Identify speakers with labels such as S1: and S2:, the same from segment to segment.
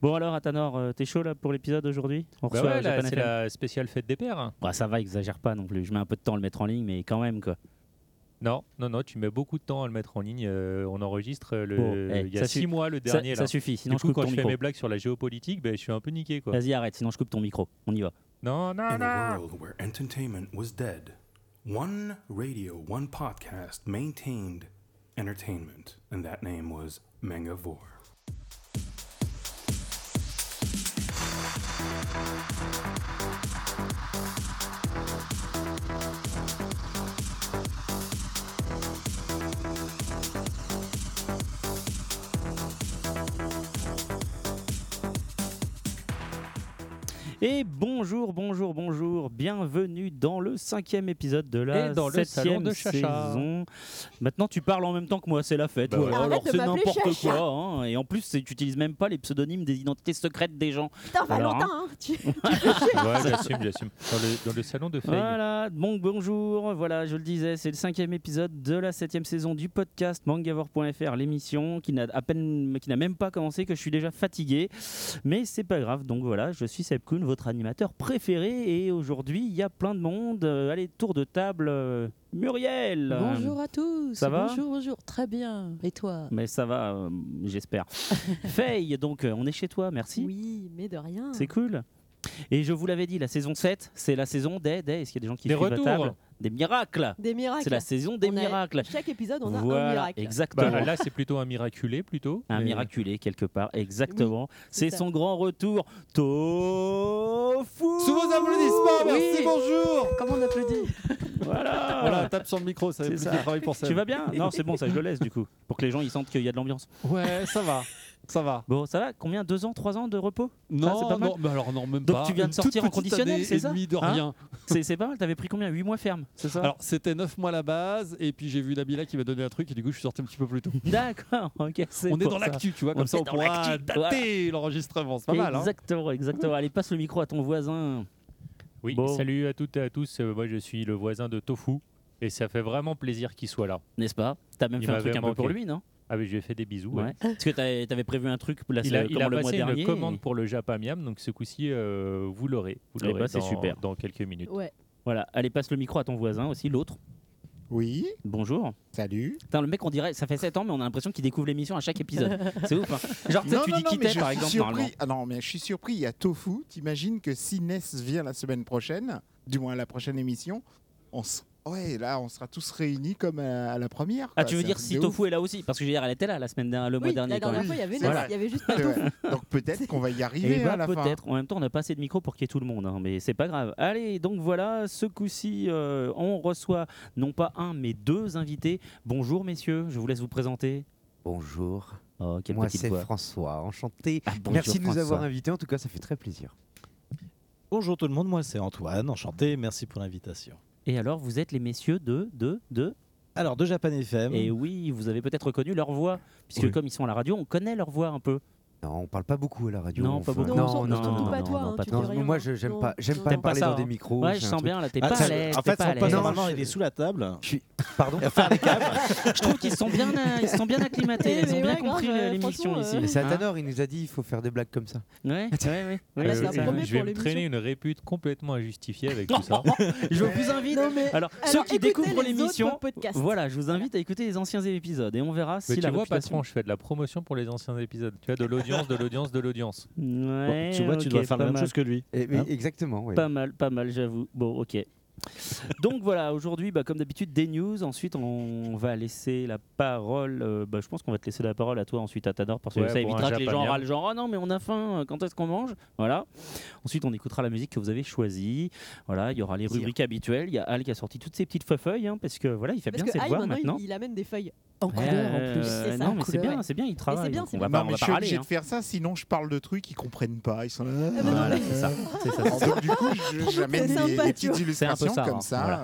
S1: Bon alors, Atanor, euh, t'es chaud là pour l'épisode aujourd'hui On
S2: Bah
S1: reçoit
S2: ouais, là,
S1: Japan
S2: c'est
S1: FM.
S2: la spéciale fête des pères.
S1: Bah, ça va, exagère pas non plus. Je mets un peu de temps à le mettre en ligne, mais quand même quoi.
S2: Non, non, non, tu mets beaucoup de temps à le mettre en ligne. euh, on enregistre euh, le,
S1: Bon, eh,
S2: il y a
S1: ça
S2: six
S1: suffit.
S2: mois le
S1: Ça,
S2: dernier.
S1: ça
S2: là.
S1: suffit, sinon
S2: du
S1: je
S2: coup,
S1: coupe
S2: quand
S1: ton
S2: je fais
S1: micro.
S2: mes blagues sur la géopolitique, ben, je suis un peu niqué. Quoi.
S1: Vas-y, arrête, sinon je coupe ton micro. On y va.
S2: Non, non,
S3: In a
S2: non.
S3: world where entertainment was dead, one radio, one podcast maintained entertainment, and that name was Mangavore.
S1: Et bonjour, bonjour, bonjour. Bienvenue dans le cinquième épisode de la
S2: Et dans le salon
S1: septième
S2: de Chacha.
S1: saison. Maintenant, tu parles en même temps que moi, c'est la fête.
S2: Bah
S1: voilà,
S2: ouais.
S1: alors
S4: Arrête de
S1: c'est
S4: m'appeler
S1: n'importe
S4: Chacha.
S1: quoi. hein. Et en plus, c'est- tu utilises même pas les pseudonymes des identités secrètes des gens.
S4: Putain,
S1: Alors,
S4: Valentin, hein, tu-
S2: Ouais, j'assume, j'assume. Dans le, dans le salon de Faye.
S1: Voilà, bon bonjour, voilà, je le disais, c'est le cinquième épisode de la septième saison du podcast Mangavore.fr, l'émission qui n'a à peine, qui n'a même pas commencé, que je suis déjà fatigué, mais c'est pas grave, donc voilà, je suis Seb Kuhn, votre animateur préféré, et aujourd'hui, il y a plein de monde, Euh, allez, tour de table, euh, Muriel
S5: Bonjour à tous.
S1: euh, ça va
S5: Bonjour, bonjour. Très bien. Et toi
S1: Mais ça va, euh, j'espère. Faye, donc, euh, on est chez toi, merci,
S4: Oui, mais de rien.
S1: c'est cool et je vous l'avais dit, la saison 7, c'est la saison des, des- est-ce qu'il y a des gens qui
S2: Des
S1: suivent à
S2: retours.
S1: table Des miracles
S4: Des miracles.
S1: C'est la saison des
S4: On a-
S1: miracles.
S4: Chaque épisode, on a
S1: voilà,
S4: un miracle.
S1: exactement.
S2: Bah, là, c'est plutôt un miraculé, plutôt.
S1: un
S2: mais-
S1: miraculé quelque part, exactement. c'est
S4: ça.
S1: son grand retour. Tofu
S6: Sous vos applaudissements, merci,
S4: Oui.
S6: bonjour
S4: Comment on applaudit
S1: Voilà,
S6: Voilà, tape sur le micro, ça fait
S1: C'est
S6: plus
S1: ça.
S6: de travail pour ça.
S1: Tu vas bien Non, c'est bon, ça je le laisse du coup, pour que les gens ils sentent qu'il y a de l'ambiance.
S6: Ouais, ça va, ça va.
S1: Bon, ça va Combien Deux ans, trois ans de repos
S6: Non,
S1: c'est pas mal.
S6: non, mais alors non, même
S1: Donc
S6: pas.
S1: tu viens de
S6: Une toute
S1: sortir en
S6: petite
S1: conditionnel,
S6: année
S1: c'est
S6: et
S1: ça
S6: demie de
S1: Hein
S6: rien.
S1: C'est c'est pas mal. T'avais pris combien Huit mois ferme, c'est ça
S6: alors c'était 9 mois la base, et puis j'ai vu Nabila qui m'a donné un truc, et du coup je suis sorti un petit peu plus tôt.
S1: D'accord. Ok. c'est
S6: On est
S1: pour
S6: dans
S1: ça.
S6: l'actu, tu vois,
S1: On
S6: comme ça
S1: est
S6: on
S1: dans
S6: pourra
S1: l'actu, voilà.
S6: dater l'enregistrement, c'est pas mal. Hein
S1: Exactement, exactement. Allez, passe le micro à ton voisin.
S2: Oui,
S1: Bon.
S2: salut à toutes et à tous. Euh, moi, je suis le voisin de Tofu. Et ça fait vraiment plaisir qu'il soit là.
S1: N'est-ce pas T'as même
S2: Il
S1: fait un
S2: m'avait
S1: truc un peu pour
S2: manqué.
S1: lui, non
S2: Ah, mais je lui ai fait des bisous. ouais.
S1: Ouais. hein. Parce que t'avais t'avais prévu un truc là,
S2: Il a,
S1: c'est
S2: il
S1: comment
S2: a
S1: le mois
S2: passé
S1: dernier.
S2: une commande pour le Japamiam, donc ce coup-ci, euh, vous l'aurez. Vous
S1: Eh
S2: l'aurez
S1: ben, c'est
S2: dans-
S1: super.
S2: dans quelques minutes.
S4: Ouais.
S1: Voilà, allez, passe le micro à ton voisin aussi, l'autre.
S7: Oui,
S1: Bonjour.
S7: salut.
S1: Putain, le mec, on dirait, ça fait 7 ans, mais on a l'impression qu'il découvre l'émission à chaque épisode. C'est ouf. hein. Genre, tu sais, tu dis qui
S7: mais
S1: t'es,
S7: je
S1: par
S7: suis
S1: exemple, normalement.
S7: surpris. Ah non, mais je suis surpris, il y a Tofu. T'imagines que si Ness vient la semaine prochaine, du moins à la prochaine émission, on s- ouais, là, on sera tous réunis comme euh, à, à la première.
S1: Ah,
S7: quoi.
S1: tu veux
S7: C'est
S1: dire
S7: un
S1: si
S7: de ouf.
S1: Tofu est là aussi Parce que hier, elle était là la semaine dernière, le mois
S4: Oui,
S1: dernier
S4: la
S1: quand
S4: dernière
S1: même.
S4: fois, il y avait,
S7: C'est
S4: Nas,
S7: vrai.
S4: il y avait juste pas
S7: C'est
S4: tout.
S7: vrai. Donc peut-être qu'on va y arriver
S1: Eh
S7: hein,
S1: ben,
S7: à la fin.
S1: peut-être. En même temps, on n'a pas assez de micros pour qu'il y ait tout le monde, hein, mais c'est pas grave. Allez, donc voilà, ce coup-ci, euh, on reçoit non pas un, mais deux invités. Bonjour, messieurs, je vous laisse vous présenter.
S8: Bonjour,
S1: Oh, quelle
S8: moi
S1: petite
S8: c'est
S1: voix.
S8: François, enchanté.
S1: Ah, bonjour,
S8: Merci de nous
S1: François.
S8: avoir invités, en tout cas ça fait très plaisir.
S9: Bonjour tout le monde, moi c'est Antoine, enchanté, merci pour l'invitation.
S1: Et alors, vous êtes les messieurs de, de, de
S9: Alors de Japan FM,
S1: Et oui, vous avez peut-être reconnu leur voix, puisque
S2: Oui.
S1: comme ils sont à la radio, on connaît leur voix un peu.
S8: Non, on parle pas beaucoup à la radio.
S1: Non,
S8: on
S1: pas
S8: fait-
S1: beaucoup.
S4: Non, surtout- surtout pas toi, hein,
S1: pas
S4: tu
S1: toi.
S4: dis rien.
S8: moi je j'aime
S4: Non,
S8: pas, j'aime
S4: non.
S8: pas
S1: T'aimes pas
S8: parler
S1: ça,
S8: dans
S1: hein
S8: des micros.
S1: Ouais,
S8: j'ai
S1: je
S8: un
S1: sens
S8: truc-
S1: bien là, t'es
S9: Ah,
S1: pas à
S9: ça-
S1: l'aise.
S9: en
S1: t'es
S9: fait
S1: pas à
S9: son passe
S1: l'aise.
S8: Non,
S9: normalement
S8: je-
S9: il est sous la
S4: hein.
S9: table.
S8: Je suis- Pardon.
S1: Je trouve qu'ils sont bien, euh, ils se sont bien acclimatés,
S4: Eh,
S1: ils ont
S4: mais
S1: bien
S4: ouais,
S1: compris
S4: grave,
S1: le-
S4: euh,
S1: l'émission
S4: franchement,
S1: ici.
S4: euh,
S8: Mais c'est
S1: Hein
S8: Atanor, il nous a dit il faut faire des blagues comme ça.
S1: Ouais, ouais, ouais.
S4: Ah, là, c'est la
S2: Euh,
S4: première
S2: je vais
S4: pour
S2: me
S4: l'émission.
S2: traîner une répute complètement injustifiée avec tout ça.
S1: Je vous invite.
S4: Non, mais-
S1: Alors, ceux
S4: Alors,
S1: qui
S4: écoutez
S1: découvrent
S4: les
S1: l'émission,
S4: autres podcasts.
S1: voilà, je vous invite à écouter les anciens épisodes et on verra si
S2: Mais tu
S1: la
S2: vois,
S1: réputation-
S2: patron, je fais de la promotion pour les anciens épisodes. Tu as de l'audience, de l'audience, de l'audience.
S1: Ouais,
S9: Bon, tu vois, tu
S1: ok,
S9: dois faire
S1: pas
S9: la même
S1: mal.
S9: chose que lui.
S8: Et- Eh, mais
S9: Hein
S8: exactement. oui.
S1: Pas mal, pas mal, j'avoue. Bon, ok. Donc voilà, aujourd'hui, bah, comme d'habitude, des news. Ensuite, on va laisser la parole. euh, bah, je pense qu'on va te laisser la parole à toi, ensuite à Tador, parce que
S2: Ouais,
S1: ça
S2: pour
S1: évitera
S2: un
S1: que les gens
S2: Japaniam.
S1: râlent genre Ah non, mais on a faim, euh, quand est-ce qu'on mange Voilà. Ensuite, on écoutera la musique que vous avez choisie. Voilà, il y aura les
S8: Plaisir.
S1: rubriques habituelles. Il y a Al qui a sorti toutes ses petites feuilles, hein, parce que voilà, il fait
S4: Parce que
S1: bien ses
S4: Aïe,
S1: devoirs
S4: maintenant,
S1: maintenant.
S4: Il, il amène des feuilles.
S5: En couleur en plus.
S1: Euh,
S4: c'est ça,
S1: non,
S4: en
S1: mais c'est
S4: couleur,
S1: bien,
S4: ouais.
S1: c'est bien, il travaille.
S4: bien,
S1: donc
S4: c'est
S1: on va
S4: bien.
S1: pas,
S7: Non,
S1: on
S7: mais
S1: va
S7: je
S1: pas
S7: suis
S1: râler,
S7: obligé
S1: hein.
S7: de faire ça, sinon je parle de trucs ils comprennent pas. Ils sont là.
S4: Ah, mais non,
S1: Voilà,
S4: mais-
S1: c'est ça. C'est ça. c'est ça.
S7: Donc du coup, je- j'amène
S4: C'est sympa, tu
S7: des, des
S4: vois.
S7: petites illustrations
S1: ça, hein,
S7: comme ça.
S1: voilà.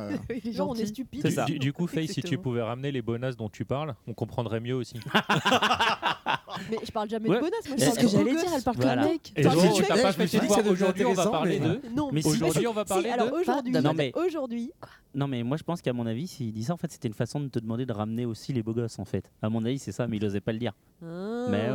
S7: euh.
S4: Genre, on est stupide.
S1: C'est ça.
S2: Du, du coup, Faye, si tu
S4: Exactement.
S2: pouvais ramener les bonasses dont tu parles, on comprendrait mieux aussi.
S1: Ah,
S4: Mais je parle jamais
S1: Ouais.
S4: de bonas, moi je
S1: C'est
S5: C'est
S4: parle
S5: ce
S4: de
S5: que j'allais
S4: gogos.
S5: dire, elle parle
S1: Voilà.
S5: comme mec.
S2: Et
S5: Toi,
S2: donc,
S5: tu-
S2: t'as pas
S8: je me suis
S2: fait
S8: dit
S2: voir,
S8: que ça devenait
S2: Aujourd'hui, on va
S8: intéressant,
S2: parler
S8: mais-
S2: d'eux.
S4: Non,
S1: Mais si-
S2: Aujourd'hui, on va
S4: Si,
S2: parler d'eux.
S4: alors aujourd'hui,
S1: Non, mais-
S4: aujourd'hui,
S1: Non, mais moi je pense qu'à mon avis, s'il dit ça, en fait, c'était une façon de te demander de ramener aussi les beaux gosses, en fait. À mon avis, c'est ça, mais il osait pas le dire.
S4: Ah.
S1: Mais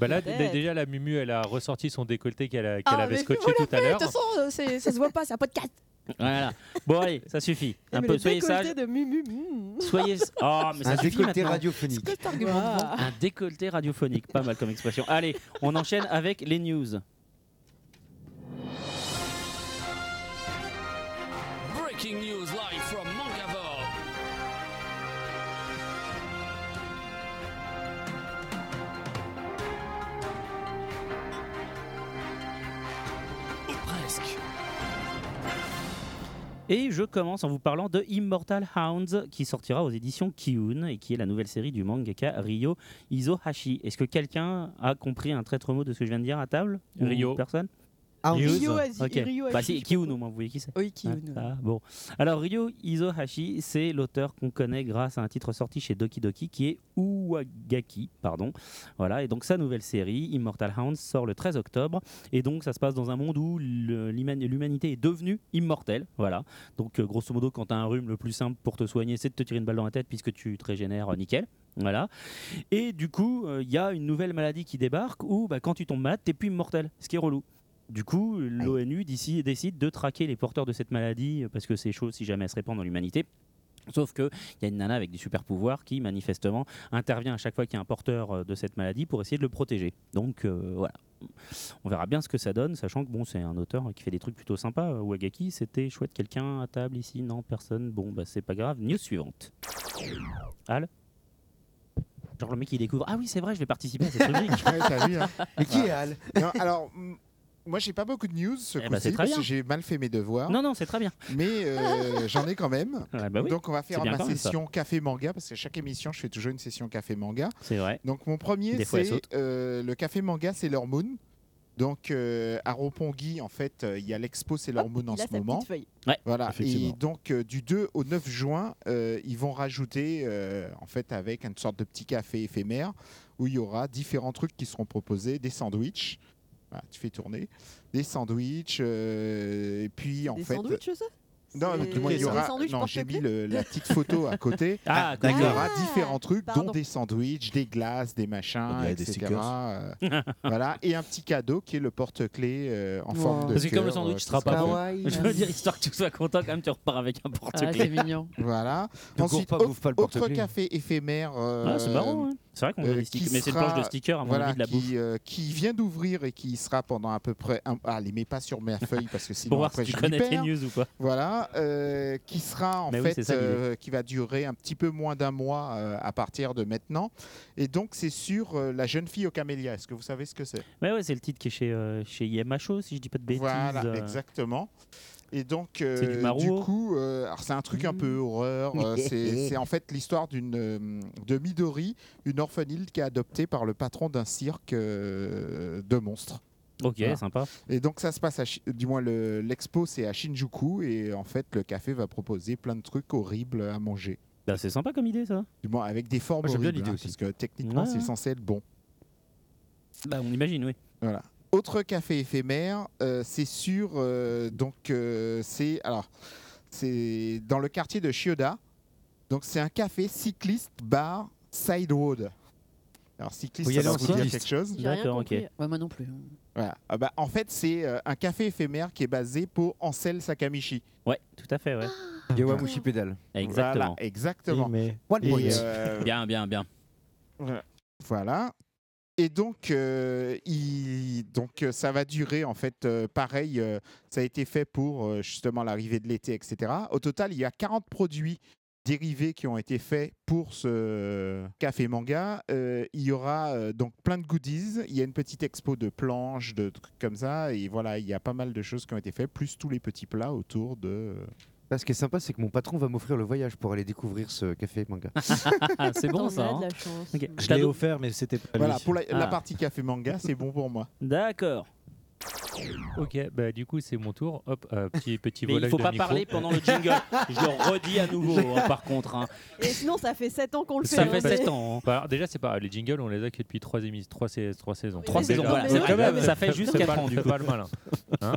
S2: Bah là, d-
S4: Peut-être.
S2: déjà, la Mumu, elle a ressorti son décolleté qu'elle a-
S4: Ah,
S2: qu'elle avait
S4: mais
S2: scotché
S4: vous
S2: tout à
S4: De
S2: l'heure.
S4: toute façon, euh, c'est- ça se voit pas, c'est un podcast.
S1: Voilà. Bon, allez, ça suffit. Un
S4: Mais
S1: peu,
S4: le
S1: soyez
S4: décolleté
S1: sage.
S4: de Mumu. mm.
S1: Soyez. Oh, mais ça
S8: Un
S1: suffit
S8: décolleté
S1: maintenant.
S8: radiophonique.
S4: Ouah.
S1: Un décolleté radiophonique, pas mal comme expression. Allez, on enchaîne avec les news.
S10: Breaking news live from Mangavore. Ou presque.
S1: Et je commence en vous parlant de Immortal Hounds qui sortira aux éditions Kiun et qui est la nouvelle série du mangaka Ryo Izohashi. Est-ce que quelqu'un a compris un traître mot de ce que je viens de dire à table Ou
S2: Ryo.
S1: Personne
S8: Ah, on
S2: News.
S8: dit
S4: Rio,
S8: ça.
S4: Asie-
S1: Ok.
S4: Rio,
S1: Bah,
S4: Asie,
S1: c'est
S4: je sais pas
S1: Kiun
S4: quoi.
S1: au moins, vous voyez qui c'est
S5: Oui, qui
S1: Ah, ah, bon. Alors Ryo Izohashi, c'est l'auteur qu'on connaît grâce à un titre sorti chez Doki Doki qui est Uwagaki, pardon. Voilà, et donc sa nouvelle série Immortal Hounds sort le 13 octobre et donc ça se passe dans un monde où le- l'human- l'humanité est devenue immortelle, voilà. Donc euh, grosso modo quand tu as un rhume le plus simple pour te soigner, c'est de te tirer une balle dans la tête puisque tu te régénères euh, nickel. Voilà. Et du coup, euh, il y a une nouvelle maladie qui débarque où bah, quand tu tombes malade, t'es plus immortel, ce qui est relou. Du coup, l'ONU d'ici décide de traquer les porteurs de cette maladie euh, parce que c'est chaud si jamais elle se répand dans l'humanité. Sauf qu'il y a une nana avec des super pouvoirs qui, manifestement, intervient à chaque fois qu'il y a un porteur euh, de cette maladie pour essayer de le protéger. Donc euh, voilà. On verra bien ce que ça donne, sachant que bon, c'est un auteur qui fait des trucs plutôt sympas. euh, Wagaki, c'était chouette quelqu'un à table ici Non, personne. Bon, bah c'est pas grave. News suivante. Al Genre le mec qui découvre Ah oui, c'est vrai, je vais participer à cette rubrique.
S7: Ouais, t'as vu, hein.
S8: Mais qui est Al
S7: Non, alors, m- moi, j'ai pas beaucoup de news ce
S1: Eh ben,
S7: coup-ci
S1: c'est très
S7: parce
S1: bien.
S7: que j'ai mal fait mes devoirs,
S1: non, non, c'est très bien.
S7: mais euh, j'en ai quand même.
S1: Ah, bah oui,
S7: Donc, on va
S1: C'est
S7: faire
S1: bien
S7: ma
S1: quand même, ça.
S7: session café manga parce que chaque émission, je fais toujours une session café manga.
S1: c'est vrai.
S7: Donc, mon premier,
S1: Des fois, elle
S7: c'est
S1: saute.
S7: euh, le café manga Sailor Moon. Donc, euh, à Roppongi, en fait, euh, il y a l'expo Sailor Moon en
S4: Ah, Il a
S7: ce
S4: sa
S7: moment.
S4: petite feuille.
S7: Voilà. Et
S9: Effectivement.
S7: donc euh, du 2 au 9 juin, euh, ils vont rajouter euh, en fait avec une sorte de petit café éphémère où il y aura différents trucs qui seront proposés, des sandwichs. Voilà, tu fais tourner des sandwichs euh, et puis en
S4: Des
S7: fait
S4: sandwichs, ça
S7: non mais
S4: C'est-
S7: du moins, il y
S4: c'est des
S7: aura
S4: sandwichs
S7: non
S4: pour
S7: j'ai
S4: te
S7: mis le- la petite photo à côté
S1: Ah,
S7: il y
S1: d'accord.
S7: aura différents trucs,
S4: Pardon.
S7: dont des sandwichs, des glaces, des machins,
S9: Il y a des
S7: etc.
S9: stickers.
S7: euh, voilà, et un petit cadeau qui est le porte-clés euh, en
S5: Wow.
S7: forme de.
S1: Parce que comme le
S7: cœur,
S1: sandwich
S7: euh,
S1: sera
S7: qui
S1: pas
S7: sera-
S1: bon.
S5: Kawaii.
S1: Je veux dire, histoire que tu sois content, quand même, tu repars avec un
S5: Ah,
S1: porte-clés.
S5: c'est mignon.
S7: Voilà.
S8: Ne
S7: Ensuite,
S8: cours pas,
S7: au-
S8: bouffe pas le
S7: Autre
S8: porte-clés.
S7: café éphémère. euh,
S1: Ah, c'est marrant, hein. C'est vrai qu'on a
S7: euh,
S1: des
S7: qui
S1: stickers, mais c'est une
S7: sera-
S1: planche de stickers, à mon
S7: Voilà,
S1: avis, de la bouffe.
S7: qui, euh, qui vient d'ouvrir et qui sera pendant à peu près. Un... Ah, les mets pas sur ma feuille parce que sinon
S1: Pour voir
S7: après
S1: si tu
S7: je m'y
S1: connais tes
S7: perds.
S1: news ou pas.
S7: Voilà, euh, qui sera en
S1: Mais oui,
S7: fait
S1: c'est ça l'idée.
S7: euh, qui va durer un petit peu moins d'un mois euh, à partir de maintenant. Et donc c'est sur euh, la jeune fille au camélia. Est-ce que vous savez ce que c'est
S1: Mais ouais, c'est le titre qui est chez, euh, chez IMHO, si je dis pas de bêtises.
S7: Voilà,
S1: euh.
S7: exactement. Et donc,
S1: C'est du
S7: euh,
S1: Maruo.
S7: coup, euh, alors c'est un truc un
S9: Mm.
S7: peu horreur. euh, c'est c'est en fait l'histoire d'une euh, de Midori, une orpheline qui est adoptée par le patron d'un cirque euh, de monstres.
S1: Ok,
S7: Voilà.
S1: sympa.
S7: Et donc ça se passe, à Shi- du moins le- l'expo c'est à Shinjuku et en fait le café va proposer plein de trucs horribles à manger.
S1: Bah, c'est sympa comme idée, ça.
S7: Du moins avec des formes
S8: Moi, j'aime bien
S7: horribles,
S8: l'idée
S7: hein,
S8: aussi.
S7: parce que techniquement
S1: Ouais,
S7: c'est
S1: ouais.
S7: censé être bon.
S1: Bah, on imagine, oui.
S7: Voilà. Autre café éphémère, euh, c'est sûr. euh, donc euh, c'est alors c'est dans le quartier de Shioda. Donc c'est un café cycliste bar side road. Alors cycliste,
S8: Faut y
S7: ça
S8: aller
S7: doit
S8: en
S7: vous dire
S8: cycliste.
S7: quelque chose.
S4: J'ai rien
S1: D'accord, ok.
S4: compris.
S5: Ouais, moi non plus. hein.
S7: Voilà. Ah bah, en fait c'est euh, un café éphémère qui est basé pour Ansel Sakamichi.
S1: Ouais, tout à fait, ouais.
S7: Ah,
S8: Yawamushi pédale.
S1: Exactement.
S7: Voilà, exactement.
S9: Mais
S8: One
S7: Et,
S8: point.
S7: euh,
S1: Bien, bien, bien.
S7: Voilà. Et donc, euh, il- donc euh, ça va durer, en fait, euh, pareil, euh, ça a été fait pour euh, justement l'arrivée de l'été, etc. Au total, il y a 40 produits dérivés qui ont été faits pour ce café manga. Euh, il y aura euh, donc plein de goodies, il y a une petite expo de planches, de trucs comme ça, et voilà, il y a pas mal de choses qui ont été faites, plus tous les petits plats autour de... euh,
S8: Là, ce qui est sympa, c'est que mon patron va m'offrir le voyage pour aller découvrir ce café manga.
S1: Ah, c'est
S4: Attends,
S1: bon,
S4: on
S1: ça.
S4: a de
S1: hein.
S4: la chance.
S1: Ok.
S9: je
S1: Je
S9: l'ai
S1: t'ado-
S9: offert, mais c'était pas
S7: Voilà,
S9: lui.
S7: pour la, la
S1: Ah.
S7: partie café manga, c'est bon pour moi.
S1: D'accord.
S2: Ok, bah du coup, c'est mon tour. Hop, euh, petit, petit
S1: Mais il
S2: volage
S1: faut
S2: de
S1: pas
S2: micro.
S1: parler pendant le jingle. Je le redis à nouveau, hein, par contre. hein.
S4: Et sinon, ça fait 7 ans qu'on le fait.
S1: Ça
S4: hein,
S1: fait
S4: c'est-
S1: 7 ans. hein.
S2: Bah, alors, déjà, c'est pas les jingles, on les a que depuis 3, saisons. Trois saisons,
S1: Trois
S4: Mais
S1: saisons,
S4: c'est
S1: voilà,
S4: quand
S1: c'est
S4: même-
S1: pas grave, ça fait juste
S2: C'est
S1: 4
S2: pas-
S1: ans du
S2: c'est
S1: coup.
S2: pas le malin. Hein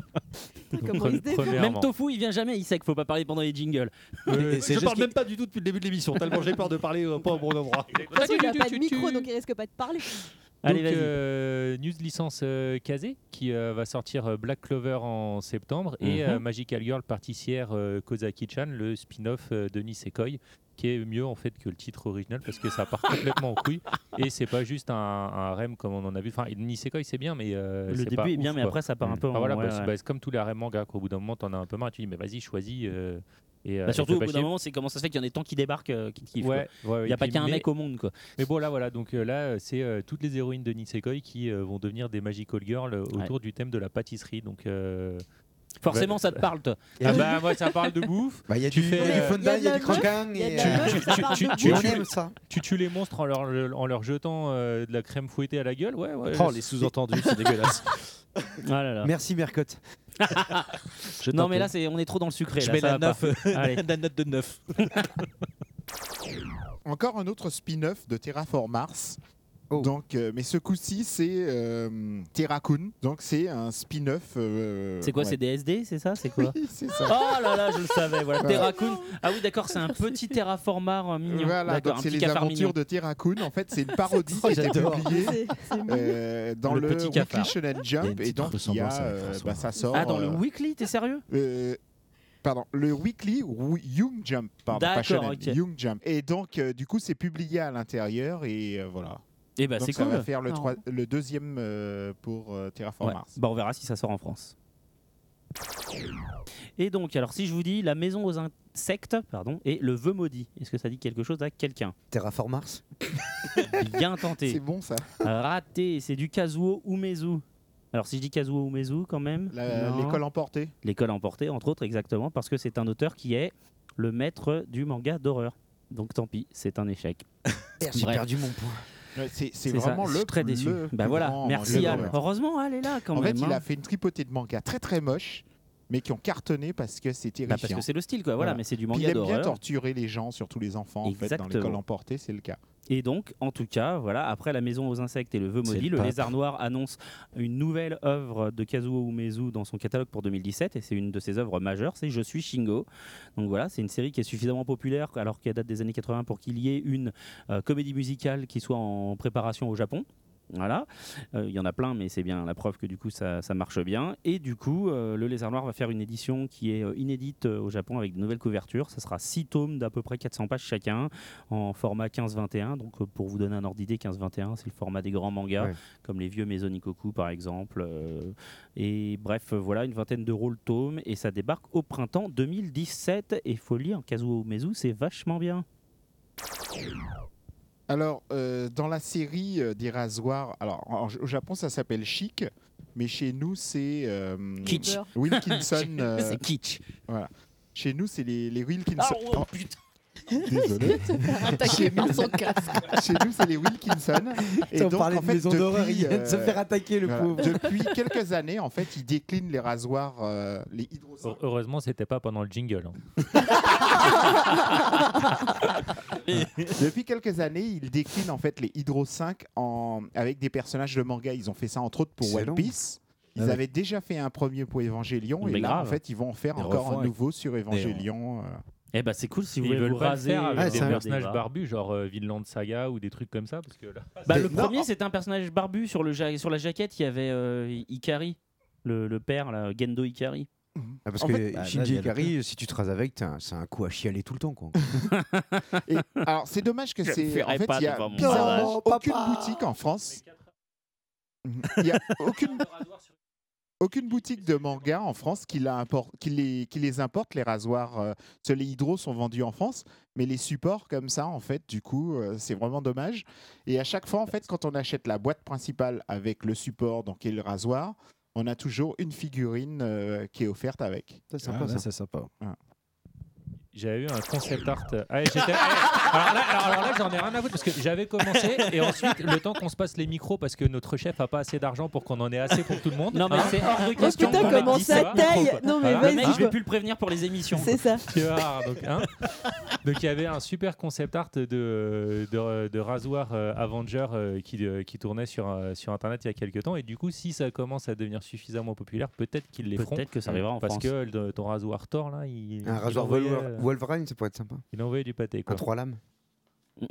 S4: Comment il se défend
S1: Même Tofu, il vient jamais, il sait qu'il faut pas parler pendant les jingles.
S9: Et c'est juste qu'il-
S6: Euh, même pas du
S1: euh,
S6: tout depuis le début de l'émission, tellement j'ai peur de parler pas au bon endroit.
S4: De toute façon, il a pas de micro, donc il risque pas de parler.
S1: Allez,
S2: Donc,
S1: vas-y.
S2: euh, news licence euh, Kazé qui euh, va sortir euh, Black Clover en septembre et
S1: Mhm.
S2: euh, Magical Girl Particière euh, Kozaki-chan, le spin-off euh, de Nisekoi, qui est mieux en fait que le titre original parce que ça part complètement en couille et c'est pas juste un, un rem comme on en a vu. Enfin, Nisekoi c'est bien, mais euh,
S1: Le
S2: c'est
S1: début
S2: pas
S1: est bien,
S2: ouf,
S1: mais
S2: quoi.
S1: après, ça part un peu
S2: Enfin,
S1: en-
S2: voilà,
S1: ouais,
S2: parce-
S1: ouais.
S2: bah, c'est comme tous les harem manga qu'au bout d'un moment t'en as un peu marre, tu dis mais vas-y choisis. euh, et, euh,
S1: Bah,
S2: et
S1: surtout
S2: fais
S1: au
S2: pas
S1: bout d'un
S2: chier.
S1: moment, c'est comment ça se fait qu'il y en ait tant qui débarquent, euh, qui te kiffent.
S2: Ouais,
S1: quoi.
S2: ouais, ouais,
S1: Il n'y
S2: et
S1: a pas
S2: puis-
S1: qu'un
S2: mais-
S1: mec au monde. Quoi.
S2: Mais bon, là, voilà, donc euh, là, euh, c'est euh, toutes les héroïnes de Nisekoi qui euh, vont devenir des magical girls euh, autour du thème de la pâtisserie. Donc, euh,
S1: Forcément,
S2: bah-
S1: ça te parle, toi.
S2: Ah bah, moi, ça parle de bouffe.
S8: Bah, il y a
S2: Tu
S8: du,
S2: fais,
S8: il y a du
S2: euh,
S8: Fondan, il y a du
S4: meuf,
S8: croquant.
S4: il y a
S8: et,
S4: de la
S8: euh,
S4: meuf, ça parle de
S8: tu-
S2: meuf.
S8: on aime ça.
S2: Tu tues les monstres en leur, en leur jetant euh, de la crème fouettée à la gueule. Ouais, ouais.
S9: Oh, les sous-entendus, c'est dégueulasse.
S1: Ah là là.
S8: Merci Mercotte.
S9: Je
S1: Non,
S9: t'en
S1: mais
S9: prie.
S1: là, c'est- on est trop dans le sucré.
S9: je
S1: là,
S9: mets
S1: ça
S9: la,
S1: va
S9: neuf,
S1: pas. Allez.
S9: la note de 9.
S7: Encore un autre spin-off de Terraform Mars.
S8: Oh.
S7: Donc, euh, mais ce coup-ci, c'est euh, Terracoon. Donc, c'est un spin-off. euh,
S1: C'est quoi
S7: ouais.
S1: C'est DSD, c'est ça C'est quoi
S7: Oui, c'est ça.
S1: Oh là là, je le savais. Voilà,
S7: Ouais.
S1: Terracoon. Ah oui, d'accord, c'est un petit terraformar euh, mignon.
S7: Voilà,
S1: D'accord,
S7: donc
S1: un
S7: c'est
S1: petit
S7: les
S1: cafard mignon.
S7: aventures de Terracoon. En fait, c'est une parodie qui a été
S8: j'adore.
S7: publiée
S4: C'est- c'est mignon.
S7: euh, dans
S1: Le
S7: le,
S1: petit
S7: Weekly
S1: cafard.
S7: Shonen
S9: Il y a
S7: Jump.
S9: une
S7: Et
S9: petite
S7: donc, il y a,
S9: ressemblance avec
S7: euh,
S9: François.
S7: bah, ça sort.
S1: Ah, dans le
S7: euh,
S1: weekly, t'es sérieux
S7: euh, Pardon, le Weekly ou Young Jump, pardon, pas
S1: D'accord,
S7: Shonen,
S1: ok.
S7: Young Jump. Et donc, euh, du coup, c'est publié à l'intérieur et euh, voilà.
S1: Eh bah,
S7: donc,
S1: c'est
S7: ça va
S1: cool.
S7: faire le,
S5: Non.
S7: trois- le deuxième euh, pour euh, Terraform
S1: Ouais.
S7: Mars.
S1: Bah, on verra si ça sort en France. Et donc, alors si je vous dis la maison aux insectes, pardon, et le vœu maudit, est-ce que ça dit quelque chose à quelqu'un
S8: Terraform Mars.
S1: Bien
S7: C'est
S1: tenté,
S7: bon ça.
S1: raté, c'est du Kazuo Umezu. Alors si je dis Kazuo Umezu quand même,
S7: La-
S1: non.
S7: L'école emportée.
S1: l'école emportée, entre autres exactement, parce que c'est un auteur qui est le maître du manga d'horreur. Donc tant pis, c'est un échec.
S8: Merde, J'ai
S1: Bref.
S8: perdu mon point.
S7: Ouais, C'est c'est
S1: C'est ça,
S7: vraiment
S1: je
S7: le
S1: suis très
S7: le
S1: déçu.
S7: plus
S1: Bah voilà,
S7: grand
S1: merci
S7: manga
S1: Al.
S7: d'horreur.
S1: Heureusement, elle est là quand
S7: En fait,
S1: même.
S7: il
S1: hein.
S7: a fait une tripotée de mangas très très moches, mais qui ont cartonné parce que c'est
S1: Bah, parce
S7: terrifiant.
S1: que c'est le style quoi. Voilà,
S7: Voilà.
S1: mais c'est du
S7: Puis il
S1: manga
S7: aime bien
S1: d'horreur.
S7: torturer les gens, surtout les enfants. En fait, dans
S1: Exactement.
S7: l'école emportée, c'est le cas.
S1: Et donc, en tout cas, voilà, après la maison aux insectes et le vœu
S9: C'est
S1: maudit,
S9: le
S1: le,
S9: pape.
S1: lézard noir annonce une nouvelle œuvre de Kazuo Umezu dans son catalogue pour 2017 et c'est une de ses œuvres majeures, c'est Je suis Shingo. Donc voilà, c'est une série qui est suffisamment populaire alors qu'elle date des années 80 pour qu'il y ait une euh, comédie musicale qui soit en préparation au Japon. Voilà, Euh, il y en a plein, mais c'est bien la preuve que du coup ça, ça marche bien. Et du coup, euh, le Lézard Noir va faire une édition qui est euh, inédite euh, au Japon avec de nouvelles couvertures. Ça sera 6 tomes d'à peu près 400 pages chacun en format 15-21. Donc euh, pour vous donner un ordre d'idée, 15-21, c'est le format des grands mangas,
S8: Ouais.
S1: comme les vieux Mezonikoku par exemple. Euh, et bref, euh, voilà, une vingtaine d'euros le tome. Et ça débarque au printemps 2017. Et faut lire Kazuo Umezu, c'est vachement bien.
S7: Alors, euh, dans la série euh, des rasoirs, alors en- au Japon, ça s'appelle Chic, mais chez nous, c'est euh,
S1: Kitsch.
S7: Wilkinson. euh,
S1: C'est kitsch.
S7: chez nous, c'est les, les Wilkinson.
S1: oh, putain.
S7: Oh, désolé.
S5: Ah, Attaqué par son casque.
S7: chez nous, c'est les Wilkinson.
S8: on parlait de maison d'horreur, il vient de se
S7: euh,
S8: faire attaquer le
S7: voilà,
S8: pauvre.
S7: depuis quelques années, en fait, ils déclinent les rasoirs, euh, les hydrosaures.
S2: Heureusement, c'était pas pendant le jingle. hein.
S7: Depuis quelques années, ils déclinent en fait les Hydro 5 en... avec des personnages de manga. Ils ont fait ça entre autres pour
S8: Excellent.
S7: One Piece. Ils
S8: Ah ouais.
S7: avaient déjà fait un premier pour Evangelion
S1: Mais
S7: et là
S1: grave.
S7: en fait ils vont en faire
S9: Des
S7: encore
S9: refans
S7: un
S9: et-
S7: nouveau sur Evangelion. euh.
S1: Eh ben c'est cool si vous
S2: Ils
S1: voulez
S2: veulent
S1: vous
S2: pas le
S1: raser. euh,
S2: faire
S8: Ah,
S2: avec des
S8: c'est un
S2: personnages
S1: débat.
S2: barbus, genre euh, Vinland Saga ou des trucs comme ça. Parce que là,
S1: Bah,
S8: Des-
S1: le
S8: non,
S1: premier, c'était un personnage barbu sur, le ja- sur la jaquette. Il y avait euh, Ikari, le, le père, là, Gendo Ikari.
S8: Ah, parce
S7: En
S8: que
S7: fait-
S9: Bah, là, il
S8: Shinji
S9: y a le
S8: Ikari, si tu te rases avec, t'as un- c'est un coup à chialer tout le temps. Quoi.
S7: Et- alors c'est dommage que
S1: Je le
S7: c'est en
S1: ferai
S7: fait
S1: pas
S7: il y a
S1: devant mon
S7: bizarrement
S8: mariage.
S7: aucune
S8: Papa.
S7: boutique en France. Mhm. Il y a aucune aucune boutique de manga en France qui, la impor- qui les, qui les importe les rasoirs. euh, parce que les hydros sont vendus en France, mais les supports comme ça en fait du coup euh, c'est vraiment dommage. Et à chaque fois en fait quand on achète la boîte principale avec le support donc et le rasoir, on a toujours une figurine euh, qui est offerte avec.
S8: C'est
S9: Ah, ouais, C'est sympa.
S2: J'avais eu un concept art. euh, ah, j'étais- eh, alors là, alors- alors là, j'en ai rien à foutre parce que j'avais commencé et ensuite, le temps qu'on se passe les micros parce que notre chef a pas assez d'argent pour qu'on en ait assez pour tout le monde.
S1: Non, mais
S2: hein,
S1: c'est hors de
S4: Oh
S1: question.
S4: putain,
S2: qu'on
S1: de
S4: comment
S1: mettre
S4: ça
S1: dix-
S4: taille
S2: quoi.
S4: Non, mais
S2: Ah,
S1: Le mec, je
S4: vas-y,
S1: vais plus le prévenir pour les émissions.
S4: c'est ça.
S2: tu vois, donc, hein. Donc, il y avait un super concept art de, de, de rasoir euh, Avenger euh, qui, euh, qui tournait sur, euh, sur internet il y a quelques temps. Et du coup, si ça commence à devenir suffisamment populaire, peut-être qu'ils les feront.
S1: Peut-être que ça arrivera en
S2: Parce
S1: France.
S2: que euh, le- ton rasoir Thor, là, il.
S8: Un
S2: il
S8: rasoir
S2: envoyait,
S8: Wolver-
S2: euh,
S8: Wolverine, ça pourrait être sympa.
S2: Il envoyait du pâté,
S8: Un
S2: quoi.
S8: trois lames.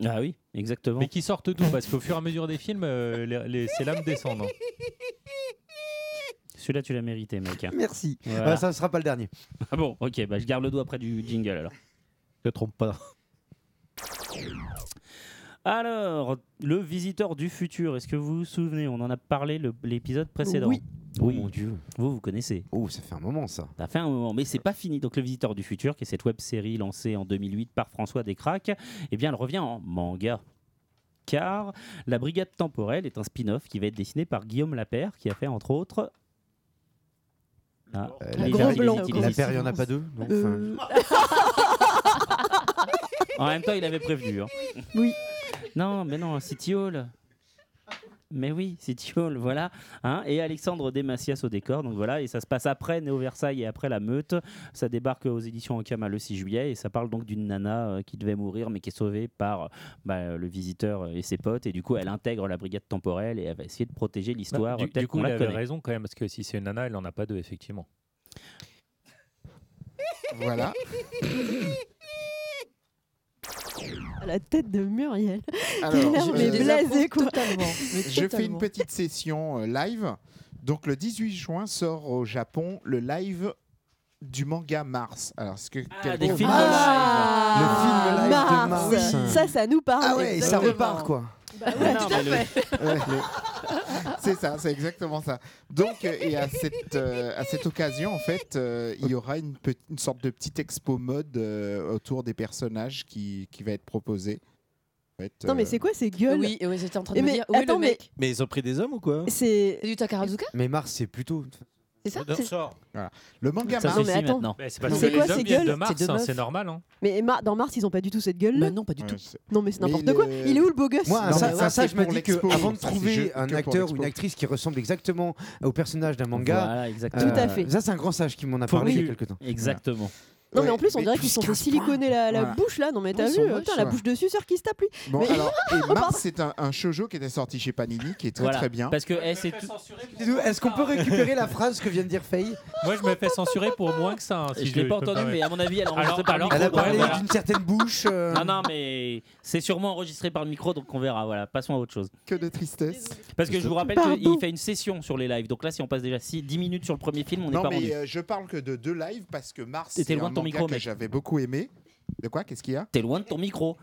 S1: Ah oui, exactement.
S2: Mais qui sortent tout, parce qu'au fur et à mesure des films, euh, les, les- ces lames descendent. hein.
S1: Celui-là, tu l'as mérité, mec. hein.
S8: Merci.
S1: Voilà.
S8: Voilà, ça ne sera pas le dernier.
S1: Ah bon, ok, bah, je garde le doigt près du jingle alors.
S9: Ne trompe pas.
S1: Alors, le visiteur du futur, est-ce que vous vous souvenez On en a parlé le- l'épisode précédent.
S8: Oui. Oh mon dieu.
S1: Vous, vous connaissez.
S8: Oh, ça fait un moment ça.
S1: Ça fait un moment, mais c'est pas fini. Donc, Le Visiteur du Futur, qui est cette web série lancée en 2008 par François Descraques, eh bien, elle revient en manga. Car La Brigade Temporelle est un spin-off qui va être dessiné par Guillaume Lapère, qui a fait entre autres. Ah,
S8: Euh,
S1: il
S8: la
S1: hésite,
S8: paire-
S1: il
S4: blanc,
S1: hésite, il
S8: La
S1: hésite.
S8: paire, il n'y en a pas deux non
S4: Euh,
S1: En même temps, il avait prévenu. hein.
S4: Oui.
S1: Non, mais non, City Hall. Mais oui, City Hall, voilà. hein. et Alexandre Desmacias au décor, donc voilà. Et ça se passe après Néo Versailles et après la meute. Ça débarque aux éditions Ankama le 6 juillet et ça parle donc d'une nana euh, qui devait mourir mais qui est sauvée par euh, bah, le visiteur et ses potes. Et du coup, elle intègre la brigade temporelle et elle va essayer de protéger l'histoire
S2: Bah, du,
S1: telle
S2: du coup,
S1: qu'on
S2: il
S1: la
S2: avait
S1: connaît.
S2: raison quand même, parce que si c'est une nana, elle n'en a pas deux, effectivement.
S7: Voilà.
S4: à la tête de Muriel.
S7: Alors,
S4: Quelle
S7: je-
S4: mais
S7: euh,
S4: blasé quoi.
S7: je fais une petite session euh, live. Donc le 18 juin sort au Japon le live du manga Mars. Alors, est-ce que
S1: Ah,
S7: quelqu'un-
S1: des films
S8: Le film live de
S4: Ah, Mars.
S8: Mars. Oui.
S4: Ça, ça nous parle.
S8: Ah ouais, ça
S4: exactement. Bah
S8: repart quoi.
S1: de live. Non, mais le-
S7: Ouais. c'est ça, c'est exactement ça. Donc, euh, et à cette, euh, à cette occasion, en fait, euh, il y aura une, pe- une sorte de petite expo mode euh, autour des personnages qui, qui va être proposée. En fait,
S4: Non, mais
S7: euh,
S4: c'est quoi ces gueules
S5: Oui, ouais, j'étais en train de
S4: Et
S5: me
S4: mais,
S5: dire. Oui,
S4: attends,
S5: le
S4: mais
S5: mec.
S9: Mais ils ont pris des hommes ou quoi
S4: c'est.
S5: C'est du Takarazuka
S8: Mais Mars, c'est plutôt.
S5: C'est ça C'est-
S9: sort.
S7: le manga
S1: Ça
S7: Mars.
S4: Non, mais
S1: suffit
S4: attends.
S1: maintenant.
S2: Bah, c'est parce
S4: Non,
S2: que
S4: mais
S2: les
S4: quoi,
S2: hommes
S4: ces
S2: viennent de
S4: gueules
S2: Mars,
S5: C'est de
S2: hein,
S5: meufs.
S2: c'est normal. hein.
S4: Mais Mar- dans Mars, ils ont pas du tout cette gueule là.
S5: Bah non, pas du
S7: Ouais,
S5: tout.
S7: c'est-
S4: Non, mais c'est
S7: Mais
S4: n'importe
S7: il
S4: quoi.
S7: est-
S4: Il est où le beau gosse
S8: Moi,
S7: Non,
S8: un ça,
S7: mais
S8: un
S7: ça,
S8: ça,
S7: c'est
S8: je me
S7: pour
S8: dis
S7: l'expo.
S8: que avant de
S7: Ça, c'est
S8: trouver
S7: juste
S8: un
S7: que pour
S8: acteur ou
S7: l'expo.
S8: une actrice qui ressemble exactement au personnage d'un manga,
S1: Voilà,
S8: euh,
S1: exactement.
S4: Tout à fait.
S8: Ça, c'est un grand sage qui m'en a
S1: Faut
S8: parlé
S1: que-
S8: il y a quelques temps.
S1: Exactement.
S4: Non, mais en
S7: Ouais,
S4: plus, on
S7: mais
S4: dirait
S7: plus
S4: qu'ils sont fait
S7: 15
S4: siliconner la, la
S7: Voilà.
S4: bouche là. Non, mais
S7: Ils
S4: t'as
S7: sont
S4: vu
S7: moches,
S4: Putain, la
S7: ouais.
S4: bouche de suceur qui se tape lui.
S7: Bon,
S4: Mais- Oh,
S7: alors, et Mars, c'est un, un shoujo qui était sorti chez Panini, qui est très
S1: Voilà.
S7: très bien.
S1: Parce que eh, c'est tout-
S8: Est-ce qu'on peut récupérer la phrase que vient de dire Faye
S2: Moi, je me fais censurer pour moins que ça. hein, si
S1: je l'ai
S2: peux
S1: pas
S2: me
S1: entendu,
S2: permettre.
S1: mais à mon avis, elle
S2: Alors,
S1: enregistre par le
S2: alors,
S8: Elle a
S1: micro,
S8: parlé
S1: voilà.
S8: d'une certaine bouche. euh,
S1: Non, non, mais c'est sûrement enregistré par le micro, donc on verra. Voilà, passons à autre chose.
S7: Que de tristesse.
S1: Parce que je vous rappelle
S4: Pardon.
S1: qu'il fait une session sur les lives. Donc là, si on passe déjà 10 minutes sur le premier film, on n'est
S7: Non,
S1: pas
S7: mais
S1: rendu.
S7: euh, je parle que de deux lives parce que Mars,
S1: T'étais
S7: c'est
S1: loin
S7: un
S1: de ton
S7: manga
S1: micro,
S7: que
S1: mec.
S7: j'avais beaucoup aimé. De quoi Qu'est-ce qu'il y a
S1: T'es loin de ton micro.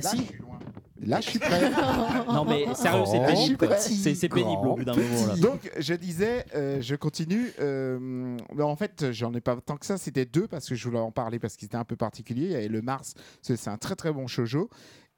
S7: Là, je
S1: si.
S7: suis loin. Là, je suis prêt.
S1: Non, mais sérieux, c'est
S8: Oh,
S1: pénible. quoi.
S8: petit,
S1: C'est c'est pénible au bout d'un moment. Là.
S7: Donc, je disais, euh, je continue. euh, mais en fait, j'en ai pas tant que ça. C'était deux parce que je voulais en parler parce qu'il était un peu particulier. Il y avait le Mars, c'est c'est un très très bon shoujo.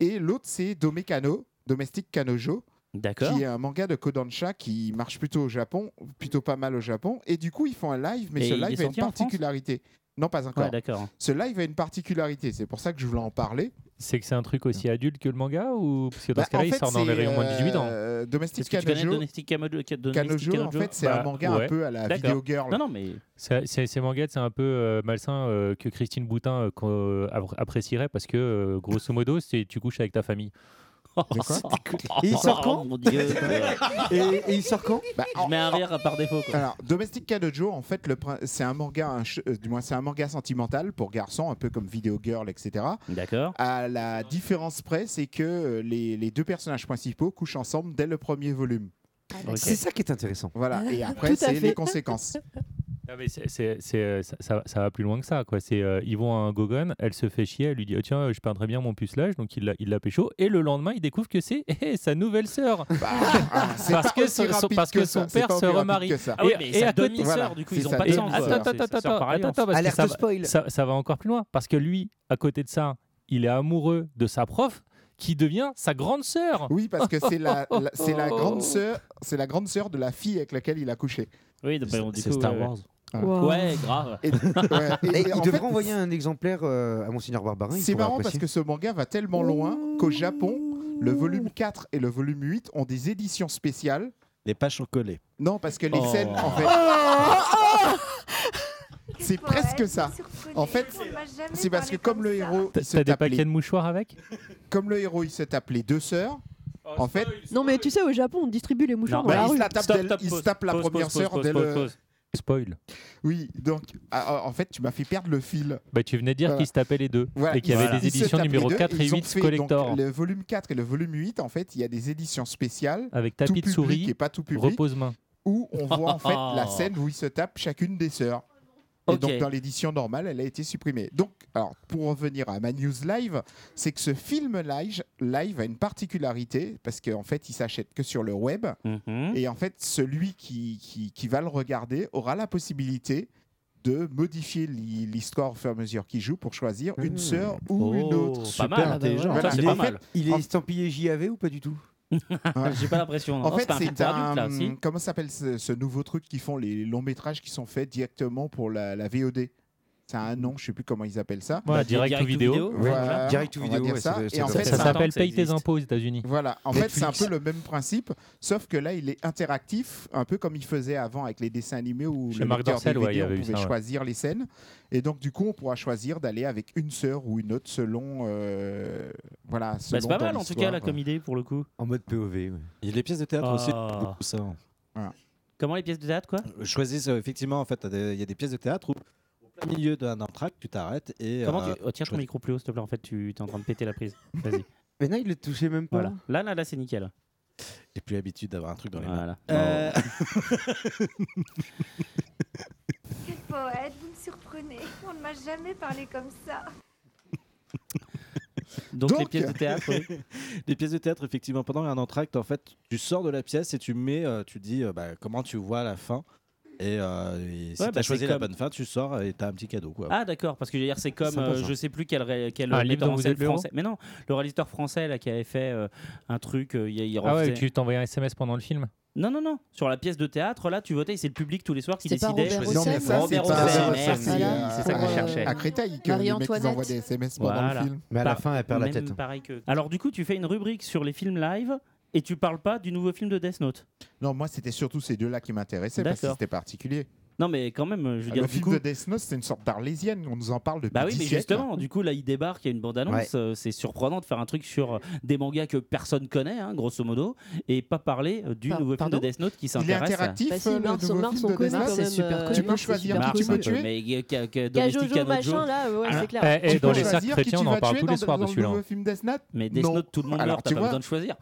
S7: Et l'autre, c'est Domekano, Domestic Kanojo,
S1: D'accord.
S7: qui est un manga de Kodansha qui marche plutôt au Japon, plutôt pas mal au Japon. Et du coup, ils font un live, mais
S1: Et
S7: ce
S1: il est
S7: live a une
S1: sorti en France
S7: particularité. Non, pas encore.
S1: Ouais, d'accord.
S7: ce live a une particularité. C'est pour ça que je voulais en parler.
S2: C'est que c'est un truc aussi adulte que le manga ou Parce que dans
S7: Bah,
S2: ce cas-là,
S7: en
S2: il
S7: fait,
S2: sort dans les
S7: c'est,
S2: rayons moins de 18 ans.
S7: euh,
S1: Est-ce
S7: Domestic
S1: que tu connais
S7: Kanojo.
S1: Domestic Kamo- Ka- Domestic
S7: Kanojo, en
S1: Kanojo
S7: fait, c'est
S2: Bah,
S7: un manga
S2: ouais.
S7: un peu à la
S2: D'accord.
S7: Video Girl.
S1: Non, non, mais.
S2: C'est- c'est- Ces mangas, c'est un peu euh, malsain euh, que Christine Boutin euh, qu'on, euh, appr- apprécierait parce que, euh, grosso modo, c'est tu couches avec ta famille.
S8: Et il sort quand
S1: Oh, mon Dieu. Je
S8: et, et il sort quand
S7: Bah, en-
S1: mets un rire par défaut. Quoi.
S7: Alors, Domestic Kanojo, en fait, le prin- c'est un manga, un ch- euh, du moins c'est un manga sentimental pour garçons, un peu comme Video Girl, etc.
S1: D'accord.
S7: À la différence près, c'est que euh, les, les deux personnages principaux couchent ensemble dès le premier volume.
S8: C'est ça qui est intéressant.
S7: Voilà. Et après,
S4: Ah, Tout à
S7: c'est
S4: fait.
S7: les conséquences.
S2: Non, Ah, mais c'est- c'est- c'est, euh, ça, ça- ça va plus loin que ça. Quoi. C'est, euh, ils vont à un gogon, elle se fait chier, elle lui dit oh, Tiens, euh, je peindrais bien mon pucelage, donc il la, il la pécho. Et le lendemain, il découvre que c'est eh, sa nouvelle sœur.
S7: Bah, ah, c'est
S2: Parce
S7: pas
S2: que
S7: aussi
S2: son- son-
S7: rapide
S2: parce que
S7: ça,
S2: son
S7: c'est
S2: père
S7: pas aussi
S2: se
S7: rapide
S2: remarie.
S7: que ça.
S1: Ah oui,
S2: Et-
S1: mais
S2: et
S1: sa
S2: à côté-
S1: demi-sœur, du coup,
S7: Voilà, c'est
S1: ils ont
S7: sa
S1: pas de
S2: Et-
S1: sens.
S7: demi-sœur.
S1: quoi.
S2: attends, attends,
S1: C'est- ça
S2: attends,
S1: sort par ailleurs.
S2: attends, parce que
S8: Alerte
S2: ça va-
S8: spoil.
S2: ça, ça va encore plus loin parce que lui, à côté de ça, il est amoureux de sa prof qui devient sa grande sœur.
S7: Oui, parce que c'est la, la- c'est la
S4: Oh.
S7: grande sœur, c'est la grande sœur de la fille avec laquelle il a couché.
S1: Oui, bah, bon, du coup,
S7: euh,
S1: ouais.
S4: Wow.
S1: Ouais, grave.
S7: Et, ouais, et-
S8: Et
S7: et
S8: il
S7: en
S8: devrait
S7: fait,
S8: envoyer un exemplaire euh, à Monseigneur Barbarin. il
S7: C'est
S8: pourrait
S7: marrant parce
S8: apprécier.
S7: que ce manga va tellement loin qu'au Japon, le volume 4 et le volume 8 ont des éditions spéciales.
S9: Les pages sont collées.
S7: Non, parce que les
S9: Oh.
S7: scènes, en fait. C'est presque ça. En fait, C'est parce que comme le héros,
S2: T'as
S7: il se
S2: t'as des
S7: tape
S2: paquets
S7: les,
S2: de mouchoirs avec
S7: comme le héros, il se tape les deux sœurs. En fait,
S4: Non, mais tu sais, au Japon, on distribue les mouchoirs
S1: Non,
S4: dans
S1: bah,
S4: la
S7: il se
S4: rue.
S7: la tape,
S1: Stop,
S7: dès le-
S1: stop,
S7: il se
S1: pause,
S7: tape la
S1: pause,
S7: première
S1: pause, pause,
S7: sœur
S1: pause,
S7: dès
S1: pause,
S7: le.
S1: pause.
S2: Spoil.
S7: Oui, donc ah, en fait, tu m'as fait perdre le fil.
S2: Bah, tu venais dire
S7: Voilà.
S2: qu'ils se tapaient les deux
S7: Voilà,
S2: et qu'il y
S7: ils-
S2: avait
S7: ils se
S2: des éditions
S7: tapent les
S2: numéro
S7: deux
S2: 4 et
S7: ils ont
S2: 8
S7: fait, donc,
S2: collector.
S7: le volume 4 et le volume 8, en fait, il y a des éditions spéciales.
S2: Avec tapis
S7: tout
S2: de
S7: public
S2: souris,
S7: et pas tout public,
S2: repose-main.
S7: où on voit en fait la scène où ils se tapent chacune des sœurs. Et
S1: Ok.
S7: donc dans l'édition normale, elle a été supprimée. Donc, alors pour revenir à ma news live, c'est que ce film live, live a une particularité parce qu'en fait, il s'achète que sur le web.
S1: Mhm.
S7: Et en fait, celui qui, qui, qui va le regarder aura la possibilité de modifier l'hi- l'histoire au fur et à mesure qu'il joue pour choisir une sœur ou une autre.
S1: Super Mmh. Hmm. Oh, mal. intelligent. Ça, c'est
S7: Il
S1: pas
S7: est fait-
S1: mal.
S8: Il est estampillé JAV ou pas du tout
S1: J'ai pas l'impression.
S7: Ah.
S1: hein.
S7: En
S1: non,
S7: fait,
S1: pas un film
S7: c'est
S1: pour adultes,
S7: un.
S1: là, si.
S7: Comment s'appelle ce, ce nouveau truc qu'ils font, les longs métrages qui sont faits directement pour la, la VOD C'est un nom, je sais plus comment ils appellent ça.
S2: Voilà,
S1: Bah,
S2: direct,
S1: direct
S2: ou
S1: ou
S2: vidéo.
S1: vidéo.
S7: Voilà,
S8: Voilà, direct ou
S7: on va
S8: vidéo,
S7: dire
S8: ouais,
S7: ça.
S8: ça doit- ça
S7: Et en
S8: doit-
S7: fait,
S2: Ça
S7: ça-
S2: s'appelle
S1: ça
S2: Paye tes
S1: existe.
S2: impôts aux États-Unis.
S7: Voilà, en fait, c'est un
S8: Netflix.
S7: peu le même principe, sauf que là, il est interactif, un peu comme il faisait avant avec les dessins animés où
S2: Chez
S7: le
S2: Marc
S7: lecteur
S2: Dorcel,
S7: DVD,
S2: ouais, il y
S7: on
S2: avait eu
S7: pouvait
S2: ça, ouais.
S7: choisir les scènes. Et donc, du coup, on pourra choisir d'aller avec une sœur ou une autre selon. euh, voilà,
S1: Bah,
S7: selon
S1: c'est pas
S7: dans
S1: mal en tout cas la
S7: l'histoire.
S1: comédie pour le coup.
S8: En mode POV. ouais.
S9: Il y a des pièces de théâtre aussi.
S1: Ah.
S9: beaucoup ça.
S1: Comment les pièces de théâtre quoi
S9: Euh, Choisissent euh, effectivement, en fait, t'as des- il y a des pièces de théâtre où au plein milieu d'un entracte, tu t'arrêtes et.
S1: Comment
S9: euh,
S1: tu... oh, tiens ton
S9: je-
S1: micro plus haut s'il te plaît en fait tu es en train de péter la prise. Vas-y.
S8: Mais non, il le touchait même pas.
S1: voilà. Là là là c'est nickel.
S9: J'ai plus l'habitude d'avoir un truc dans les mains.
S1: Voilà.
S9: Euh,
S11: Quel poète, vous me surprenez. On ne m'a jamais parlé comme ça.
S1: Donc, les
S7: Donc-
S1: pièces de théâtre. oui.
S9: Les pièces de théâtre, effectivement, pendant un entracte, en fait, tu sors de la pièce et tu mets, euh, tu dis euh, bah, comment tu vois la fin. Et, euh, et si
S1: Ouais,
S9: t'as
S1: bah,
S9: choisi
S1: c'est
S9: la
S1: comme-
S9: bonne fin, tu sors et t'as un petit cadeau. Quoi.
S1: Ah d'accord parce que hier c'est comme
S9: Sympa,
S1: euh,
S9: ça.
S1: je sais plus quel ré- quel
S2: Ah,
S1: euh,
S2: Livre
S1: metteur
S2: dont
S1: en
S2: vous
S1: scène
S2: êtes le héros
S1: français. Mais non le réalisateur français là qui avait fait euh, un truc euh, il, il
S2: Ah ouais,
S1: refaisait-
S2: tu t'envoyais un SMS pendant le film
S1: Non non non sur la pièce de théâtre là tu votais et c'est le public tous les soirs qui
S5: C'est pas
S1: décidait.
S5: Robert
S7: Non, mais
S5: Hossein,
S7: ça, c'est
S1: Robert
S7: pas-
S1: Hossein,
S7: c'est,
S1: merci,
S7: euh,
S1: c'est ça qu'on
S7: à-
S1: cherchait.
S7: À Créteil, que les mecs ils
S5: Marie-Antoinette.
S7: envoient des SMS pendant
S1: Voilà.
S7: le film.
S8: Mais à la
S1: Par-
S8: fin, elle perd la
S1: même
S8: tête.
S1: pareil que- Alors du coup tu fais une rubrique sur les films live et tu parles pas du nouveau film de Death Note.
S7: Non, moi, c'était surtout ces deux-là qui m'intéressaient parce que
S1: D'accord.
S7: c'était particulier. Ah,
S1: Non mais quand même je veux dire
S7: le
S1: du
S7: film
S1: coup.
S7: de Death Note, c'était une sorte d'arlésienne. On nous en parle depuis
S1: Bah oui,
S7: 10
S1: mais
S7: siècles.
S1: justement, du coup, là, il débarque, il y a une bande-annonce. euh, c'est surprenant de faire un truc sur euh, des mangas que personne connaît, hein, grosso modo, et pas parler euh, du
S5: Par-
S1: nouveau
S5: pardon
S1: film de Death Note
S7: Il
S1: qui
S7: est
S1: s'intéresse. à-
S7: interactif,
S4: Bah si,
S7: euh, le
S4: Mars,
S7: nouveau
S4: Mars,
S7: film
S4: on
S7: de
S4: connaît
S7: Death Note
S4: quand
S5: c'est
S4: même.
S5: super
S4: euh,
S5: connu.
S7: Tu peux
S4: Mars, c'est
S7: choisir
S4: super
S7: qui
S1: Mars,
S7: tu
S4: connu.
S7: veux
S1: ouais,
S7: tuer.
S1: mais euh, ca- ca- Domestic
S4: Gajojo
S1: Kanojo.
S4: machin là, ouais,
S1: Alors,
S4: c'est clair.
S2: Eh, eh,
S7: Tu
S2: Dans
S7: peux
S2: les
S7: choisir
S2: sacs
S7: qui
S2: chrétiens,
S7: tu
S2: on en
S7: vas
S2: parle
S7: tuer
S2: tous
S7: dans-
S2: les soirs
S7: dans
S2: de
S7: le
S2: celui-là.
S7: nouveau film Death Note
S1: Mais Death
S7: Non.
S1: Note, tout le monde
S7: Alors,
S1: meurt, t'as
S7: tu
S1: pas
S7: vois-
S1: besoin de choisir.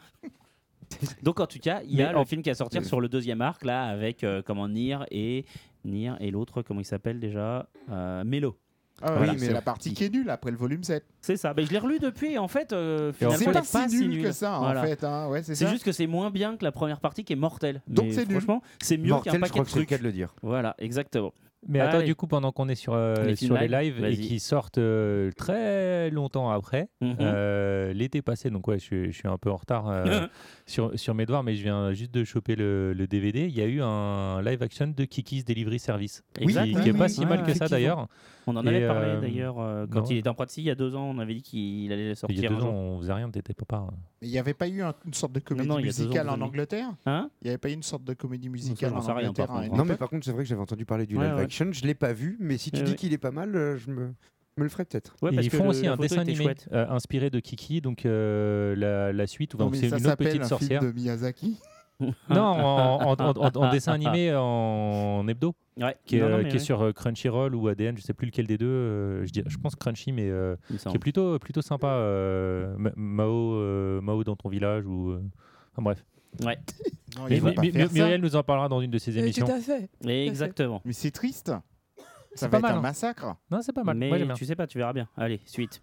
S1: Donc, en tout cas, il y a
S2: Mais
S1: le
S2: en-
S1: film qui a sorti sur le deuxième arc, là, avec euh, comment Nier et Nier et l'autre, comment il s'appelle déjà Euh, Mélo.
S7: Ah oui,
S1: Voilà,
S7: mais
S1: c'est-
S7: c'est la partie qui est nulle après le volume 7.
S1: C'est ça. Mais je l'ai relu depuis, et en fait, euh,
S2: Et en
S1: finalement,
S7: C'est
S1: il est
S7: pas si nul que ça,
S1: Voilà.
S7: en fait. hein. Ouais, c'est
S1: C'est
S7: ça.
S1: juste que c'est moins bien que la première partie qui est mortelle.
S7: Donc
S1: Mais
S7: c'est nul.
S1: franchement, c'est mieux qu'un
S8: Mortel, je
S1: paquet
S8: crois
S1: de
S8: que c'est le
S1: trucs.
S8: cas de le dire.
S1: Voilà, exactement.
S2: Mais attends,
S1: Allez.
S2: du coup, pendant qu'on est sur, euh,
S1: Les films
S2: sur les
S1: live,
S2: lives et
S1: vas-y.
S2: qui sortent euh, très longtemps après,
S1: Mhm.
S2: euh, l'été passé, donc ouais, je, suis- je suis un peu en retard euh, sur, sur mes devoirs, mais je viens juste de choper le, le DVD. Il y a eu un live action de Kiki's Delivery Service,
S1: Oui,
S2: qui,
S1: oui,
S2: qui est pas
S1: oui,
S2: si
S1: oui,
S2: mal que ça
S1: effectivement.
S2: d'ailleurs.
S1: On en
S2: Et,
S1: avait parlé
S2: euh,
S1: d'ailleurs euh, quand
S2: non.
S1: il était en pratique il y a deux ans. On avait dit qu'il allait
S2: Il
S1: sortir.
S2: y a
S1: un
S2: deux ans,
S1: jour.
S2: on faisait rien, t'étais pas part.
S7: Mais il n'y avait pas eu un- une sorte de comédie
S1: non, il y a deux ans,
S7: musicale
S1: vous
S7: en
S1: avez-
S7: Angleterre
S1: Hein
S7: Il n'y avait pas eu une sorte de comédie
S1: je
S7: musicale
S1: n'en
S7: en
S1: sais rien, par
S7: Angleterre à
S1: contre.
S7: une
S8: Non, mais
S7: époque
S8: par contre, c'est vrai que j'avais entendu parler du
S1: Ouais,
S8: live
S1: ouais.
S8: action. Je l'ai pas vu, mais si tu
S1: Ouais,
S8: dis
S1: ouais.
S8: qu'il est pas mal, euh, je me, je me le ferai peut-être.
S1: Ouais,
S2: Et
S1: parce
S2: ils
S1: que
S2: font
S1: le-
S2: aussi
S1: la
S2: un
S1: photo
S2: dessin
S1: était
S2: animé
S1: chouette.
S2: euh, inspiré de Kiki, donc euh, la, la suite, ou
S7: Non, mais
S2: c'est
S7: ça
S2: une autre
S7: s'appelle
S2: petite
S7: un
S2: sorcière.
S7: film de Miyazaki.
S2: Non, en, en- en- en-
S1: Ah.
S2: en dessin animé en hebdo.
S1: Ouais.
S2: qui est,
S1: Non, non,
S2: euh,
S1: mais
S2: qui est
S1: ouais.
S2: sur euh, Crunchyroll ou ADN, je sais plus lequel des deux. euh, je, dis- je pense Crunchy, mais euh,
S1: Il me semble.
S2: qui est plutôt, plutôt sympa. euh, Ma- Mao, euh, Mao dans ton village ou. euh, enfin, bref.
S1: Ouais.
S7: Non,
S2: Mais,
S7: ils vont pas
S2: mais-
S7: faire
S2: mais-
S7: ça.
S2: Muriel nous en parlera dans une de ses
S5: Euh,
S2: émissions.
S5: Tout à fait.
S1: Exactement.
S7: Mais c'est triste. Ça
S2: C'est
S7: va
S2: pas
S7: être
S2: mal,
S7: un
S2: hein.
S7: massacre.
S2: Non, c'est pas mal.
S1: Mais
S2: Moi, j'aime bien.
S1: tu sais pas, tu verras bien. Allez, suite.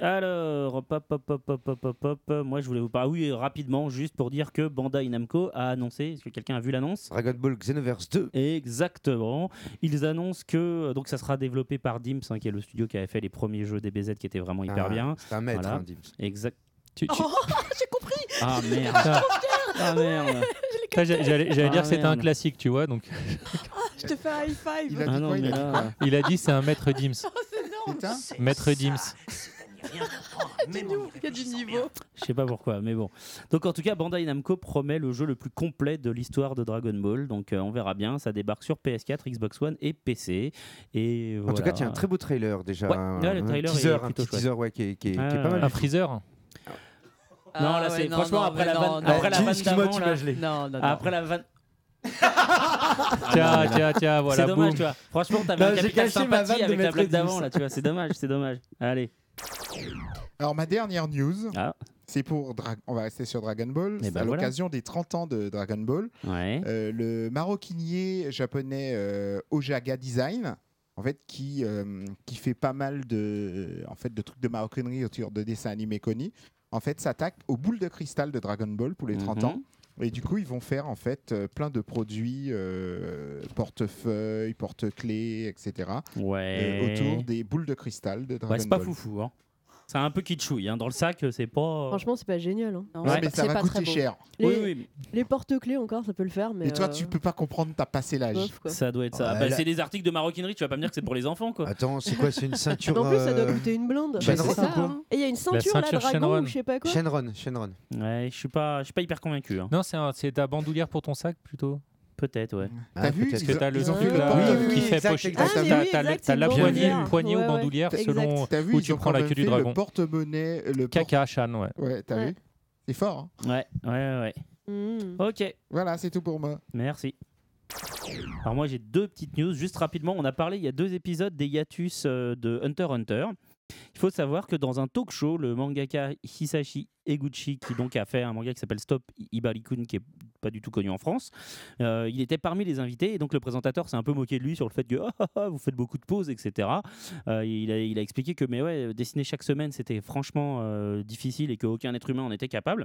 S1: Alors, hop, hop, hop, hop, hop, hop, hop, hop, euh, Moi, je voulais vous parler. Oui, rapidement, juste pour dire que Bandai Namco a annoncé. Est-ce que quelqu'un a vu l'annonce
S8: Dragon Ball Xenoverse 2.
S1: Exactement. Ils annoncent que donc ça sera développé par Dimps, hein, qui est le studio qui avait fait les premiers jeux DBZ qui étaient vraiment hyper
S8: Ah,
S1: bien.
S8: C'est un maître,
S1: Voilà.
S8: hein, Dims.
S1: Exact.
S2: Tu- tu-
S5: Oh, j'ai compris.
S1: Ah merde. ah merde.
S2: Putain, j'a- J'allais j'allais
S1: Ah,
S2: dire que c'était un
S1: merde.
S2: classique, tu vois. Donc,
S5: Je te fais un high five.
S7: Il a
S1: Ah
S7: dit
S1: non
S7: quoi
S1: mais
S7: Il a dit
S1: là.
S2: euh, il a dit c'est un maître Dims.
S4: Oh,
S7: putain.
S2: Maître Dims.
S5: Il y a du niveau.
S1: Je sais pas pourquoi, mais bon. Donc en tout cas, Bandai Namco promet le jeu le plus complet de l'histoire de Dragon Ball. Donc euh, on verra bien. Ça débarque sur PS4, Xbox One et PC. Et
S8: En tout
S1: voilà.
S8: cas, tiens, un très beau trailer déjà.
S1: Ouais,
S8: un,
S1: ouais, le trailer
S8: un teaser,
S1: est
S8: un
S1: plutôt
S8: petit
S1: chouette.
S8: teaser ouais, qui est, qui est- qui est
S1: Ah,
S8: pas mal.
S2: Un freezer.
S1: Non, là, c'est- franchement, après la vanne- après la
S8: Ah,
S1: vanne
S8: excuse-moi,
S1: d'avant,
S8: tu
S1: là.
S8: m'as gelé.
S5: Non, non, non.
S1: Après la vanne.
S8: Ah,
S2: Tiens, tiens, tiens, voilà,
S1: C'est dommage,
S2: boum.
S1: tu vois. Franchement, t'avais
S2: Non,
S1: un
S2: j'ai
S1: capital
S2: caché ma vanne
S1: sympathie
S2: de
S1: avec la blague
S2: maîtrise.
S1: d'avant, là, tu vois. C'est dommage, c'est dommage. Allez. Ah.
S7: Alors ma dernière news, c'est pour Dra- on va rester sur Dragon Ball,
S1: Eh
S7: c'est
S1: ben
S7: à
S1: voilà.
S7: l'occasion des 30 ans de Dragon Ball. Euh, le maroquinier japonais euh, Ojaga Design, en fait, qui euh, qui fait pas mal de en fait de trucs de maroquinerie autour de dessins animés connus, en fait, s'attaque aux boules de cristal de Dragon Ball pour les 30
S1: Mhm.
S7: ans. Et du coup, ils vont faire en fait euh, plein de produits, euh, portefeuille, porte-clés, etc.
S1: Ouais.
S7: euh, autour des boules de cristal de Dragon
S1: Ouais, c'est pas
S7: Ball.
S1: foufou, hein. C'est un peu kitschouille, hein. Dans le sac, c'est pas.
S4: Franchement, c'est pas génial. hein.
S1: Non, Ouais, c'est mais pas- ça c'est va pas coûter très beau. cher.
S4: Les,
S1: Oui, oui,
S4: les porte-clés encore, ça peut le faire, mais.
S7: Et toi,
S4: euh,
S7: tu peux pas comprendre, t'as passé l'âge.
S4: bof, quoi.
S1: Ça doit être ça.
S8: Ouais,
S1: Bah,
S8: là-
S1: C'est des articles de maroquinerie, tu vas pas me dire que c'est pour les enfants, quoi.
S8: Attends, c'est quoi C'est une ceinture.
S4: En plus, ça doit
S8: euh,
S4: coûter une blinde.
S8: Shenron,
S4: C'est ça,
S8: ou quoi
S4: hein. Et il y a une ceinture, là, dragon, ou je sais pas quoi.
S8: Shenron, Shenron.
S1: Ouais, je suis pas, je suis pas hyper convaincu. hein.
S2: Non, c'est un- c'est ta bandoulière pour ton sac plutôt
S1: Peut-être, ouais.
S8: Ah,
S7: T'as vu
S2: Parce
S7: ils
S2: que
S7: ont-
S2: t'as le
S7: ils ont
S2: truc
S7: fait
S2: là
S7: le
S2: euh,
S7: porte-
S2: qui
S7: oui,
S2: fait
S7: exact,
S2: poche.
S7: exact,
S2: t'as-
S7: exact.
S2: t'as-
S7: Ah, mais
S2: t'as
S7: oui,
S2: la-
S7: exact,
S2: T'as
S7: c'est
S2: la
S7: une
S2: poignée,
S7: bandoulière.
S2: une
S7: Ouais,
S2: poignée ou
S7: ouais.
S2: bandoulière
S7: Exact.
S2: selon
S7: T'as vu,
S2: où
S7: ils
S2: tu
S7: ont
S2: prends la
S7: quand
S2: queue
S7: même
S2: du
S7: fait
S2: dragon.
S7: Le porte-monnaie, le porte-
S2: Caca, Chan, ouais.
S7: Ouais, t'as
S4: Ouais. Mmh.
S7: vu C'est fort. hein.
S1: Ouais, ouais, ouais. Ok.
S7: Voilà, c'est tout pour moi.
S1: Merci. Alors moi j'ai deux petites news, juste rapidement, on a parlé il y a deux épisodes des hiatus euh, de Hunter x Hunter. Il faut savoir que dans un talk show, le mangaka Hisashi Eguchi, qui donc a fait un manga qui s'appelle Stop Ibarikun, qui est pas du tout connu en France, euh, il était parmi les invités et donc le présentateur s'est un peu moqué de lui sur le fait que Ah, ah, ah, vous faites beaucoup de pauses, etc. Euh, il, a, il a expliqué que mais ouais, dessiner chaque semaine c'était franchement euh, difficile et qu'aucun être humain en était capable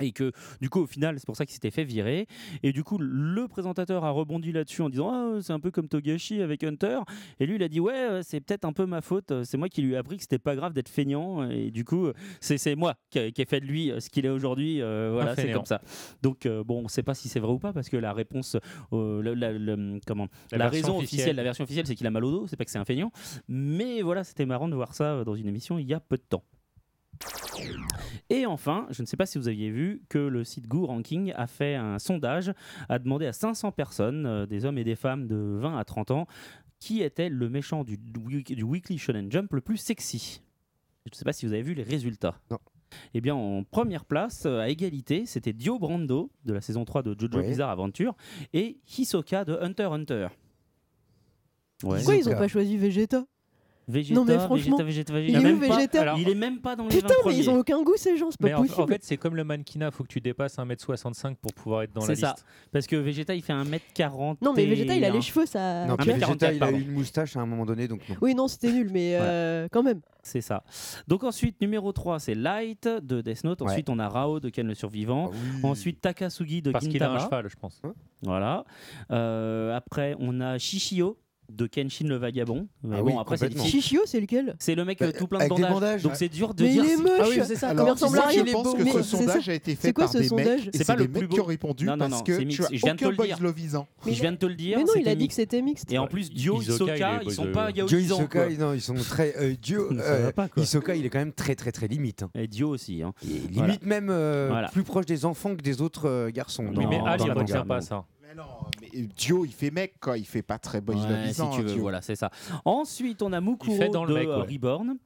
S1: et que du coup au final c'est pour ça qu'il s'était fait virer et du coup le présentateur a rebondi là-dessus en disant ah c'est un peu comme Togashi avec Hunter et lui il a dit ouais euh, c'est peut-être un peu ma faute euh, c'est moi qui lui ai appris que c'était pas grave d'être feignant et du coup euh, c'est c'est moi qui ai- qui ai fait de lui euh, ce qu'il est aujourd'hui euh, voilà c'est
S2: fainéant.
S1: comme ça donc euh, bon on sait pas si c'est vrai ou pas parce que la réponse euh, la, la- la- comment
S2: La
S1: la,
S2: version
S1: raison
S2: officielle.
S1: officielle la version officielle c'est qu'il a mal au dos c'est pas que c'est un feignant mais voilà c'était marrant de voir ça euh, dans une émission il y a peu de temps et enfin, je ne sais pas si vous aviez vu que le site Goo Ranking a fait un sondage, a demandé à 500 personnes, euh, des hommes et des femmes de 20 à 30 ans, qui était le méchant du, du Weekly Shonen Jump le plus sexy. Je ne sais pas si vous avez vu les résultats. Eh bien, en première place, euh, à égalité, c'était Dio Brando de la saison 3 de Jojo
S8: Ouais.
S1: Bizarre Adventure et Hisoka de Hunter x Hunter. Ouais.
S4: Pourquoi ils ont pas choisi Vegeta
S1: Vegeta,
S4: Non, mais franchement,
S1: Vegeta, Vegeta,
S4: il est
S1: Vegeta.
S4: où,
S1: Même pas-
S4: Vegeta
S1: alors, il est même pas dans les
S4: Putain,
S1: 20
S4: mais ils
S1: premiers.
S4: ont aucun goût ces gens, c'est
S2: Mais
S4: pas
S2: en,
S4: possible.
S2: en fait, c'est comme le mannequinat, faut que tu dépasses 1m65 pour pouvoir être dans la
S1: C'est
S2: liste.
S1: ça. Parce que Vegeta, il fait 1m40.
S4: Non, mais Vegeta, il a les cheveux, ça.
S8: Non,
S4: tu
S8: puis
S4: vois.
S8: Vegeta, il a
S1: pardon.
S8: eu une moustache à un moment donné, donc non.
S4: Oui, non, c'était nul, mais euh, quand même.
S1: C'est ça. Donc ensuite, numéro 3, c'est Light de Death Note. Ensuite, on a Rao de Ken le Survivant.
S8: Ah
S1: Ensuite, Takasugi de
S2: Parce qu'il a
S1: Gintama.
S2: un cheval, je pense.
S1: Voilà. Euh, après, on a Shishio de Kenshin le Vagabond. Mais
S8: Ah
S1: bon,
S8: oui,
S1: après, c'est
S8: complètement.
S1: difficile.
S4: Chichio, c'est lequel
S1: C'est le mec euh, tout plein de
S8: avec des
S1: bandages.
S8: bandages,
S1: Donc
S8: ouais.
S1: c'est dur de
S4: Mais
S1: dire.
S4: il est
S1: si-
S4: moche.
S1: Ah oui, c'est ça.
S4: Alors,
S1: il ressemble à
S4: c'est
S1: rien.
S4: ça,
S7: Je
S4: est
S7: pense
S4: beau,
S7: que
S4: mais
S7: ce
S4: c'est
S7: sondage
S4: ça.
S7: a été
S4: C'est
S7: fait
S4: quoi,
S7: par
S4: ce
S7: des mecs
S4: sondage
S7: et
S1: C'est pas
S7: c'est des
S1: le plus
S7: mecs
S1: beau.
S7: qui ont répondu
S1: Non, non,
S7: parce
S1: non,
S7: que
S1: c'est
S7: tu
S1: mixte.
S7: as
S1: Je viens de te le
S7: aucun boys
S1: dire.
S7: lovisant.
S1: Je viens de te le dire.
S4: Mais non, il
S1: c'était
S4: a dit
S1: mixte.
S4: que c'était mixte.
S1: Et en plus, Dio,
S2: Hisoka, il est
S1: Hisoka, ils
S2: boys,
S1: sont
S2: euh,
S1: pas
S8: Joe
S1: yaoïsants.
S8: Hisoka,
S1: quoi.
S8: il- non, ils sont très. euh, Joe,
S1: Ça
S8: euh,
S1: va pas, quoi.
S8: Hisoka, il est quand même très, très, très limite. hein.
S1: Et Dio aussi. hein.
S8: Limite
S1: Voilà.
S8: même euh,
S1: Voilà.
S8: plus proche des enfants que des autres euh, garçons.
S1: Oui, mais Non, Al, il dans le préfère manga, pas non. ça.
S7: Mais Dio, il fait mec, quoi. Il fait pas très boys
S1: Ouais,
S7: lovisant.
S8: hein,
S1: si tu veux,
S7: Dio.
S1: voilà, c'est ça. Ensuite, on a Mukuro
S2: Il fait dans le
S1: de
S2: mec,
S1: euh,
S2: ouais.
S1: Reborn.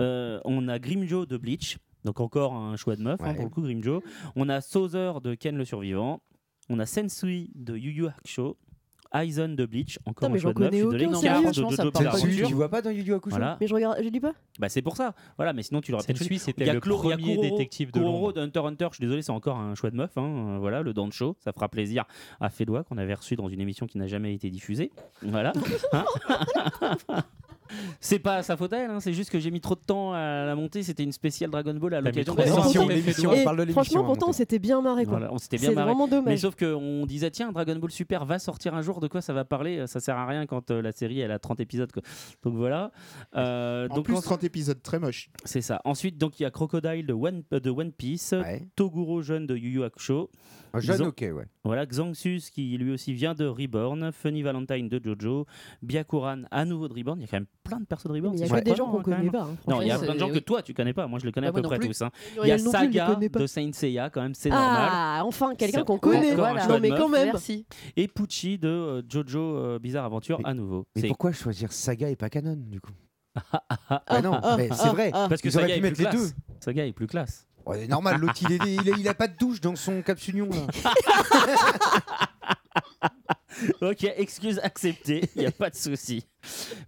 S1: Euh, on a Grimjo de Bleach. Donc encore un choix de meuf, hein,
S8: Ouais.
S1: pour le coup, Grimjo. On a Sauzer de Ken le Survivant. On a Sensui de Yu Yu Hakusho. Aizen de Bleach, encore
S4: Putain,
S1: un
S4: mais
S1: choix
S4: j'en
S1: de
S4: connais
S1: meuf. Je suis désolé,
S4: aucun,
S1: Car
S4: sérieux.
S1: de
S4: Franchement, ça
S1: Jojo
S4: me parle pas
S1: Bizarre
S4: du
S8: Tu
S4: tout.
S1: Adventure.
S8: vois pas dans Yu Yu Hakusho
S1: Voilà.
S4: Mais je regarde, je lis pas.
S1: Bah c'est pour ça. Voilà, mais sinon tu l'aurais peut-être
S2: Sensui,
S1: su.
S2: c'était
S1: Il y a
S2: le
S1: Clo- il y a
S2: premier
S1: Kuroro-
S2: détective de
S1: Kuroro
S2: Londres.
S1: de Hunter x Hunter, je suis désolé, c'est encore un choix de meuf. hein. Euh, Voilà, le Dancho, ça fera plaisir à Fédois qu'on avait reçu dans une émission qui n'a jamais été diffusée. Voilà. Hein c'est pas sa faute à elle, hein, c'est juste que j'ai mis trop de temps à la monter. C'était une spéciale Dragon Ball à
S2: T'as mis
S1: l'occasion
S2: trop de
S1: la
S2: temps.
S1: sortie.
S2: L'émission, l'émission,
S4: Et
S2: on parle de l'émission,
S4: franchement,
S2: hein,
S4: pourtant, on
S2: donc.
S4: s'était bien marré. quoi.
S1: Voilà, on s'était bien
S4: C'est
S1: marré.
S4: vraiment dommage.
S1: Mais sauf qu'on disait, tiens, Dragon Ball Super va sortir un jour, de quoi ça va parler Ça sert à rien quand euh, la série elle a 30 épisodes. quoi. Donc voilà. Euh,
S7: En
S1: donc
S7: plus,
S1: en-
S7: 30 épisodes très moches.
S1: c'est ça. Ensuite, donc il y a Crocodile de One, euh, de One Piece, Toguro jeune de Yu Yu Hakusho.
S8: Un jeune,
S1: Xan-
S8: ok, ouais.
S1: Voilà, Xangsus qui lui aussi vient de Reborn, Funny Valentine de Jojo, Byakuran à nouveau de Reborn. Il y a quand même plein de persos de Reborn.
S4: Mais il y a
S1: c'est
S4: que des
S1: surprenant,
S4: gens qu'on
S1: hein, quand
S4: connaît
S1: même.
S4: pas, hein.
S1: Non, il y a
S4: Franchement,
S1: plein de
S4: c'est-
S1: gens que toi tu connais pas. Moi je les connais
S4: Bah,
S1: à peu
S4: moi non
S1: près
S4: plus.
S1: tous. hein. Il y a
S4: Muriel non plus, je les
S1: Saga
S4: connais pas.
S1: de Saint Seiya quand même, c'est normal.
S4: Ah, enfin, quelqu'un
S1: C'est
S4: qu'on
S1: encore
S4: connaît.
S1: un
S4: Voilà.
S1: choix
S4: Non,
S1: de
S4: mais
S1: meuf.
S4: quand même.
S1: Merci. Et Pucci de euh, Jojo euh, Bizarre Aventure à nouveau.
S8: Mais
S1: C'est-
S8: pourquoi choisir Saga et pas Canon, du coup Ah non, mais c'est vrai.
S1: Parce que
S8: Ils auraient
S1: Saga
S8: pu
S1: est plus
S8: mettre les
S1: classe.
S8: deux.
S1: Saga est plus classe.
S8: Ouais, normal, l'autre, il, est- il, est- il a pas de douche dans son capsule là.
S1: ok, excuse acceptée, il n'y a pas de souci.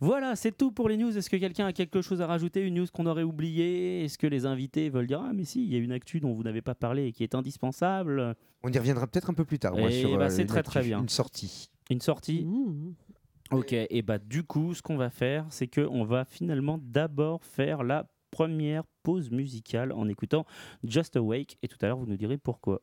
S1: Voilà, c'est tout pour les news. Est-ce que quelqu'un a quelque chose à rajouter Une news qu'on aurait oubliée Est-ce que les invités veulent dire Ah, mais si, il y a une actu dont vous n'avez pas parlé et qui est indispensable
S8: On y reviendra peut-être un peu plus tard. Moi,
S1: Eh
S8: sur,
S1: bah,
S8: euh,
S1: c'est
S8: une
S1: très,
S8: actu-
S1: très bien.
S8: Une sortie.
S1: Une sortie Ok, et bah du coup, ce qu'on va faire, c'est que on va finalement d'abord faire la première pause musicale en écoutant Just Awake, et tout à l'heure, vous nous direz pourquoi.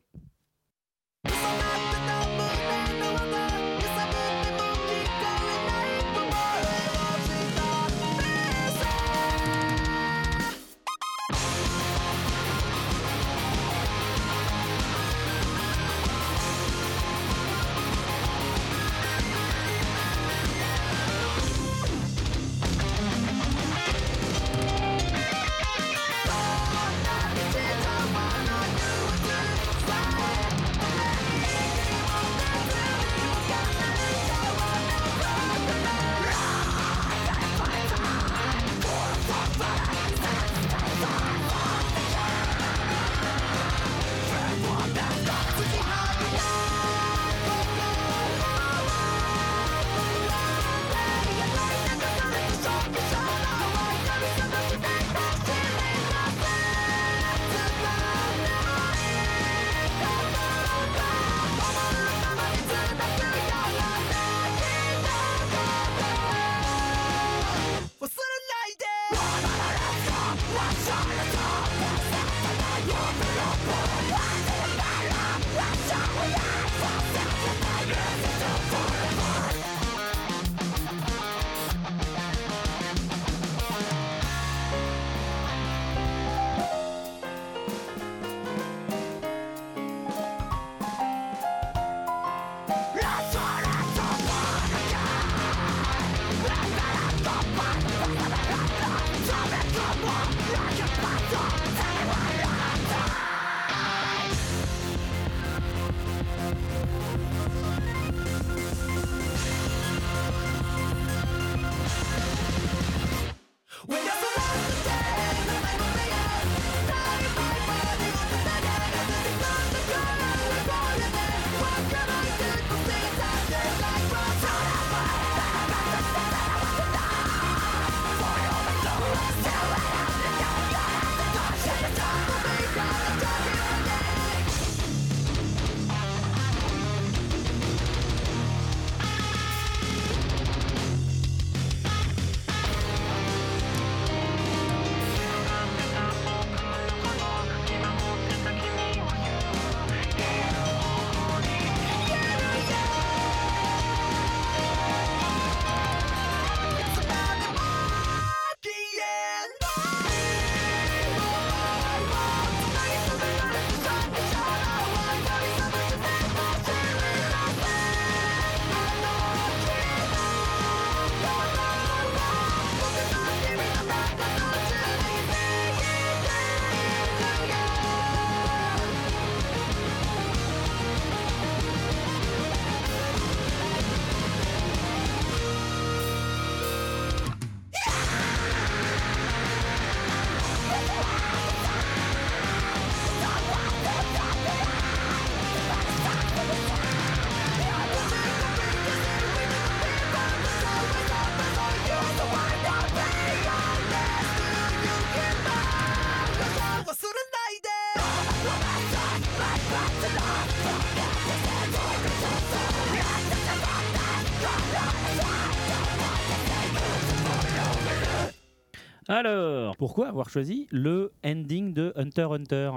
S1: Alors, pourquoi avoir choisi le ending de Hunter x Hunter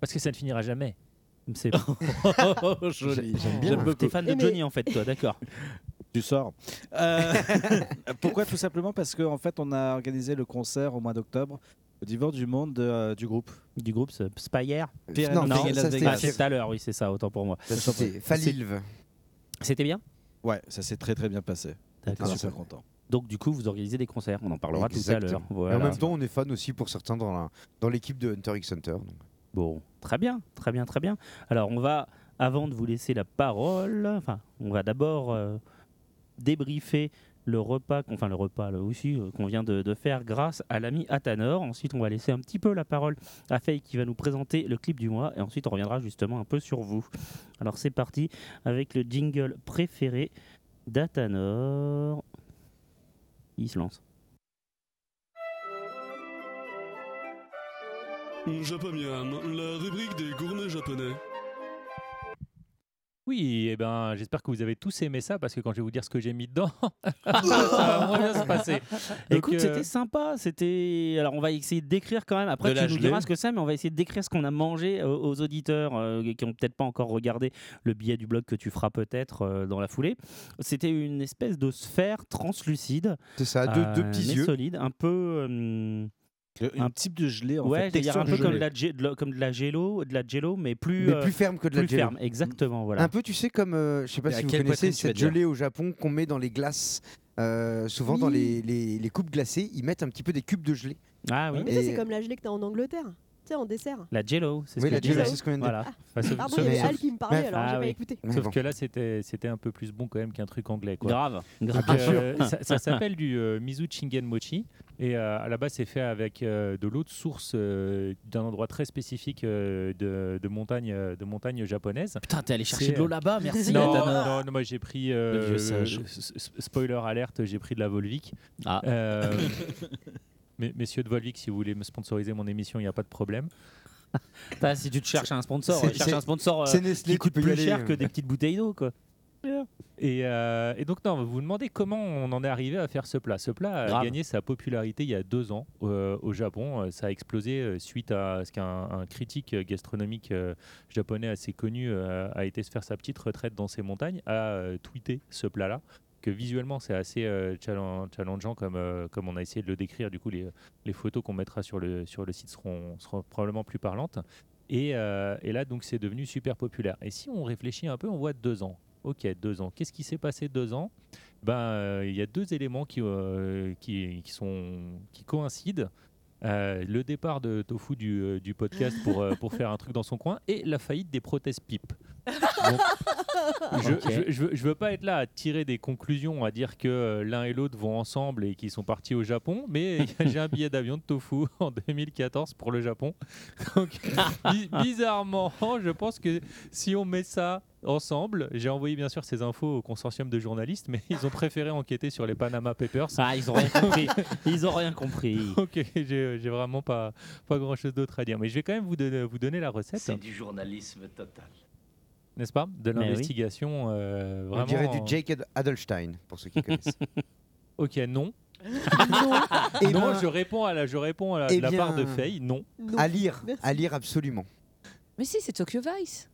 S1: Parce que ça ne finira jamais. C'est
S9: Joli.
S1: J'aime bien.
S9: beaucoup.
S1: T'es fan de Johnny en fait, toi, d'accord
S9: Tu sors. Euh, pourquoi Tout simplement parce qu'en en fait, on a organisé le concert au mois d'octobre au Divan du Monde de, euh, du groupe.
S1: Du groupe Spire
S8: Euh,
S9: Pierre
S1: Non,
S9: and
S1: non,
S9: Peg et
S1: ça,
S9: Las
S1: c'est-
S9: Vegas.
S1: ah, c'est tout à l'heure, oui, c'est ça, autant pour moi.
S9: Ça, c'était Falilve.
S1: C'était bien
S9: Ouais, ça s'est très très bien passé. J'étais
S1: D'accord.
S9: super content.
S1: Donc, du coup, vous organisez des concerts, on en parlera tout à
S8: Exactement.
S1: l'heure.
S8: Et
S1: Voilà.
S8: en même temps, on est fan aussi pour certains dans la- dans l'équipe de Hunter x Hunter. donc.
S1: Bon, très bien, très bien, très bien. Alors, on va, avant de vous laisser la parole, enfin, on va d'abord euh, débriefer le repas, qu'on- enfin le repas là aussi, euh, qu'on vient de, de faire grâce à l'ami Atanor. Ensuite, on va laisser un petit peu la parole à Faye qui va nous présenter le clip du mois et ensuite on reviendra justement un peu sur vous. Alors c'est parti avec le jingle préféré d'Atanor. Il se lance.
S10: Japamiam, la rubrique des gourmets japonais.
S2: Oui, eh ben, j'espère que vous avez tous aimé ça parce que quand je vais vous dire ce que j'ai mis dedans, ça va vraiment bien se passer. Donc,
S1: Écoute,
S2: euh,
S1: c'était sympa. C'était. Alors, on va essayer de décrire quand même. Après,
S2: De
S1: tu
S2: la
S1: nous
S2: gelée.
S1: diras ce que c'est, mais on va essayer de décrire ce qu'on a mangé euh, aux auditeurs euh, qui ont peut-être pas encore regardé le billet du blog que tu feras peut-être euh, dans la foulée. C'était une espèce de sphère translucide.
S8: C'est ça, deux- deux petits
S1: mais
S8: yeux.
S1: solide, un peu. euh,
S9: un type de gelée en
S1: ouais,
S9: fait.
S1: j'allais dire
S9: texture
S1: un peu
S9: de
S1: comme de
S9: gelée.
S1: la, gé- de la- comme de la gélo, de la gélo, mais plus
S8: Mais
S1: euh,
S8: plus ferme que de la
S1: plus
S8: gélo.
S1: ferme, exactement, voilà.
S8: Un peu, tu sais, comme, euh, je sais pas
S1: Mais à
S8: si vous
S1: quelle
S8: connaissez
S1: poitrine tu vas
S8: cette
S1: dire
S8: gelée au Japon qu'on met dans les glaces. Euh, souvent dans les, les- les coupes glacées, ils mettent un petit peu des cubes de gelée.
S1: Ah
S4: Mais ça, c'est comme la gelée que t'as en Angleterre. Tu sais, en dessert.
S1: La Jello, c'est ce
S8: Oui,
S1: que
S8: la
S1: je
S8: Jello,
S1: disais.
S8: c'est ce qu'on vient de
S1: Voilà.
S8: dire. Ah,
S2: bah, sauf-
S4: Pardon, il
S2: sauf-
S4: y avait
S2: sauf-
S4: Al qui me parlait, alors
S2: Ah
S4: j'ai pas
S2: oui.
S4: écouté.
S2: Sauf que là, c'était c'était un peu plus bon quand même qu'un truc anglais. Quoi.
S1: Grave.
S2: Donc,
S1: Grave. Bien
S8: Ah,
S2: euh,
S1: sûr.
S2: ça ça s'appelle du euh, mizu shingen mochi. Et euh, à la base, c'est fait avec euh, de l'eau de source euh, d'un endroit très spécifique euh, de, de montagne, euh, de montagne japonaise.
S1: Putain, t'es allé chercher
S2: C'est,
S1: de l'eau
S2: euh,
S1: là-bas, merci,
S2: Non,
S1: Atanor.
S2: non, non, moi j'ai pris. euh,
S1: Le vieux
S2: euh,
S1: sage.
S2: s- s- spoiler alerte, j'ai pris de la Volvic.
S1: Ah.
S2: Euh, mes- messieurs de Volvic, si vous voulez me sponsoriser mon émission, il n'y a pas de problème.
S1: Bah, si tu te cherches un sponsor,
S2: C'est-
S1: euh, cherche
S2: c'est-
S1: un sponsor euh,
S2: c'est Nestlé,
S1: qui coûte
S2: tu peux y
S1: plus
S2: aller,
S1: cher
S2: euh.
S1: que des petites bouteilles d'eau, quoi.
S2: Et, euh, et donc, non, vous vous demandez comment on en est arrivé à faire ce plat. Ce plat a
S1: Grave.
S2: gagné sa popularité il y a deux ans euh, au Japon. Euh, Ça a explosé euh, suite à ce qu'un un critique euh, gastronomique euh, japonais assez connu euh, a été se faire sa petite retraite dans ces montagnes, a euh, tweeté ce plat-là. Que visuellement, c'est assez euh, challen- challengeant comme, euh, comme on a essayé de le décrire. Du coup, les, les photos qu'on mettra sur le, sur le site seront, seront probablement plus parlantes. Et, euh, et là, donc, c'est devenu super populaire. Et si on réfléchit un peu, on voit deux ans. Ok, deux ans. Qu'est-ce qui s'est passé deux ans Ben, euh, il y a deux éléments qui, euh, qui, qui sont, qui coïncident. Euh, le départ de Tofu du, euh, du podcast pour, euh, pour faire un truc dans son coin et la faillite des prothèses pipe. Je,
S1: Ok.
S2: je- je veux- je veux pas être là à tirer des conclusions, à dire que euh, l'un et l'autre vont ensemble et qu'ils sont partis au Japon, mais j'ai un billet d'avion de Tofu en 2014 pour le Japon. Donc, bi- bizarrement, je pense que si on met ça ensemble, j'ai envoyé bien sûr ces infos au consortium de journalistes, mais ils ont préféré enquêter sur les Panama Papers.
S1: Ah, ils ont rien compris. Ils ont rien compris.
S2: Ok, j'ai j'ai vraiment pas, pas grand chose d'autre à dire. Mais je vais quand même vous donner, vous donner la recette,
S10: C'est du journalisme total.
S2: n'est-ce pas De
S8: Mais oui.
S2: l'investigation. euh,
S8: On
S2: vraiment
S8: dirait
S2: en-
S8: du Jake Ad- Adelstein, pour ceux qui connaissent.
S2: Ok, non.
S8: Eh
S2: non,
S8: ben-
S2: je réponds à la, je réponds à la,
S8: Eh
S2: de la part de
S8: bien,
S2: Faye, non.
S8: À lire, à lire absolument.
S12: Mais si, c'est Tokyo Vice.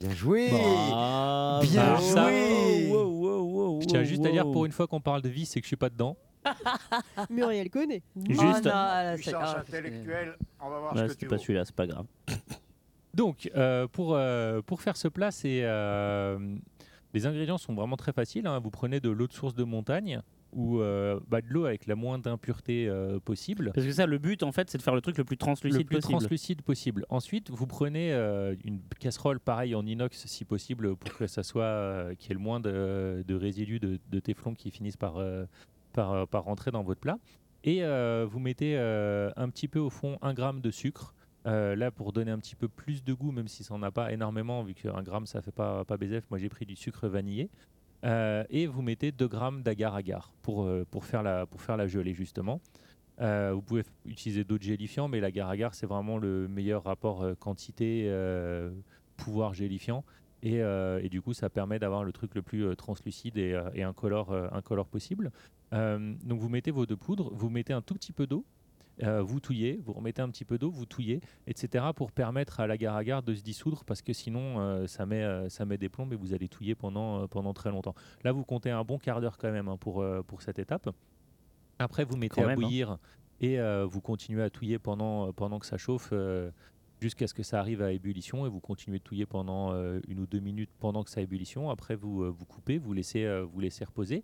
S8: Bien joué
S1: Bah,
S8: Bien
S2: bah, ça-
S8: joué
S1: Wow, wow, wow,
S2: Je tiens
S1: wow,
S2: juste à dire,
S1: wow.
S2: pour une fois qu'on parle de vie, c'est que je suis pas dedans.
S4: Muriel connaît.
S2: Juste- Oh non, là, c'est-
S13: Puissance
S2: ah,
S13: intellectuelle, on va voir
S2: Ouais,
S13: ce que
S2: c'est
S13: tu
S2: pas
S13: veux.
S2: sûr.
S1: Celui-là, c'est pas grave.
S2: Donc, euh, pour, euh, pour faire ce plat, c'est, euh, les ingrédients sont vraiment très faciles. hein. Vous prenez de l'eau de source de montagne ou euh, bah, de l'eau avec la moins d'impureté euh, possible.
S1: Parce que ça, le but, en fait, c'est de faire le truc le plus translucide
S2: le plus
S1: possible.
S2: translucide possible. Ensuite, vous prenez euh, une casserole pareille en inox si possible pour que ça soit euh, qu'il y ait le moins de, de résidus de, de téflon qui finissent par, euh, par, euh, par rentrer dans votre plat. Et euh, vous mettez euh, un petit peu au fond un gramme de sucre. euh, là, pour donner un petit peu plus de goût, même si ça n'en a pas énormément, vu qu'un gramme ça fait pas, pas baiser, moi j'ai pris du sucre vanillé. Euh, et vous mettez 2 grammes d'agar-agar pour, euh, pour, faire la, pour faire la gelée justement. Euh, vous pouvez f- utiliser d'autres gélifiants, mais l'agar-agar c'est vraiment le meilleur rapport euh, quantité euh, pouvoir gélifiant. Et, euh, et du coup, ça permet d'avoir le truc le plus euh, translucide et, euh, et incolore, euh, incolore possible. Euh, donc vous mettez vos deux poudres, vous mettez un tout petit peu d'eau, euh, vous touillez, vous remettez un petit peu d'eau, vous touillez, etc. pour permettre à l'agar-agar de se dissoudre parce que sinon euh, ça, met, euh, ça met des plombes et vous allez touiller pendant, euh, pendant très longtemps. Là, vous comptez un bon quart d'heure quand même hein, pour, euh, pour cette étape. Après, vous mettez
S1: Quand
S2: à
S1: même, hein.
S2: bouillir et euh, vous continuez à touiller pendant, pendant que ça chauffe euh, jusqu'à ce que ça arrive à ébullition et vous continuez de touiller pendant euh, une ou deux minutes pendant que ça ébullition. Après, vous, euh, vous coupez, vous laissez, euh, vous laissez reposer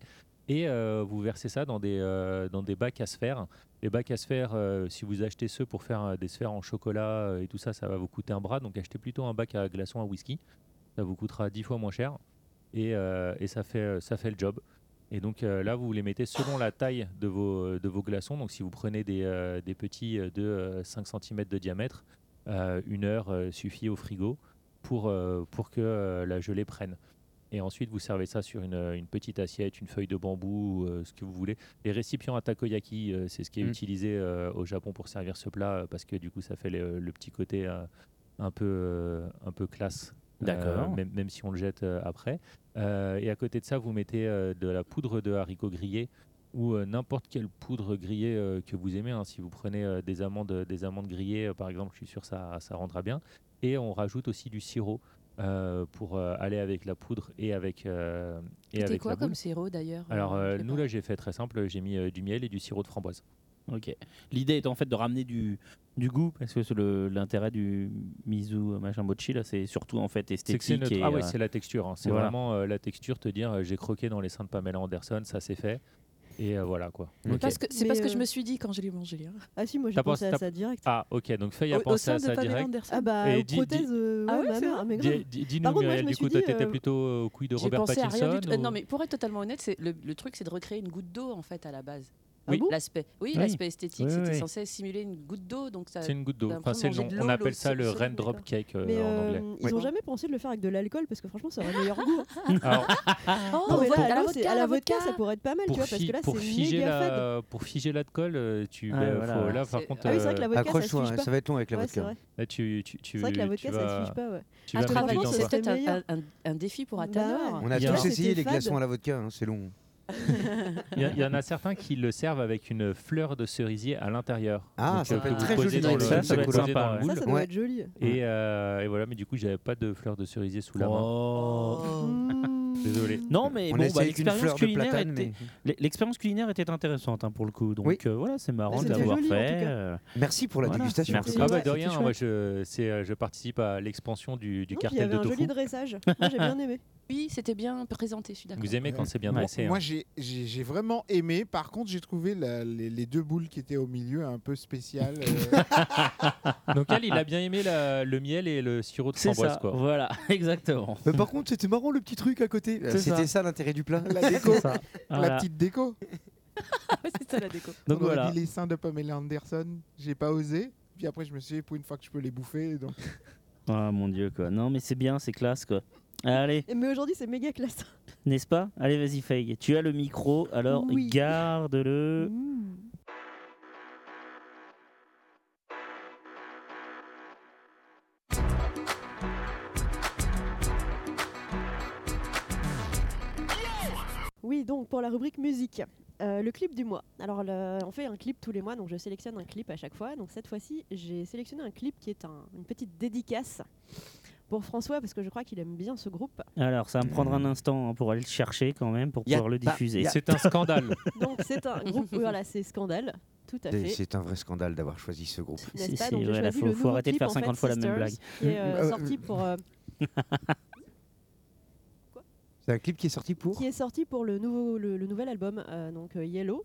S2: et euh, vous versez ça dans des, euh, dans des bacs à sphères. Les bacs à sphères, euh, si vous achetez ceux pour faire euh, des sphères en chocolat euh, et tout ça, ça va vous coûter un bras. Donc achetez plutôt un bac à glaçons à whisky. Ça vous coûtera 10 fois moins cher et, euh, et ça, fait, ça fait le job. Et donc euh, là, vous les mettez selon la taille de vos, de vos glaçons. Donc si vous prenez des, euh, des petits euh, de euh, 5 cm de diamètre, euh, une heure euh, suffit au frigo pour, euh, pour que euh, la gelée prenne. Et ensuite, vous servez ça sur une, une petite assiette, une feuille de bambou, euh, ce que vous voulez. Les récipients à takoyaki, euh, c'est ce qui est
S13: Mm.
S2: utilisé euh, au Japon pour servir ce plat, euh, parce que du coup, ça fait le, le petit côté euh, un, peu, euh, un peu classe. euh,
S1: D'accord.
S2: même- même, même si on le jette euh, après. Euh, et à côté de ça, vous mettez euh, de la poudre de haricots grillés ou euh, n'importe quelle poudre grillée euh, que vous aimez. hein. Si vous prenez euh, des amandes, des amandes grillées, euh, par exemple, je suis sûr que ça, ça rendra bien. Et on rajoute aussi du sirop euh, pour euh, aller avec la poudre et avec. euh, et
S12: C'était
S2: avec
S12: quoi
S2: la boule.
S12: comme sirop, d'ailleurs
S2: Alors
S12: Euh,
S2: euh,
S12: je sais
S2: nous
S12: pas.
S2: là, j'ai fait très simple. J'ai mis euh, du miel et du sirop de framboise.
S1: Ok. L'idée est en fait de ramener du, du goût, parce que c'est le- l'intérêt du miso euh, machin mochi, là, c'est surtout en fait
S2: C'est
S1: esthétique.
S2: que c'est notre-
S1: et,
S2: Ah ouais,
S1: euh,
S2: c'est la texture. hein. C'est
S1: voilà.
S2: vraiment euh, la texture. Te dire, euh, j'ai croqué dans les seins de Pamela Anderson, ça c'est fait. Et euh, voilà quoi.
S12: C'est parce que- C'est
S4: Mais,
S12: pas ce que
S4: euh,
S12: je me suis dit quand je l'ai mangé. hein.
S4: Ah si, moi j'ai
S2: T'as
S4: pensé
S2: pensé-
S4: à
S2: t'as-
S4: ça direct.
S2: Ah ok, donc Faye a
S12: Au- au
S2: pensé
S12: sein
S2: à
S12: de
S2: ça
S12: Pamela
S2: direct.
S12: Anderson.
S4: Ah bah,
S2: Et
S4: aux
S2: dis-
S4: prothèses, euh,
S12: Ah
S4: ouais,
S12: ouais,
S4: ma
S12: c'est
S4: mère,
S12: vrai.
S4: mais grave.
S2: Dis- dis- Dis-nous
S4: Par contre, moi,
S2: Muriel,
S4: je me
S2: du
S4: suis
S2: coup, toi
S4: dit,
S2: t'étais
S4: euh,
S2: plutôt euh, au couille de
S12: J'ai
S2: Robert
S12: pensé à
S2: Pattinson
S12: rien du tout. Euh,
S2: ou-
S12: non, mais pour être totalement honnête, c'est le, le truc, c'est de recréer une goutte d'eau en fait à la base.
S4: Ah
S2: Oui. bon
S12: L'aspect, oui,
S2: Oui.
S12: l'aspect esthétique,
S2: Oui,
S12: c'était
S2: oui.
S12: censé simuler une goutte d'eau, donc ça-
S2: C'est une goutte
S4: bah,
S2: d'eau.
S12: t'as
S2: Enfin, c'est le
S12: l'impression
S2: nom.
S12: de manger de
S2: On
S12: l'eau,
S2: appelle
S12: l'eau,
S2: ça
S12: c'est-
S2: le
S12: c'est-
S2: raindrop cake euh,
S4: Mais
S2: en
S4: euh,
S2: anglais.
S4: ils ont jamais pensé de le faire avec de l'alcool parce que franchement ça aurait meilleur goût. hein.
S2: Alors,
S12: Oh,
S4: non mais
S12: vodka,
S4: là à
S12: la
S4: l'eau,
S12: vodka,
S4: c'est- à la
S12: la
S4: vodka
S12: vodka.
S4: ça pourrait être pas mal tu
S2: pour,
S4: vois parce
S2: fi-
S4: que là
S2: pour
S4: c'est
S2: figer
S4: méga fade.
S2: la, pour figer l'alcool, euh, tu
S1: Ah,
S2: bah, faut-
S1: voilà.
S2: là par
S12: C'est-
S2: contre,
S4: Ah
S2: euh,
S4: oui, c'est vrai que la vodka, ça se
S8: Accroche-toi,
S4: fige
S8: hein,
S4: pas.
S8: ça va être long avec la
S4: Ouais, c'est
S8: vodka.
S4: vrai.
S2: là, tu, tu, tu,
S4: C'est vrai que la vodka,
S2: tu
S4: ça se
S2: vas-
S4: fiche pas, ouais.
S2: tu
S12: Ah,
S2: vas mettre du
S12: franchement,
S2: temps,
S12: c'est
S2: quoi.
S12: peut-être
S4: meilleur.
S12: un, un- un défi pour
S4: Bah
S12: Tanner.
S4: ouais.
S8: On a
S2: Il y a-
S8: tous essayé
S4: C'était
S8: les
S4: fade.
S8: glaçons à la vodka, hein, c'est long.
S2: Il y, a- il y en a certains qui le servent avec une fleur de cerisier à l'intérieur.
S8: Ah,
S2: Donc,
S8: ça
S2: euh,
S8: peut
S2: que
S8: être
S2: vous
S8: très
S2: posez
S8: joli
S2: dans
S8: avec
S2: le-
S8: ça,
S2: que
S8: ça
S2: vous
S8: doit être
S2: posez
S1: sympa,
S2: dans le
S1: ouais.
S4: Ça,
S2: moule.
S4: ça doit
S8: Ouais.
S4: être joli.
S2: Et, euh, et voilà, mais du coup, j'avais pas de fleur de cerisier sous la main.
S1: Oh.
S2: Désolé.
S1: Non, mais
S8: On
S1: bon,
S8: essaye
S1: bah,
S8: avec une fleur
S1: l'expérience
S8: de
S1: culinaire,
S8: platane,
S1: était... l'e- l'expérience culinaire était intéressante hein, pour le coup. Donc
S8: Oui.
S1: euh, voilà, c'est marrant de
S4: c'était
S1: l'avoir
S4: joli, en tout
S1: fait.
S4: cas.
S1: euh,
S8: Merci pour la
S1: Voilà.
S8: dégustation.
S1: Merci.
S2: Ah bah
S4: Ouais,
S2: de
S4: c'était
S2: rien, moi je, c'est, euh, je participe à l'expansion du, du
S4: Non, puis Il y
S2: cartel
S4: avait
S2: de
S4: un
S2: tofu.
S4: joli dressage. Moi j'ai bien aimé.
S12: Oui, c'était bien présenté, je suis d'accord.
S2: Vous aimez quand c'est bien
S1: Ouais.
S2: dressé. hein.
S7: Moi, j'ai- j'ai j'ai vraiment aimé. Par contre, j'ai trouvé la- les, les deux boules qui étaient au milieu un peu spéciales. euh.
S2: Donc elle, il a bien aimé la- le miel et le sirop de
S1: Ah, C'est
S2: framboise.
S1: ça,
S2: Quoi.
S1: voilà, exactement.
S8: Mais par contre, c'était marrant le petit truc à côté.
S1: C'est
S8: Euh, C'était
S1: ça.
S8: ça, l'intérêt du plat.
S7: la déco.
S1: Voilà.
S7: La petite déco.
S12: c'est ça la déco.
S1: Donc
S7: On aurait
S1: voilà.
S7: dit les seins de Pamela Anderson. J'ai pas osé. Puis après, je me suis dit, pour une fois que je peux les bouffer. Donc...
S1: Ah mon dieu, quoi. Non, mais c'est bien, c'est classe, quoi. Allez,
S4: Et- Mais aujourd'hui c'est méga classe.
S1: n'est-ce pas Allez, vas-y, Faye. Tu as le micro, alors
S4: Oui.
S1: garde-le.
S4: Mmh. Oui, donc pour la rubrique musique, euh, le clip du mois. Alors le- on fait un clip tous les mois, donc je sélectionne un clip à chaque fois. Donc cette fois-ci, j'ai sélectionné un clip qui est un- une petite dédicace pour François parce que je crois qu'il aime bien ce groupe.
S1: Alors, ça va me prendre
S4: Euh.
S1: un instant hein, pour aller le chercher quand même, pour
S8: Y a
S1: pouvoir le
S8: pas-
S1: diffuser.
S8: y a-
S2: C'est un scandale.
S4: Donc c'est un groupe, voilà, c'est Scandale, tout à
S8: C'est-
S4: fait.
S8: C'est un vrai scandale d'avoir choisi ce groupe.
S1: C'est-
S4: n'est-ce pas
S1: c'est-
S4: Donc, j'ai
S1: voilà,
S4: choisi
S1: faut-
S4: le
S1: faut
S4: nouveau
S1: arrêter de
S4: clip,
S1: faire
S4: en fait,
S1: 50 fois la même
S4: Sisters, qui est euh,
S8: Euh,
S4: sorti pour euh,
S8: C'est un clip qui est sorti pour
S4: qui est sorti pour le nouveau le, le nouvel album euh, donc euh, Yellow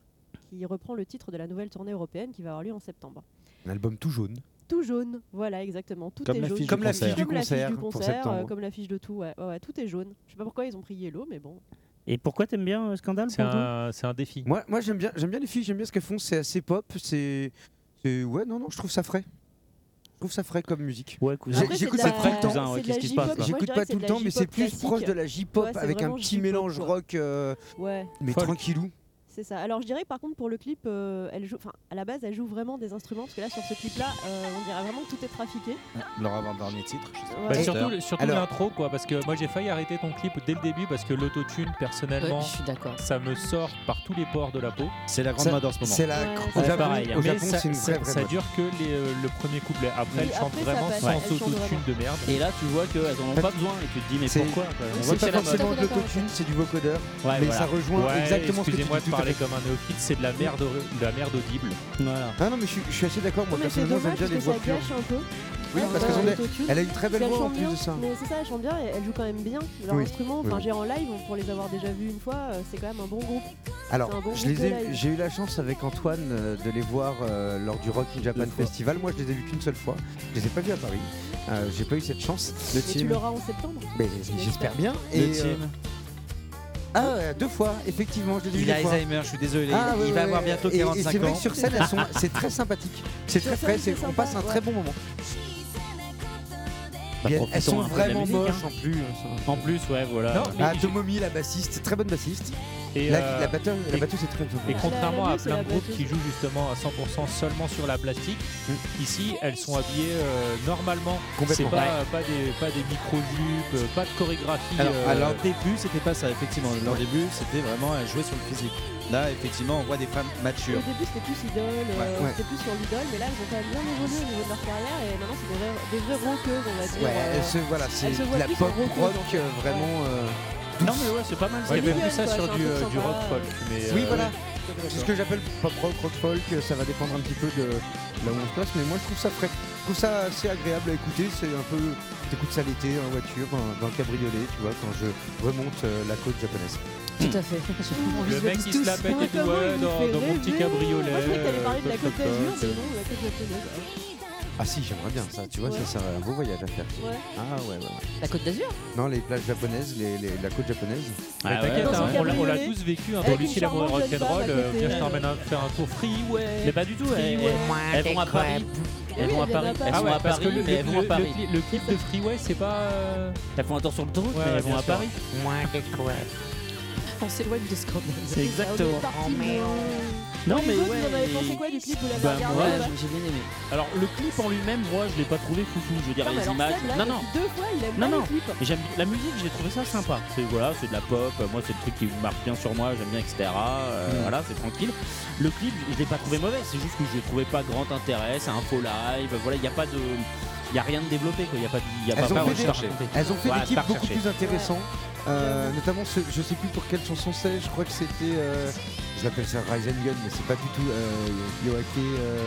S4: qui reprend le titre de la nouvelle tournée européenne qui va avoir lieu en septembre.
S8: un album tout jaune.
S4: Tout jaune, voilà exactement, tout
S9: Comme
S4: est
S9: la
S4: jaune.
S9: fiche
S8: Comme
S9: du
S8: la
S9: concert.
S8: fiche du
S4: Comme l'affiche
S8: concert
S4: du
S8: pour
S4: concert, euh,
S8: septembre.
S4: comme l'affiche de tout, ouais, ouais, ouais, tout est jaune. Je sais pas pourquoi ils ont pris Yellow, mais bon.
S1: Et pourquoi t'aimes bien euh, Scandale
S2: C'est
S1: Ponton
S2: un, c'est un défi.
S8: Moi, moi j'aime bien, j'aime bien les filles, j'aime bien ce qu'elles font. C'est assez pop. C'est, c'est- ouais, non, non, je trouve ça frais. Je trouve ça frais comme musique.
S1: Ouais, cousin.
S8: Après, j'écoute
S4: c'est de
S8: pas
S4: la-
S8: tout le temps,
S4: c'est
S1: ouais,
S4: de
S1: qu'est-ce
S4: la
S1: qui se passe,
S4: J-pop, moi,
S1: là
S4: je
S8: J'écoute
S4: dirais
S8: pas
S4: que
S8: tout
S4: c'est
S8: le
S4: de la
S8: temps, mais c'est
S4: J-pop
S8: plus proche de
S4: classique.
S8: la J-pop
S4: Ouais, c'est
S8: avec un
S4: vraiment
S8: petit
S4: J-pop,
S8: mélange
S4: quoi.
S8: rock, euh,
S4: Ouais,
S8: mais
S2: Folk.
S8: tranquillou.
S4: c'est ça. Alors je dirais par contre pour le clip, euh, elle joue, enfin à la base elle joue vraiment des instruments parce que là sur ce clip là, on dirait vraiment que tout est trafiqué.
S8: Oh,
S9: Leur avant-dernier titre. je sais pas.
S4: Ouais.
S2: Bah,
S8: Et-
S2: surtout le- surtout
S8: alors-
S2: l'intro, quoi, parce que moi j'ai failli arrêter ton clip dès le début parce que l'autotune, personnellement,
S12: Ouais, je suis d'accord.
S2: ça me sort par tous les pores de la peau.
S9: C'est la grande
S8: Ça-
S9: mode en ce moment.
S8: C'est la.
S4: Ouais,
S8: cro-
S4: c'est
S8: au Japon,
S1: pareil, hein.
S8: au
S2: Mais
S8: Japon,
S2: ça,
S8: c'est une
S2: ça-
S8: vraie, vraie
S2: ça
S8: mode.
S2: dure que les, euh, le premier couplet. Après,
S4: Oui,
S2: elle chante
S4: après, ça
S2: vraiment
S4: passe.
S2: sans
S4: Ouais. Elle chante
S2: autotune de merde.
S1: Et là, tu vois qu'elles en ont pas besoin et tu te dis, mais
S8: C'est-
S1: pourquoi quoi On voit
S8: C'est
S1: que c'est
S8: pas
S1: la mode.
S8: forcément de
S12: Tout à fait d'accord avec
S8: l'autotune, c'est du vocodeur, mais
S1: Ouais, voilà.
S8: ça rejoint
S2: Ouais,
S8: exactement ce que tu dis.
S2: excusez-moi de
S8: tout à fait.
S2: parler comme un néophyte, c'est de la merde, de la merde audible.
S1: Voilà.
S8: Ah non, mais je suis- je suis assez d'accord. Moi,
S4: mais c'est
S8: personnellement, j'aime bien
S4: dommage parce
S8: les
S4: que
S8: voix
S4: ça
S8: pures.
S4: gâche un peu.
S8: Oui,
S4: Ouais,
S8: parce
S4: ouais,
S8: que son-
S4: l'autotune.
S8: elle a une très belle
S4: Parce qu'elle
S8: voix en
S4: chante
S8: plus
S4: bien,
S8: de ça.
S4: Mais c'est ça, elle chante bien, et elle joue quand même bien leur
S8: Oui.
S4: instrument.
S8: Oui,
S4: Enfin,
S8: oui.
S4: j'ai en live, pour les avoir déjà vus une fois, euh, c'est quand même un bon groupe.
S8: Alors,
S4: C'est un bon
S8: je les ai-
S4: groupe de live.
S8: j'ai eu la chance avec Antoine euh, de les voir euh, lors du Rock in Japan
S1: Deux fois.
S8: Festival. Moi, je les ai vus qu'une seule fois. Je les ai pas vus à Paris. Euh, j'ai pas eu cette chance. Le
S4: Et tu l'auras en septembre
S8: Mais j'espère bien.
S1: Le
S8: euh,
S1: team.
S14: Ah, ouais, deux fois, effectivement, je l'ai vu
S1: Il
S14: deux
S1: a
S14: fois.
S1: Alzheimer, je suis désolé.
S14: Ah,
S1: Il
S14: ouais,
S1: va
S14: ouais,
S1: avoir bientôt
S14: et- et
S1: 45
S14: C'est vrai
S1: ans.
S14: que sur scène, elles sont- c'est très sympathique. C'est très
S1: Sur
S14: frais,
S1: scène, c'est
S14: c'est- on
S1: sympa,
S14: passe un
S1: ouais.
S14: très bon moment.
S5: Bah,
S14: Bien, elles
S5: profitons
S14: sont
S5: un peu de la
S14: vraiment
S5: musique, hein.
S14: moches en plus.
S5: En plus, ouais, voilà.
S14: Ah, Tomomi, la bassiste, très bonne bassiste.
S2: Et,
S14: la,
S2: euh,
S14: la batteur- la
S2: et-
S14: batteuse est très bonne.
S2: Et contrairement à plein
S14: la
S2: de groupes qui jouent justement à 100% seulement sur la plastique, ici elles sont habillées euh, normalement. C'est
S9: Complètement.
S2: pas,
S9: Ouais.
S2: pas des, pas des micro-jupes, euh, pas de chorégraphie.
S9: Alors,
S2: euh,
S9: à leur début, c'était pas ça, effectivement. Leur début, c'était vraiment à jouer sur le physique. Là, effectivement, on voit des femmes
S4: Au
S9: matures.
S4: début, c'était plus idole, euh,
S9: Ouais, ouais.
S4: c'était plus sur l'idole, mais là, elles ont quand même bien évolué au niveau de leur carrière et maintenant, c'est des vraies, des vraies rockeuses, on va dire.
S14: Ouais,
S4: euh,
S14: elle se- voilà,
S4: elles
S14: c'est
S4: se voient
S14: de la
S4: plus en
S14: pop
S4: rockeuses,
S14: rock
S4: en fait.
S14: euh, vraiment. euh,
S2: Non, mais ouais, c'est pas mal.
S14: Ouais,
S2: Il y avait
S14: nickel,
S2: plus ça
S14: quoi,
S2: sur
S14: c'est un
S2: du,
S14: truc
S2: euh, du
S14: sympa.
S2: rock folk. Mais,
S14: oui,
S2: euh,
S14: voilà. C'est ce que j'appelle pop rock, rock folk. euh, Ça va dépendre un petit peu de là où on se place, mais moi je trouve ça frais. Je trouve ça assez agréable à écouter. C'est un peu. T'écoutes ça l'été en voiture, en- dans le cabriolet, tu vois, quand je remonte euh, la côte japonaise.
S12: Tout à fait.
S2: Le mec qui se la pète et tout, ouais, dans, dans mon petit cabriolet.
S4: Moi, je croyais que t'allais parler de la
S2: euh,
S4: Côte
S2: toc, toc,
S4: d'Azur,
S2: toc.
S4: mais non, la Côte japonaise.
S14: Ah si, j'aimerais bien ça. Tu vois,
S4: Ouais.
S14: ça serait un beau voyage à faire.
S4: Ouais.
S14: Ah ouais, ouais, ouais.
S12: La Côte d'Azur
S14: Non, les plages japonaises, les, les- la côte japonaise.
S1: Ah
S2: Mais T'inquiète, hein, on l'a- on l'a tous vécu
S4: Eh,
S2: hein, dans Lucie l'amour et rock'n'roll. euh, Viens, je t'emmène un- faire un tour freeway. Mais pas du tout, elles,
S1: Freeway.
S2: elles vont à Paris.
S1: Elles vont à Paris. Elles
S2: Ah
S1: sont
S2: ouais,
S1: à
S2: parce que
S1: Paris,
S2: le-
S1: mais elles
S2: le-
S1: vont à
S2: le-
S1: Paris.
S2: le- Le clip de Freeway, c'est pas. euh,
S1: Elles font un tour sur le
S2: Ouais,
S1: mais
S2: ouais,
S1: elles vont
S2: bien
S1: à
S2: sûr.
S1: Paris.
S12: On s'éloigne de ce scandale.
S1: C'est exactement.
S12: On est parti
S1: Oh, mais-
S12: loin.
S1: Non,
S12: Et
S1: mais
S12: vous,
S1: ouais.
S12: Vous en avez pensé quoi du clip Vous l'avez
S1: Bah,
S12: regardé
S1: moi,
S12: là-bas
S1: j'ai- j'ai bien aimé. Alors, le clip en lui-même, moi, je l'ai pas trouvé foufou. Je veux dire,
S12: Non, mais
S1: les
S12: alors,
S1: images.
S12: Seb, là,
S1: non,
S12: depuis
S1: non.
S12: deux fois, il aime
S1: non,
S12: pas
S1: non.
S12: les clips.
S1: Mais J'aime la musique, j'ai trouvé ça sympa. C'est voilà, c'est de la pop. euh, Moi, c'est le truc qui me marque bien sur moi. J'aime bien, etc. euh,
S9: Mm.
S1: Voilà, c'est tranquille. Le clip, je l'ai pas trouvé mauvais. C'est juste que je l'ai trouvé pas grand intérêt. C'est un faux live. Voilà, il n'y a pas de, il y a rien de développé. quoi. Il y a pas, il y a
S14: Elles
S1: pas
S14: ont,
S1: pas
S14: fait
S1: recherché.
S14: des, elles ont fait
S1: Voilà,
S14: des clips
S1: pas
S14: beaucoup
S1: recherché.
S14: plus intéressants. Euh, notamment, ce, je sais plus pour quelle chanson c'est, je crois que c'était. euh, je l'appelle ça Rise and Gun, mais c'est pas du tout euh, Yoake. euh,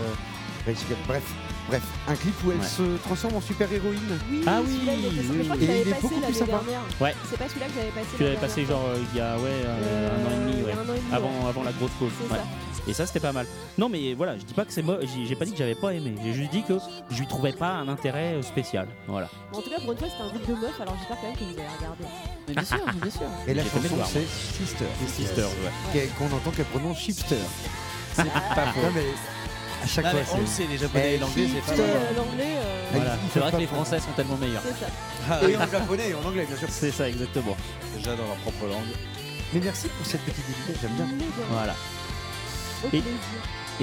S14: Rise Gun. bref, bref, un clip où elle
S1: Ouais.
S14: se transforme en super-héroïne.
S4: Oui,
S1: Ah oui,
S4: celui-là, il était-
S1: oui,
S4: je crois
S1: oui.
S4: que je
S1: Et
S4: l'avais
S1: il est
S4: passé
S1: beaucoup plus
S4: l'année
S1: sympa.
S4: dernière.
S1: Ouais.
S4: C'est pas celui-là que j'avais passé.
S1: Tu
S4: la
S1: l'avais passé
S4: dernière
S1: genre euh, il y a ouais, euh, un an et demi, ouais.
S4: un an et demi,
S1: avant,
S4: ouais.
S1: avant la grosse pause.
S4: C'est
S1: ouais.
S4: ça.
S1: Et ça, c'était pas mal. Non, mais voilà, je dis pas que c'est moi, j'ai j'ai pas dit que j'avais pas aimé. J'ai juste dit que je lui trouvais pas un intérêt euh, spécial. Voilà.
S4: fois. Mais En tout cas, pour une fois, c'était un groupe de meufs, alors j'espère quand même que vous allez regarder.
S1: Mais bien sûr, bien sûr.
S14: Et la
S1: J'ai fait mes
S14: chanson,
S1: devoirs.
S14: c'est Sister.
S1: Les Sisters, ouais.
S14: Qu'elle- Qu'on entend qu'elle prononce Shipster. C'est pas faux. Non, mais à chaque
S1: Non,
S14: fois.
S1: mais on le
S14: c'est-
S1: sait, les Japonais et
S14: Eh,
S1: l'anglais, c'est pas
S14: Shipster.
S1: mal.
S4: L'anglais, euh,
S14: Ah, ils- ils
S1: Voilà. C'est
S14: peuvent
S1: vrai que
S14: pas
S1: les
S14: prendre.
S1: Français sont tellement meilleurs. Ah,
S4: C'est ça.
S14: Et en japonais et en anglais, bien sûr.
S1: C'est ça, exactement. Déjà dans leur propre langue.
S14: Mais merci pour cette petite dédicace, j'aime bien.
S1: Voilà. Et,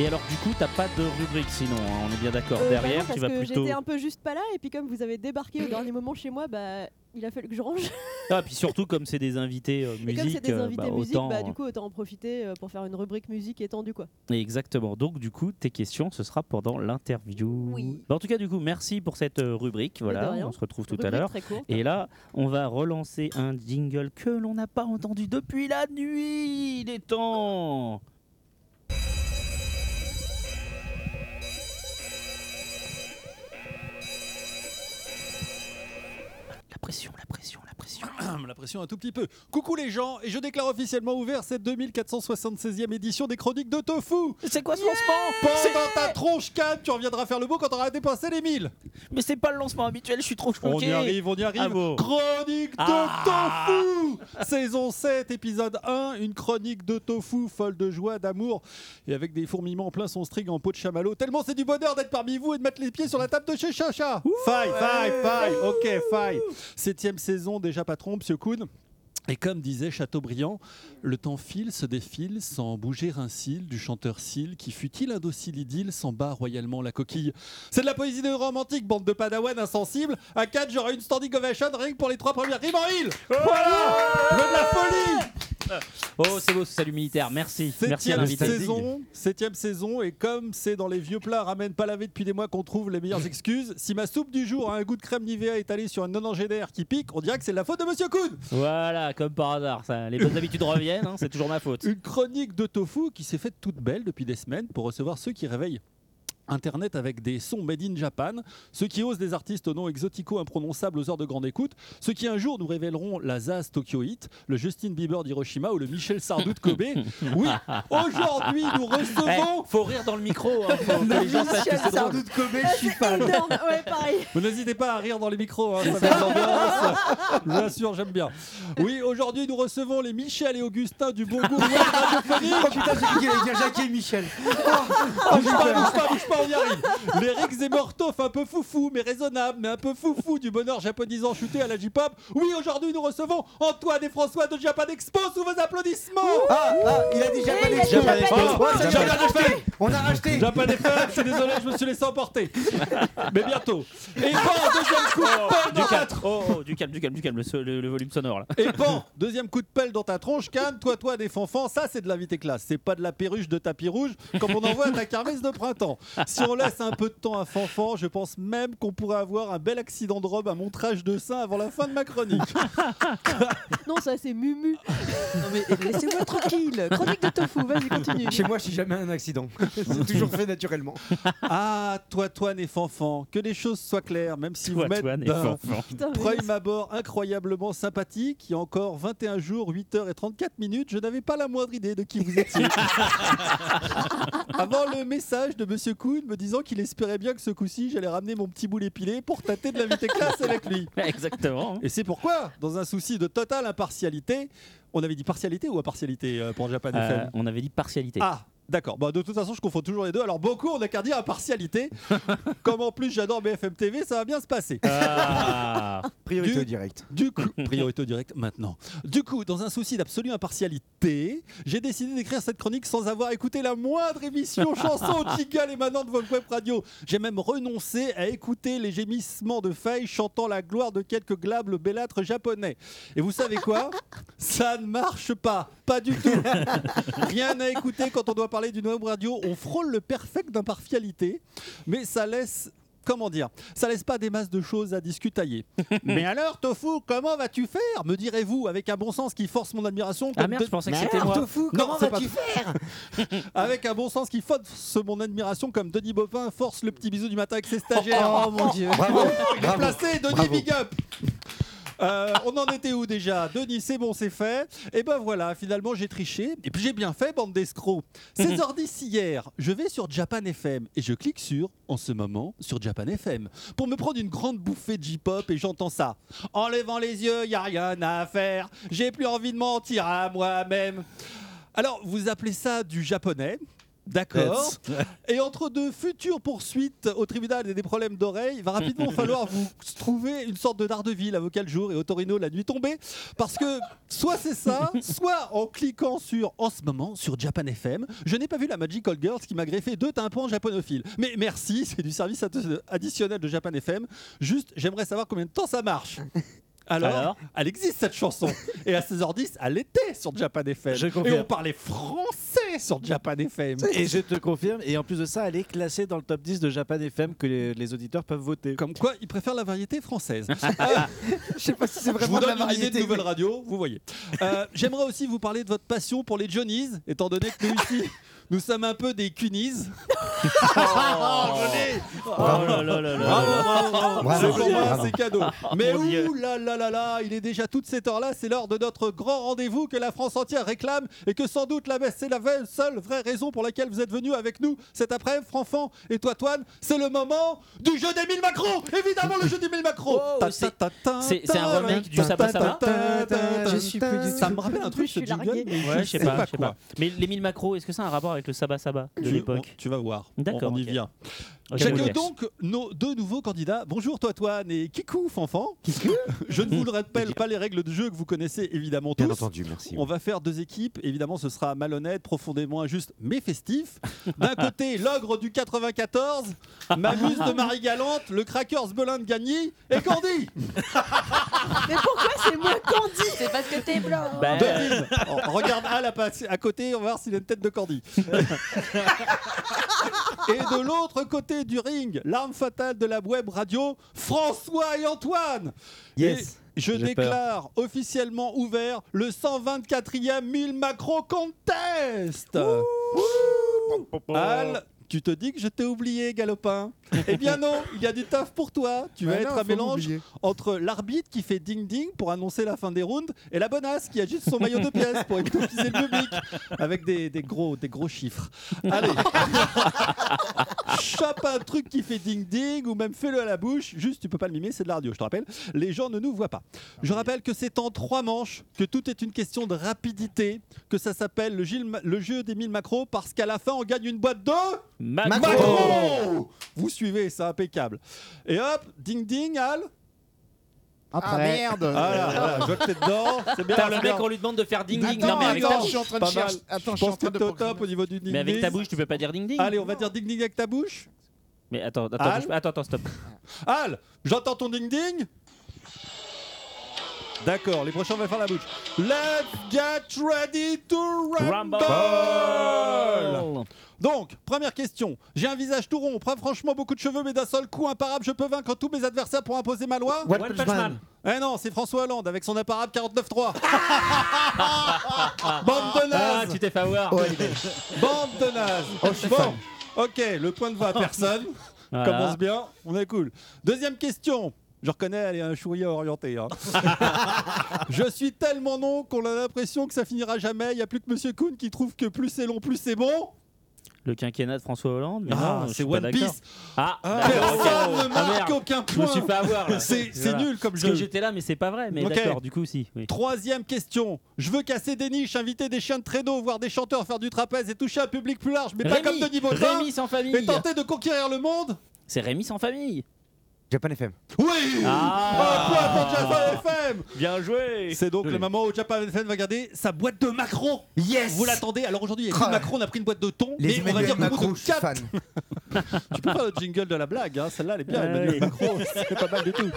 S1: et alors, du coup, t'as pas de rubrique sinon, hein, on est bien d'accord.
S4: Euh, bah non,
S1: Derrière,
S4: parce
S1: tu vas
S4: que
S1: plutôt.
S4: J'étais un peu juste pas là, et puis comme vous avez débarqué au dernier moment chez moi, bah il a fallu que je range.
S1: Ah, puis surtout, comme c'est des invités euh,
S4: et
S1: musique,
S4: comme c'est des
S1: euh,
S4: invités
S1: bah,
S4: musique,
S1: autant.
S4: bah du coup autant en profiter euh, pour faire une rubrique musique étendue quoi.
S1: euh, Exactement. Donc du coup, tes questions, ce sera pendant l'interview. Bah, en tout cas, du coup, merci pour cette euh, rubrique. Voilà,
S4: rien.
S1: on se retrouve tout
S4: Rubrique
S1: à l'heure.
S4: très courte.
S1: Et là, on va relancer un jingle que l'on n'a pas entendu depuis la nuit des temps. La pression, la pression, la pression.
S6: Ah,
S15: la pression un tout petit peu. Coucou les gens, et je déclare officiellement ouvert cette 2476e édition des Chroniques de Tofu.
S1: C'est quoi ce
S15: lancement C'est dans ta tronche 4, tu reviendras faire le beau quand on aura dépassé les 1000.
S1: Mais c'est pas le lancement habituel, je suis trop Ah
S15: On y arrive, on y arrive. Chronique de Tofu Saison 7, épisode 1, une chronique de Tofu folle de joie, d'amour, et avec des fourmillements en plein son string en peau de chamallow. Tellement c'est du bonheur d'être parmi vous et de mettre les pieds sur la table de chez Chacha. Faille, faille, faille, ok, faille. Septième saison, déjà patron, Psyo Koun. Et comme disait Chateaubriand, le temps file, se défile, sans bouger un cil du chanteur Cil, qui fut-il indocile idylle, s'en bat royalement la coquille. C'est de la poésie de romantique, bande de padawan insensibles. À 4, j'aurai une standing ovation rien que pour les trois premières rimes en île. Voilà Le de la folie
S1: Oh, c'est beau ce salut militaire, merci. Merci
S15: Septième
S1: à l'invité.
S15: saison, septième saison, et comme c'est dans les vieux plats ramen pas lavé depuis des mois qu'on trouve les meilleures excuses, si ma soupe du jour a un goût de crème Nivea étalée sur un non-angénaire qui pique, on dirait que c'est de la faute de Monsieur Kuhn
S1: Voilà, comme par hasard, ça. les bonnes habitudes reviennent, hein, c'est toujours ma faute.
S15: Une chronique de tofu qui s'est faite toute belle depuis des semaines pour recevoir ceux qui réveillent Internet avec des sons made in Japan, ceux qui osent des artistes aux noms exotico imprononçables aux heures de grande écoute, ceux qui un jour nous révéleront la Zaz Tokyo Hit, le Justin Bieber d'Hiroshima ou le Michel Sardou de Kobe. Oui, aujourd'hui nous recevons.
S13: Eh, faut rire dans le micro.
S15: Oh,
S13: hein, faut que les gens sachent que c'est drôle.
S4: Ah,
S15: Vous n'hésitez pas à rire dans les micros, hein, ça met l'ambiance. Je vous assure, j'aime bien. Oui, aujourd'hui, nous recevons les Michel et Augustin du bon goût. oh putain, j'ai dit qu'il Jacques et Michel. oh, bouge pas, bouge pas, bouge pas, on y arrive. Les Rix et Mortoph, un peu foufou, mais raisonnable, mais un peu foufou, du bonheur japonisant chuté à la J-pop. Oui, aujourd'hui, nous recevons Antoine et François de Japan Expo sous vos applaudissements.
S8: Ah, ah, il a dit Japan Expo.
S15: Japan
S8: Japan Expo.
S15: Oh,
S8: Japan
S15: Japan
S8: Expo.
S15: Expo.
S8: On a racheté.
S15: Japan Expo, je suis désolé, je me suis laissé emporter. Mais bientôt. Et pas en deuxième coup, pas en
S13: Du calme. Oh, oh, du calme, du calme, du calme, le, so- le- le volume sonore là.
S15: Et bon, deuxième coup de pelle dans ta tronche, Cannes, toi, toi, des fanfans, ça c'est de l'invité classe. C'est pas de la perruche de tapis rouge comme on envoie à ta kermesse de printemps. Si on laisse un peu de temps à fanfan, je pense même qu'on pourrait avoir un bel accident de robe, un montrage de sein avant la fin de ma chronique.
S4: Non, ça c'est Mumu.
S8: laissez-moi
S4: tranquille. Euh, Chronique de tofu, vas-y, continue.
S8: Chez moi, je suis jamais un accident. C'est toujours fait naturellement.
S15: Ah, toi, toi, et fanfan, que les choses soient claires, même si vous
S8: Toi,
S15: m'êtes
S8: Toine et
S15: d'un
S8: Fanfan. Putain, mais-
S15: prime abord incroyablement sympathique, il y a encore 21 jours, 8h et 34 minutes, je n'avais pas la moindre idée de qui vous étiez. Avant le message de Monsieur Kuhn me disant qu'il espérait bien que ce coup-ci, j'allais ramener mon petit boule épilé pour tâter de l'invité classe avec lui.
S13: Exactement.
S15: Et c'est pourquoi, dans un souci de totale impartialité, on avait dit partialité ou impartialité euh, pour Japan
S13: Euh,
S15: FM
S13: on avait dit partialité.
S15: ah, d'accord. Bah, de toute façon, je confonds toujours les deux. Alors, beaucoup, on n'a qu'à dire impartialité. Comme en plus, j'adore BFM TV, ça va bien se passer.
S8: Ah. Priorité
S15: du,
S8: au direct.
S15: Du coup, priorité au direct maintenant. Du coup, dans un souci d'absolue impartialité, j'ai décidé d'écrire cette chronique sans avoir écouté la moindre émission chanson jingle émanant de votre web radio. J'ai même renoncé à écouter les gémissements de Faye chantant la gloire de quelques glables bellâtres japonais. Et vous savez quoi Ça ne marche pas, pas du tout. Rien à écouter quand on doit parler d'une web radio. On frôle le perfect d'impartialité, mais ça laisse. Comment dire Ça laisse pas des masses de choses à discutailler. Mais alors, Tofu, comment vas-tu faire Me direz-vous, avec un bon sens qui force mon admiration.
S13: Ah
S15: comme
S13: merde,
S15: de-
S13: je pensais que
S15: Mais
S13: c'était
S15: alors,
S13: moi.
S15: Tofu,
S13: Non,
S15: comment
S13: c'est pas
S15: vas-tu faire Avec un bon sens qui force mon admiration, comme Denis Bopin force le petit bisou du matin avec ses stagiaires.
S8: Oh, mon Dieu.
S15: Bravo,
S8: Bravo,
S15: Il est
S8: bravo,
S15: placé, Denis
S8: bravo.
S15: Big Up Euh, on en était où déjà Denis, c'est bon, c'est fait. Et ben voilà, finalement j'ai triché. Et puis j'ai bien fait, bande d'escrocs. 16h10 hier, je vais sur Japan FM et je clique sur, en ce moment, sur Japan FM pour me prendre une grande bouffée de J-pop et j'entends ça. En levant les yeux, y a rien à faire. J'ai plus envie de mentir à moi-même. Alors, vous appelez ça du japonais D'accord.
S8: That's-
S15: Et entre deux futures poursuites au tribunal et des problèmes d'oreilles, il va rapidement falloir vous trouver une sorte de Daredevil, avocat le jour et Otorino la nuit tombée. Parce que soit c'est ça, soit en cliquant sur en ce moment sur Japan FM, je n'ai pas vu la Magic Old Girls qui m'a greffé deux tympans japonophiles. Mais merci, c'est du service addi- additionnel de Japan FM. Juste, j'aimerais savoir combien de temps ça marche. Alors,
S13: Alors
S15: elle existe cette chanson. Et à 16h10, elle était sur Japan FM.
S9: Je
S15: et
S9: confirme.
S15: on parlait français sur Japan FM.
S9: Et je te confirme, et en plus de ça, elle est classée dans le top 10 de Japan FM que les, les auditeurs peuvent voter.
S15: Comme quoi, ils préfèrent la variété française.
S8: Euh, Je sais pas si c'est
S15: Je
S8: vraiment
S15: vous
S8: de la
S15: donne une idée de
S8: variété.
S15: nouvelle radio, vous voyez. Euh, J'aimerais aussi vous parler de votre passion pour les Johnnies, étant donné que nous ici, nous sommes un peu des Cunis.
S13: Oh là là là là là.
S15: Bravo, bravo, bravo.
S13: Bravo,
S15: C'est pour moi,
S13: bravo. Ah,
S15: c'est cadeau.
S5: Ah,
S15: Mais
S13: Mon Dieu.
S15: ouh là là là là, il est déjà toute cette heure-là, c'est l'heure de notre grand rendez-vous que la France entière réclame et que sans doute la baisse, c'est la ve- seule vraie raison pour laquelle vous êtes venus avec nous cet après-midi, Franfan et toi, Toine. C'est le moment du jeu des 1000 macros Évidemment, le jeu des 1000 macros Ta- ta- ta- ta-
S13: c'est- c'est un
S15: ta-
S13: remake du
S15: ta-
S13: Saba
S15: ta-
S13: Saba
S15: ta- ta-
S13: Je suis plus du
S15: Ça
S13: tout-
S15: me rappelle un truc, ce
S13: Ah,
S15: jingle, mais
S13: Ouais, je sais pas, je sais
S15: quoi.
S13: pas. Mais les 1000 macros, est-ce que ça a un rapport avec le sabbat sabbat de
S15: Tu-
S13: l'époque
S15: Tu vas voir.
S13: D'accord.
S15: On y
S13: ok.
S15: vient.
S13: Ok,
S15: J'accueille
S13: ok.
S15: donc nos deux nouveaux candidats. Bonjour toi, Toine et Kikou Fanfan. Je ne vous le rappelle pas les règles de jeu que vous connaissez évidemment tous.
S8: Bien entendu, merci.
S15: On va faire deux équipes. Évidemment, ce sera malhonnête, profondément injuste, mais festif. D'un côté, l'ogre du 94, ma muse de Marie Galante, le crackers Belin de Gagny et Candy.
S5: Mais pourquoi c'est moi Candy C'est parce que t'es blanc.
S12: hein.
S1: Bah,
S8: Ben.
S15: Devine. Oh, Regarde Al à, pas- à côté, on va voir s'il a une tête de Candy. Et de l'autre côté du ring, l'arme fatale de la web radio, François et Antoine.
S8: Yes,
S15: Et je
S8: j'ai
S15: déclare officiellement ouvert le 124e 1000 Macro Contest. Al, Tu te dis que je t'ai oublié, Galopin. eh bien non, il y a du taf pour toi. Tu vas
S14: Mais Bah non,
S15: être un
S14: faut
S15: mélange
S14: m'oublier.
S15: entre l'arbitre qui fait ding-ding pour annoncer la fin des rounds et la bonasse qui ajuste son maillot de pièces pour hypnotiser le public avec des, des gros, des gros chiffres. Allez, chope un truc qui fait ding-ding ou même fais-le à la bouche. Juste, tu peux pas le mimer, c'est de la radio, je te rappelle. Les gens ne nous voient pas.
S10: Ah
S15: Je rappelle que c'est en trois manches, que tout est une question de rapidité, que ça s'appelle le, gil- le jeu des 1000 macros parce qu'à la fin, on gagne une boîte de...
S1: Macro.
S15: Macro Vous suivez, c'est impeccable. Et hop, ding-ding, Al
S7: Après. Ah, merde.
S15: Voilà, voilà, je vois que t'es dedans, c'est bien.
S10: Putain, le
S15: c'est
S10: mec,
S15: bien.
S10: on lui demande de faire ding ding.
S15: Attends,
S10: non, mais avec
S15: attends,
S10: ta
S15: je suis en train de
S10: Pas mal.
S15: chercher- attends, je suis en train de programmer.
S10: Mais avec ta bouche, tu peux pas dire ding ding.
S15: Allez, on va dire ding-ding avec ta bouche.
S10: Mais attends, attends,
S15: Al
S10: bouge pas. attends, attends, stop.
S15: Al, j'entends ton ding-ding D'accord, les prochains, on va faire la bouche. Let's get ready to rumble, Donc, première question. J'ai un visage tout rond, pas franchement beaucoup de cheveux, mais d'un seul coup imparable, je peux vaincre tous mes adversaires pour imposer ma loi
S14: One One Punch Punch Man. Man.
S15: Eh non, c'est François Hollande avec son imparable 49-3. Bande de
S10: Ah,
S15: nazes
S10: tu t'es fait avoir.
S15: Bande de nazes
S1: Oh,
S15: Bon, ok, le point de va à personne.
S10: Voilà.
S15: Commence bien, on est cool. Deuxième question. Je reconnais, elle est un chouïa orienté. hein. Je suis tellement non qu'on a l'impression que ça finira jamais. Il n'y a plus que Monsieur Kuhn qui trouve que plus c'est long, plus c'est bon.
S1: Le quinquennat de François Hollande. Mais
S15: Ah,
S1: non, je
S15: c'est
S1: suis pas
S15: One
S1: d'accord.
S15: Piece.
S1: Ah,
S15: Ah,
S1: d'accord, ok.
S15: personne ne
S1: Ah,
S15: marque
S1: merde.
S15: aucun
S1: Je me suis
S15: point.
S1: fait avoir. là.
S15: C'est- c'est nul comme
S1: Parce
S15: jeu.
S1: que j'étais là, mais c'est pas
S13: Ah,
S1: vrai. Mais
S15: Ok.
S1: d'accord, du coup, si. oui.
S15: Troisième question. Je veux casser des niches, inviter des chiens de traîneau, voir des chanteurs faire du trapèze et toucher un public plus large, mais
S1: Rémi,
S15: pas comme Denis Baudin.
S1: Rémi sans famille.
S15: Et tenter de conquérir le monde.
S1: C'est Rémi sans famille.
S14: Japan FM.
S15: Oui
S1: Ah.
S15: Un point pour Japan FM
S1: Bien joué
S15: C'est donc le moment où Japan FM va garder sa boîte de macro
S14: Yes
S15: Vous l'attendez Alors aujourd'hui, il y a
S14: Ah.
S1: Oh.
S15: plus de macro, on a pris une boîte de thon,
S14: Les
S15: mais on va
S14: Emmanuel
S15: dire qu'au bout
S14: Macron,
S15: de
S14: je suis
S15: 4
S14: fan.
S15: Ah, Tu peux faire le jingle de la blague, hein, celle-là elle est bien,
S14: Ah
S15: Emmanuel
S14: oui.
S15: Macron, c'est pas mal du tout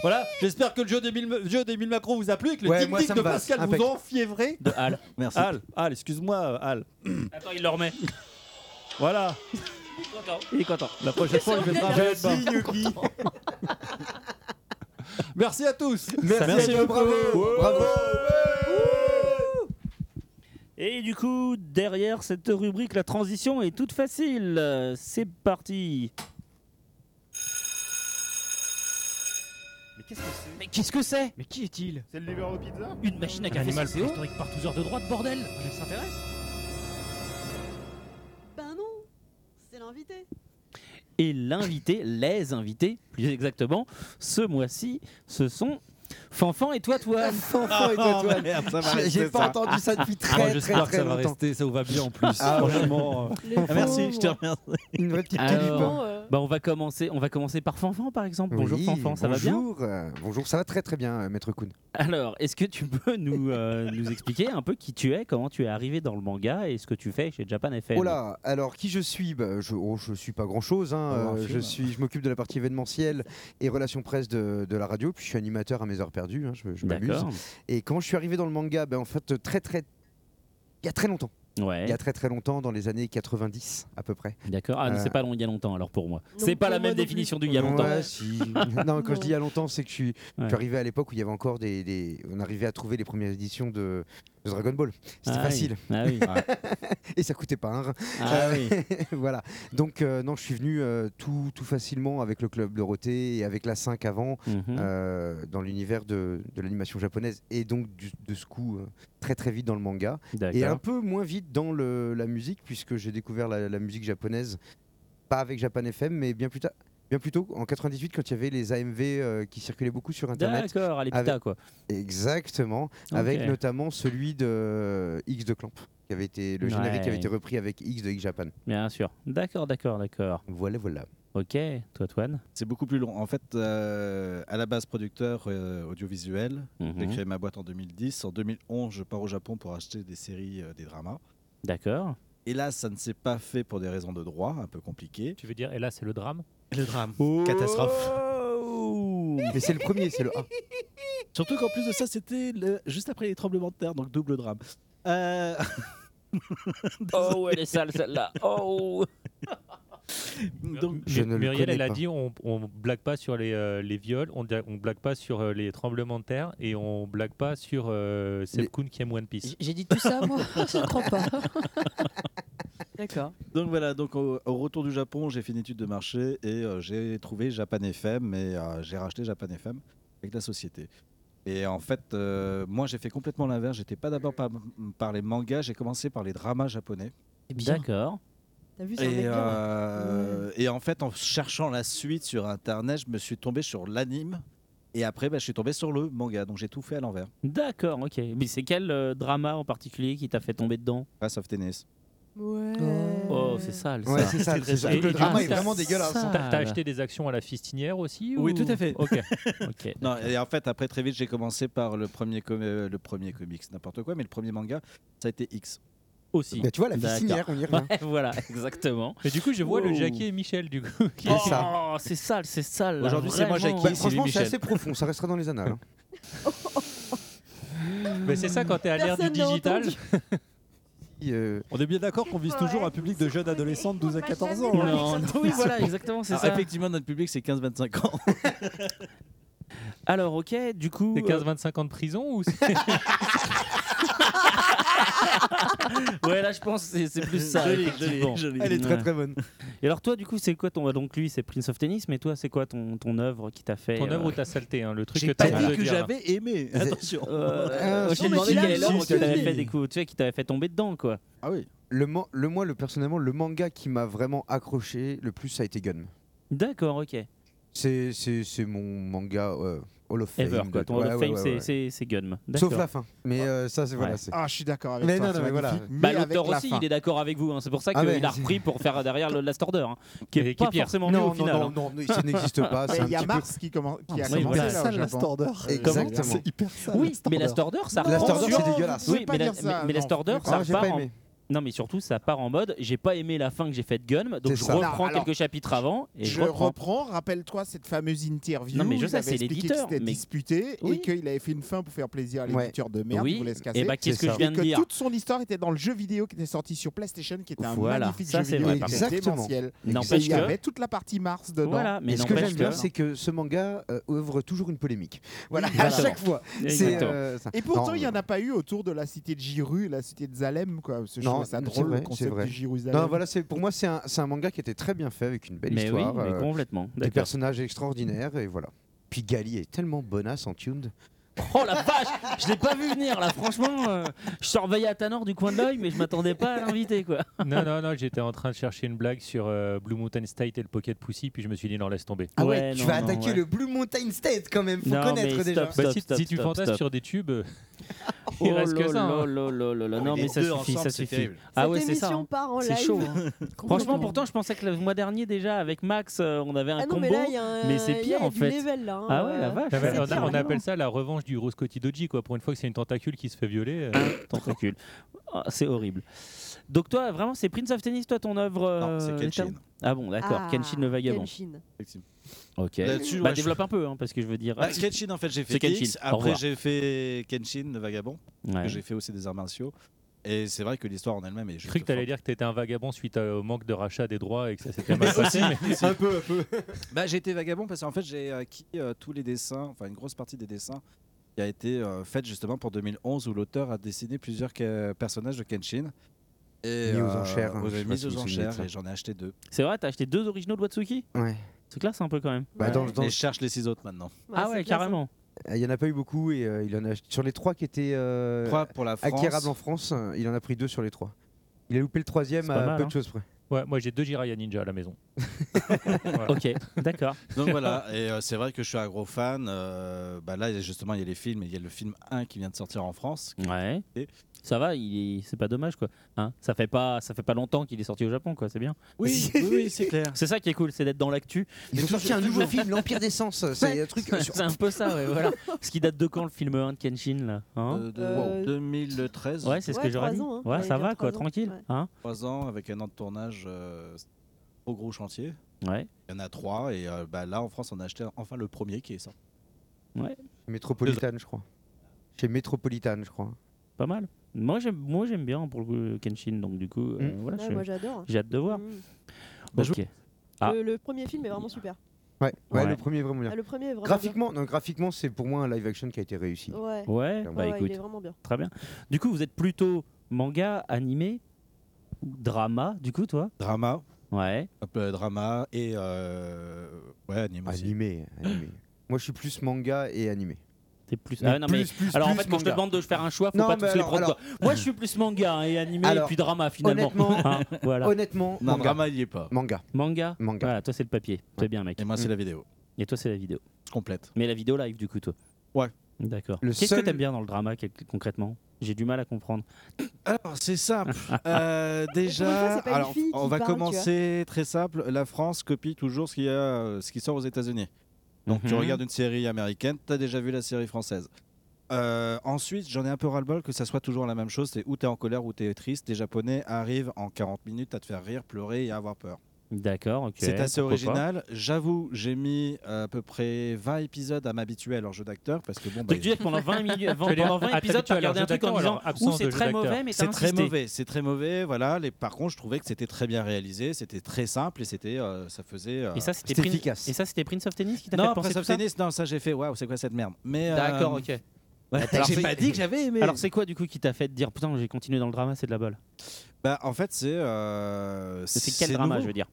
S15: Voilà, j'espère que le jeu des 1000 jeu des mille macros vous a plu et que le
S14: Ouais,
S15: ding
S14: moi, ça
S15: de
S14: me va,
S15: Pascal
S14: impec.
S15: vous enfiévré
S1: De Al.
S14: Merci.
S15: Al, Al, excuse-moi, Al.
S10: Attends, il le remet.
S15: Voilà,
S1: Il est content.
S15: la prochaine fois, je vais
S10: Sur
S15: travailler
S10: le
S15: de bain. Merci à tous
S14: Merci, à vous, bravo, bravo.
S1: Et du coup, derrière cette rubrique, la transition est toute facile. Euh, C'est parti.
S16: Mais qu'est-ce que c'est
S10: Mais qu'est-ce que c'est
S16: Mais qui est-il C'est le livreur au pizza
S10: Une machine à
S16: Un
S10: café
S16: animal
S10: CCO
S16: préhistorique par tous heures de droite, bordel
S10: Mais ça t'intéresse
S4: Ben non, c'est l'invité.
S1: Et l'invité, les invités, plus exactement, ce mois-ci, ce sont Fanfan et Toi Toi.
S14: Fanfan et Toi Toine. Ah, merde, ça va J'ai- rester, j'ai pas ça. entendu ça depuis très,
S2: Ah, Moi, j'espère
S14: très,
S2: que
S14: très
S2: ça va
S14: longtemps.
S2: rester, ça vous va bien en plus.
S14: Ah ouais.
S2: Franchement. euh,
S14: Les
S2: Merci,
S14: pauvres.
S2: je te remercie.
S14: Une vraie petite
S1: Alors,
S14: tulipe.
S1: bah, on va commencer, on va commencer par Fanfan par exemple. Bonjour
S14: Oui,
S1: Fanfan, ça va bien
S14: bonjour, euh, Bonjour, ça va très très bien, euh, Maître Kuhn.
S1: Alors, est-ce que tu peux nous, euh, nous expliquer un peu qui tu es, comment tu es arrivé dans le manga et ce que tu fais chez Japan FM
S14: Oh là, alors qui je suis bah, Je oh, je suis pas grand chose.
S1: Oh, un
S14: je
S1: film.
S14: suis, je m'occupe de la partie événementielle et relations presse de, de la radio. Puis je suis animateur à mes heures perdues. hein, je je m'amuse.
S1: D'accord.
S14: Et comment je suis arrivé dans le manga Ben en fait très très, il y a très longtemps.
S1: Ouais.
S14: Il y a très très longtemps, dans les années 90 à peu près.
S1: D'accord. Ah, mais
S14: Euh,
S1: c'est pas long il y a longtemps alors pour moi.
S10: Non,
S1: C'est pas
S10: pour
S1: la
S10: moi
S1: même
S10: non plus.
S1: définition du il y a
S14: Ouais,
S1: longtemps.
S14: si. non, quand je dis il y a longtemps, c'est que je suis, je suis
S1: Ouais.
S14: arrivé à l'époque où il y avait encore des, des- On arrivait à trouver les premières éditions de, de Dragon Ball. C'était
S1: Ah oui.
S14: facile.
S1: Ah oui.
S14: Et ça coûtait pas un rein.
S1: Ah
S14: Euh, voilà. Donc, euh, non, je suis venu euh, tout, tout facilement avec le club Dorothée et avec la 5 avant,
S1: Mhm.
S14: euh, dans l'univers de, de l'animation japonaise et donc du- de ce coup euh, très très vite dans le manga.
S1: D'accord.
S14: Et un peu moins vite dans le- la musique, puisque j'ai découvert la, la musique japonaise, pas avec Japan FM, mais bien plus tard. Bien plus tôt, en 98, quand il y avait les AMV euh, qui circulaient beaucoup sur Internet.
S1: D'accord, à l'EPTA,
S14: Avec-
S1: quoi.
S14: Exactement,
S1: Ok.
S14: avec notamment celui de euh, X de Clamp, qui avait été le générique qui avait
S1: Ouais.
S14: été repris avec X de X Japan.
S1: Bien sûr. D'accord, d'accord, d'accord.
S14: Voilà, voilà.
S1: Ok, toi, Toine.
S9: C'est beaucoup plus long. En fait, euh, à la base, producteur euh, audiovisuel. J'ai
S1: Mhm.
S9: créé ma boîte en 2010. En 2011, je pars au Japon pour acheter des séries, euh, des dramas.
S1: D'accord.
S9: Et là, ça ne s'est pas fait pour des raisons de droit, un peu compliquées. Oh.
S2: Tu veux dire, et là, c'est le drame
S9: Le drame. Catastrophe. Oh.
S14: Mais c'est le premier, c'est le A.
S9: Surtout qu'en plus de ça, c'était le- juste après les tremblements de terre, donc double drame. Euh,
S10: Oh, elle est sale celle-là. Oh.
S9: Donc,
S14: Je
S5: Euh,
S14: ne le
S2: Muriel,
S14: connais
S2: elle a
S14: pas.
S2: dit on, on blague pas sur les, euh, les viols, on, dia- on blague pas sur euh, les tremblements de terre et on blague pas sur euh, Seb
S14: Les-
S2: Kuhn qui aime One Piece.
S5: J'ai dit tout ça, moi Je ne crois pas. D'accord.
S9: Donc voilà, donc au, au retour du Japon, j'ai fait une étude de marché et euh, j'ai trouvé Japan FM et euh, j'ai racheté Japan FM avec la société. Et en fait, euh, moi j'ai fait complètement l'inverse. J'étais pas d'abord par, par les mangas, j'ai commencé par les dramas japonais.
S1: D'accord.
S4: T'as vu, c'est un
S9: Et,
S4: mec-là.
S9: euh, et en fait, en cherchant la suite sur internet, je me suis tombé sur l'anime et après, bah, je suis tombé sur le manga. Donc j'ai tout fait à l'envers.
S1: D'accord, ok. Mais c'est quel euh, drama en particulier qui t'a fait tomber dedans
S9: Pass of Tennis.
S4: Ouais.
S1: Oh, c'est sale.
S9: Ouais,
S1: ça.
S9: c'est sale, c'est sale.
S1: Et- et
S9: Le
S1: du
S9: drama
S1: coup,
S9: est
S1: t'as-
S9: vraiment dégueulasse.
S1: ça,
S2: T'as
S1: là.
S2: t'as acheté des actions à la fistinière aussi
S9: Oui,
S2: ou-
S9: tout à fait.
S2: Ok. Ok.
S9: Non, et en fait, après, très vite, j'ai commencé par le premier, com- euh, le premier comics, n'importe quoi, mais le premier manga, ça a été X.
S1: Aussi.
S9: Bah, tu vois, la
S1: D'accord.
S9: fistinière, on y revient. Oh.
S1: Ouais, voilà, exactement.
S2: Et du coup, je vois le Jackie et Michel, du coup. qui-
S1: Oh, c'est sale, c'est
S7: Ah
S1: sale. là,
S9: Aujourd'hui, c'est moi,
S1: vraiment.
S9: Jackie,
S14: Bah, franchement, c'est assez profond, ça restera dans les annales. hein.
S2: Mais c'est ça quand t'es à l'ère du
S15: Personne n'a
S2: digital.
S15: entendu. On est bien d'accord qu'on vise toujours un public de jeunes adolescents de 12 à 14 ans. hein.
S2: Non, non, oui, voilà,
S1: exactement, c'est
S9: Alors,
S1: ça.
S9: Effectivement, notre public, c'est 15-25 ans.
S1: Alors, ok, du coup. euh,
S2: C'est 15-25 ans de prison ou
S1: ouais, là, je pense que c'est- c'est plus ça.
S2: Jolie,
S1: effectivement.
S2: jolie, jolie. Elle est très,
S1: Ouais.
S2: très bonne.
S1: Et alors, toi, du coup, c'est quoi ton. Donc, lui, c'est Prince of Tennis, mais toi, c'est quoi ton, ton œuvre qui t'a fait.
S2: Ton œuvre
S1: euh,
S2: ou ta saleté, hein, le truc
S1: J'ai
S2: que
S1: pas
S2: t'as
S1: dit
S2: envie de
S1: que
S2: dire, là.
S1: j'avais
S9: aimé, attention.
S1: Euh, je t'ai
S14: Non, mais
S1: demandé
S14: si,
S1: quelle est
S14: si,
S1: l'œuvre
S14: si,
S1: qui t'avait
S14: si.
S1: fait des coups, tu sais, qui t'avait fait tomber dedans, quoi.
S9: Ah oui.
S14: Le man- le, moi, le, personnellement, le manga qui m'a vraiment accroché le plus, ça a été Gun.
S1: D'accord, ok.
S14: C'est c'est- c'est mon manga euh, Hall of Fame.
S1: Ever, quoi.
S14: de-
S1: Ton
S14: ouais,
S1: Hall of
S14: ouais,
S1: Fame,
S14: ouais,
S1: c'est-
S14: ouais.
S1: c'est c'est Gunm.
S14: Sauf
S1: D'accord.
S14: la fin. Mais euh, ça, c'est voilà.
S1: Ouais.
S14: c'est-
S7: Ah, je suis d'accord avec
S14: mais
S7: toi,
S14: Non, non,
S7: c'est
S14: mais voilà.
S7: magnifique.
S1: Bah,
S14: Mais
S1: l'auteur
S14: avec la
S1: aussi,
S14: fin.
S1: il est d'accord avec vous. hein. C'est pour ça
S14: Ah
S1: qu'il
S14: ouais,
S1: a
S14: c'est-
S1: repris pour faire derrière le Last Order, hein, qui
S2: Et
S1: est
S2: qui est
S1: pas
S2: pire.
S1: forcément
S14: Non,
S1: mieux au
S14: non,
S1: final.
S14: non,
S1: hein.
S14: non, non, ça n'existe pas.
S7: Mais
S14: c'est un
S7: il y a
S14: petit peu-
S7: Mars qui, commence, qui a
S1: Oui,
S7: commencé
S1: voilà.
S7: là, au
S1: Sale
S7: Japon.
S1: Last Order.
S14: Exactement.
S1: C'est
S14: hyper
S1: Oui, mais Last Order, ça
S14: Last
S1: reprend
S14: Order,
S1: sur-
S14: c'est dégueulasse.
S1: Oui,
S14: Faut
S1: mais,
S14: pas
S1: la-
S14: dire ça,
S1: mais- mais
S14: non.
S1: Last Order,
S14: Ah,
S1: ça
S14: j'ai
S1: repart
S14: pas
S1: en-
S14: aimé.
S1: Non, mais surtout, ça part en mode j'ai pas aimé la fin que j'ai faite Gun, donc
S14: C'est
S1: je
S14: ça.
S1: reprends
S7: Non, alors,
S1: quelques chapitres avant et je,
S7: je reprends. Rappelle-toi cette fameuse interview.
S1: Non, mais je
S7: où il
S1: sais,
S7: avait
S1: c'est
S7: expliqué
S1: l'éditeur,
S7: qu'il s'était
S1: mais-
S7: disputé
S1: Oui.
S7: et qu'il avait fait une fin pour faire plaisir à
S1: Ouais.
S7: l'éditeur de merde
S1: Oui.
S7: qui voulait se
S1: Et
S7: casser.
S1: bah, qu'est-ce que je
S7: Et
S1: viens de dire
S7: toute son histoire était dans le jeu vidéo qui était sorti sur PlayStation, qui était un
S1: Voilà.
S7: magnifique
S1: Ça,
S7: jeu
S1: c'est
S7: vidéo
S1: vrai,
S7: qui
S1: par
S7: était
S1: contre.
S7: démentiel.
S1: N'empêche
S7: Et Il y
S1: que-
S7: avait toute la partie Mars dedans.
S1: Voilà, mais
S14: Et ce que
S1: n'empêche
S14: j'aime bien,
S1: que-
S14: c'est que ce manga euh, ouvre toujours une polémique. Voilà, à
S1: Exactement.
S14: chaque fois. C'est,
S1: Exactement.
S14: euh, ça.
S7: Et pourtant,
S14: Non,
S7: il n'y en a pas eu autour de la cité de Jiru et la cité de Zalem. Quoi. Parce que je
S14: Non,
S7: trouvais ça
S14: c'est
S7: drôle,
S14: vrai,
S7: le
S14: c'est
S7: concept
S14: vrai.
S7: du Jérusalem.
S14: Non, voilà, c'est pour moi c'est un, c'est un manga qui était très bien fait avec une belle
S1: Mais oui,
S14: histoire, euh,
S1: mais complètement,
S14: des
S1: d'accord.
S14: personnages extraordinaires et voilà. Puis Gali est tellement bonasse en tuned.
S1: Oh la vache Je l'ai pas vu venir là, franchement. euh, je surveillais Atanor du coin de l'œil, mais je m'attendais pas à l'inviter quoi.
S2: Non, non, non, j'étais en train de chercher une blague sur euh, Blue Mountain State et le Pocket Pussy, puis je me suis dit non, laisse tomber.
S14: Ah ouais, tu vas attaquer le Blue Mountain State quand même, faut
S2: Non,
S14: connaître
S2: mais
S14: déjà.
S2: stop, Bah, stop, si- stop, si tu stop, fantasmes stop. sur des tubes, euh,
S1: Oh
S2: il reste que ça. hein.
S1: là Oh là là là là, Non, mais ça suffit, ça suffit.
S4: Cette
S1: Ah ouais, c'est ça.
S4: émission
S1: hein.
S4: part en
S1: C'est
S4: live.
S1: chaud. hein. Franchement,
S4: Complètement.
S1: pourtant, je pensais que le mois dernier déjà avec Max, euh, on avait un
S4: Ah non,
S1: combo,
S4: mais là, il y a un-
S1: mais c'est
S4: il y
S1: pire
S4: a
S1: en
S4: du
S1: fait.
S4: level, là, hein.
S1: ah ouais, la vache.
S2: Ah bah,
S1: c'est
S2: on, a-
S1: pire,
S2: on
S1: hein.
S2: appelle ça la revanche du Roscotti Doji, quoi. Pour une fois que c'est une tentacule qui se fait violer. euh,
S1: tentacule. Ah, c'est horrible. Donc toi, vraiment, c'est Prince of Tennis, toi, ton œuvre.
S9: Non, c'est
S1: euh,
S9: Kenshin.
S1: Ethan Ah bon, d'accord.
S9: Ah,
S1: Kenshin le vagabond.
S4: Kenshin.
S9: Effectivement.
S1: Ok.
S9: Là-dessus,
S1: bah,
S9: ouais, je-
S1: développe un peu, hein, parce que je veux dire.
S9: Bah, Kenshin, en fait, j'ai
S1: C'est
S9: fait
S1: Kenshin.
S9: X.
S1: Au
S9: Après,
S1: revoir.
S9: j'ai fait Kenshin, le vagabond.
S1: Ouais.
S9: que J'ai fait aussi des arts martiaux. Et c'est vrai que l'histoire en elle-même est
S2: Je
S9: juste.
S2: croyais que t'allais dire que t'étais un vagabond suite à- au manque de rachat des droits et que ça s'était mal passé.
S9: Aussi,
S2: mais-
S9: aussi. Bah, j'ai été vagabond parce qu'en fait, j'ai acquis euh, tous les dessins, enfin une grosse partie des dessins qui a été euh, faite justement pour 2011 où l'auteur a dessiné plusieurs ca- personnages de Kenshin. Et,
S14: Mis aux enchères, hein,
S9: aux-
S14: je sais pas
S9: mis
S14: si
S9: aux
S14: vous vous souvenez de
S9: enchères
S14: ça.
S9: et j'en ai acheté deux.
S1: C'est vrai, t'as acheté deux originaux de Watsuki
S14: Ouais.
S1: C'est classe un peu quand même.
S14: Bah, dans- dans-
S9: Et je cherche les six autres maintenant.
S1: ah
S2: hein.
S1: ouais, carrément.
S14: Euh, Il y en a pas eu beaucoup et euh, il en a sur les trois qui étaient euh,
S9: Trois pour la France.
S14: acquérables en France, euh, il en a pris deux sur les trois. Il a loupé le troisième
S2: C'est
S14: à
S2: pas mal,
S14: peu
S2: hein.
S14: de choses près.
S2: Ouais, moi j'ai deux Jiraiya Ninja à la maison.
S1: Ok, d'accord.
S9: Donc voilà, et euh, c'est vrai que je suis un gros fan. euh, bah là, justement, il y a les films, et il y a le film 1 qui vient de sortir en France.
S1: Ouais. Ça va, il est- c'est pas dommage quoi. Hein ça fait pas, ça fait pas longtemps qu'il est sorti au Japon quoi, c'est bien.
S9: Oui, oui, oui, c'est clair.
S1: C'est ça qui est cool, c'est d'être dans l'actu.
S14: Ils ont sorti un nouveau film, L'Empire des Sens. C'est
S1: Ouais.
S14: un truc.
S1: C'est un peu ça, ouais, voilà. Ce qui date de quand le film 1 de Kenshin là hein
S9: De- de-
S4: Euh,
S9: 2013.
S1: Ouais, c'est ce que j'aurais dit.
S9: hein.
S1: ouais, ça va quoi, tranquille. Hein
S9: 3 ans avec un an de tournage, euh, au gros chantier.
S1: Ouais.
S9: Il y en a trois et euh, bah, là en France on a acheté enfin le premier qui est sorti.
S1: Ouais.
S14: Métropolitane, je crois. Chez Métropolitane, je crois.
S1: Pas mal. Moi j'aime, moi j'aime bien pour le coup, Kenshin, donc du coup, euh,
S14: Mm.
S1: voilà.
S4: Ouais,
S1: je-
S4: moi, j'adore.
S1: J'ai hâte de voir.
S4: Mm.
S1: Ok. Ah.
S4: Le, le premier film est vraiment super.
S14: Ouais, ouais,
S1: Ouais.
S14: le premier est vraiment bien.
S4: Ah, le premier est vraiment
S14: graphiquement, non, graphiquement, c'est pour moi un live action qui a été réussi.
S4: Ouais.
S1: Ouais,
S14: Clairement.
S1: bah
S4: Ouais, il
S1: écoute.
S4: est vraiment bien.
S1: Très bien. Du coup, vous êtes plutôt manga, animé Drama, du coup, toi
S9: Drama.
S1: Ouais.
S9: drama et euh, ouais, anime aussi.
S14: Animé, animé. Moi, je suis plus manga et animé.
S1: T'es plus.
S14: Mais
S13: Ah ouais, non, mais-
S14: plus, plus,
S13: alors en
S14: plus
S13: fait, quand je te
S14: manga.
S13: demande de faire un choix, faut
S14: Non,
S13: pas tous les
S14: mais alors-
S13: prendre.
S14: alors-
S13: quoi. Moi, je suis plus manga hein, et animé et
S14: Alors,
S13: puis drama finalement.
S14: honnêtement-
S13: Hein, voilà.
S14: honnêtement, Non, manga. drama, il y est pas. Manga.
S1: Manga.
S14: Manga.
S1: Voilà, toi c'est le papier. C'est bien, mec. Mm.
S9: Et moi, c'est la vidéo.
S1: Et toi c'est la vidéo.
S9: Complète.
S1: Mais la vidéo live du coup, toi.
S9: Ouais.
S1: D'accord.
S9: Le
S1: Qu'est-ce que
S9: seul-
S1: t'aimes bien dans le drama quel- concrètement J'ai du mal à comprendre.
S9: Alors, c'est simple. Euh,
S1: Pour une fois,
S9: déjà,
S1: c'est pas une
S9: alors,
S1: fille qui
S9: on va
S1: parle, tu
S9: commencer très simple. La France copie toujours ce qu'il y a, euh, ce qui sort aux États-Unis. Donc, tu
S17: Mhm.
S9: regardes une série américaine, tu as déjà vu la série française. Euh, ensuite, j'en ai un peu ras-le-bol que ça soit toujours la même chose. C'est ou t'es en colère ou t'es triste. Les Japonais arrivent en 40 minutes à te faire rire, pleurer et avoir peur.
S1: D'accord, ok.
S9: C'est assez
S1: pourquoi pas.
S9: original. J'avoue, j'ai mis euh, à peu près 20 épisodes à m'habituer à leur jeu d'acteur parce que bon. bah,
S13: Donc, tu veux dire que pendant 20 minutes-
S9: Tu veux
S13: pendant
S9: dire,
S13: 20
S9: à
S13: épisodes,
S9: t'habituer
S13: t'as
S9: à leur
S13: regardé un
S9: jeu
S13: truc en
S9: d'acteur,
S13: disant,
S9: alors,
S13: Ouh,
S9: absence
S13: c'est
S9: de jeu
S13: très
S9: d'acteur.
S13: mauvais, mais t'as
S9: C'est très
S13: insisté.
S9: mauvais, c'est très mauvais. Voilà, les par contre, je trouvais que c'était très bien réalisé, c'était très simple et c'était, euh, ça faisait. euh,
S1: Et ça c'était Prince- Et ça c'était Prince of Tennis qui t'a
S9: Non,
S1: fait penser
S9: Prince
S1: tout
S9: of
S1: ça
S9: Tennis, non, ça j'ai fait. Waouh, c'est quoi cette merde Mais euh,
S1: D'accord, ok.
S9: Ouais,
S1: Alors,
S9: j'ai
S1: c'est-
S9: pas dit que j'avais aimé.
S1: Alors c'est quoi du coup qui t'a fait te dire putain j'ai continué dans le drama c'est de la balle
S9: Bah, en fait, c'est. euh,
S1: C'est quel drama,
S9: nouveau.
S1: je veux dire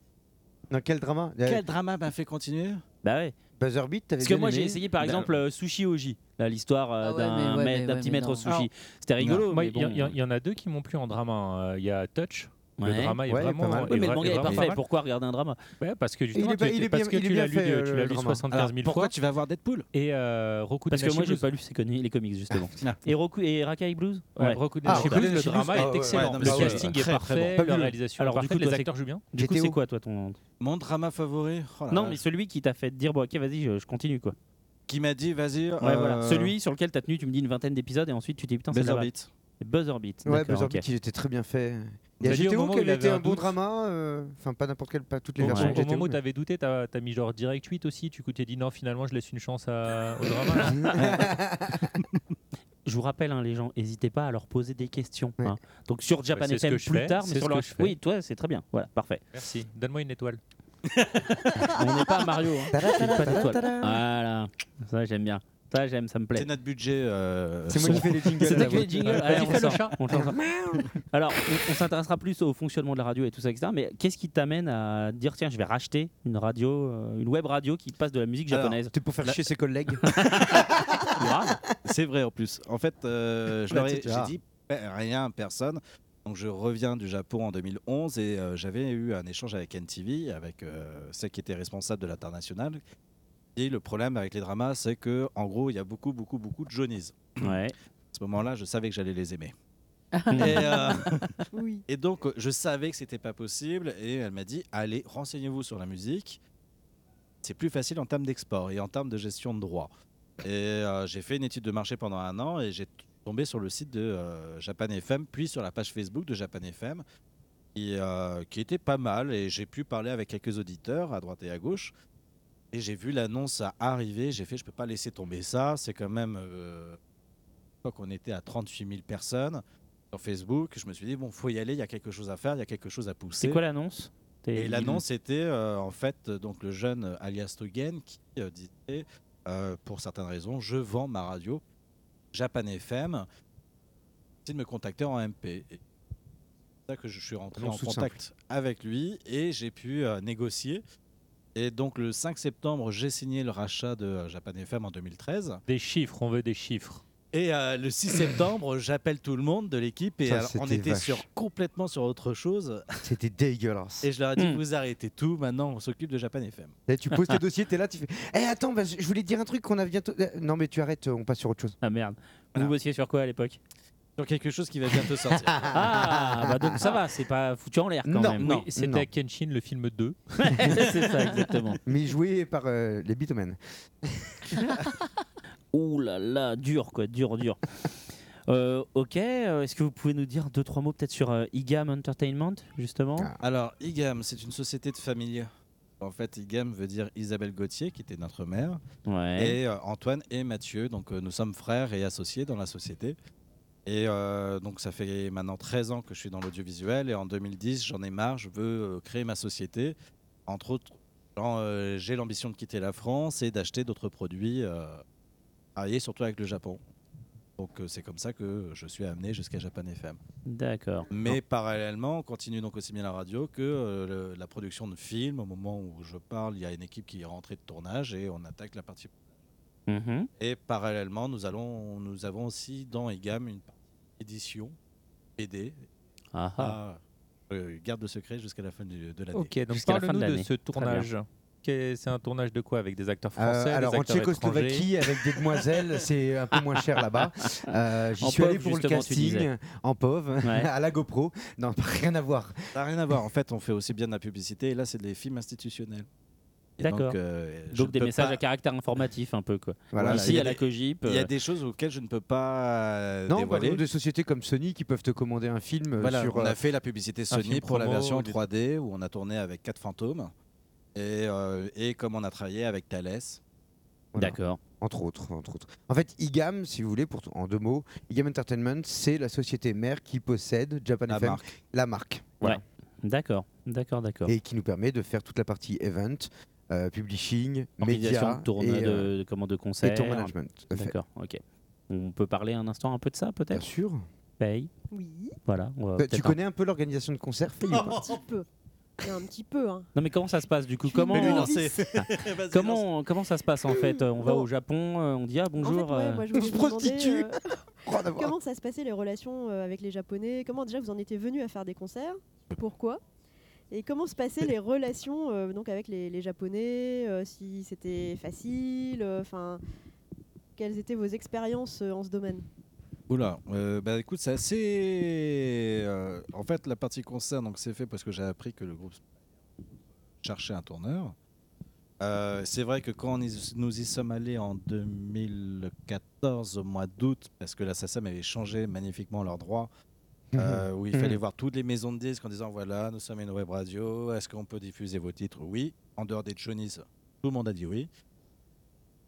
S14: Dans quel drama
S9: Quel drama m'a fait continuer
S1: Bah ouais.
S14: Buzzerbeat, t'avais
S13: Parce que
S14: bien
S13: moi
S14: aimé
S13: j'ai essayé par
S14: Bah,
S13: exemple euh, Sushi Oji, là l'histoire euh,
S14: Ah ouais,
S13: d'un
S14: mais
S13: maître-
S14: ouais, mais
S13: d'un
S14: ouais,
S13: petit
S14: mais
S13: maître
S14: non.
S13: au sushi. C'était rigolo.
S2: Moi,
S13: mais
S2: Il y,
S13: bon.
S2: il y- il y en a deux qui m'ont plu en drama. hein. Il y a Touch.
S13: Ouais.
S2: Le drama est
S13: Ouais, il est pas
S2: vraiment.
S13: mal. Oui, mais le manga est parfait. Pourquoi regarder un drama
S2: ouais, Parce que
S13: Il
S2: justement,
S13: est pas-
S2: tu-
S13: il est
S2: parce
S13: bien-
S2: que
S13: il est
S2: tu l'as
S13: bien
S2: lu,
S13: fait,
S2: de-
S13: euh,
S2: tu
S13: le
S2: l'as lu
S13: drama.
S2: 75 000
S13: Alors,
S2: fois.
S13: pourquoi
S9: tu vas voir Deadpool
S2: Et euh, Roku
S1: Parce que moi j'ai
S2: Blues.
S1: pas lu ces conneries- les comics justement.
S9: Ah.
S1: et Roku et Rakai Blues.
S2: Ouais, Roku
S1: Ah,
S2: Blues,
S1: Blues,
S2: le drama est excellent.
S1: non, mais
S2: le
S1: c'est-
S2: casting est
S1: très, très
S2: parfait,
S1: bon. Pas
S2: la
S1: vu.
S2: réalisation
S1: Alors,
S2: est
S1: du
S2: parfaite,
S1: coup, toi,
S2: les
S1: c'est-
S2: acteurs jouent bien.
S1: Du coup, c'est quoi toi ton
S9: Mon drama favori Oh la
S1: Non,
S9: vache.
S1: mais celui qui t'a fait te dire bon, ok, vas-y, je, je continue quoi.
S9: Qui m'a dit, vas-y. euh,
S1: Ouais, voilà. Celui sur lequel t'as tenu, tu me dis une vingtaine d'épisodes et ensuite tu t'es dit putain, c'est
S9: Buzzer
S1: là-bas.
S9: Beat.
S1: Buzzer Beat.
S14: Ouais,
S1: d'accord,
S14: Buzzerbeat,
S1: ok.
S14: il était très bien fait. Il y
S2: Bah,
S14: a
S2: lui, au
S14: GTO
S2: moment où
S14: qui
S2: il
S14: avait été
S2: avait
S14: un
S2: un
S14: beau
S2: doute.
S14: drama, euh, enfin pas n'importe quelle, pas toutes les
S2: Au moment-
S14: versions de
S2: au moment
S14: GTO,
S2: où
S14: mais-
S2: t'avais douté, t'as t'as mis genre direct 8 aussi. Du coup, t'es dit non, finalement, je laisse une chance à- au drama.
S1: Je vous rappelle, hein, les gens, n'hésitez pas à leur poser des questions. hein. Donc sur Japan
S2: Ouais, Bah, c'est ce
S1: FM
S2: que je
S1: plus
S2: fais,
S1: tard,
S2: c'est
S1: mais sur
S2: ce
S1: leur...
S2: que je fais.
S1: Oui, toi, c'est très bien. Voilà, parfait.
S2: Merci. Donne-moi une étoile.
S1: On n'est pas à Mario. Hein. C'est pas d'étoile. Voilà. Ça, j'aime bien. Ça, j'aime, ça me plaît.
S9: C'est notre budget. euh,
S1: C'est moi qui
S9: son.
S1: fais les jingles, C'est toi qui fais les jingles.
S9: Ouais,
S1: Allez,
S9: on
S1: fais le
S9: sort.
S1: chat. On change ça. Alors, on, on s'intéressera plus au fonctionnement de la radio et tout ça, etc. Mais qu'est-ce qui t'amène à dire tiens, je vais racheter une radio, euh, une web radio qui passe de la musique
S9: Alors,
S1: japonaise
S9: t'es pour faire chier ses
S14: collègues.
S9: C'est vrai en plus. En fait, euh, je
S13: Là,
S9: leur ai-
S13: tu te
S9: j'ai
S13: verras.
S9: dit pe- rien, personne. Donc je reviens du Japon en 2011 et euh, j'avais eu un échange avec NTV, avec euh, celle qui était responsable de l'international. Et le problème avec les dramas, c'est que en gros, il y a beaucoup, beaucoup, beaucoup de jaunies.
S1: Ouais.
S9: À ce moment-là, je savais que j'allais les aimer. et, euh,
S4: Oui.
S9: et donc, euh, je savais que c'était pas possible. Et elle m'a dit allez, renseignez-vous sur la musique. C'est plus facile en termes d'export et en termes de gestion de droits. Et euh, j'ai fait une étude de marché pendant un an et j'ai t- tombé sur le site de euh, Japan FM, puis sur la page Facebook de Japan FM, qui, euh, qui était pas mal. Et j'ai pu parler avec quelques auditeurs à droite et à gauche. Et j'ai vu l'annonce arriver. J'ai fait je peux pas laisser tomber ça. C'est quand même. euh, je crois qu'on était à 38 000 personnes sur Facebook. Je me suis dit, bon, faut y aller, il y a quelque chose à faire, il y a quelque chose à pousser.
S1: C'est quoi l'annonce T'es-
S9: Et l'annonce était euh, en fait euh, donc le jeune euh, alias Togen qui euh, disait, euh, pour certaines raisons, je vends ma radio Japan FM. C'est de me contacter en MP. Et c'est pour ça que je suis rentré
S17: Non,
S9: en
S17: sous
S9: contact
S17: simple.
S9: avec lui et j'ai pu euh, négocier. Et donc le 5 septembre, j'ai signé le rachat de euh, Japan FM en 2013.
S2: Des chiffres, on veut des chiffres.
S9: Et euh, le 6 septembre, j'appelle tout le monde de l'équipe et
S14: Ça,
S9: alors, on
S14: c'était
S9: était
S14: vache.
S9: sur complètement sur autre chose.
S14: C'était dégueulasse.
S9: Et je leur ai dit
S14: Mm.
S9: vous arrêtez tout, maintenant on s'occupe de Japan FM.
S14: Là, tu poses tes dossiers, t'es là, tu fais. Eh, attends, bah, je je voulais te dire un truc qu'on a bientôt. Euh, Non, mais tu arrêtes, euh, on passe sur autre chose.
S1: Ah merde. Vous bossiez sur quoi à l'époque
S9: Sur quelque chose qui va bientôt sortir.
S1: Ah, bah donc ça va, c'est pas foutu en l'air quand
S14: Non,
S1: même.
S14: non,
S1: Oui,
S14: non.
S2: C'était Kenshin, le film 2.
S1: c'est ça, exactement.
S14: Mais joué par euh, les Bitomen.
S1: Ouh là là, dur quoi, dur, dur. Euh, ok, euh, est-ce que vous pouvez nous dire deux, trois mots peut-être sur euh, IGAM Entertainment, justement
S9: Alors, IGAM, c'est une société de famille. En fait, IGAM veut dire Isabelle Gauthier, qui était notre mère,
S1: Ouais.
S9: et euh, Antoine et Mathieu. Donc, euh, nous sommes frères et associés dans la société. Et euh, donc, ça fait maintenant 13 ans que je suis dans l'audiovisuel. Et en 2010, j'en ai marre, je veux euh, créer ma société. Entre autres, genre, euh, j'ai ah, l'ambition de quitter la France et d'acheter d'autres produits, euh, travailler surtout avec le Japon. Donc euh, c'est comme ça que je suis amené jusqu'à Japan FM.
S1: D'accord.
S9: Mais parallèlement, on continue donc aussi bien la radio que euh, le- la production de films. Au moment où je parle, il y a une équipe qui est rentrée de tournage et on attaque la partie.
S1: Mhm.
S9: Et parallèlement, nous, allons, nous avons aussi dans EGAM une partie édition BD.
S1: Ah
S2: ah.
S9: Ah, euh, garde le secret jusqu'à la fin du- de l'année.
S2: Ok, donc parle-nous de, ce tournage. Qu'est- C'est un tournage de quoi Avec des acteurs français
S9: Euh,
S2: des
S9: alors, en
S2: acteurs
S9: Tchécoslovaquie,
S2: étrangers
S14: avec des demoiselles, c'est un peu moins cher là-bas. Euh, J'y
S2: En
S14: suis allé
S9: pauvre,
S14: pour le
S9: justement, tu
S14: casting
S9: disais.
S14: en pauvre,
S9: Ouais.
S14: à la GoPro. Non, rien à voir.
S9: Ça n'a rien à voir. En fait, on fait aussi bien de la publicité. Et là, c'est des films institutionnels. Et
S1: D'accord.
S9: Donc, euh, je
S1: Donc
S9: ne
S1: des
S9: peux
S1: messages
S9: pas-
S1: à caractère informatif un peu quoi.
S9: Voilà.
S1: Ici
S9: Il y a
S1: à la
S9: des-
S1: Cogip.
S9: Il y a
S1: euh,
S9: des choses auxquelles je ne peux pas euh,
S14: Non, bah, par
S9: dévoiler.
S14: exemple, des sociétés comme Sony qui peuvent te commander un film euh,
S9: Voilà,
S14: sur.
S9: on
S14: euh,
S9: a fait la publicité
S14: un
S9: Sony
S14: film
S9: pour la
S14: promo,
S9: version
S14: des-
S9: 3D où on a tourné avec 4 fantômes et, euh, et comme on a travaillé avec Thales.
S1: D'accord.
S14: Entre autres, entre autres. En fait, IGAM, si vous voulez, pour, en deux mots, IGAM Entertainment, c'est la société mère qui possède Japan
S1: La
S14: FM,
S1: marque.
S14: la marque.
S1: Ouais. D'accord. D'accord, d'accord.
S14: Et qui nous permet de faire toute la partie event, euh, publishing,
S1: Organisation
S14: médias,
S1: de tournoi
S14: et,
S1: de,
S14: euh,
S1: de- comment, de concerts.
S14: et tour management. tout à fait.
S1: D'accord, ok. On peut parler un instant un peu de ça peut-être Bien
S14: sûr.
S1: Paye.
S4: Oui.
S1: Voilà. on va
S14: Bah, tu
S1: peut-être
S14: connais un peu l'organisation de concerts Faye, ou
S4: Un
S14: pas
S4: petit peu. Et Un petit peu, hein.
S1: Non mais comment ça se passe du coup
S4: suis
S1: Comment
S4: une novice.
S1: Ah. comment comment ça se passe en fait Euh, On va au Japon, euh, on dit ah bonjour.
S4: En fait, ouais,
S1: euh,
S4: moi, je voulais vous demander, euh, comment ça se passait les relations euh, avec les Japonais Comment déjà vous en étiez venu à faire des concerts Pourquoi Et comment se passaient les relations euh, donc avec les, les Japonais euh, Si c'était facile euh, Enfin, quelles étaient vos expériences euh, en ce domaine
S9: Oula, euh, bah écoute, c'est assez. euh, en fait, la partie concert, donc c'est fait parce que j'ai appris que le groupe cherchait un tourneur. Euh, c'est vrai que quand on y- nous y sommes allés en 2014, au mois d'août, parce que la SACEM avait changé magnifiquement leurs droits, euh, où il
S17: Mhm.
S9: fallait voir toutes les maisons de disques en disant voilà, nous sommes une web radio, est-ce qu'on peut diffuser vos titres Oui. En dehors des Chonis, tout le monde a dit oui.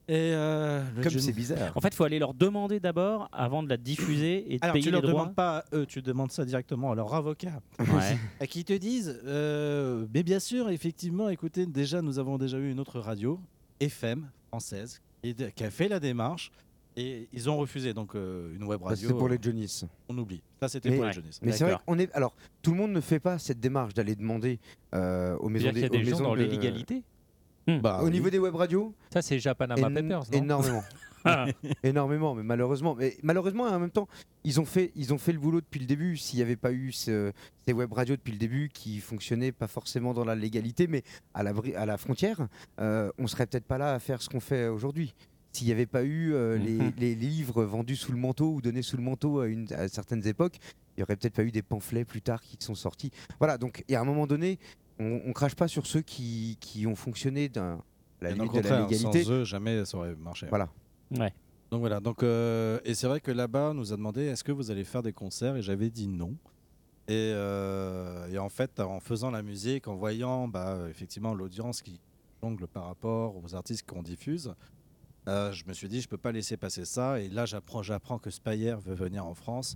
S9: Et le Johnny-
S1: En fait, faut aller leur demander d'abord avant de la diffuser et de
S9: Alors,
S1: payer
S9: tu leur
S1: les droits.
S9: demandes pas à eux, tu demandes ça directement à leur avocat.
S1: Ouais.
S9: à qui te disent euh, Mais bien sûr, effectivement, écoutez, déjà, nous avons déjà eu une autre radio, FM, française, et de- qui a fait la démarche. Et ils ont refusé, donc euh, une web
S14: Bah,
S9: radio.
S14: c'était pour
S9: euh,
S14: les Johnny's.
S9: On oublie. Ça, c'était pour les Johnny's.
S14: mais c'est vrai qu'on est. Alors, tout le monde ne fait pas cette démarche d'aller demander euh, aux maisons
S9: C'est-à-dire qu'il y a
S14: des,
S9: des
S14: aux
S9: gens
S14: maisons
S9: dans
S14: de-
S9: l'illégalité Bah
S14: Au niveau des web radios
S2: Ça, c'est Japanama Papers, non Ah.
S14: Énormément. énormément, mais malheureusement. Mais malheureusement, en même temps, ils ont fait, ils ont fait le boulot depuis le début. S'il n'y avait pas eu ce- ces web radios depuis le début qui fonctionnaient pas forcément dans la légalité, mais à la, bri- à la frontière, euh, on serait peut-être pas là à faire ce qu'on fait aujourd'hui. S'il n'y avait pas eu euh, les,
S1: Mhm.
S14: les livres vendus sous le manteau ou donnés sous le manteau à, une, à certaines époques, il y aurait peut-être pas eu des pamphlets plus tard qui sont sortis. Voilà, donc et à un moment donné, on, on crache pas sur ceux qui, qui ont fonctionné d'un à la
S9: Bien au
S14: limite de la
S9: contraire,
S14: légalité.
S9: Sans eux, jamais ça aurait marché.
S14: Voilà.
S1: Ouais.
S9: Donc voilà. Donc euh, et c'est vrai que là-bas, on nous a demandé est-ce que vous allez faire des concerts et j'avais dit non. Et, euh, et en fait, en faisant la musique, en voyant bah, effectivement l'audience qui jongle par rapport aux artistes qu'on diffuse, euh, je me suis dit je peux pas laisser passer ça. Et là, j'apprends, j'apprends que Spayer veut venir en France.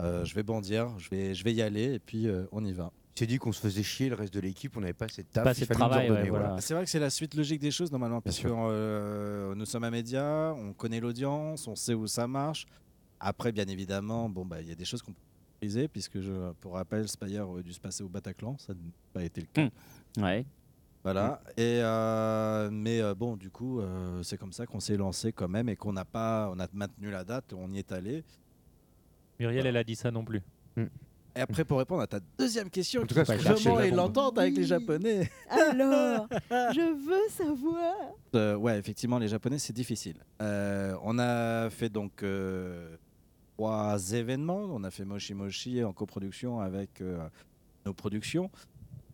S9: Euh, je vais bondir, je vais, je vais y aller et puis euh, on y va.
S14: C'est dit qu'on se faisait chier le reste de l'équipe, on n'avait pas cette taf. il
S9: Pas assez de
S14: fallait nous en
S9: travail,
S14: donner,
S9: ouais,
S14: voilà.
S9: voilà. C'est vrai que c'est la suite logique des choses normalement, parce que euh, nous sommes à média, on connaît l'audience, on sait où ça marche. Après, bien évidemment, bon bah il y a des choses qu'on peut maîtriser, puisque je, pour rappel, Spire aurait dû se passer au Bataclan, ça n'a pas été le cas.
S1: Ouais.
S9: Voilà.
S2: Hmm.
S9: Et euh, mais euh, bon, du coup, euh, c'est comme ça qu'on s'est lancé quand même et qu'on n'a pas, on a maintenu la date, on y est allé.
S2: Muriel, elle a dit ça non plus.
S9: Mm. Et après, pour répondre à ta deuxième question,
S2: En tout cas,
S9: qui est
S2: faut chercher
S9: comment
S2: la
S9: est
S2: bombe.
S9: l'entente avec les
S4: Oui.
S9: Japonais
S4: Alors, je veux savoir.
S9: Euh, ouais, effectivement, les Japonais, c'est difficile. Euh, on a fait donc euh, trois événements. On a fait Moshi Moshi en coproduction avec euh, nos productions.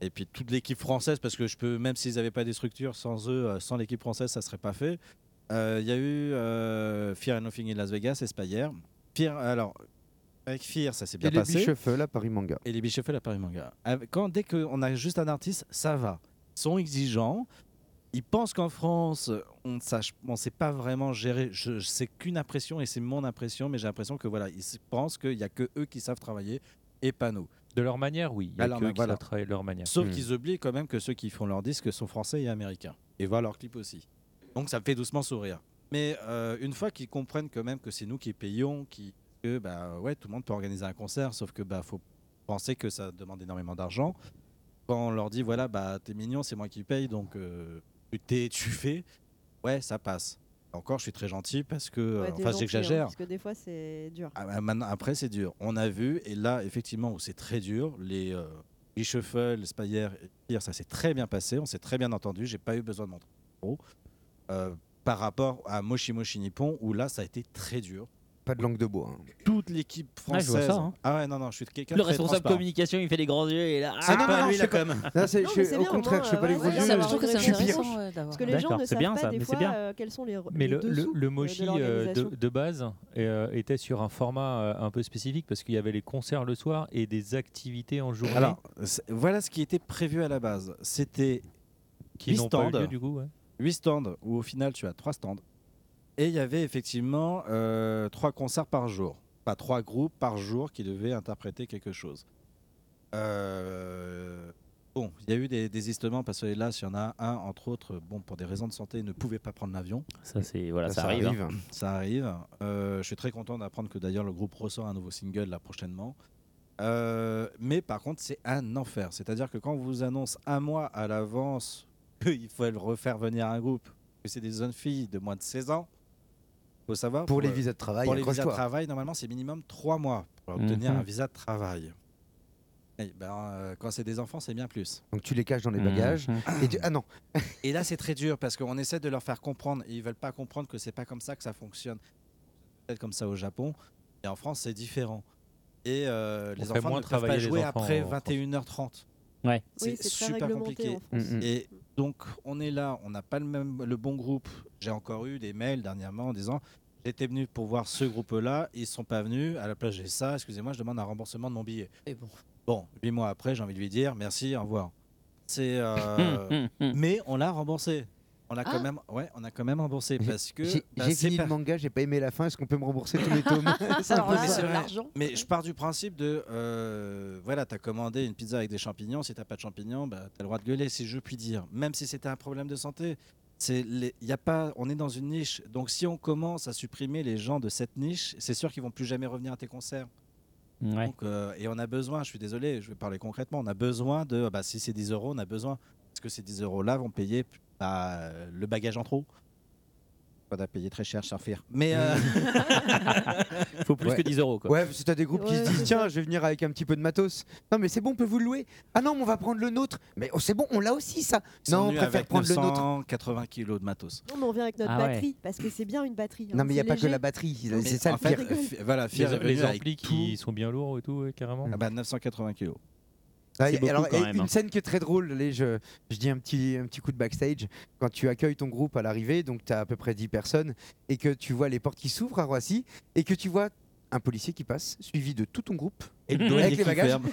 S9: Et puis toute l'équipe française, parce que je peux, même s'ils n'avaient pas des structures, sans eux, euh, sans l'équipe française, ça ne serait pas fait. Euh, Il y a eu euh, Fear and Nothing in Las Vegas, Espayer. Fear, alors, avec Fear, ça s'est bien
S14: Et les
S9: passé.
S14: Bicheffel à Paris Manga.
S9: Et les Bicheffel à Paris Manga. Avec- Quand, dès qu'on a juste un artiste, ça va. Ils sont exigeants. Ils pensent qu'en France, on ne sache- on sait pas vraiment gérer. Je, je- c'est qu'une impression et c'est mon impression, mais j'ai l'impression que voilà, ils s- pensent qu'il n'y a que eux qui savent travailler et pas nous.
S2: De leur manière, oui. Il y a
S9: Alors,
S2: que eux
S9: bah,
S2: qui
S9: voilà.
S2: savent travailler de leur manière. Mm.
S9: Sauf qu'ils oublient quand même que ceux qui font leurs disques sont français et américains. Et voient leurs clips aussi. Donc ça me fait doucement sourire. Mais euh, une fois qu'ils comprennent quand même que c'est nous qui payons, qui, que bah, ouais, tout le monde peut organiser un concert, sauf que bah, faut penser que ça demande énormément d'argent. Quand on leur dit voilà, bah, t'es mignon, c'est moi qui paye, donc euh, tu t'es, tu fais, ouais, ça passe. Encore, je suis très gentil parce que, euh,
S4: Ouais, t'es
S9: enfin,
S4: gentil, hein,
S9: j'exagère.
S4: Parce que des fois, c'est dur.
S9: Ah bah, maintenant, après, c'est dur. On a vu, et là, effectivement, où c'est très dur, les euh, Richeufel, Spayer, Pierre, ça s'est très bien passé, on s'est très bien entendu, j'ai pas eu besoin de mon trop. Euh, par rapport à Moshi Moshi Nippon, où là, ça a été très dur.
S14: Pas de langue de bois. hein.
S9: Toute l'équipe
S13: Ouais, je vois
S9: française.
S13: ça, hein.
S9: Ah ouais, non, non, je suis quelqu'un de
S13: Le
S9: très
S13: responsable
S9: transparent.
S13: communication, il fait les grands yeux et là.
S9: Ah non, non, non, je fais pas-
S14: Non, c'est- Non, je- mais c'est au bien, au contraire, moins, je fais pas euh, les ouais, gros voilà, yeux, ça je- marche, je suis c'est pire. intéressant, ouais, d'avoir-
S4: Parce que les gens
S2: D'accord,
S4: ne
S2: c'est
S4: savent
S2: bien,
S4: pas
S2: ça,
S4: des
S2: mais c'est
S4: fois
S2: bien.
S4: euh, quels sont les,
S2: Mais
S4: les
S2: le, le,
S4: dessous
S2: le
S4: euh,
S2: mochi
S4: de
S2: euh, de,
S4: l'organisation.
S2: de base euh, était sur un format euh, un peu spécifique parce qu'il y avait les concerts le soir et des activités en journée.
S9: Alors, c'est- voilà ce qui était prévu à la base. C'était
S2: Qui
S9: 8
S2: n'ont pas eu
S9: stands.
S2: lieu, du coup, ouais.
S9: 8 stands, où au final, tu as 3 stands. Et il y avait effectivement 3 concerts par jour. Pas 3 groupes par jour qui devaient interpréter quelque chose. Euh, Bon, il y a eu des désistements parce que là, s'il y en a un, entre autres, bon, pour des raisons de santé, il ne pouvait pas prendre l'avion.
S13: Ça, c'est- voilà, ça arrive, hein.
S9: Bah, Ça arrive. Euh, je suis très content d'apprendre que d'ailleurs le groupe ressort un nouveau single là prochainement. Euh, mais par contre, c'est un enfer. C'est-à-dire que quand on vous annonce un mois à l'avance qu'il faut le refaire venir un groupe, que c'est des jeunes filles de moins de 16 ans, faut savoir.
S14: Pour les visas de travail,
S9: Pour les visas de
S14: accroche-toi.
S9: travail, normalement, c'est minimum 3 mois pour obtenir
S14: Mhm.
S9: un visa de travail. Eh ben, euh, quand c'est des enfants, c'est bien plus.
S14: Donc tu les caches dans les
S9: Mhm.
S14: bagages. Et tu- Ah non,
S9: Et là, c'est très dur parce qu'on essaie de leur faire comprendre. Et ils veulent pas comprendre que c'est pas comme ça que ça fonctionne. Peut-être comme ça au Japon. Et en France, c'est différent. Et euh,
S2: On
S9: les
S2: fait
S9: enfants
S2: moins
S9: ne peuvent pas
S2: travailler les
S9: jouer
S2: enfants
S9: après
S2: en France.
S9: 21h30.
S13: Ouais.
S9: C'est
S2: Oui, c'est très
S9: super
S2: réglementé
S9: compliqué.
S2: en France. Mm, mm.
S9: Et donc, on est là, on n'a pas le même le bon groupe. J'ai encore eu des mails dernièrement en disant j'étais venu pour voir ce groupe-là, ils sont pas venus. À la place, j'ai ça. Excusez-moi, je demande un remboursement de mon billet.
S13: Et bon.
S9: Bon, huit mois après, j'ai envie de lui dire merci, au revoir. C'est euh, mais on l'a remboursé. On a
S14: Ah.
S9: quand même, ouais, on a quand même remboursé parce que
S14: j'ai
S9: bah,
S14: j'ai
S9: c'est
S14: fini
S9: par-
S14: le manga, j'ai pas aimé la fin. Est-ce qu'on peut me rembourser tous mes tomes C'est un peu
S9: mais,
S14: ça.
S9: c'est vrai. Mais je pars du principe de euh, voilà, t'as commandé une pizza avec des champignons. Si t'as pas de champignons, bah, t'as le droit de gueuler, si je puis dire. Même si c'était un problème de santé, c'est les- y a pas, on est dans une niche. Donc si on commence à supprimer les gens de cette niche, c'est sûr qu'ils vont plus jamais revenir à tes concerts.
S13: Ouais.
S9: Donc, euh, et on a besoin, je suis désolé, je vais parler concrètement, on a besoin de, bah, si c'est 10 euros, on a besoin, parce que ces 10 euros-là vont payer bah, le bagage en trop. On a payé très cher, cher faire. Mais euh,
S13: Faut plus
S14: Ouais.
S13: que 10 euros. Quoi.
S14: Ouais, parce que t'as des groupes qui se disent tiens, je vais venir avec un petit peu de matos. Non, mais c'est bon, on peut vous le louer. Ah non, mais on va prendre le nôtre. Mais oh, c'est bon, on l'a aussi ça.
S9: ils sont
S14: Non, on
S9: venus
S14: préfère
S9: avec
S14: prendre le nôtre.
S9: 980 kilos de matos.
S4: Non, mais on vient avec notre
S9: Ah ouais.
S4: batterie, parce que c'est bien une batterie.
S14: Non, mais il y a pas que la
S4: batterie.
S14: batterie.
S9: Mais
S14: C'est ça
S9: en
S14: le
S9: fait,
S14: pire.
S9: F- voilà,
S2: Les-
S9: Fier est
S2: les
S9: venu avec
S2: amplis qui sont bien lourds et tout, ouais, carrément.
S9: Ah bah, 980 kilos.
S14: Ah,
S9: C'est
S14: et-
S9: beaucoup
S14: alors,
S9: quand
S14: et
S9: même,
S14: une
S9: hein.
S14: scène qui est très drôle, allez, je, je dis un petit, un petit coup de backstage, quand tu accueilles ton groupe à l'arrivée, donc tu as à peu près 10 personnes, et que tu vois les portes qui s'ouvrent à Roissy, et que tu vois un policier qui passe, suivi de tout ton groupe,
S9: Et le douanier
S14: avec les
S9: qui
S14: bagages,
S9: ferme.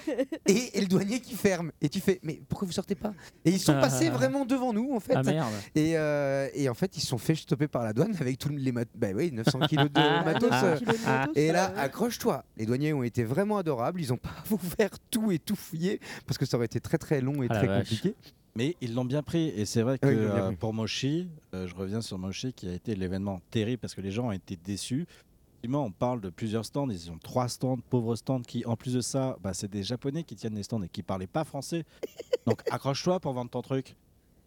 S14: et, et le douanier qui ferme. Et tu fais, mais pourquoi vous sortez pas Et ils sont passés
S13: Ah.
S14: vraiment devant nous, en fait.
S13: Ah, merde.
S14: Et, euh, et en fait, ils se sont fait stopper par la douane avec tous les matos. Bah oui, 900 kilos de
S13: Ah,
S14: matos.
S13: 900
S14: euh,
S13: kilos de matos,
S14: et
S13: ça,
S14: là,
S13: ouais.
S14: accroche-toi. Les douaniers ont été vraiment adorables. Ils n'ont pas ouvert tout et tout fouillé parce que ça aurait été très très long et
S9: Ah,
S17: Ah
S14: très compliqué.
S9: Mais ils l'ont bien pris. Et c'est vrai que
S14: Ah oui, ils l'ont bien
S9: euh,
S14: pris.
S9: pour Moshi, euh, je reviens sur Moshi qui a été l'événement terrible parce que les gens ont été déçus. Effectivement, on parle de plusieurs stands. Ils ont trois stands, pauvres stands qui, en plus de ça, bah, c'est des Japonais qui tiennent les stands et qui parlaient pas français. Donc accroche-toi pour vendre ton truc.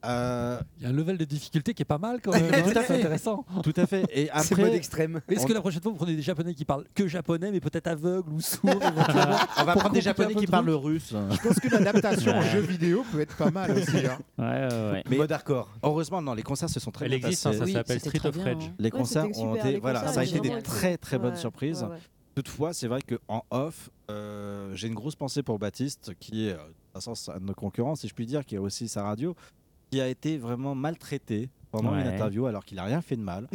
S9: Euh,
S17: Il y a un level de difficulté qui est pas mal quand
S15: Euh,
S17: même. hein.
S9: Tout à fait.
S17: C'est intéressant.
S9: Tout à fait. Et après,
S17: Est-ce
S9: on-
S17: que la prochaine fois vous prenez des japonais qui parlent que japonais mais peut-être aveugles ou sourds éventuellement,
S9: On va
S17: pour
S9: prendre
S17: compliquer
S9: des Japonais
S17: un peu
S9: qui
S17: le
S9: parlent
S17: truc
S9: russe.
S7: Je pense qu'une adaptation en
S9: Ouais.
S7: jeu vidéo peut être pas mal aussi. hein.
S9: Mais Heureusement, non, les concerts se sont très
S2: Elle
S9: bien
S2: existe,
S9: passés.
S2: hein, ça Oui, s'appelle c'était Street trop of bien, Rage. hein.
S9: Les
S2: Ouais,
S9: concerts
S2: c'était
S9: ont
S2: super,
S9: été,
S2: les
S9: voilà,
S2: concerts
S9: ça a
S2: étaient
S9: été des
S2: géniaux.
S9: très très bonnes
S2: Ouais,
S9: surprises.
S2: ouais, ouais.
S9: Toutefois, c'est vrai qu'en off, euh, j'ai une grosse pensée pour Baptiste, qui est, euh, dans un sens, un de nos concurrents, si je puis dire, qui a aussi sa radio, qui a été vraiment maltraité pendant une
S13: Ouais.
S9: interview alors qu'il n'a rien fait de mal.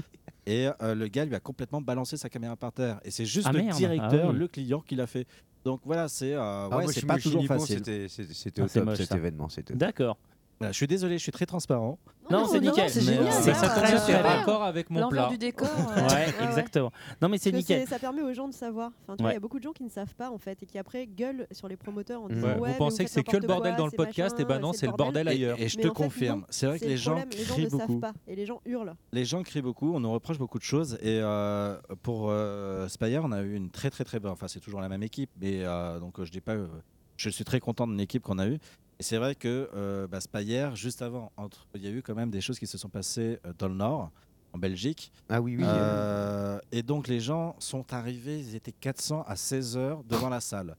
S9: Et euh, le gars lui a complètement balancé sa caméra par terre. Et c'est juste
S13: Ah,
S9: le
S13: merde.
S9: directeur,
S13: Ah oui.
S9: le client qui l'a fait. Donc voilà, c'est euh,
S13: Ah,
S9: ouais,
S13: moi,
S9: c'est
S13: je
S9: pas
S13: me suis
S9: toujours
S13: dit, bon,
S9: facile.
S13: c'était- c'était- c'était au Ah, c'est top, moche, cet ça. événement,
S14: c'était
S13: D'accord.
S9: Voilà, je suis désolé, je suis très transparent.
S1: Non, c'est nickel.
S9: Mais, euh,
S1: C'est
S9: ça
S1: très
S9: correspond
S1: bien.
S9: à l'accord avec mon
S4: L'envers
S9: plat.
S4: du décor, euh,
S1: ouais,
S4: ouais, ouais.
S1: exactement. Non, mais c'est
S4: Parce que
S1: nickel.
S4: Ça permet aux gens de savoir. Enfin, tu vois, il y
S1: Ouais.
S4: a beaucoup de gens qui ne savent pas en fait et qui après gueulent sur les promoteurs en disant
S2: Ouais,
S4: ouais, mais
S2: vous pensez
S4: faites
S2: que c'est que le
S4: n'importe
S2: bordel
S4: quoi,
S2: dans le
S4: c'est
S2: podcast
S4: machin,
S2: Et ben non, c'est le bordel
S9: Et-
S2: ailleurs.
S9: Et, je
S4: Mais
S9: te
S4: en fait, non,
S9: confirme, c'est vrai que
S4: le
S9: les gens
S4: problème,
S9: crient
S4: ne
S9: beaucoup.
S4: savent pas et les gens hurlent.
S9: Les gens crient beaucoup, on nous reproche beaucoup de choses. Et euh, pour euh, Spire, on a eu une très très très bonne. Enfin, c'est toujours la même équipe, mais euh, donc euh, je dis pas. euh, je suis très content de l'équipe qu'on a eue. Et c'est vrai que euh, bah, Spire, juste avant, entre, il y a eu quand même des choses qui se sont passées euh, dans le Nord, en Belgique. Euh,
S14: Ah oui, euh. oui.
S9: et donc les gens sont arrivés, ils étaient 400 à 16 heures devant la salle.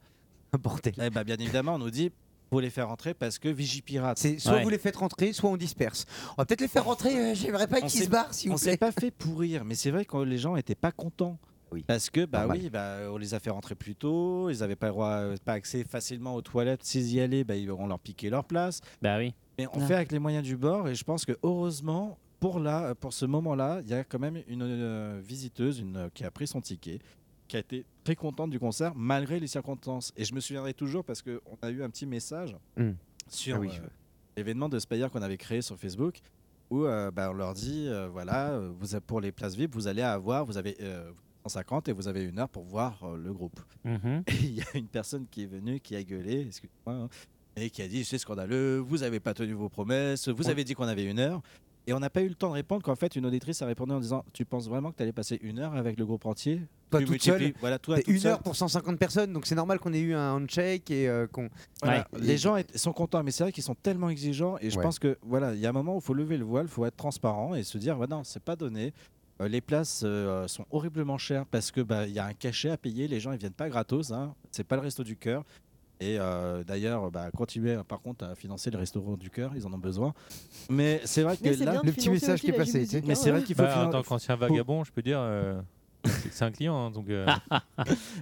S14: Bordel.
S9: Et bah, bien évidemment, on nous dit, faut les faire rentrer parce que Vigipirate.
S14: C'est soit vous les faites rentrer, soit on disperse. On va peut-être les faire rentrer, euh, j'aimerais pas
S9: On
S14: qu'ils
S9: s'est-
S14: se barrent, si vous
S9: On
S14: plaît.
S9: s'est pas fait pourrir, mais c'est vrai que les gens étaient pas contents. Parce que bah
S14: Normal.
S9: oui, bah, on les a fait rentrer plus tôt, ils n'avaient pas, le droit- euh, pas accès facilement aux toilettes. S'ils y allaient, bah, ils auront leur piqué leur place.
S1: Bah oui.
S9: Mais on
S1: Ouais.
S9: fait avec les moyens du bord et je pense que heureusement pour là, euh, pour ce moment-là, il y a quand même une euh, visiteuse, une euh, qui a pris son ticket, qui a été très contente du concert malgré les circonstances. Et je me souviendrai toujours parce qu'on a eu un petit message
S14: Hmm.
S9: sur
S14: Ah oui.
S9: euh, l'événement de Spire qu'on avait créé sur Facebook où euh, bah, on leur dit euh, voilà euh, vous pour les places VIP vous allez avoir vous avez euh, 150 et vous avez une heure pour voir euh, le groupe
S1: Mhm.
S9: et il y a une personne qui est venue qui a gueulé excuse-moi hein, et qui a dit c'est scandaleux vous avez pas tenu vos promesses vous avez dit qu'on avait une heure et on n'a pas eu le temps de répondre qu'en fait une auditrice a répondu en disant tu penses vraiment que tu allais passer une heure avec le groupe entier
S14: Toi
S9: Tu
S14: toute
S9: multiplies-
S14: seule,
S9: voilà toi
S14: t'es
S9: toute
S14: une
S9: seule.
S14: heure pour 150 personnes, donc c'est normal qu'on ait eu un handshake et euh, qu'on.
S9: Voilà,
S14: Et-
S9: Les gens étaient- sont contents, mais c'est vrai qu'ils sont tellement exigeants. Et je
S14: Ouais.
S9: pense que voilà, il y a un moment où il faut lever le voile, il faut être transparent et se dire bah non, c'est pas donné. Euh, les places euh, sont horriblement chères parce que bah il y a un cachet à payer. Les gens ils viennent pas gratos, hein. C'est pas le resto du cœur. Et euh, d'ailleurs, bah, continuez euh, par contre à financer le restaurant du cœur, ils en ont besoin. Mais c'est vrai que
S4: Mais c'est
S9: là,
S4: bien de Le petit financer message aussi qui est la hein. passé, Jupe du tu sais.
S9: Mais c'est vrai qu'il faut.
S2: Bah, en
S9: finan-
S2: tant qu'ancien vagabond, je peux dire, euh, c'est c'est un client. hein, donc, euh,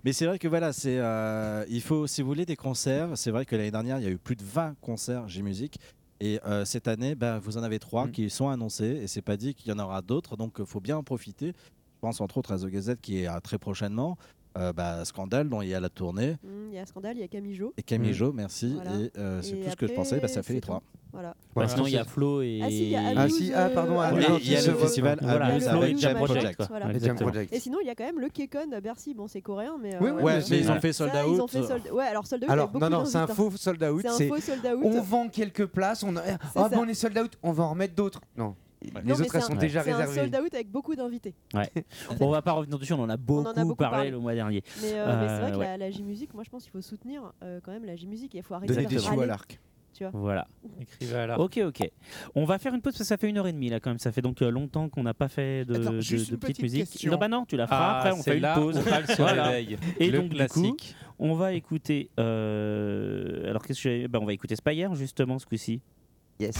S9: Mais c'est vrai que voilà, c'est euh, il faut si vous voulez des concerts. C'est vrai que l'année dernière, il y a eu plus de 20 concerts J'ai musique et euh, cette année, bah, vous en avez trois
S2: Mm.
S9: qui sont annoncés et c'est pas dit qu'il y en aura d'autres. Donc, euh, faut bien en profiter. Je pense entre autres à The Gazette qui est euh, très prochainement. Euh, bah, Scandale dont il y a la tournée
S4: Hmm, Il y a Scandale, il y a Camille Jo.
S9: et Camille Jo, merci.
S4: Voilà.
S9: Et euh, c'est
S4: Et
S9: tout ce que je
S4: après,
S9: pensais. Bah, ça fait
S4: c'est
S9: les
S4: tout.
S9: trois.
S4: Voilà.
S1: Bah, sinon, il y a Flo et.
S4: Ah si, il y a
S9: Ah,
S4: Amuse,
S9: si, ah, pardon,
S4: euh,
S9: Amuse,
S4: voilà.
S9: Et il y a le
S4: Amuse,
S9: festival
S4: euh,
S9: Amuse
S4: Amuse
S9: avec
S4: Amuse
S9: Jam
S4: Amuse
S9: Project, quoi.
S4: voilà.
S9: Ouais, Jam Exactement. Project.
S4: Et sinon, il y a quand même le Kekon à Bercy. Bon, c'est coréen, mais. euh,
S14: Oui, oui,
S9: Ouais,
S14: oui.
S9: mais ils ont
S14: Ouais.
S9: fait sold
S4: Ça, ils ont
S9: out.
S4: fait sold- Ouais, alors sold out. il y a
S14: Alors,
S4: beaucoup
S14: non, non,
S4: de
S14: c'est un
S4: gens,
S14: faux sold out.
S4: C'est un faux sold out.
S14: On vend quelques places, on a- Ah
S4: ça.
S14: bon, on est sold out, on va en remettre d'autres. Non, les
S4: Non, mais
S14: autres elles
S4: c'est
S14: sont
S4: un-
S14: déjà
S4: C'est un
S14: réservées.
S4: sold out avec beaucoup d'invités.
S1: Ouais. Bon, on va pas revenir dessus, on en a beaucoup,
S4: beaucoup
S1: parlé,
S4: parlé.
S1: le mois dernier.
S4: Mais, euh, mais c'est vrai
S1: Euh,
S4: que
S1: ouais.
S4: la, la J-Music, moi je pense qu'il faut soutenir euh, quand même la J-Music et il faut arrêter
S1: Donnez
S4: de
S1: des sous à
S4: râler,
S1: l'arc.
S4: Tu vois.
S1: Voilà.
S2: Écrivez à l'arc.
S1: Ok, ok. On va faire une pause parce que ça fait une heure et demie là quand même. Ça fait donc euh, longtemps qu'on n'a pas fait de,
S2: Attends,
S1: de-
S2: juste
S1: de
S2: une
S1: petite
S2: petite
S1: musique.
S2: question.
S1: Non, bah non, tu la feras
S2: Ah,
S1: après. On
S2: c'est
S1: fait une
S2: là
S1: pause.
S2: où on parle sur l'éveil.
S1: Et
S2: Le
S1: donc, du coup,
S2: classique.
S1: on va écouter. euh, Alors, qu'est-ce que j'ai- bah, On va écouter Spire justement ce coup-ci.
S14: Yes.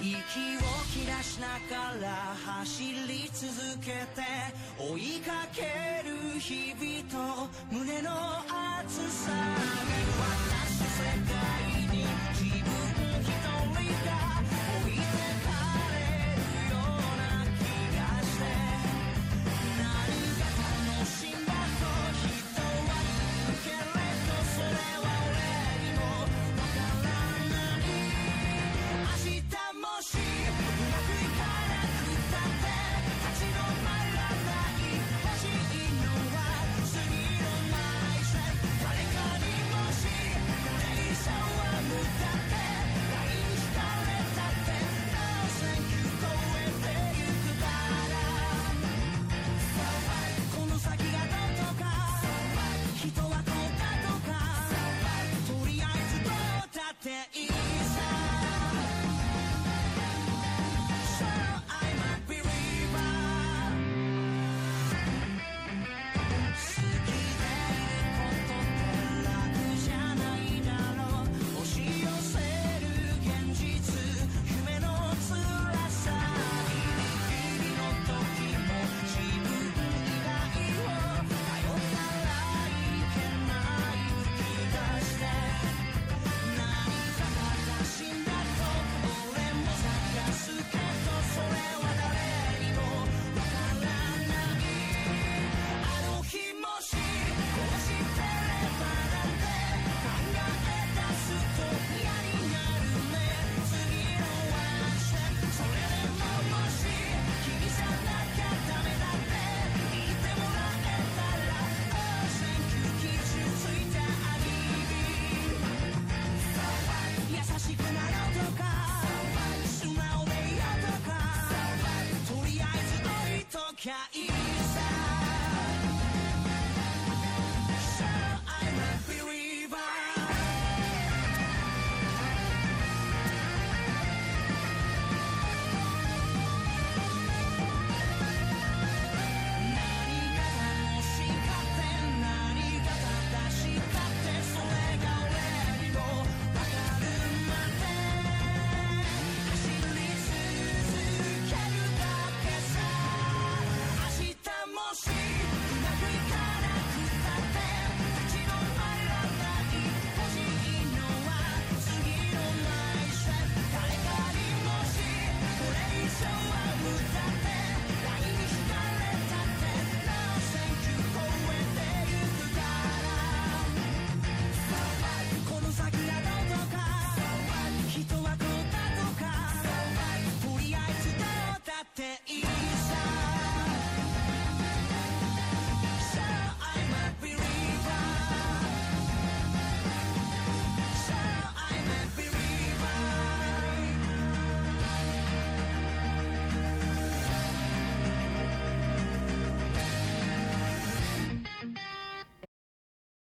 S5: 息を切らしながら走り続けて追いかける日々と胸の熱さが私世界に自分一人が置いてかれるような気がして何が楽しいんだと人は言うけれどそれは俺にもわからない明日もしうまくいかなくたって立ち止まるらない欲しいのは次のない世誰かにもしこれ以上はこの桜だとか人はこうだとかとりあえずどうだっていいさ So I'm a believer So I'm a believer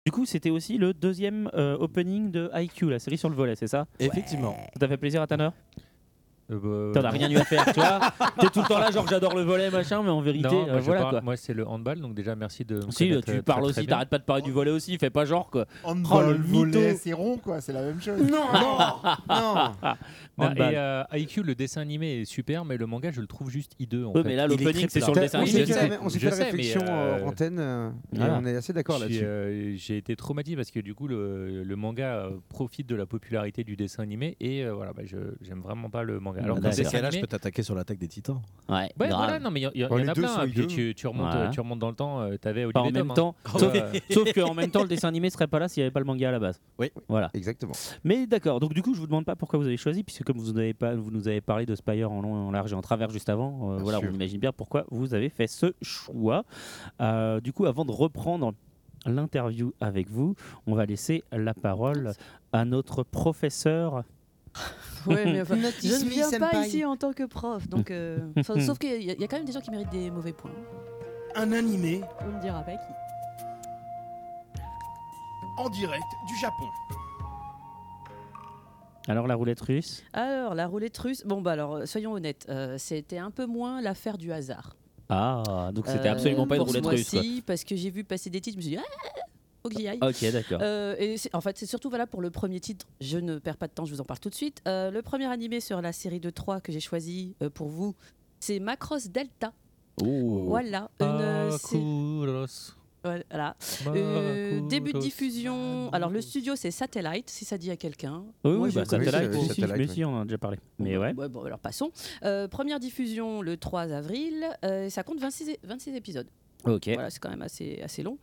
S1: Du coup, c'était aussi le deuxième euh, opening de IQ, la série sur le volet, c'est ça
S13: Effectivement.
S1: Ça t'a fait plaisir à Tanner
S2: Euh, bah,
S1: T'en as
S13: non.
S1: rien eu à faire, tu vois. T'es tout le temps là, genre j'adore le volet, machin, mais en vérité,
S2: Non,
S1: euh,
S2: moi, je
S1: voilà
S2: parle-
S1: quoi.
S2: moi, c'est le handball, donc déjà merci de. me
S1: Si,
S2: connaître,
S1: tu
S2: euh,
S1: parles
S2: très, très
S1: aussi,
S2: bien.
S1: t'arrêtes pas de parler du volet aussi, fais pas genre quoi. Oh,
S18: Handball,
S1: mytho.
S18: volet, c'est rond, quoi, c'est la même chose.
S1: non.
S2: Non,
S1: Handball.
S2: et euh, IQ, le dessin animé est super, mais le manga, je le trouve juste hideux. En
S1: Oui,
S2: fait.
S1: mais là, l'opening,
S2: Il est
S1: c'est
S2: très
S1: sur le
S2: plat.
S1: dessin
S2: Oui,
S1: animé.
S2: je sais,
S1: On s'est fait- on s'est
S2: je
S1: fait la
S2: sais, mais,
S1: réflexion,
S2: euh,
S1: euh, en antenne, euh, et on est assez d'accord
S2: Je suis,
S1: là-dessus.
S2: euh, J'ai été traumatisé parce que du coup, le, le manga euh, profite de la popularité du dessin animé et euh, voilà, bah, je j'aime vraiment pas le manga.
S1: Ah,
S9: Alors,
S2: Alors, que le
S9: dans ces
S2: dessin
S9: cas-là, je
S2: animé,
S9: peux t'attaquer sur l'attaque des titans.
S13: Ouais,
S2: Ouais, voilà, non, mais il y, a- y a-
S9: Oh,
S2: y en
S9: les
S2: a
S9: deux
S2: plein.
S9: sont
S2: hein, puis
S9: hideux.
S2: tu, tu remontes,
S13: Voilà.
S2: tu remontes dans le temps, euh, t'avais
S1: Pas en
S2: Olivier
S1: même
S2: Tom, hein.
S1: temps.
S2: Oh,
S1: Sauf,
S2: euh,
S1: sauf qu'en même temps, le dessin animé serait pas là s'il n'y avait pas le manga à la base.
S9: Oui.
S1: Voilà.
S14: Exactement.
S1: Mais d'accord. Donc du coup, je vous demande pas pourquoi vous avez choisi, puisque comme vous, en avez pas, vous nous avez parlé de Spire en long, en large et en travers juste avant, euh, voilà,
S13: sûr.
S1: on imagine bien pourquoi vous avez fait ce choix. Euh, du coup, avant de reprendre l'interview avec vous, on va laisser la parole à notre professeur.
S12: Ouais, mais enfin, je
S19: Notice
S12: ne
S19: me,
S12: viens pas
S19: senpai.
S12: ici en tant que prof, donc euh, sa- sauf qu'il y, a- il y a quand même des gens qui méritent des mauvais points.
S19: Un animé
S4: On ne dira pas qui.
S19: en direct du Japon.
S1: Alors la roulette russe.
S12: Alors, la roulette russe, bon, bah alors, euh, soyons honnêtes, euh, c'était un peu moins l'affaire du hasard.
S1: Ah, donc c'était
S12: Euh,
S1: absolument pas une
S12: pour ce
S1: roulette russe. quoi.
S12: mois-ci, parce que j'ai vu passer des titres, je me suis dit, ah, faut que j'y aille.
S1: Ok, d'accord.
S12: Euh, et c'est- en fait, c'est surtout voilà pour le premier titre. Je ne perds pas de temps, je vous en parle tout de suite. Euh, le premier animé sur la série de 3 que j'ai choisi euh, pour vous, c'est Macross Delta. Voilà, une, euh, c'est-
S2: Macross.
S12: Voilà. Euh,
S2: Macross.
S12: début de diffusion. Alors le studio c'est Satellite, si ça dit à quelqu'un.
S1: Oui, oui,
S12: Moi,
S1: bah,
S12: je-
S1: Satellite,
S14: oui,
S1: si, si,
S14: Satellite,
S1: mais
S14: oui.
S1: si, on en a déjà parlé. Mais ouais.
S12: Ouais, bon, alors passons. Euh, première diffusion le 3 avril. Euh, ça compte 26, é- 26 épisodes.
S1: Ok.
S12: Voilà, c'est quand même assez, assez long.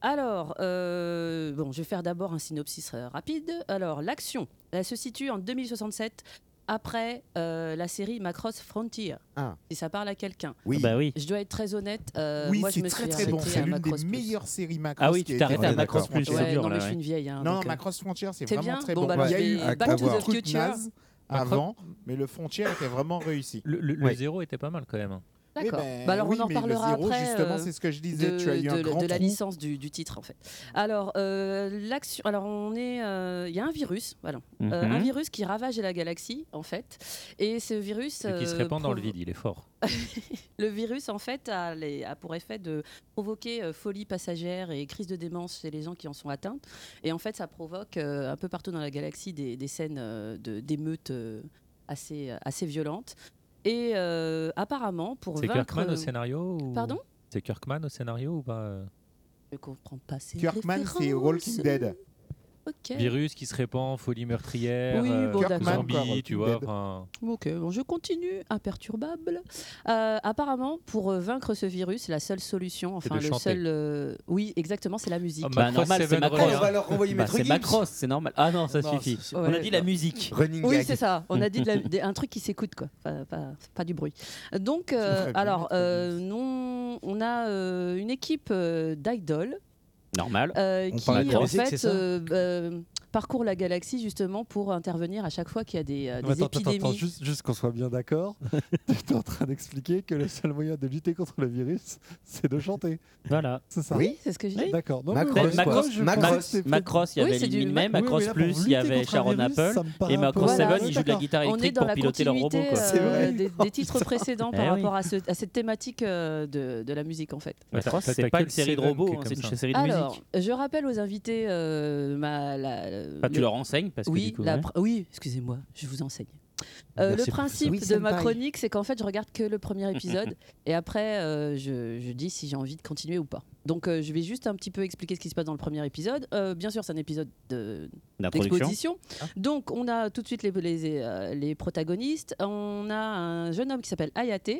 S12: Alors, euh, bon, je vais faire d'abord un synopsis euh, rapide. Alors, l'action, elle se situe en 2067 après euh, la série Macross Frontier.
S14: Ah.
S12: Si ça parle à quelqu'un.
S1: Oui. Ah bah oui.
S12: Je dois être très honnête. euh,
S7: oui,
S12: moi, je
S7: c'est
S12: me
S7: très
S12: suis
S7: très bon.
S12: arrêtée
S7: C'est
S12: à
S7: l'une
S12: Macross
S7: des
S12: Plus.
S7: meilleures séries Macross.
S1: Ah
S7: qui
S1: oui, tu
S7: a
S1: t'arrêtes
S7: été
S1: à
S7: faite.
S1: Macross Plus, c'est
S12: Ouais,
S1: dur,
S12: non,
S1: là,
S12: mais je suis
S1: ouais.
S12: une vieille. hein,
S7: Non,
S12: donc,
S7: non,
S12: euh,
S7: Macross Frontière, c'est
S12: c'est
S7: vraiment
S12: bien.
S7: très
S12: Bon,
S7: bon.
S12: bah, alors,
S7: Il y
S12: je
S7: a eu
S12: vais Back to
S7: beaucoup
S12: the
S7: de trucs
S12: Future.
S7: nazes avant, mais le Frontière était vraiment réussi.
S2: Le, le
S7: Ouais.
S2: zéro était pas mal quand même. hein.
S12: D'accord.
S7: Eh ben,
S12: Bah alors
S7: oui,
S12: on en
S7: mais le
S12: parlera
S7: zéro,
S12: après.
S7: justement,
S12: euh,
S7: c'est ce que je disais,
S12: De,
S7: tu as eu un
S12: de-
S7: grand
S12: de la
S7: trou.
S12: licence du, du titre en fait. Alors euh, l'action. Alors on est. euh, Il y a un virus. Voilà. Euh,
S2: Mhm.
S12: un virus qui ravage la galaxie en fait. Et ce virus.
S2: Et qui se
S12: euh,
S2: répand dans le
S12: provo-
S2: vide, il est fort.
S12: Le virus, en fait, a, les- a pour effet de provoquer euh, folie passagère et crise de démence chez les gens qui en sont atteints. Et en fait, ça provoque euh, un peu partout dans la galaxie des, des scènes euh, de- d'émeutes euh, assez, euh, assez violentes. Et euh, apparemment, pour
S2: C'est
S12: vaincre... euh,
S2: Kirkman au scénario ou-
S12: Pardon
S2: C'est Kirkman au scénario ou pas euh
S12: Je comprends pas ces
S7: Kirkman, c'est
S12: références.
S7: Walking Dead.
S12: Ok.
S2: Virus qui se répand, folie meurtrière,
S12: Oui,
S2: euh,
S12: bon, d'accord.
S2: zombie,
S12: Kirkman, quoi,
S2: tu vois.
S12: Dead.
S2: enfin.
S12: Ok, bon, je continue, imperturbable. Euh, apparemment, pour euh, vaincre ce virus, la seule solution,
S1: C'est
S12: enfin
S1: de
S12: le
S1: chanter.
S12: seul... euh, Oui, exactement, c'est la musique.
S1: Bah, normal, c'est Macross. Bah, C'est Macross, c'est normal. Ah non, ça
S12: Non,
S1: suffit.
S12: c'est- c'est-
S1: On a
S12: ouais,
S1: dit la
S12: bah.
S1: musique.
S12: oui, c'est ça. On a dit de la- des- un truc qui s'écoute, quoi. Pas, pas- pas du bruit. Donc, euh,
S1: Très bien,
S12: alors, euh, non, on a euh, une équipe euh, d'idoles
S1: Normal.
S12: euh, qui, en fait, euh, euh, parcourt la galaxie justement pour intervenir à chaque fois qu'il y a des, euh, des
S15: attends, attends,
S12: épidémies.
S15: attends, juste, juste qu'on soit bien d'accord. tu es en train d'expliquer que le seul moyen de lutter contre le virus, c'est de chanter.
S1: Voilà.
S15: C'est ça.
S12: Oui, c'est ce que j'ai dit.
S15: D'accord. Non, mais
S1: Macross,
S15: moi,
S1: quoi.
S15: je
S1: Macross,
S15: pensais que c'était-
S1: Macross, il y avait Oui, c'est du- Lin-May,
S15: Oui, oui,
S1: Macross
S15: là, pour
S1: Plus,
S15: lutter
S1: il y avait
S15: contre un
S1: Sharon
S15: virus,
S1: Apple,
S15: ça me paraît
S1: et
S15: un peu-
S1: Macross Voilà, Seven, ils jouent de la
S12: d'accord.
S1: guitare
S12: On est
S1: électrique
S12: dans
S1: pour
S12: la
S1: piloter leur
S12: continuité,
S1: robot, quoi.
S12: euh,
S1: C'est vrai.
S12: des, des titres précédents
S1: Eh
S12: par
S1: oui.
S12: rapport à, ce- à cette thématique euh, de, de la musique en fait.
S1: Ouais, Macross, t'as- c'est t'as pas quel une série de Seven robots, qui est hein, comme c'est une ça série de
S12: Alors, je rappelle aux invités euh, ma, la,
S1: Bah, tu
S12: le-
S1: leur enseignes, parce que
S12: oui,
S1: du coup,
S12: la
S1: ouais.
S12: pr- oui, excusez-moi, je vous enseigne. Euh,
S1: Merci,
S12: le principe
S1: professeur. Oui,
S12: de ma
S1: senpai.
S12: chronique, c'est qu'en fait, je regarde que le premier épisode et après, euh, je, je dis si j'ai envie de continuer ou pas. Donc, euh, je vais juste un petit peu expliquer ce qui se passe dans le premier épisode. Euh, bien sûr, c'est un épisode de-
S1: D'introduction.
S12: d'exposition. Donc, on a tout de suite les, les, euh, les protagonistes. On a un jeune homme qui s'appelle Hayate,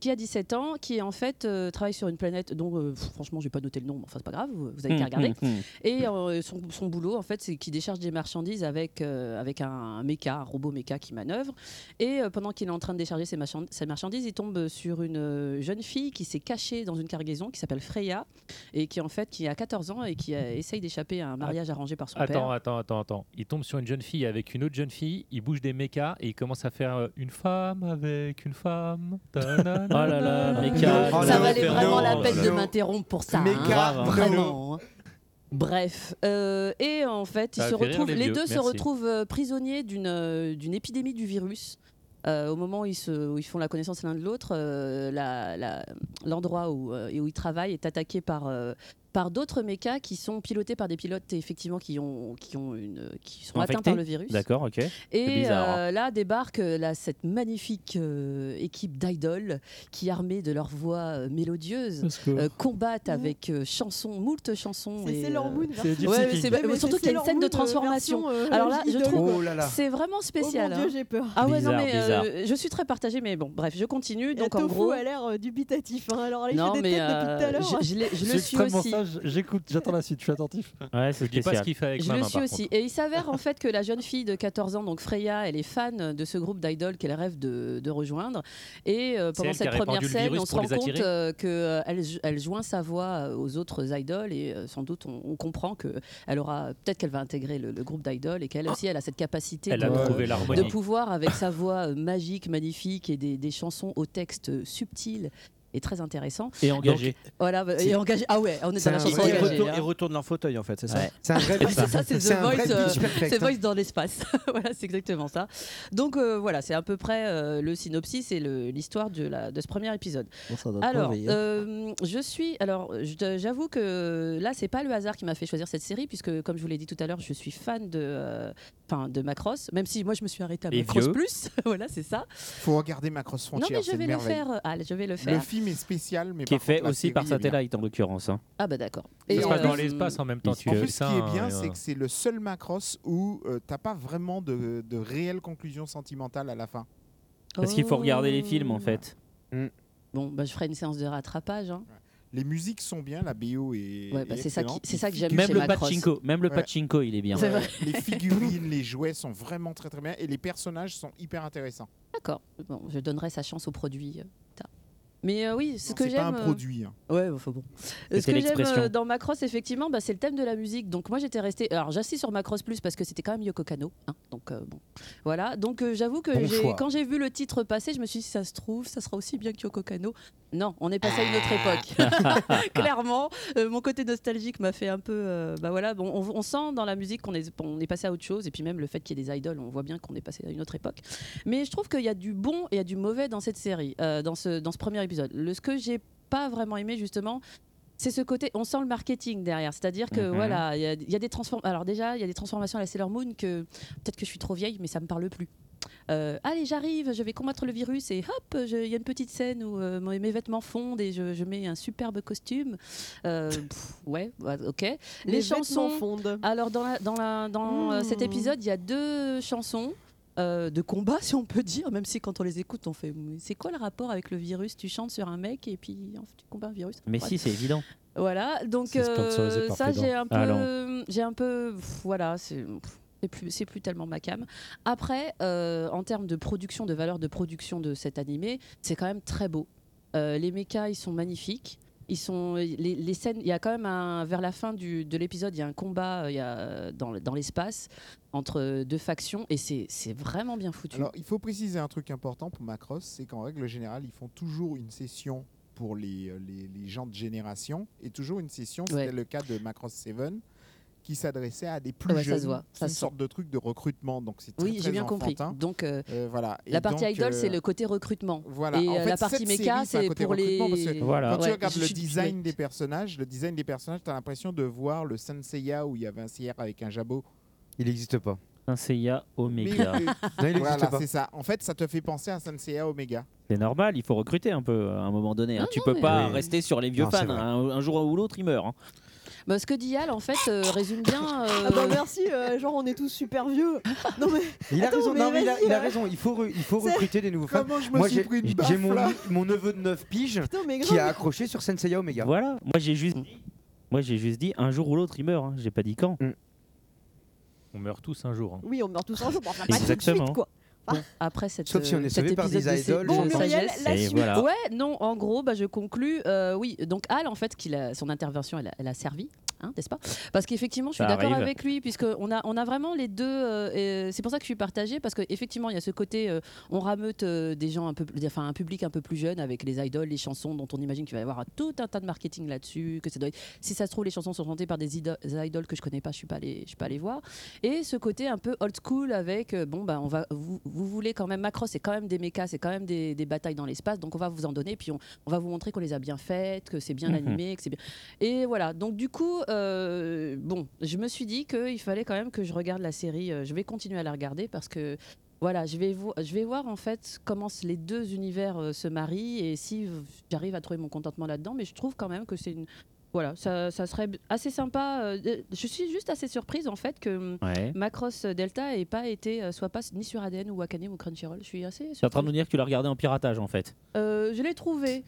S12: qui a 17 ans, qui en fait euh, travaille sur une planète dont, euh, pff, franchement, j'ai pas noté le nom, mais enfin, c'est pas grave, vous, vous avez qu'à
S1: Mm,
S12: regarder.
S1: mm, mm.
S12: Et euh, son, son boulot, en fait, c'est qu'il décharge des marchandises avec, euh, avec un, un méca, un robot méca qui manœuvre. Et euh, pendant qu'il est en train de décharger ses, marchand- ses marchandises, il tombe sur une euh, jeune fille qui s'est cachée dans une cargaison qui s'appelle Freya et qui, en fait, qui a 14 ans et qui euh, essaye d'échapper à un mariage arrangé par son
S2: Attends,
S12: père.
S2: attends, attends, attends. Il tombe sur une jeune fille avec une autre jeune fille, il bouge des mechas et il commence à faire euh, une femme avec une femme. oh là
S12: Oh
S7: Ah,
S12: là, méca.
S2: Oh,
S12: Ça valait vraiment la peine de m'interrompre pour ça.
S2: Mais
S12: hein.
S2: grave,
S12: vraiment. hein. Bref, euh, et en fait, ils
S2: Ça
S12: se
S2: fait rire
S12: retrouvent,
S2: les
S12: les,
S2: vieux,
S12: deux se
S2: merci.
S12: retrouvent euh, prisonniers d'une euh, d'une épidémie du virus. Euh, au moment où ils, se, où ils font la connaissance l'un de l'autre, euh, la- la- l'endroit où, euh, et où ils travaillent est attaqué par, euh, par d'autres mechas qui sont pilotés par des pilotes effectivement qui, ont, qui, ont une, qui sont atteints
S1: Infecté
S12: par le virus.
S1: D'accord, ok. C'est
S12: Et
S1: bizarre, hein.
S12: euh, là débarque euh, là, cette magnifique euh, équipe d'idoles qui, armée de leurs voix euh, mélodieuses,
S4: Parce que-
S12: euh, combattent avec euh, chansons, moult chansons.
S4: Mmh. C'est
S12: et, euh,
S4: Sailor Moon version-
S12: ouais,
S4: C'est Gypsy
S12: mais
S4: King.
S12: c'est-
S4: Ouais, mais
S12: surtout
S4: c'est
S12: qu'il y a
S4: Sailor
S12: une scène de
S4: Moon, euh,
S12: transformation.
S4: version, euh,
S12: Alors là, je
S4: idole.
S12: trouve
S4: Oh là là.
S12: c'est vraiment spécial.
S4: Oh mon Dieu,
S12: hein.
S4: j'ai peur.
S12: Ah ouais, non,
S4: Bizarre,
S12: mais euh,
S4: bizarre.
S12: je suis très partagée, mais bon, bref, je continue.
S4: Donc
S12: Donc en gros.
S4: a l'air euh, dubitatif. hein. Alors là, il
S12: Non,
S4: fait des
S12: mais,
S4: têtes depuis tout à
S12: euh,
S4: l'heure.
S12: je- je l'ai- je
S15: Je
S12: le
S15: suis
S12: suis
S15: extrêmement
S12: aussi.
S15: sage, j'écoute, j'attends la suite, je suis attentif.
S1: Ouais, c'est
S2: dis pas
S1: spécial.
S2: ce qu'il fait avec
S12: Je
S2: ma
S12: le
S2: main,
S12: suis
S2: par
S12: aussi. Et il s'avère en fait que la jeune fille de 14 ans, donc Freya, elle est fan de ce groupe d'idoles qu'elle rêve de, de rejoindre. Et euh,
S4: C'est
S12: pendant
S4: elle qui
S12: cette
S4: a répandu
S12: première
S4: le
S12: scène,
S4: virus
S12: on se
S4: pour
S12: rend
S4: les
S12: compte
S4: attirer
S12: qu'elle elle joint sa voix euh, aux autres idoles et euh, sans doute on, on comprend que elle aura peut-être qu'elle va intégrer le, le groupe d'idoles et qu'elle aussi elle a cette capacité
S2: Elle
S12: de, euh,
S2: a trouvé l'harmonie.
S12: de pouvoir avec sa voix euh, magique, magnifique et des, des chansons au texte euh, subtil et très intéressant
S13: Et engagé.
S12: Donc, voilà, bah, et
S13: C'est-
S12: engagé. Ah ouais, on est dans la chanson
S9: Ils
S12: engagée,
S9: retournent-
S12: hein.
S9: ils retournent leur fauteuil en fait, c'est ça
S12: Ouais. Ah, c'est ça, c'est The Voice, euh,
S7: hein.
S12: The Voice dans l'espace. voilà, c'est exactement ça. Donc euh, voilà, c'est à peu près euh, le synopsis et le- l'histoire de, la- de ce premier épisode.
S9: Bon, ça doit être
S12: alors,
S9: merveilleux.
S12: euh, je suis. Alors, je dois- j'avoue que là, c'est pas le hasard qui m'a fait choisir cette série, puisque comme je vous l'ai dit tout à l'heure, je suis fan de, euh, enfin, de Macross, même si moi je me suis arrêtée à
S7: Et
S12: Macross
S7: vieux.
S12: Plus. voilà, c'est ça.
S7: Faut regarder Macross
S12: Non,
S7: Frontières.
S12: mais je
S7: c'est
S12: vais
S7: une
S12: le
S7: merveille.
S12: faire. Ah, je vais le faire.
S7: Le film est spécial, mais
S1: Qui est
S7: par contre,
S1: fait
S7: la
S1: aussi par
S7: série est bien.
S1: satellite en l'occurrence. hein.
S12: Ah bah d'accord.
S2: Ça
S12: Et,
S2: se passe
S12: euh,
S2: dans l'espace en même temps. tu
S7: en
S2: fais
S7: plus, ce
S2: ça,
S7: qui
S2: hein,
S7: est bien,
S2: et,
S7: c'est
S2: euh,
S7: que c'est le seul Macross où euh, t'as pas vraiment de, de réelle conclusion sentimentale à la fin.
S12: Oh,
S1: Parce qu'il faut regarder les films en fait.
S12: Bon, bah, je ferai une séance de rattrapage. hein.
S7: Oh. Mm. Les musiques sont bien, la BO est.
S12: Ouais, bah,
S7: est
S12: c'est ça qui-
S7: excellente.
S12: c'est ça que
S7: Les
S12: j'aime
S7: figurines-
S12: chez
S1: Même le Macross. pachinko- même le pachinko, il est bien. C'est vrai.
S7: Les figurines, les jouets sont vraiment très très bien et les personnages sont hyper intéressants.
S12: D'accord. Bon, je donnerai sa chance au produit. euh, plus tard. Mais euh, oui, ce
S7: Non,
S12: que
S7: c'est
S12: j'aime.
S7: pas un
S12: euh,
S7: produit, hein.
S12: Ouais, enfin bon. Euh, Ce
S7: C'était
S12: que j'aime
S7: l'expression.
S12: euh, dans Macross, effectivement, bah, c'est le thème de la musique. Donc moi, j'étais restée. Alors j'insiste sur Macross Plus parce que c'était quand même Yoko Kano. hein. donc euh, bon, voilà. Donc euh, j'avoue que
S4: Bon
S12: j'ai-
S4: choix.
S12: quand j'ai vu le titre passer, je me suis dit, si ça se trouve, ça sera aussi bien que Yoko Kano. Non, on est passé à une autre époque. Clairement, Euh, mon côté nostalgique m'a fait un peu. euh, bah voilà, bon, on, on sent dans la musique qu'on est, on est passé à autre chose. Et puis même le fait qu'il y ait des idoles, on voit bien qu'on est passé à une autre époque. Mais je trouve qu'il y a du bon et il y a du mauvais dans cette série, euh, dans, ce, dans ce premier épisode. Le, ce que j'ai pas vraiment aimé, justement, c'est ce côté, on sent le marketing derrière, c'est-à-dire que
S4: Mhm.
S12: voilà, il y a- il y, a des transformations. Alors déjà, il y a des transformations à la Sailor Moon que peut-être que je suis trop vieille, mais ça me parle plus. Euh, allez, j'arrive, je vais combattre le virus et hop, je- il y a une petite scène où euh, mes mes vêtements fondent et je, je mets un superbe costume. Euh, pff, ouais, bah, ok. Les,
S4: Les vêtements
S12: chansons
S4: fondent.
S12: Alors dans, la- dans, la- dans euh, cet
S4: Mmh.
S12: épisode, il y a deux chansons. euh, de combat si on peut dire même si quand on les écoute on fait Mais c'est quoi le rapport avec le virus tu chantes sur un mec et puis en fait, tu combats un virus
S1: Mais
S12: Bref.
S1: si, c'est évident.
S12: Voilà, donc
S1: C'est sponsorisé
S12: euh,
S1: par Ah,
S12: ça
S1: Fedor.
S12: j'ai un peu,
S1: Allons.
S12: j'ai un peu, pff, voilà, c'est pff, c'est plus, c'est plus tellement ma cam. Après, euh, en termes de production, de valeur de production de cet animé, c'est quand même très beau. Euh, les mechas, ils sont magnifiques. Ils sont les, les scènes. Il y a quand même un vers la fin du, de l'épisode, il y a un combat euh, il y a, euh, dans, le- dans l'espace entre deux factions et c'est c'est vraiment bien foutu.
S7: Alors, il faut préciser un truc important pour Macross, c'est qu'en règle générale, ils font toujours une session pour les, euh, les, les gens de génération et toujours une session, c'était
S12: Ouais. Ah
S7: le cas de Macross 7, qui s'adressait à des plus
S12: Ouais, ça
S7: jeunes.
S12: se voit,
S7: C'est
S12: ça
S7: une
S12: se sent.
S7: sorte de truc de recrutement, donc c'est très,
S12: Oui, j'ai
S7: très
S12: bien compris.
S7: enfantin.
S12: Donc,
S7: Euh, voilà. Et
S12: la partie
S7: donc,
S12: idol,
S7: euh,
S12: c'est le côté recrutement.
S7: voilà.
S12: Et
S7: En
S12: euh,
S7: fait,
S12: la partie
S7: cette
S12: méca,
S7: série, c'est un
S12: c'est
S7: côté
S12: pour les.
S7: recrutement, parce que Quand tu
S12: Ouais,
S7: regardes
S12: je
S7: le
S12: suis-
S7: design des personnages, le design des personnages, tu as l'impression de voir le Senseiya où il y avait un CR avec un jabot.
S14: Il n'existe pas.
S1: Un CIA
S7: Mais-
S1: Omega.
S7: mais-
S14: il
S7: voilà,
S14: existe pas.
S7: c'est ça. En fait, ça te fait penser à Senseiya Omega.
S1: C'est normal, il faut recruter un peu à un moment donné. hein. tu
S12: non,
S1: peux
S12: mais-
S1: pas
S12: Oui.
S1: rester sur les vieux
S12: Non, c'est
S1: fans.
S12: vrai.
S1: hein. Un, un jour ou l'autre, ils meurent. hein.
S12: Bah, ce que dit Al, en fait, euh, résume bien. euh,
S4: Ah bah merci, euh, genre on est tous super vieux. Non mais.
S14: Il a
S4: Attends,
S14: raison,
S4: mais
S14: non, mais il, a,
S4: vas-y,
S14: il a
S4: euh,
S14: raison, il faut, re- il faut
S4: C'est-
S14: recruter des nouveaux fans.
S4: Comment je me
S14: Moi
S4: suis
S14: j'ai
S4: pris une
S14: j'ai
S4: baffe,
S14: mon,
S4: là
S14: mon neveu de 9 piges
S4: euh, mais
S14: qui
S4: grave.
S14: a accroché sur Senseiya Omega.
S1: Voilà, moi j'ai juste, moi j'ai juste dit un jour ou l'autre, ils meurent. hein. J'ai pas dit quand.
S7: Mm.
S2: On meurt tous un jour. hein.
S4: Oui, on meurt tous un jour. Bon, enfin, pas tout de
S1: Exactement.
S4: suite, quoi. Enfin,
S12: Après cette, euh,
S2: Sauf si on est
S12: cet
S2: sauvé par
S12: épisode
S2: des
S12: de ces-
S2: idoles,
S12: bon,
S2: je
S12: Muriel,
S2: sagesse.
S12: la
S2: Et
S12: suite.
S2: voilà.
S12: Ouais, non, en gros, bah, je conclus. euh, oui, donc Al, en fait, qu'il a, son intervention, elle a, elle a servi. hein, N'est-ce pas Parce qu'effectivement, je suis
S1: Ça
S12: d'accord
S1: arrive.
S12: avec lui, puisque on a, on a vraiment les deux. euh, et c'est pour ça que je suis partagée, parce qu'effectivement, il y a ce côté, euh, on rameute euh, des gens un peu, plus- enfin un public un peu plus jeune avec les idoles, les chansons, dont on imagine qu'il va y avoir tout un tas de marketing là-dessus, que ça doit. être- Si ça se trouve, les chansons sont chantées par des, ido- des idoles que je connais pas, je suis pas allée, je suis pas allée voir. Et ce côté un peu old school avec, euh, bon bah on va, vous, vous voulez quand même Macross, c'est quand même des mechas, c'est quand même des, des batailles dans l'espace, donc on va vous en donner, puis on, on va vous montrer qu'on les a bien faites, que c'est bien
S1: Mhm.
S12: animé, que c'est bien. Et voilà. Donc du coup, euh, bon, je me suis dit qu'il fallait quand même que je regarde la série. euh, Je vais continuer à la regarder parce que voilà, je vais, vo- je vais voir en fait comment s- les deux univers euh, se marient et si v- j'arrive à trouver mon contentement là-dedans. Mais je trouve quand même que c'est une voilà, ça, ça serait b- assez sympa. euh, de- Je suis juste assez surprise en fait que hum,
S1: Ouais.
S12: Macross Delta ait pas été, euh, soit pas s- ni sur ADN ou Wakanim ou Crunchyroll. Je suis assez
S1: Tu es en train de
S12: surprise.
S1: nous dire que tu l'as regardé en piratage en fait.
S12: Euh, je l'ai trouvé.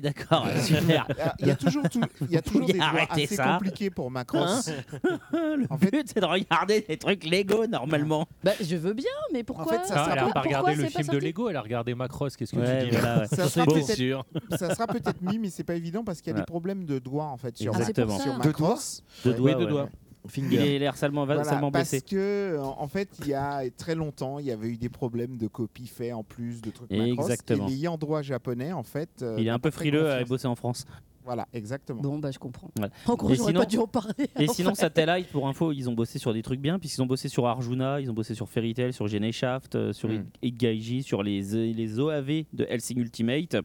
S1: d'accord. super.
S7: Il y a toujours, tout- il y a toujours des
S1: Faut
S7: droits
S1: arrêter
S7: assez
S1: ça.
S7: compliqués pour Macross.
S1: Hein Le but, c'est de regarder des trucs Lego normalement.
S12: Bah, je veux bien, mais pourquoi
S2: Ah, elle a pas
S12: pourquoi
S2: regardé
S12: c'est
S2: le
S12: pas
S2: film de
S12: sorti
S2: Lego, elle a regardé Macross. Qu'est-ce que
S1: Ouais,
S2: tu dis
S1: voilà,
S2: là
S1: ouais.
S7: ça, sera
S2: Bon,
S7: peut-être-
S2: sûr.
S7: ça sera peut-être mis, mais c'est pas évident parce qu'il y a
S1: Ouais.
S7: des problèmes de doigts en fait sur,
S1: Exactement.
S7: sur
S1: Deux doigts
S7: Macross.
S1: Deux doigts.
S2: deux
S1: ouais.
S2: doigts.
S1: Il a l'air salement, va-
S7: Voilà,
S1: salement blessé.
S7: Parce que, en en fait, il y a très longtemps, il y avait eu des problèmes de copies faits en plus, de trucs Macross.
S1: Exactement.
S7: Et l'ayant droit japonais, en fait. euh,
S1: Il est
S7: n'a
S1: un
S7: pas
S1: peu
S7: très
S1: frileux à
S7: confiance.
S1: bosser en France.
S7: Voilà, exactement.
S12: Bon, bah, je comprends.
S1: Voilà.
S12: Encore,
S1: Et
S12: j'aurais
S1: sinon-
S12: pas dû en parler.
S1: Et
S12: en
S1: sinon,
S12: fait.
S1: Satellite, pour info, ils ont bossé sur des trucs bien, puisqu'ils ont bossé sur Arjuna, ils ont bossé sur Fairy Tail, sur Gene Shaft, euh, sur
S14: Hmm.
S1: Id Gaiji, sur les, euh, les OAV de Helsing Ultimate.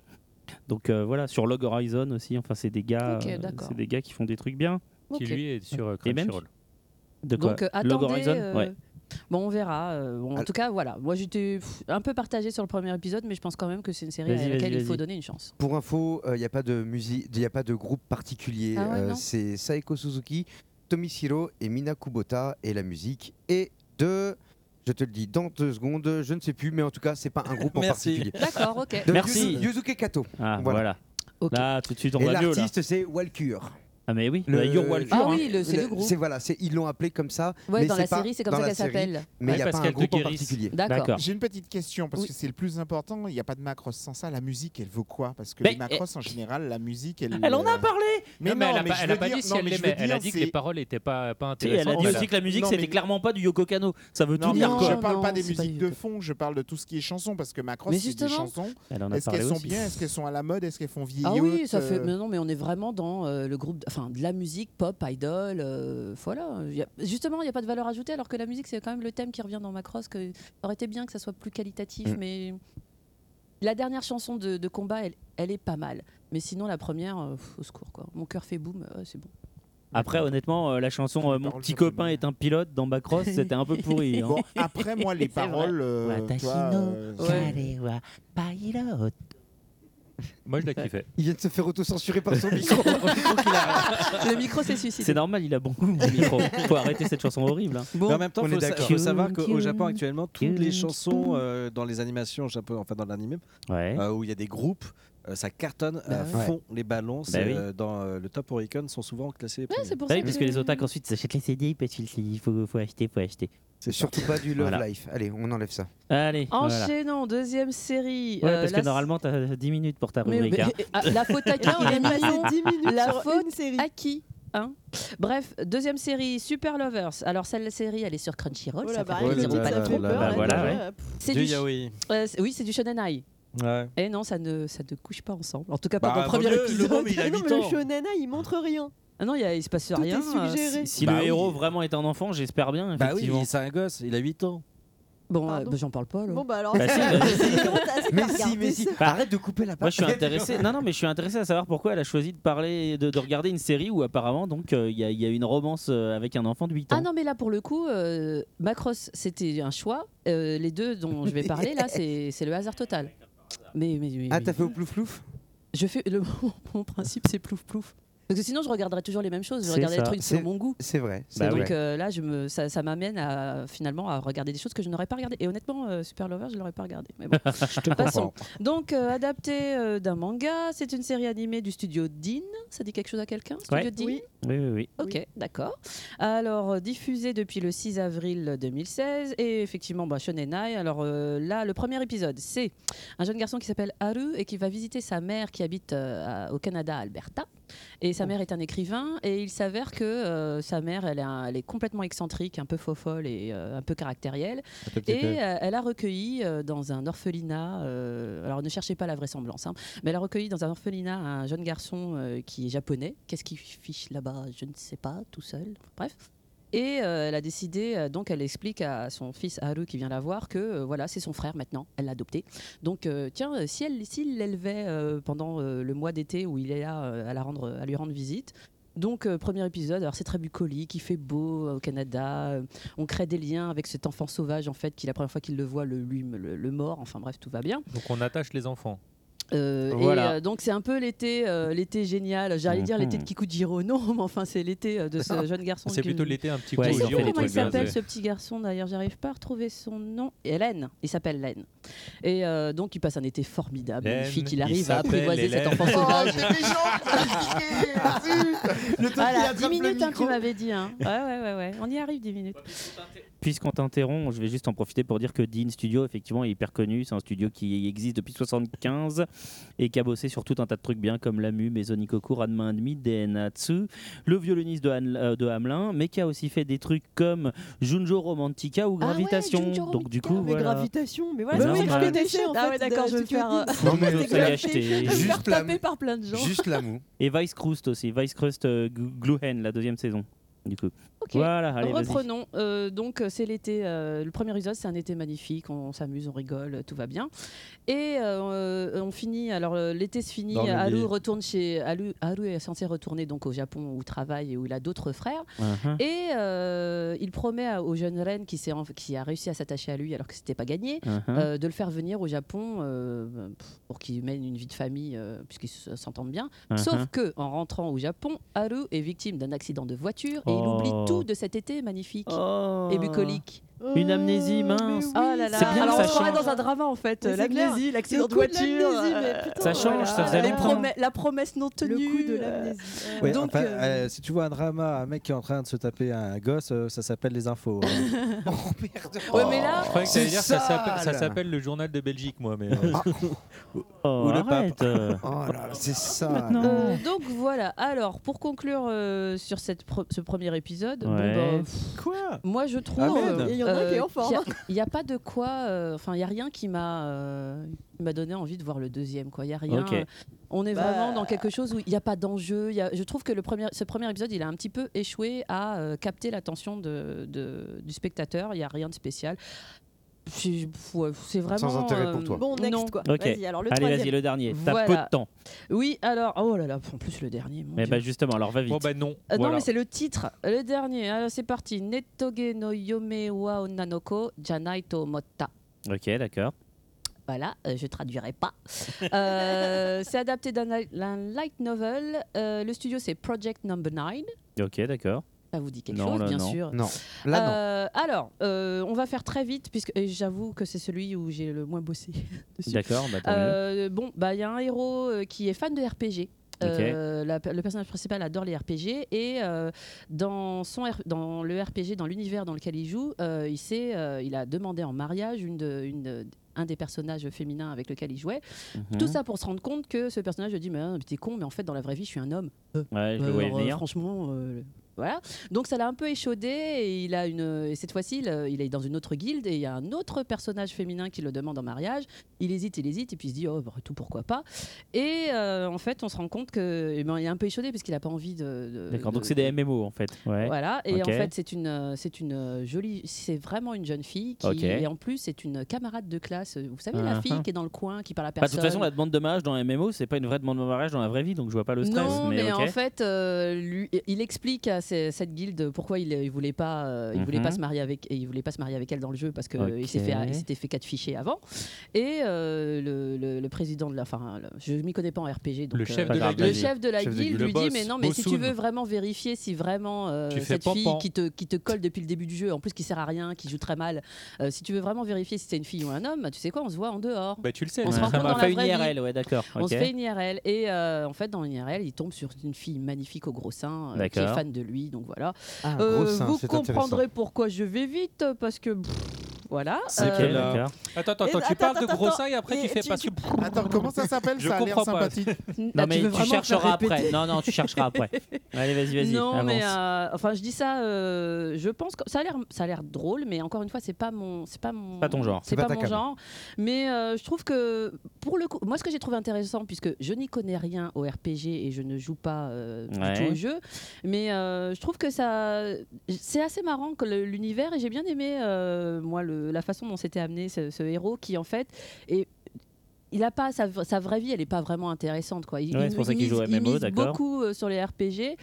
S1: Donc euh, voilà, sur Log Horizon aussi. Enfin, c'est des gars,
S12: Ok,
S1: euh,
S12: d'accord.
S1: c'est des gars qui font des trucs bien.
S12: Qui, Ok. lui,
S2: est sur, euh,
S1: Et même-
S2: Crunchyroll.
S1: De quoi
S12: Donc euh,
S1: Log
S12: attendez.
S1: Horizon,
S12: euh,
S1: ouais.
S12: Bon, on verra. euh, bon, en tout cas, voilà. Moi, j'étais pff, un peu partagée sur le premier épisode, mais je pense quand même que c'est une série à
S14: Vas-y,
S12: laquelle
S14: vas-y,
S12: il faut
S14: vas-y.
S12: donner une chance.
S14: Pour info, il n'y a pas de musique, il a pas de groupe particulier.
S12: Ah ouais,
S14: Euh,
S12: non
S14: c'est Saeko Suzuki, Tomishiro et Mina Kubota et la musique est de. Je te le dis dans deux secondes, je ne sais plus, mais en tout cas, c'est pas un groupe en particulier.
S12: D'accord, ok.
S14: De
S1: Merci.
S14: Yuzu- Yuzuke Kato.
S1: Ah, voilà. Là, tout de suite, on
S14: Et
S1: va mieux. là.
S14: l'artiste, c'est Walcure.
S1: Ah, mais oui, le Your Wall
S12: Ah
S1: Cure, hein.
S14: C'est voilà, c'est- ils l'ont appelé comme ça.
S12: Ouais,
S14: mais
S12: dans
S14: c'est
S12: la
S14: pas-
S12: série, c'est comme
S14: dans
S12: ça
S14: la
S12: qu'elle
S14: série,
S12: s'appelle.
S14: Mais
S12: Ouais,
S14: il n'y a pas un
S12: Pascal de
S14: groupe en
S12: Guéris.
S14: particulier.
S12: D'accord. D'accord.
S7: J'ai une petite question parce
S12: Oui.
S7: que c'est le plus important. Il n'y a pas de Macross sans ça. La musique, elle vaut quoi Parce que
S2: Mais-
S7: les Macross en général, la musique, elle. euh,
S1: Elle en a parlé
S7: Mais
S2: Non,
S7: non,
S2: mais elle a
S7: mais
S2: pas-
S7: je
S2: elle a
S7: veux
S2: pas
S7: dire-
S2: dit si
S7: non,
S2: elle
S7: mais je
S2: l'aimait.
S7: veux
S2: Elle a
S7: dire,
S2: dit que
S7: c'est-
S2: les paroles n'étaient pas, pas
S1: Si, elle
S2: intéressantes.
S1: a dit
S2: Voilà.
S1: aussi que la musique,
S7: Non,
S1: c'était
S7: mais-
S1: clairement pas du Yoko Kano. Ça veut
S7: Non,
S1: tout
S7: mais
S1: dire, quoi.
S7: je parle
S12: Non,
S7: pas des
S12: c'est pas
S7: musiques de fond, je parle de tout ce qui est chansons parce que Macross,
S12: Mais
S7: c'est des
S12: justement.
S7: chansons.
S1: Elle en a
S7: Est-ce
S1: parlé
S7: qu'elles sont
S1: aussi.
S7: bien Est-ce qu'elles sont à la mode Est-ce qu'elles font vieillir
S12: Ah oui, ça
S7: euh.
S12: fait. Mais non, mais on est vraiment dans euh, le groupe, d- enfin, de la musique pop, idol, euh, voilà. Il y a- justement, il n'y a pas de valeur ajoutée, alors que la musique, c'est quand même le thème qui revient dans Macross. Que ça aurait été bien que ça soit plus qualitatif,
S14: Mm.
S12: mais la dernière chanson de, de combat, elle, elle est pas mal. Mais sinon, la première, euh, pff, au secours, quoi. Mon cœur fait boum, euh, c'est bon.
S1: Après, honnêtement, euh, la chanson euh, Mon
S7: paroles
S1: petit
S7: japonais.
S1: copain est un pilote dans Macross, c'était un peu pourri. hein.
S7: Bon, après, moi, les
S1: C'est vrai.
S7: paroles. euh,
S1: Watashi
S7: toi,
S1: no
S7: euh,
S1: kare wa pilot.
S2: Moi, je la kiffais.
S14: Il vient de se faire autocensurer par son micro.
S12: Le micro s'est suicidé.
S1: C'est normal, il a bon goût, le micro. Faut arrêter cette chanson horrible. hein.
S9: Mais en même temps,
S1: on
S9: il
S1: est
S9: faut, sa-
S1: d'accord.
S9: faut savoir qu'au Japon actuellement, toutes les
S1: Kyun,
S9: chansons euh, dans les animations japonaises, enfin dans l'anime, euh, où il y a des groupes, euh, ça cartonne
S1: Bah
S9: à
S1: oui.
S9: fond. Les ballons c'est,
S1: oui.
S9: euh, dans euh, le top Oricon sont souvent classés. les premiers.
S12: c'est pour
S1: Bah
S12: ça
S1: oui, parce
S12: que-
S1: que les otaques ensuite s'achètent les CD parce qu'il faut, faut acheter, faut acheter.
S14: C'est surtout pas du Love
S1: Voilà.
S14: Life. Allez, on enlève ça.
S1: Allez. voilà.
S12: Enchaînons, deuxième série.
S1: Ouais,
S12: euh,
S1: parce
S12: la-
S1: que normalement, tu as 10 minutes pour ta
S12: Mais-
S1: rubrique.
S12: mais-
S1: hein.
S12: ah, la faute à qui
S4: On vient de passer
S12: Emmanuel
S4: 10 minutes
S12: La
S4: sur
S12: faute
S4: une série.
S12: à qui hein Bref, deuxième série, Super Lovers. Alors, celle la série, elle est sur Crunchyroll.
S4: Oh
S12: ça
S4: là,
S12: fait
S4: bah,
S12: plaisir
S4: elle
S12: ou
S4: est
S12: Ah, pas
S4: sur
S12: du
S4: Crunchyroll,
S12: tout.
S4: Bah, elle
S13: Ah
S4: voilà, est- ouais.
S12: euh, C'est
S4: Du
S12: du,
S4: yaoi.
S12: Euh, c'est- oui, c'est du shonen ai.
S13: Ouais.
S12: Et non, ça ne, ça ne couche pas ensemble. En tout cas, pas
S13: Bah,
S12: dans le premier
S13: vaut mieux, le
S12: épisode.
S13: môme, il a Ah non, huit mais le ans.
S12: shonen il montre rien. Ah non, il y a- il se passe
S4: Tout
S12: rien.
S4: est suggéré.
S12: euh,
S1: Si, si
S13: Bah
S1: le
S13: oui.
S1: héros vraiment est un enfant, j'espère bien.
S13: Bah oui,
S1: effectivement.
S13: c'est un gosse, il a 8 ans.
S12: Bon, euh, bah, j'en parle pas là.
S4: Bon, bah alors.
S1: Bah, si, bah,
S4: Mais si, mais si.
S1: Bah,
S14: Arrête de couper la
S1: Moi,
S14: parole.
S1: je suis intéressé. Non, non, mais je suis intéressé à savoir pourquoi elle a choisi de parler, de, de regarder une série où apparemment, donc, euh, il y, a- il y a une romance euh, avec un enfant de 8 ans.
S12: Ah non, mais là pour le coup, euh, Macross c'était un choix. Euh, les deux dont je vais parler là, c'est c'est le hasard total. Mais, mais, mais-
S14: Ah, t'as fait au plouf plouf
S12: Je fais le mon principe c'est plouf plouf. Parce que sinon je regarderais toujours les mêmes choses, je regarderais des trucs sur mon goût.
S14: C'est vrai. c'est
S12: Bah, donc
S14: vrai.
S12: euh, là je me, ça, ça m'amène à finalement à regarder des choses que je n'aurais pas regardées. Et honnêtement euh, Super Lover je l'aurais pas regardé. Mais bon.
S5: Je te
S12: Passons.
S5: comprends.
S12: Donc euh, adapté euh, d'un manga, c'est une série animée du studio Dean. Ça dit quelque chose à quelqu'un Studio
S1: Ouais.
S12: Dean
S1: Oui. Oui, oui, oui.
S12: Ok, d'accord. Alors, euh, diffusé depuis le 6 avril 2016, et effectivement, bah, Shonen Ai. Alors euh, là, le premier épisode, c'est un jeune garçon qui s'appelle Haru et qui va visiter sa mère qui habite euh, à- au Canada, à Alberta. Et sa mère est un écrivain, et il s'avère que euh, sa mère, elle, est un- elle est complètement excentrique, un peu fofolle et euh, un peu caractérielle.
S5: Un peu
S12: Et
S5: petit peu.
S12: euh, elle a recueilli euh, dans un orphelinat, euh, alors ne cherchez pas la vraisemblance, hein, mais elle a recueilli dans un orphelinat un jeune garçon euh, qui est japonais. Qu'est-ce qu'il fiche là-bas Je ne sais pas, tout seul. Bref. Et euh, elle a décidé, euh, donc elle explique à son fils Haru qui vient la voir que euh, voilà, c'est son frère maintenant, elle l'a adopté. Donc euh, tiens, euh, si elle s'il l'élevait euh, pendant euh, le mois d'été où il est là euh, à, la rendre, à lui rendre visite, donc, euh, premier épisode, alors c'est très bucolique, il fait beau euh, au Canada, euh, on crée des liens avec cet enfant sauvage, en fait, qui la première fois qu'il le voit, le, lui, le, le mort, enfin bref, tout va bien.
S2: Donc on attache les enfants.
S12: Euh,
S2: Voilà.
S12: Et euh, donc c'est un peu l'été, euh, l'été génial, j'allais dire l'été de
S2: Mhm.
S12: Kikujiro, non, mais enfin c'est l'été euh, de ce jeune garçon.
S2: C'est
S12: qui-
S2: plutôt l'été un petit
S12: Je
S2: coup.
S12: sais
S2: au
S12: plus
S2: Giro,
S12: comment il
S2: truc de-
S12: s'appelle ce petit garçon d'ailleurs, j'arrive pas à retrouver son nom. Hélène, il s'appelle Hélène. Et euh, donc il passe un été formidable,
S5: Hélène,
S12: magnifique, il
S5: il
S12: arrive à
S5: s'appelle
S12: apprivoiser cet
S5: Hélène.
S12: enfant
S5: Oh,
S12: sauvage.
S5: t'es méchant,
S12: Le
S5: temps qu'il
S12: voilà,
S5: attrape
S12: 10 minutes,
S5: le
S12: hein, tu
S5: micro.
S12: m'avais dit. Hein. Ouais, ouais, ouais, ouais. On y arrive, 10 minutes.
S1: Puisqu'on t'interrompt, je vais juste en profiter pour dire que Dean Studio, effectivement, est hyper connu. C'est un studio qui existe depuis 75 et qui a bossé sur tout un tas de trucs bien comme Lamu, Maison Koku, Ranma 1,5, Denatsu, le violoniste de, Han- euh, de Hamelin, mais qui a aussi fait des trucs comme Junjo Romantica
S12: Ah
S1: ou Gravitation. Donc, du coup,
S4: Mais
S1: voilà.
S4: gravitation, mais
S14: Bah
S4: voilà,
S1: Non,
S4: c'est ça que
S1: mais-
S4: je connaissais en fait.
S12: Ah ouais, d'accord, je vais
S4: de-
S12: me faire,
S4: de-
S12: euh,
S1: Non,
S4: de-
S1: mais
S4: de-
S1: je
S4: de-
S1: vais
S4: de-
S1: acheter.
S4: Je vais me
S1: Juste
S4: faire taper
S12: l'amour. par plein de gens.
S14: Juste l'amour.
S1: Et Vice Crust aussi, Vice Crust euh, Glu- Gluhen, la deuxième saison. Du coup. Voilà, allez, vas-y.
S12: Reprenons. Euh, donc, euh, c'est l'été. euh, le premier épisode, c'est un été magnifique. On, s'amuse, on rigole, euh, tout va bien. Et euh, on finit. Alors, euh, l'été se finit.
S5: Dans le
S12: Haru
S5: lit.
S12: retourne chez. Haru, Haru est censé retourner donc au Japon où il travaille et où il a d'autres frères.
S1: Hein.
S5: Mhm.
S12: Et euh, il promet à- au jeune Ren qui, s'est en- qui a réussi à s'attacher à lui alors que c'était pas gagné,
S1: Hein,
S5: Mhm.
S12: euh, de le faire venir au Japon euh, pff, pour qu'il mène une vie de famille euh, puisqu'ils s- s'entendent bien.
S1: Hein,
S5: Mhm.
S12: Sauf que en rentrant au Japon, Haru est victime d'un accident de voiture et il oublie
S1: Oh.
S12: tout de cet été magnifique
S4: Oh.
S12: et bucolique.
S1: Une amnésie mince.
S12: Oh là là.
S1: C'est bien
S12: Alors
S1: que
S12: on
S1: ça
S12: serait
S1: change.
S12: dans un drama en fait.
S4: Mais c'est
S12: L'amnésie,
S4: clair.
S12: l'accident
S4: Le
S12: de
S4: coup de
S12: voiture.
S4: l'amnésie,
S12: euh,
S4: mais putain,
S1: Ça change, ça faisait
S12: les
S1: longtemps.
S12: promes- la promesse non tenue. euh,
S9: Ouais,
S12: Donc,
S9: enfin,
S12: euh,
S9: euh, si tu vois un drama, un mec qui est en train de se taper un gosse, euh, ça s'appelle les infos. hein.
S12: Ouais, mais là,
S2: Je croyais que t'allais dire que ça
S9: sale.
S2: s'appelle- ça s'appelle le journal de Belgique, moi. Mais, euh,
S12: Ah.
S1: Oh,
S14: Oh
S1: arrête.
S14: là là, c'est ça.
S1: Ah.
S12: Euh, donc voilà, alors pour conclure euh, sur cette pre- ce premier épisode, bon,
S5: Ouais.
S12: bah, pff, Moi je trouve.
S5: Amen.
S12: euh,
S5: Il y en
S4: a qui est en forme.
S12: qu'il y a- Il n'y a, pas de quoi. euh, Enfin, il n'y a rien qui m'a euh, qui m'a donné envie de voir le deuxième. quoi. Il n'y a rien.
S5: Ok.
S12: euh, on est
S5: Bah.
S12: vraiment dans quelque chose où il n'y a pas d'enjeu. il y a- Je trouve que le premier, ce premier épisode, il a un petit peu échoué à euh, capter l'attention de, de- du spectateur. Il n'y a rien de spécial. C'est ouais, c'est vraiment. euh,
S1: intérêt pour toi.
S4: Bon, next,
S12: non.
S4: quoi.
S1: Ok.
S4: Vas-y, alors le
S1: Allez,
S4: troisième.
S1: vas-y, le dernier. T'as
S12: Voilà.
S1: peu de temps.
S12: Oui, alors, oh là là, en plus le dernier. mon
S1: Mais
S12: Dieu.
S1: bah justement, alors va vite.
S2: Bon, bah non.
S12: Euh, Non, mais c'est le titre, le dernier. Alors c'est parti. Netoge no yome wa onanoko janai to motta.
S1: Ok, d'accord.
S12: Voilà, euh, je traduirai pas. Euh, c'est adapté d'un li- d'un light novel. Euh, le studio c'est Project Number 9.
S1: Ok, d'accord.
S12: Ça vous dit quelque
S1: Non,
S12: chose,
S1: là,
S12: bien
S1: non.
S12: sûr.
S1: Non. Là, non.
S12: Euh, alors, euh, on va faire très vite, puisque et j'avoue que c'est celui où j'ai le moins bossé. dessus.
S1: D'accord, bah, tant mieux.
S12: Euh, bon, bah, il y a un héros euh, qui est fan de RPG. Euh, la- le personnage principal adore les RPG et euh, dans, son R- dans le RPG, dans l'univers dans lequel il joue, euh, il, s'est, euh, il a demandé en mariage une de- une de- un des personnages féminins avec lequel il jouait.
S1: Mhm.
S12: Tout ça pour se rendre compte que ce personnage lui dit Mais ah, mais t'es con, mais en fait, dans la vraie vie, je suis un homme. Euh,
S1: Ouais, je le voyais
S12: alors, euh,
S1: venir.
S12: franchement, euh, voilà. Donc ça l'a un peu échaudé et il a une et cette fois-ci il, euh, il est dans une autre guilde et il y a un autre personnage féminin qui le demande en mariage. Il hésite, il hésite et puis il se dit oh bah, tout pourquoi pas. Et euh, en fait on se rend compte que eh ben, il est un peu échaudé parce qu'il a pas envie de. de-
S1: D'accord,
S12: de-
S1: donc c'est des MMO en fait. Ouais.
S12: euh, Voilà et
S1: Ok.
S12: en fait c'est une euh, c'est une euh, jolie c'est vraiment une jeune fille qui
S1: Ok.
S12: et en plus c'est une camarade de classe. Vous savez la
S1: Ah,
S12: fille
S1: ah.
S12: qui est dans le coin qui parle à
S1: Bah, de
S12: personne.
S1: toute façon, la demande de mariage dans MMO, c'est pas une vraie demande de mariage dans la vraie vie, donc je vois pas le stress.
S12: Non, mais,
S1: mais, ok.
S12: en fait, euh, lui, il explique à ces- cette guilde pourquoi il, il voulait pas, euh, il voulait
S1: Mhm.
S12: pas se marier avec, et il voulait pas se marier avec elle dans le jeu parce que
S1: Ok.
S12: il s'est fait, il s'était fait quatre fichiers avant. Et euh, le, le- le président de la, enfin, le- je m'y connais pas en RPG, donc
S2: Le chef
S12: euh,
S2: de la
S12: le
S2: guilde.
S12: chef de la
S2: Chef de
S12: guilde
S2: guilde.
S12: lui
S2: Le
S12: dit
S2: boss,
S12: mais non, mais si tu
S2: Bosun.
S12: veux vraiment vérifier si vraiment euh,
S2: Tu fais
S12: cette fille
S2: pampan.
S12: qui te, qui te colle depuis le début du jeu, en plus qui sert à rien, qui joue très mal, euh, si tu veux vraiment vérifier si c'est une fille ou un homme, bah, tu sais quoi, on se voit en dehors.
S2: Bah, tu le sais,
S12: on se
S2: ouais.
S12: rencontre
S2: Ça m'a
S12: dans la
S2: fait une
S12: vraie vie.
S2: IRL, ouais, d'accord,
S12: On se
S2: ok.
S12: fait une IRL. Et euh, en fait, dans une IRL, il tombe sur une fille magnifique au gros sein euh, qui est
S1: D'accord.
S12: fan de lui. Donc voilà. Euh,
S1: Ah, gros sein,
S12: vous
S1: c'est
S12: comprendrez
S1: intéressant.
S12: pourquoi je vais vite parce que. pff, voilà.
S2: C'est
S12: Euh,
S2: quel, d'accord. Attends, attends,
S12: Et- bah,
S2: attends, tu
S12: attends,
S2: parles de
S12: attends,
S2: gros
S12: attends.
S2: seins et après tu
S12: Et
S2: fais parce que-
S7: Attends, comment ça s'appelle
S2: Je
S7: Ça a l'air
S2: comprends pas.
S7: sympathique.
S12: Ah,
S1: Non, mais
S12: veux
S1: tu,
S12: vraiment
S1: chercheras
S12: faire répéter
S1: après. Non, non, tu chercheras après. Allez, vas-y, vas-y.
S12: Non,
S1: avance.
S12: mais euh, enfin, je dis ça. euh, je pense que ça a l'air, ça a l'air drôle, mais encore une fois, c'est pas mon, c'est pas mon,
S1: Pas ton genre.
S12: c'est
S1: C'est pas
S12: pas,
S1: ta
S12: mon
S1: cam.
S12: genre. Mais euh, je trouve que pour le coup, moi, ce que j'ai trouvé intéressant, puisque je n'y connais rien au RPG et je ne joue pas euh, du
S1: Ouais.
S12: tout au jeu, mais euh, je trouve que ça, c'est assez marrant que le- l'univers et j'ai bien aimé euh, moi le- la façon dont c'était amené ce, ce héros qui en fait est il a pas sa, sa vraie vie, elle est pas vraiment intéressante quoi. Il,
S1: Ouais,
S12: il-
S1: c'est pour ça
S12: il
S1: qu'il
S12: mise-
S1: joue au
S12: il
S1: MMO,
S12: mise
S1: d'accord.
S12: beaucoup euh, sur les RPG et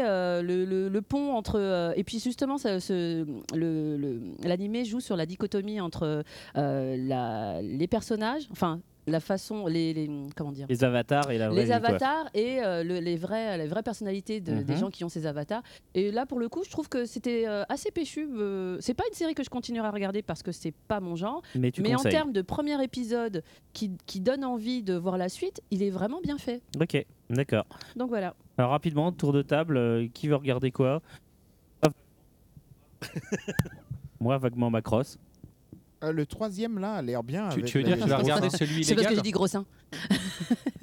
S12: euh, le, le- le pont entre euh, et puis justement ça- ce- le- le- l'animé joue sur la dichotomie entre euh, la- les personnages, enfin la façon les, les- comment dire
S1: Les avatars et la vraie
S12: les
S1: vie, quoi.
S12: avatars et euh, le- les, vraies, les vraies personnalités de- des
S1: Mhm.
S12: gens qui ont ces avatars. Et là, pour le coup, je trouve que c'était euh, assez péchu. euh, c'est pas une série que je continuerai à regarder parce que c'est pas mon genre.
S1: Mais tu
S12: en
S1: conseilles.
S12: termes de premier épisode qui, qui donne envie de voir la suite, il est vraiment bien fait.
S1: Ok, d'accord.
S12: Donc voilà.
S1: Alors, rapidement, tour de table, euh, qui veut regarder quoi Moi, vaguement Macross.
S7: Euh, le troisième là a l'air bien.
S1: Tu-
S7: avec
S1: tu veux
S7: les-
S1: dire que tu vas
S7: les
S1: regarder
S7: gros seins.
S1: celui
S12: C'est parce que j'ai dit gros sein.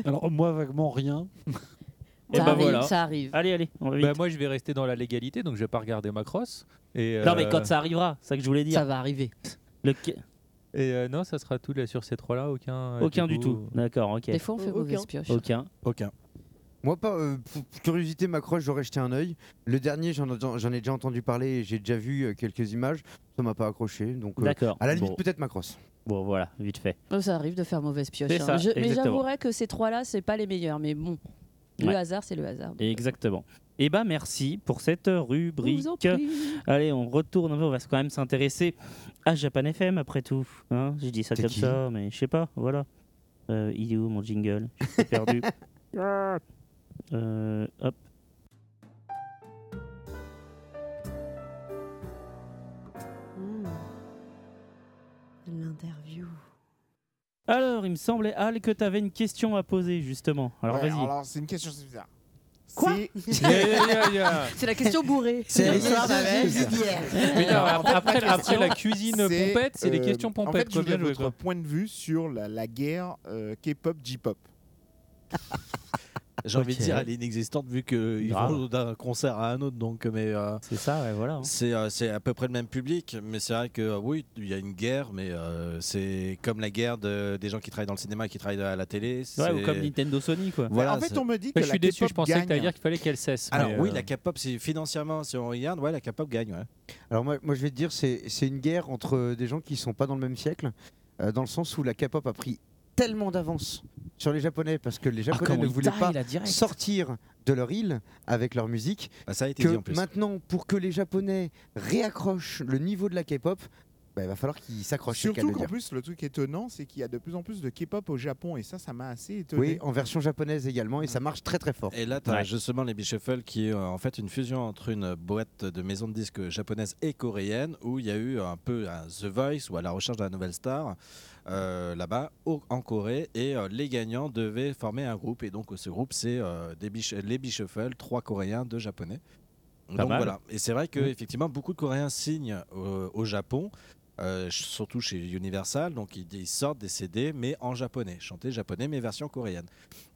S15: Alors, moi, vaguement, rien.
S12: Et Ça bah arrive, voilà. ça arrive.
S1: Allez, allez, on va
S2: ben Bah, moi, je vais rester dans la légalité, donc je vais pas regarder Macross. Et, euh,
S1: Non, mais quand ça
S2: arrive.
S1: arrivera, c'est ça que je voulais dire.
S12: Ça va arriver.
S1: Le...
S2: Et euh, non, ça sera tout là, sur ces trois-là, aucun. euh,
S1: Aucun du
S2: coup,
S1: tout.
S2: euh,
S1: D'accord, ok.
S12: Des fois, on fait
S1: Aucun.
S12: mauvaise pioche.
S1: Aucun.
S9: Aucun.
S14: Moi, pas, euh, pour- pour curiosité m'accroche, j'aurais jeté un œil. Le dernier, j'en j'en ai déjà entendu parler et j'ai déjà vu euh, quelques images. Ça m'a pas accroché. Donc, euh,
S1: D'accord,
S14: à la limite,
S1: bon.
S14: peut-être Macross.
S1: Bon, voilà, vite fait.
S12: Oh, Ça arrive de faire mauvaise pioche.
S1: C'est ça,
S12: Je- mais
S1: exactement.
S12: j'avouerais que ces trois-là, c'est pas les meilleurs. Mais bon, le
S1: Ouais.
S12: hasard, c'est le hasard.
S1: Exactement. Eh ben merci pour cette rubrique.
S12: Je vous en prie.
S1: Allez, on retourne, un peu, on va quand même s'intéresser à Japan FM après tout. Hein je dis ça comme ça, mais je sais pas, voilà. Euh, il est où mon jingle Je suis perdu.
S14: Ah,
S1: Euh, hop.
S7: Hmm.
S4: L'interview.
S1: Alors, il me semblait, Al, que tu avais une question à poser, justement. Alors,
S7: Ouais,
S1: vas-y.
S7: Alors c'est une question c'est bizarre. Quoi
S12: C'est la question bourrée.
S7: C'est
S12: le soir d'avec.
S2: Mais non, après- après- après la cuisine pompette, c'est
S18: euh,
S2: les questions
S7: En fait,
S2: pompettes,
S7: je
S2: quoi, bien
S7: voulais
S2: joué,
S7: votre
S2: quoi.
S7: point de vue sur la, la guerre euh, K-pop, J-pop.
S9: J'ai envie de dire, elle est inexistante vu qu'ils
S7: Grave.
S9: vont d'un concert à un autre. Donc, euh, mais
S1: c'est ça, voilà.
S9: C'est euh, c'est à peu près le même public, mais c'est vrai que euh, oui, il y a une guerre, mais euh, c'est comme la guerre de- des gens qui travaillent dans le cinéma et qui travaillent à la télé.
S1: Ouais, ou
S9: c'est-
S1: comme Nintendo Sony, quoi.
S9: Voilà,
S7: en fait,
S9: c'est-
S7: on me dit que
S2: Je
S7: la
S2: suis déçu,
S7: K-pop
S2: je pensais que
S7: gagne.
S2: t'allais dire qu'il fallait qu'elle cesse.
S9: Alors
S2: mais,
S9: oui,
S2: euh,
S9: la K-pop, c'est financièrement, si on regarde, ouais, la K-pop gagne. Ouais.
S14: Alors moi, moi je vais te dire, c'est c'est une guerre entre euh, des gens qui sont pas dans le même siècle, euh, dans le sens où la K-pop a pris tellement d'avance sur les Japonais parce que les Japonais
S9: comment
S14: ne
S9: il
S14: voulaient
S9: taille,
S14: pas
S9: là, direct.
S14: sortir de leur île avec leur musique.
S9: Ah, ça a été
S14: que
S9: dit, en plus.
S14: maintenant, pour que les Japonais réaccrochent le niveau de la K-pop, bah, il va falloir qu'il s'accroche. c'est le cas de
S7: Surtout
S14: le dire.
S7: qu'en plus, le truc étonnant, c'est qu'il y a de plus en plus de K-pop au Japon et ça, ça m'a assez étonné.
S14: Oui, en version japonaise également, et ça marche très très fort.
S9: Et là, tu as
S14: Ouais.
S9: justement les Shuffle qui est euh, en fait une fusion entre une boîte de maisons de disques japonaise et coréenne où il y a eu un peu un The Voice ou à la recherche de la nouvelle star euh, là-bas au- en Corée et euh, les gagnants devaient former un groupe et donc ce groupe c'est euh, des Bish- les Shuffle, trois Coréens, deux Japonais.
S2: Pas
S9: Donc
S2: mal.
S9: voilà. Et c'est vrai que
S2: Mm.
S9: effectivement beaucoup de Coréens signent au, au Japon. euh, ch- surtout chez Universal, donc ils, ils sortent des CD mais en japonais, chanté japonais mais version coréenne.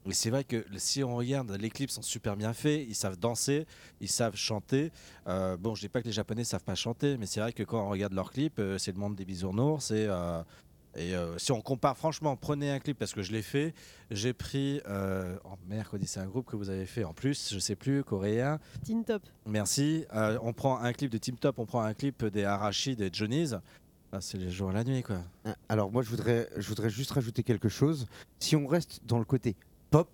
S9: Et c'est vrai que le- si on regarde, les clips sont super bien faits, ils savent danser, ils savent chanter. Euh, bon, je dis pas que les japonais savent pas chanter, mais c'est vrai que quand on regarde leurs clips, euh, c'est le monde des bisounours, c'est euh, et euh, si on compare, franchement, prenez un clip parce que je l'ai fait. J'ai pris. Euh, oh mercredi, c'est un groupe que vous avez fait en plus, je sais plus, coréen.
S4: Teen Top.
S9: Merci. Euh, on prend un clip de Team Top, on prend un clip des Arashi, des Johnny's. Ah, c'est les jours à la nuit, quoi.
S14: Euh, Alors moi je voudrais, je voudrais juste rajouter quelque chose. Si on reste dans le côté pop,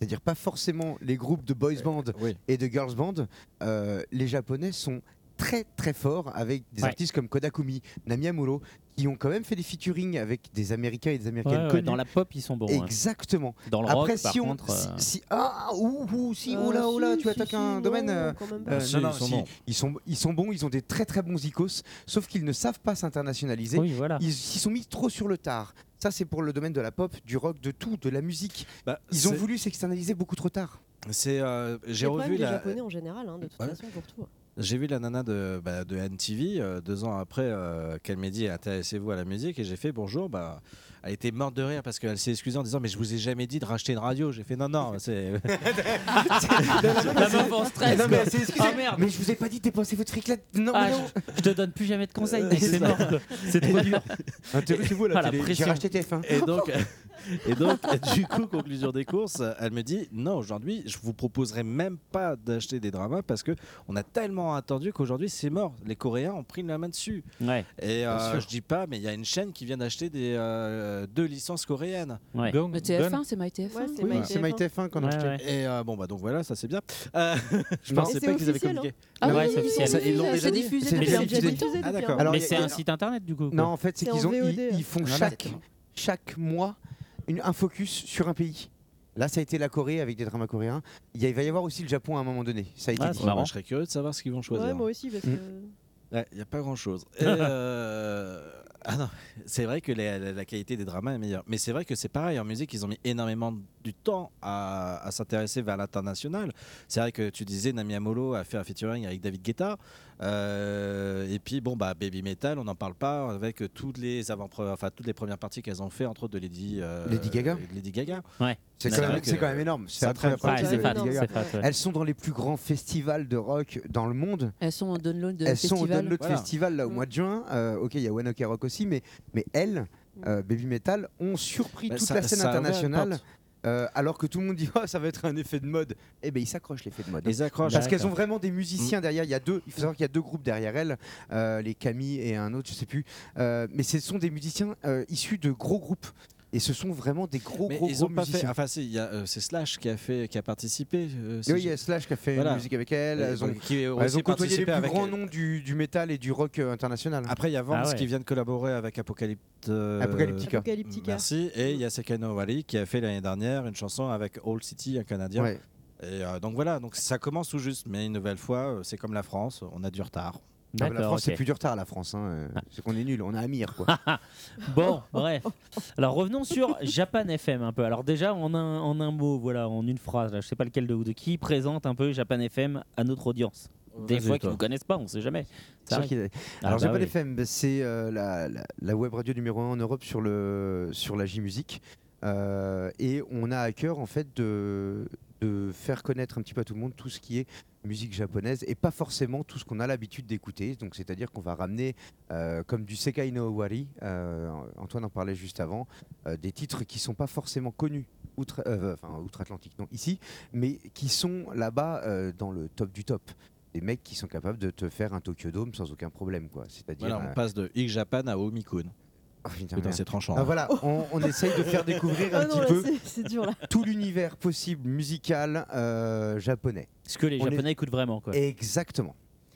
S14: c'est-à-dire pas forcément les groupes de
S13: Euh,
S14: boys band et de girls band, euh, les Japonais sont très très forts avec des
S13: Ouais.
S14: artistes comme Kodakumi, Namiamuro, qui ont quand même fait des featuring avec des Américains et des Américaines
S13: Ouais, ouais,
S14: connus.
S13: dans la pop, ils sont bons, hein.
S14: Exactement.
S13: Dans le
S14: Après,
S13: rock, par
S14: si on,
S13: contre, euh,
S14: si- si- ah ouh, ouh, si oh là oh là, tu attaques un domaine. euh, euh, non, non, si, ils, sont bons. Ils sont bons, ils ont des très très bons icos, sauf qu'ils ne savent pas s'internationaliser.
S13: Oui, voilà.
S14: Ils s'y sont mis trop sur le tard. Ça, c'est pour le domaine de la pop, du rock, de tout, de la musique.
S13: Bah,
S14: ils ont
S9: c'est-
S14: voulu s'externaliser beaucoup trop tard.
S9: C'est. euh,
S4: Les
S9: J'ai
S4: problèmes
S9: revu
S4: des
S9: la.
S4: Japonais en général, hein, de toute
S9: Ouais.
S4: façon, pour tout.
S9: J'ai vu la nana de, bah, de NTV euh, deux ans après euh, qu'elle m'ait dit intéressez-vous à la musique et j'ai fait bonjour. Bah, elle était morte de rire parce qu'elle s'est excusée en disant mais je vous ai jamais dit de racheter une radio. J'ai fait non non c'est
S13: La meuf en stress.
S14: Non, mais c'est- excusez,
S13: Ah, merde.
S14: mais je vous ai pas dit de dépenser votre fric là. Non,
S13: Ah,
S14: mais non.
S13: je, je te donne plus jamais de conseils, mec, c'est
S14: ça.
S13: mort. C'est trop dur.
S9: Intéressez-vous à la
S13: Ah,
S9: télé.
S13: pression.
S9: J'ai racheté Et donc, et donc, du coup, conclusion des courses, elle me dit non, aujourd'hui, je vous proposerai même pas d'acheter des dramas parce que on a tellement attendu qu'aujourd'hui, c'est mort. Les Coréens ont pris la main dessus. Et euh,
S2: sûr.
S9: je dis pas, mais il y a une chaîne qui vient d'acheter des euh, deux licences coréennes.
S2: Donc,
S12: Le TF1, c'est MyTF1.
S4: Ouais, c'est
S9: Oui,
S4: My
S9: c'est
S4: TF1.
S14: MyTF1 qu'on a acheté.
S9: Et euh, bon, bah donc voilà, ça c'est bien. Euh, je
S14: Non.
S9: pensais
S14: Et
S9: pas
S14: c'est
S9: qu'ils avaient
S14: officiel,
S9: communiqué.
S14: hein. Ah oui, oui,
S9: officiel.
S14: oui, oui,
S9: Ils l'ont
S14: oui,
S9: déjà
S14: c'est
S9: dit
S14: diffusé
S9: C'est
S14: depuis
S9: déjà
S14: un-
S9: dit.
S14: c'est diffusé depuis
S9: Ah,
S14: un-
S9: d'accord.
S14: Alors,
S13: Mais
S14: il y a-
S13: c'est
S14: il y
S13: un
S14: a-
S13: site internet du coup.
S14: Non, en fait, c'est
S13: C'est en
S14: qu'ils ont, ils,
S13: VOD.
S14: ils font
S13: Ah,
S14: chaque, chaque mois une, un focus sur un pays. Là, ça a été la Corée avec des dramas coréens. Il, y a- il va y avoir aussi le Japon à un moment donné. Ça a été
S9: Ah,
S14: dit.
S9: c'est marrant. Je serais curieux de savoir ce qu'ils vont choisir.
S4: Ouais, moi aussi, parce que.
S14: Mm.
S9: Il n'y a pas grand chose. Ah non, c'est vrai que la, la- la qualité des dramas est meilleure. Mais c'est vrai que c'est pareil, en musique, ils ont mis énormément du temps à, à s'intéresser vers l'international. C'est vrai que tu disais, Nami Amolo a fait un featuring avec David Guetta. Euh, et puis, bon, bah, Baby Metal, on n'en parle pas, avec toutes les, avant enfin, toutes les premières parties qu'elles ont fait, entre autres de Lady, euh,
S14: Lady Gaga.
S9: Lady Gaga.
S13: Ouais.
S14: C'est
S9: Mais
S14: quand,
S9: vrai
S14: même-
S9: que
S14: c'est quand même énorme. C'est
S9: ça
S14: la première
S9: traîne pas.
S14: partie de Lady
S13: c'est
S14: Gaga.
S13: fat, ouais.
S14: Elles sont dans les plus grands festivals de rock dans le monde.
S12: Elles sont au Download
S14: Elles
S12: Festival. Mm.
S14: sont au Download
S12: Voilà.
S14: Festival là au mois de juin. Euh, ok, il y a One Ok Rock aussi, mais, mais elles,
S12: Mm.
S14: euh, Baby Metal, ont surpris
S9: Mais
S14: toute
S9: Bah, ça-
S14: la scène
S9: ça a ouvert une
S14: internationale.
S9: porte.
S14: euh, alors que tout le monde dit oh, ça va être un effet de mode, eh ben ils s'accrochent l'effet de mode.
S9: Ils s'accrochent.
S14: parce qu'elles
S9: D'accord. Mm.
S14: ont vraiment des musiciens derrière. Il y a deux, il faut savoir qu'il y a deux groupes derrière elles, euh, les Camille et un autre, je sais plus. Euh, mais ce sont des musiciens euh, issus de gros groupes et ce sont vraiment des gros
S9: Mais
S14: gros,
S9: ils
S14: gros
S9: ont pas fait.
S14: musiciens.
S9: Enfin, si, il y a, euh, c'est Slash qui a fait, qui a participé. euh, si
S14: Oui, il
S9: je-
S14: y a Slash qui a fait
S9: Voilà.
S14: une musique avec elle. Elles
S9: Euh,
S14: ont,
S9: qui
S14: elles
S9: ont
S14: ont
S9: aussi
S14: côtoyé les
S9: participé
S14: plus
S9: avec- euh,
S14: grands noms du, du métal et du rock euh, international.
S9: Après, il y a
S13: Ah
S9: Vance qui vient de collaborer avec Apocalypte. euh,
S14: Apocalyptica.
S4: Apocalyptica.
S9: Merci. Et il y a Sakano Wali qui a fait l'année dernière une chanson avec Old City, un Canadien.
S14: Ouais.
S9: Et euh, donc voilà, donc ça commence tout juste, mais une nouvelle fois, euh, c'est comme la France, on a du retard.
S14: Non, mais la France, c'est plus du retard, la France. hein, euh, C'est qu'on est nul, on a Amir. Quoi.
S13: Ah. bon, bref. Alors revenons sur Japan FM un peu. Alors déjà en un, en un mot, voilà, en une phrase, là, je sais pas lequel de vous de qui présente un peu Japan FM à notre audience. Des fois
S14: Vas-y, toi.
S13: bah, qu'ils nous connaissent pas, on sait jamais. Ça
S14: Sûr
S13: arrive.
S14: qu'il est-
S13: Ah
S14: Alors
S13: bah
S14: Japan
S13: oui.
S14: FM, bah, c'est euh, la, la- la web radio numéro 1 en Europe sur, le, sur la J-Music. Euh, et on a à cœur en fait de, de faire connaître un petit peu à tout le monde tout ce qui est musique japonaise et pas forcément tout ce qu'on a l'habitude d'écouter. Donc c'est-à-dire qu'on va ramener euh, comme du Sekai no Owari, euh, Antoine en parlait juste avant, euh, des titres qui sont pas forcément connus outre, euh, enfin, outre-Atlantique, non ici, mais qui sont là-bas euh, dans le top du top. Des mecs qui sont capables de te faire un Tokyo Dome sans aucun problème, quoi. C'est-à-dire,
S9: Voilà, on
S14: euh,
S9: passe de X Japan à Omikun.
S14: putain,
S9: Putain,
S14: merde.
S9: c'est tranchant.
S14: Ah,
S9: hein.
S14: voilà, on, on essaye de faire découvrir
S4: Ah
S14: un
S4: non,
S14: petit
S4: là,
S14: peu
S4: c'est- c'est dur, là.
S14: tout l'univers possible musical euh, japonais.
S13: Ce que les
S14: On est-
S13: Japonais écoutent vraiment quoi.
S14: Exactement.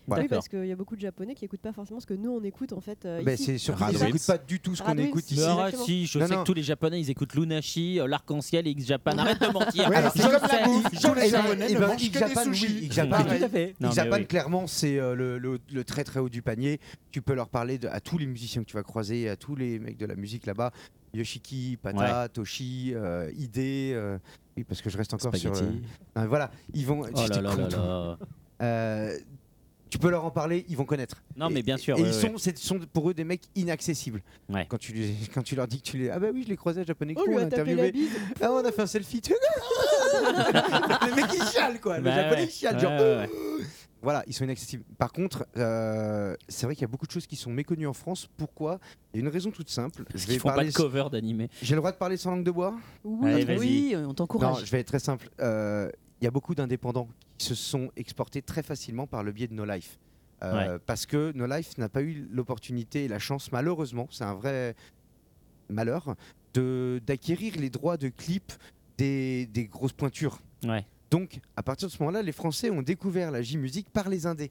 S4: Oui,
S14: D'accord.
S4: parce qu'il y a beaucoup de Japonais qui écoutent pas forcément ce que nous on écoute en fait. euh,
S14: Ben,
S4: ici.
S14: c'est surtout qu'ils n'écoutent pas du tout ce qu'on
S4: Radwimps,
S14: écoute ici.
S4: c'est
S1: Ah,
S4: exactement.
S1: si, je
S14: Non,
S1: sais
S14: non.
S1: que tous les Japonais ils écoutent Lunashi, euh, l'arc-en-ciel et X-Japan. Arrête de mentir.
S13: Ah,
S14: Ouais,
S1: Je
S14: c'est comme
S1: le
S14: la
S1: sais.
S14: bouffe.
S1: Je
S14: Tous
S1: le
S14: les
S1: sais.
S14: Japonais
S1: Eh
S14: ne
S1: ben,
S14: mangent que des sushis. Xapan,
S1: Tout à fait. Non, mais oui.
S14: clairement, c'est euh, le, le- le très très haut du panier. Tu peux leur parler de- à tous les musiciens que tu vas croiser, à tous les mecs de la musique là-bas. Yoshiki, Pata, Toshi, euh, Ide. euh, oui, parce que je reste encore sur.
S13: Spaghetti.
S14: euh, non, mais voilà, ils vont.
S13: Oh là
S14: j'étais
S13: là là
S14: con, toi. Euh, tu peux leur en parler, ils vont connaître.
S1: Non,
S14: Et-
S1: mais bien sûr,
S14: Et
S1: ouais,
S14: ils
S1: ouais.
S14: sont, c'est- sont pour eux des mecs inaccessibles.
S1: Ouais.
S14: Quand, tu, les- quand tu leur dis que tu les. Ah bah oui, je les croisais à Japonais
S4: On
S14: Expo,
S4: lui
S14: on a
S4: a tapé
S14: interviewé.
S4: la bise.
S14: Ah, on a fait un selfie. Tu- le mec il chiale quoi. Le
S13: Bah
S14: japonais
S13: ouais.
S14: il chiale.
S13: Ouais,
S14: genre,
S13: ouais,
S14: euh, Voilà, ils sont inaccessibles. Par contre, euh, c'est vrai qu'il y a beaucoup de choses qui sont méconnues en France. Pourquoi Il y a une raison toute simple.
S1: Parce qu'ils font pas de cover d'animé.
S14: J'ai le droit de parler sans langue de bois
S1: Oui, Allez, vas-y. oui, on t'encourage.
S14: Non, je vais être très simple. Euh, Il y a beaucoup d'indépendants qui se sont exportés très facilement par le biais de No Life. Euh, Parce que No Life n'a pas eu l'opportunité et la chance, malheureusement, c'est un vrai malheur, de- d'acquérir les droits de clips des, des grosses pointures. Donc, à partir de ce moment-là, les Français ont découvert la J-Musique par les indés.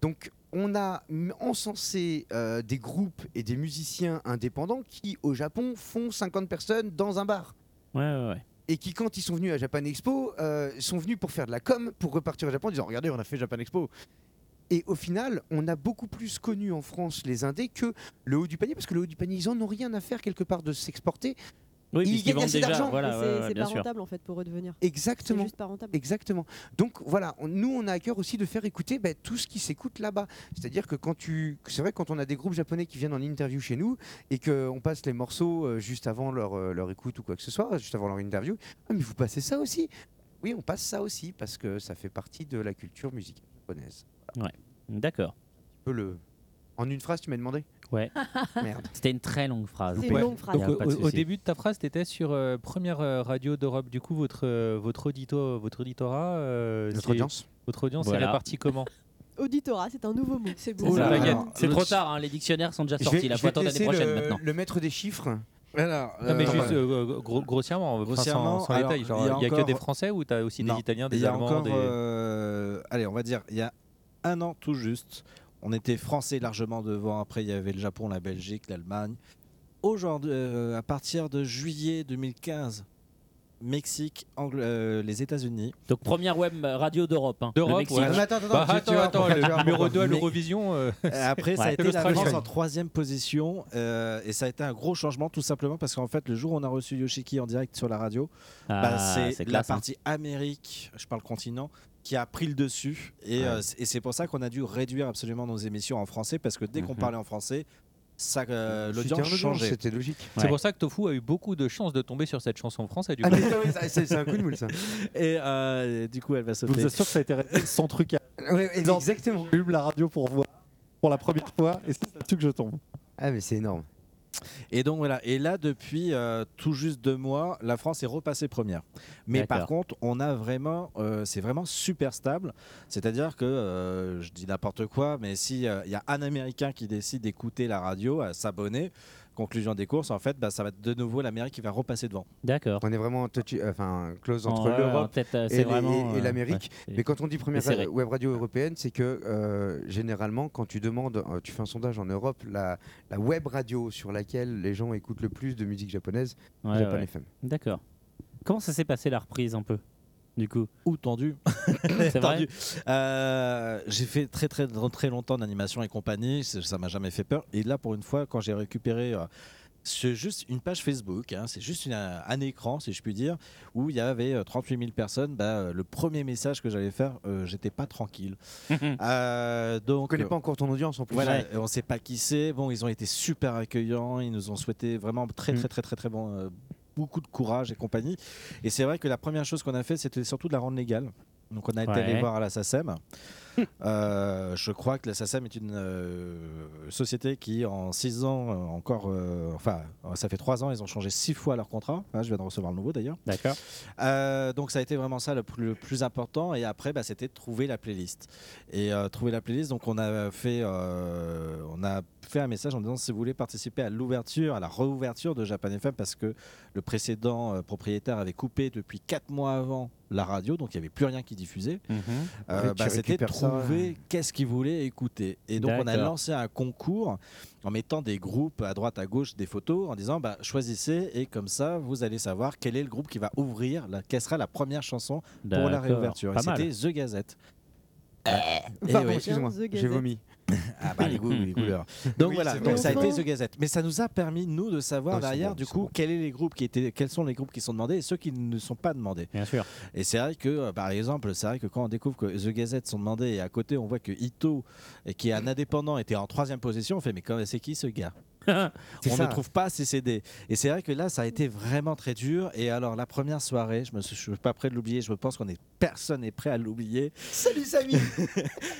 S14: Donc, on a m- encensé euh, des groupes et des musiciens indépendants qui, au Japon, font 50 personnes dans un bar. Et qui, quand ils sont venus à Japan Expo, euh, sont venus pour faire de la com, pour repartir au Japon en disant Regardez, on a fait Japan Expo. Et au final, on a beaucoup plus connu en France les indés que le haut du panier, parce que le haut du panier, ils en ont rien à faire quelque part de s'exporter.
S1: Oui,
S14: ils
S1: puisqu'ils
S14: gagnent
S1: vendent
S14: assez
S1: déjà,
S14: d'argent.
S1: voilà,
S4: C'est-
S1: ouais, ouais,
S4: c'est
S1: bien
S4: pas
S1: sûr.
S4: rentable en fait pour eux de venir.
S14: Exactement.
S4: C'est juste pas rentable.
S14: Exactement. Donc voilà, on- nous on a à cœur aussi de faire écouter ben, tout ce qui s'écoute là-bas. C'est-à-dire que quand tu, c'est vrai quand on a des groupes japonais qui viennent en interview chez nous et qu'on passe les morceaux euh, juste avant leur, euh, leur écoute ou quoi que ce soit, juste avant leur interview, ah, mais vous passez ça aussi Oui, on passe ça aussi parce que ça fait partie de la culture musicale japonaise.
S1: Ouais, d'accord.
S14: Un peu le, en une phrase, tu m'as demandé.
S1: Ouais.
S14: Merde.
S1: C'était une très longue phrase.
S14: C'est une Ouais. longue phrase.
S1: Y a
S2: Donc, au,
S1: pas de
S2: au- au
S1: souci.
S2: début de ta phrase, tu étais sur euh, première euh, radio d'Europe. Du coup, votre, euh, votre, audito, votre auditorat. euh,
S14: Notre
S2: c'est-
S14: audience.
S2: Votre audience
S1: Voilà.
S2: est répartie comment
S4: Auditorat, Ah, c'est un nouveau mot. C'est
S1: C'est ça. C'est trop tard, hein, les dictionnaires sont déjà
S14: Je
S1: sortis.
S14: vais-
S1: Il
S14: je
S1: faut
S14: vais
S1: attendre
S14: te
S1: l'année
S14: laisser
S1: prochaine
S14: le-
S1: maintenant.
S14: Le maître des chiffres. Alors,
S2: Non, mais
S14: euh,
S2: juste euh, gro- grossièrement, enfin,
S9: Grossièrement,
S2: sans, sans
S9: alors,
S2: détail. genre,
S9: il y
S2: Il
S9: a
S2: n'y a, que
S9: encore-
S2: des Français ou tu as aussi
S9: Non.
S2: des Italiens,
S9: Il
S2: des
S9: y a
S2: Allemands
S9: encore,
S2: des-
S9: euh, Allez, on va dire, il y a un an tout juste, on était français largement devant. Après, il y avait le Japon, la Belgique, l'Allemagne. Aujourd'hui, euh, à partir de juillet 2015, Mexique, Angl- euh, les États-Unis.
S1: Donc, première web radio d'Europe. hein, le
S9: D'Europe,
S1: Mexique.
S9: ouais. Ah, mais attends, attends, Bah, tu- tu attends, vois, attends, pour le faire numéro genre, deux à mais-
S2: l'Eurovision, euh,
S9: Après, ça a
S2: Ouais.
S9: été
S2: C'est
S9: la
S2: l'Australie.
S9: France en troisième position euh, et ça a été un gros changement tout simplement parce qu'en fait, le jour où on a reçu Yoshiki en direct sur la radio,
S1: Ah,
S9: bah,
S1: c'est
S9: c'est la
S1: classe, hein.
S9: partie Amérique, je parle continent, qui a pris le dessus et,
S1: Ouais.
S9: euh, c- et c'est pour ça qu'on a dû réduire absolument nos émissions en français parce que dès qu'on
S2: Mhm.
S9: parlait en français, ça, euh,
S14: C'était
S9: l'audience
S14: un audience,
S9: changeait.
S14: c'était logique.
S2: C'est
S9: Ouais.
S2: pour ça que Tofu a eu beaucoup de chance de tomber sur cette chanson française. du
S9: Ah,
S2: coup.
S9: mais ça, oui, ça, c'est- c'est un coup de moule,
S14: ça.
S9: Et euh, du coup, elle va
S15: Je
S9: sauter.
S15: vous assure que ça a été réalisé sans truc. À...
S14: exactement.
S15: J'ai eu la radio pour voir pour la première fois et c'est là-dessus que je tombe.
S14: Ah mais c'est énorme.
S9: Et donc voilà, et là depuis euh, tout juste deux mois, la France est repassée première. Mais par
S1: D'accord.
S9: contre, on a vraiment, euh, c'est vraiment super stable. C'est-à-dire que euh, je dis n'importe quoi, mais si euh, il y a un Américain qui décide d'écouter la radio, à s'abonner, conclusion des courses, en fait, bah, ça va être de nouveau l'Amérique qui va repasser devant.
S1: D'accord.
S14: On est vraiment touchy- euh, enfin close
S9: Oh,
S14: entre
S9: ouais, ouais,
S14: l'Europe
S9: peut-être, euh, c'est
S14: et, les-
S9: vraiment,
S14: et- et
S9: euh,
S14: l'Amérique.
S9: ouais.
S14: Mais quand on dit première
S9: C'est serré.
S14: web radio européenne, c'est que euh, généralement, quand tu demandes, euh, tu fais un sondage en Europe, la, la web radio sur laquelle les gens écoutent le plus de musique japonaise, c'est
S1: Ouais,
S14: Japan
S1: ouais.
S14: FM.
S1: D'accord. Comment ça s'est passé la reprise un peu Du coup
S9: Ou tendu.
S1: C'est vrai
S9: Tendu. Euh, j'ai fait très très très longtemps d'animation et compagnie, ça ça m'a jamais fait peur. Et là, pour une fois, quand j'ai récupéré euh, c'est juste une page Facebook, hein, c'est juste une- un, un écran, si je puis dire, où il y avait euh, 38 000 personnes. Bah, euh, le premier message que j'allais faire, euh, j'étais pas tranquille. Euh, donc,
S14: On connaît pas encore ton audience en plus.
S9: Voilà,
S14: Ouais.
S9: et euh, on sait pas qui c'est. Bon, ils ont été super accueillants, ils nous ont souhaité vraiment très
S14: Mm.
S9: très très très très bon, euh, beaucoup de courage et compagnie. Et c'est vrai que la première chose qu'on a fait, c'était surtout de la rendre légale. Donc on a été
S2: Ouais.
S9: allé voir à la SACEM. Euh, je crois que la SACEM est une euh, société qui en 6 ans euh, encore, euh, enfin ça fait 3 ans, ils ont changé 6 fois leur contrat. Ah, je viens de recevoir le nouveau d'ailleurs.
S1: D'accord.
S9: Euh, donc ça a été vraiment ça le, plus- le plus important. Et après, bah, c'était de trouver la playlist. Et euh, trouver la playlist, donc on a fait, euh, on a fait un message en disant si vous voulez participer à l'ouverture, à la réouverture de Japan FM, parce que le précédent euh, propriétaire avait coupé depuis 4 mois avant la radio, donc il n'y avait plus rien qui diffusait.
S14: En fait, tu
S9: bah, c'était
S14: récupères ça,
S9: trouver qu'est-ce qu'ils voulaient écouter. Et donc on a
S2: D'accord.
S9: lancé un concours en mettant des groupes à droite, à gauche, des photos, en disant bah, choisissez et comme ça vous allez savoir quel est le groupe qui va ouvrir, la, quelle sera la première chanson pour la
S2: D'accord.
S9: réouverture. Et
S2: Pas mal.
S9: C'était The Gazette. Et
S14: Euh, Pardon,
S9: ouais.
S14: excuse-moi,
S9: The
S14: j'ai
S9: Gazette.
S14: vomi.
S9: Ah bah les goûts, les couleurs. Donc
S14: Oui,
S9: voilà,
S14: c'est
S9: donc
S14: vrai.
S9: ça a été
S14: Enfant.
S9: The Gazette. Mais ça nous a permis nous de savoir
S14: Non, ils sont
S9: derrière
S14: bons,
S9: du
S14: ils sont
S9: coup quels est les groupes qui étaient, quels sont les groupes qui sont demandés et ceux qui ne sont pas demandés.
S1: Bien sûr.
S9: Et c'est vrai que euh, par exemple, c'est vrai que quand on découvre que The Gazette sont demandés et à côté on voit que Ito, et qui est un indépendant, était en troisième position, on fait mais quand- c'est qui ce gars
S2: C'est
S9: on
S2: ça.
S9: ne trouve pas ces CD. Et c'est vrai que là, ça a été vraiment très dur. Et alors, la première soirée, je ne suis pas prêt de l'oublier. Je pense qu'on est personne n'est prêt à l'oublier.
S14: Salut Samy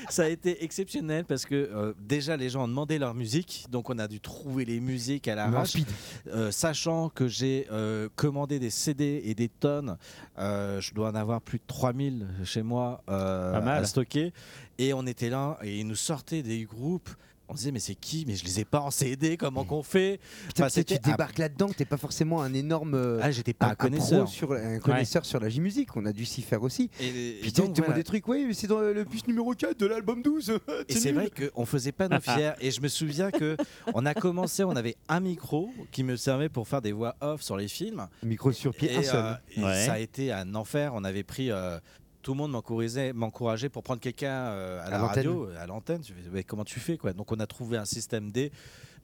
S9: ça a été exceptionnel parce que euh, déjà les gens ont demandé leur musique, donc on a dû trouver les musiques à l'arrache.
S14: Rapide.
S9: Euh, sachant que j'ai euh, commandé des CD et des tonnes, euh, je dois en avoir plus de 3000 chez moi euh,
S2: Pas mal.
S9: à stocker. Et on était là et ils nous sortaient des groupes. On se disait mais c'est qui Mais je les ai pas en CD, comment qu'on fait
S14: Putain,
S9: Enfin,
S14: parce que tu
S9: bah, c'était à-
S14: débarques là-dedans, t'es pas forcément un énorme. euh,
S9: Ah, j'étais pas un
S14: pro
S9: connaisseur.
S14: sur, un
S9: Ouais.
S14: connaisseur sur la musique, on a dû s'y faire aussi.
S9: Et- et
S14: Putain,
S9: donc,
S14: ils te demandent
S9: voilà.
S14: des trucs, oui, mais c'est dans le bus numéro 4 de l'album 12.
S9: Et c'est vrai qu'on faisait pas nos fiers. Et je me souviens que on a commencé, on avait un micro qui me servait pour faire des voix off sur les films.
S14: Micro sur pied,
S9: Et,
S14: un seul.
S9: euh, et
S14: Ouais.
S9: ça a été un enfer. On avait pris. euh, tout le monde m'encourageait, m'encourageait pour prendre quelqu'un euh, à
S14: À
S9: la
S14: l'antenne.
S9: radio, à l'antenne. Tu fais, mais comment tu fais quoi Donc on a trouvé un système D.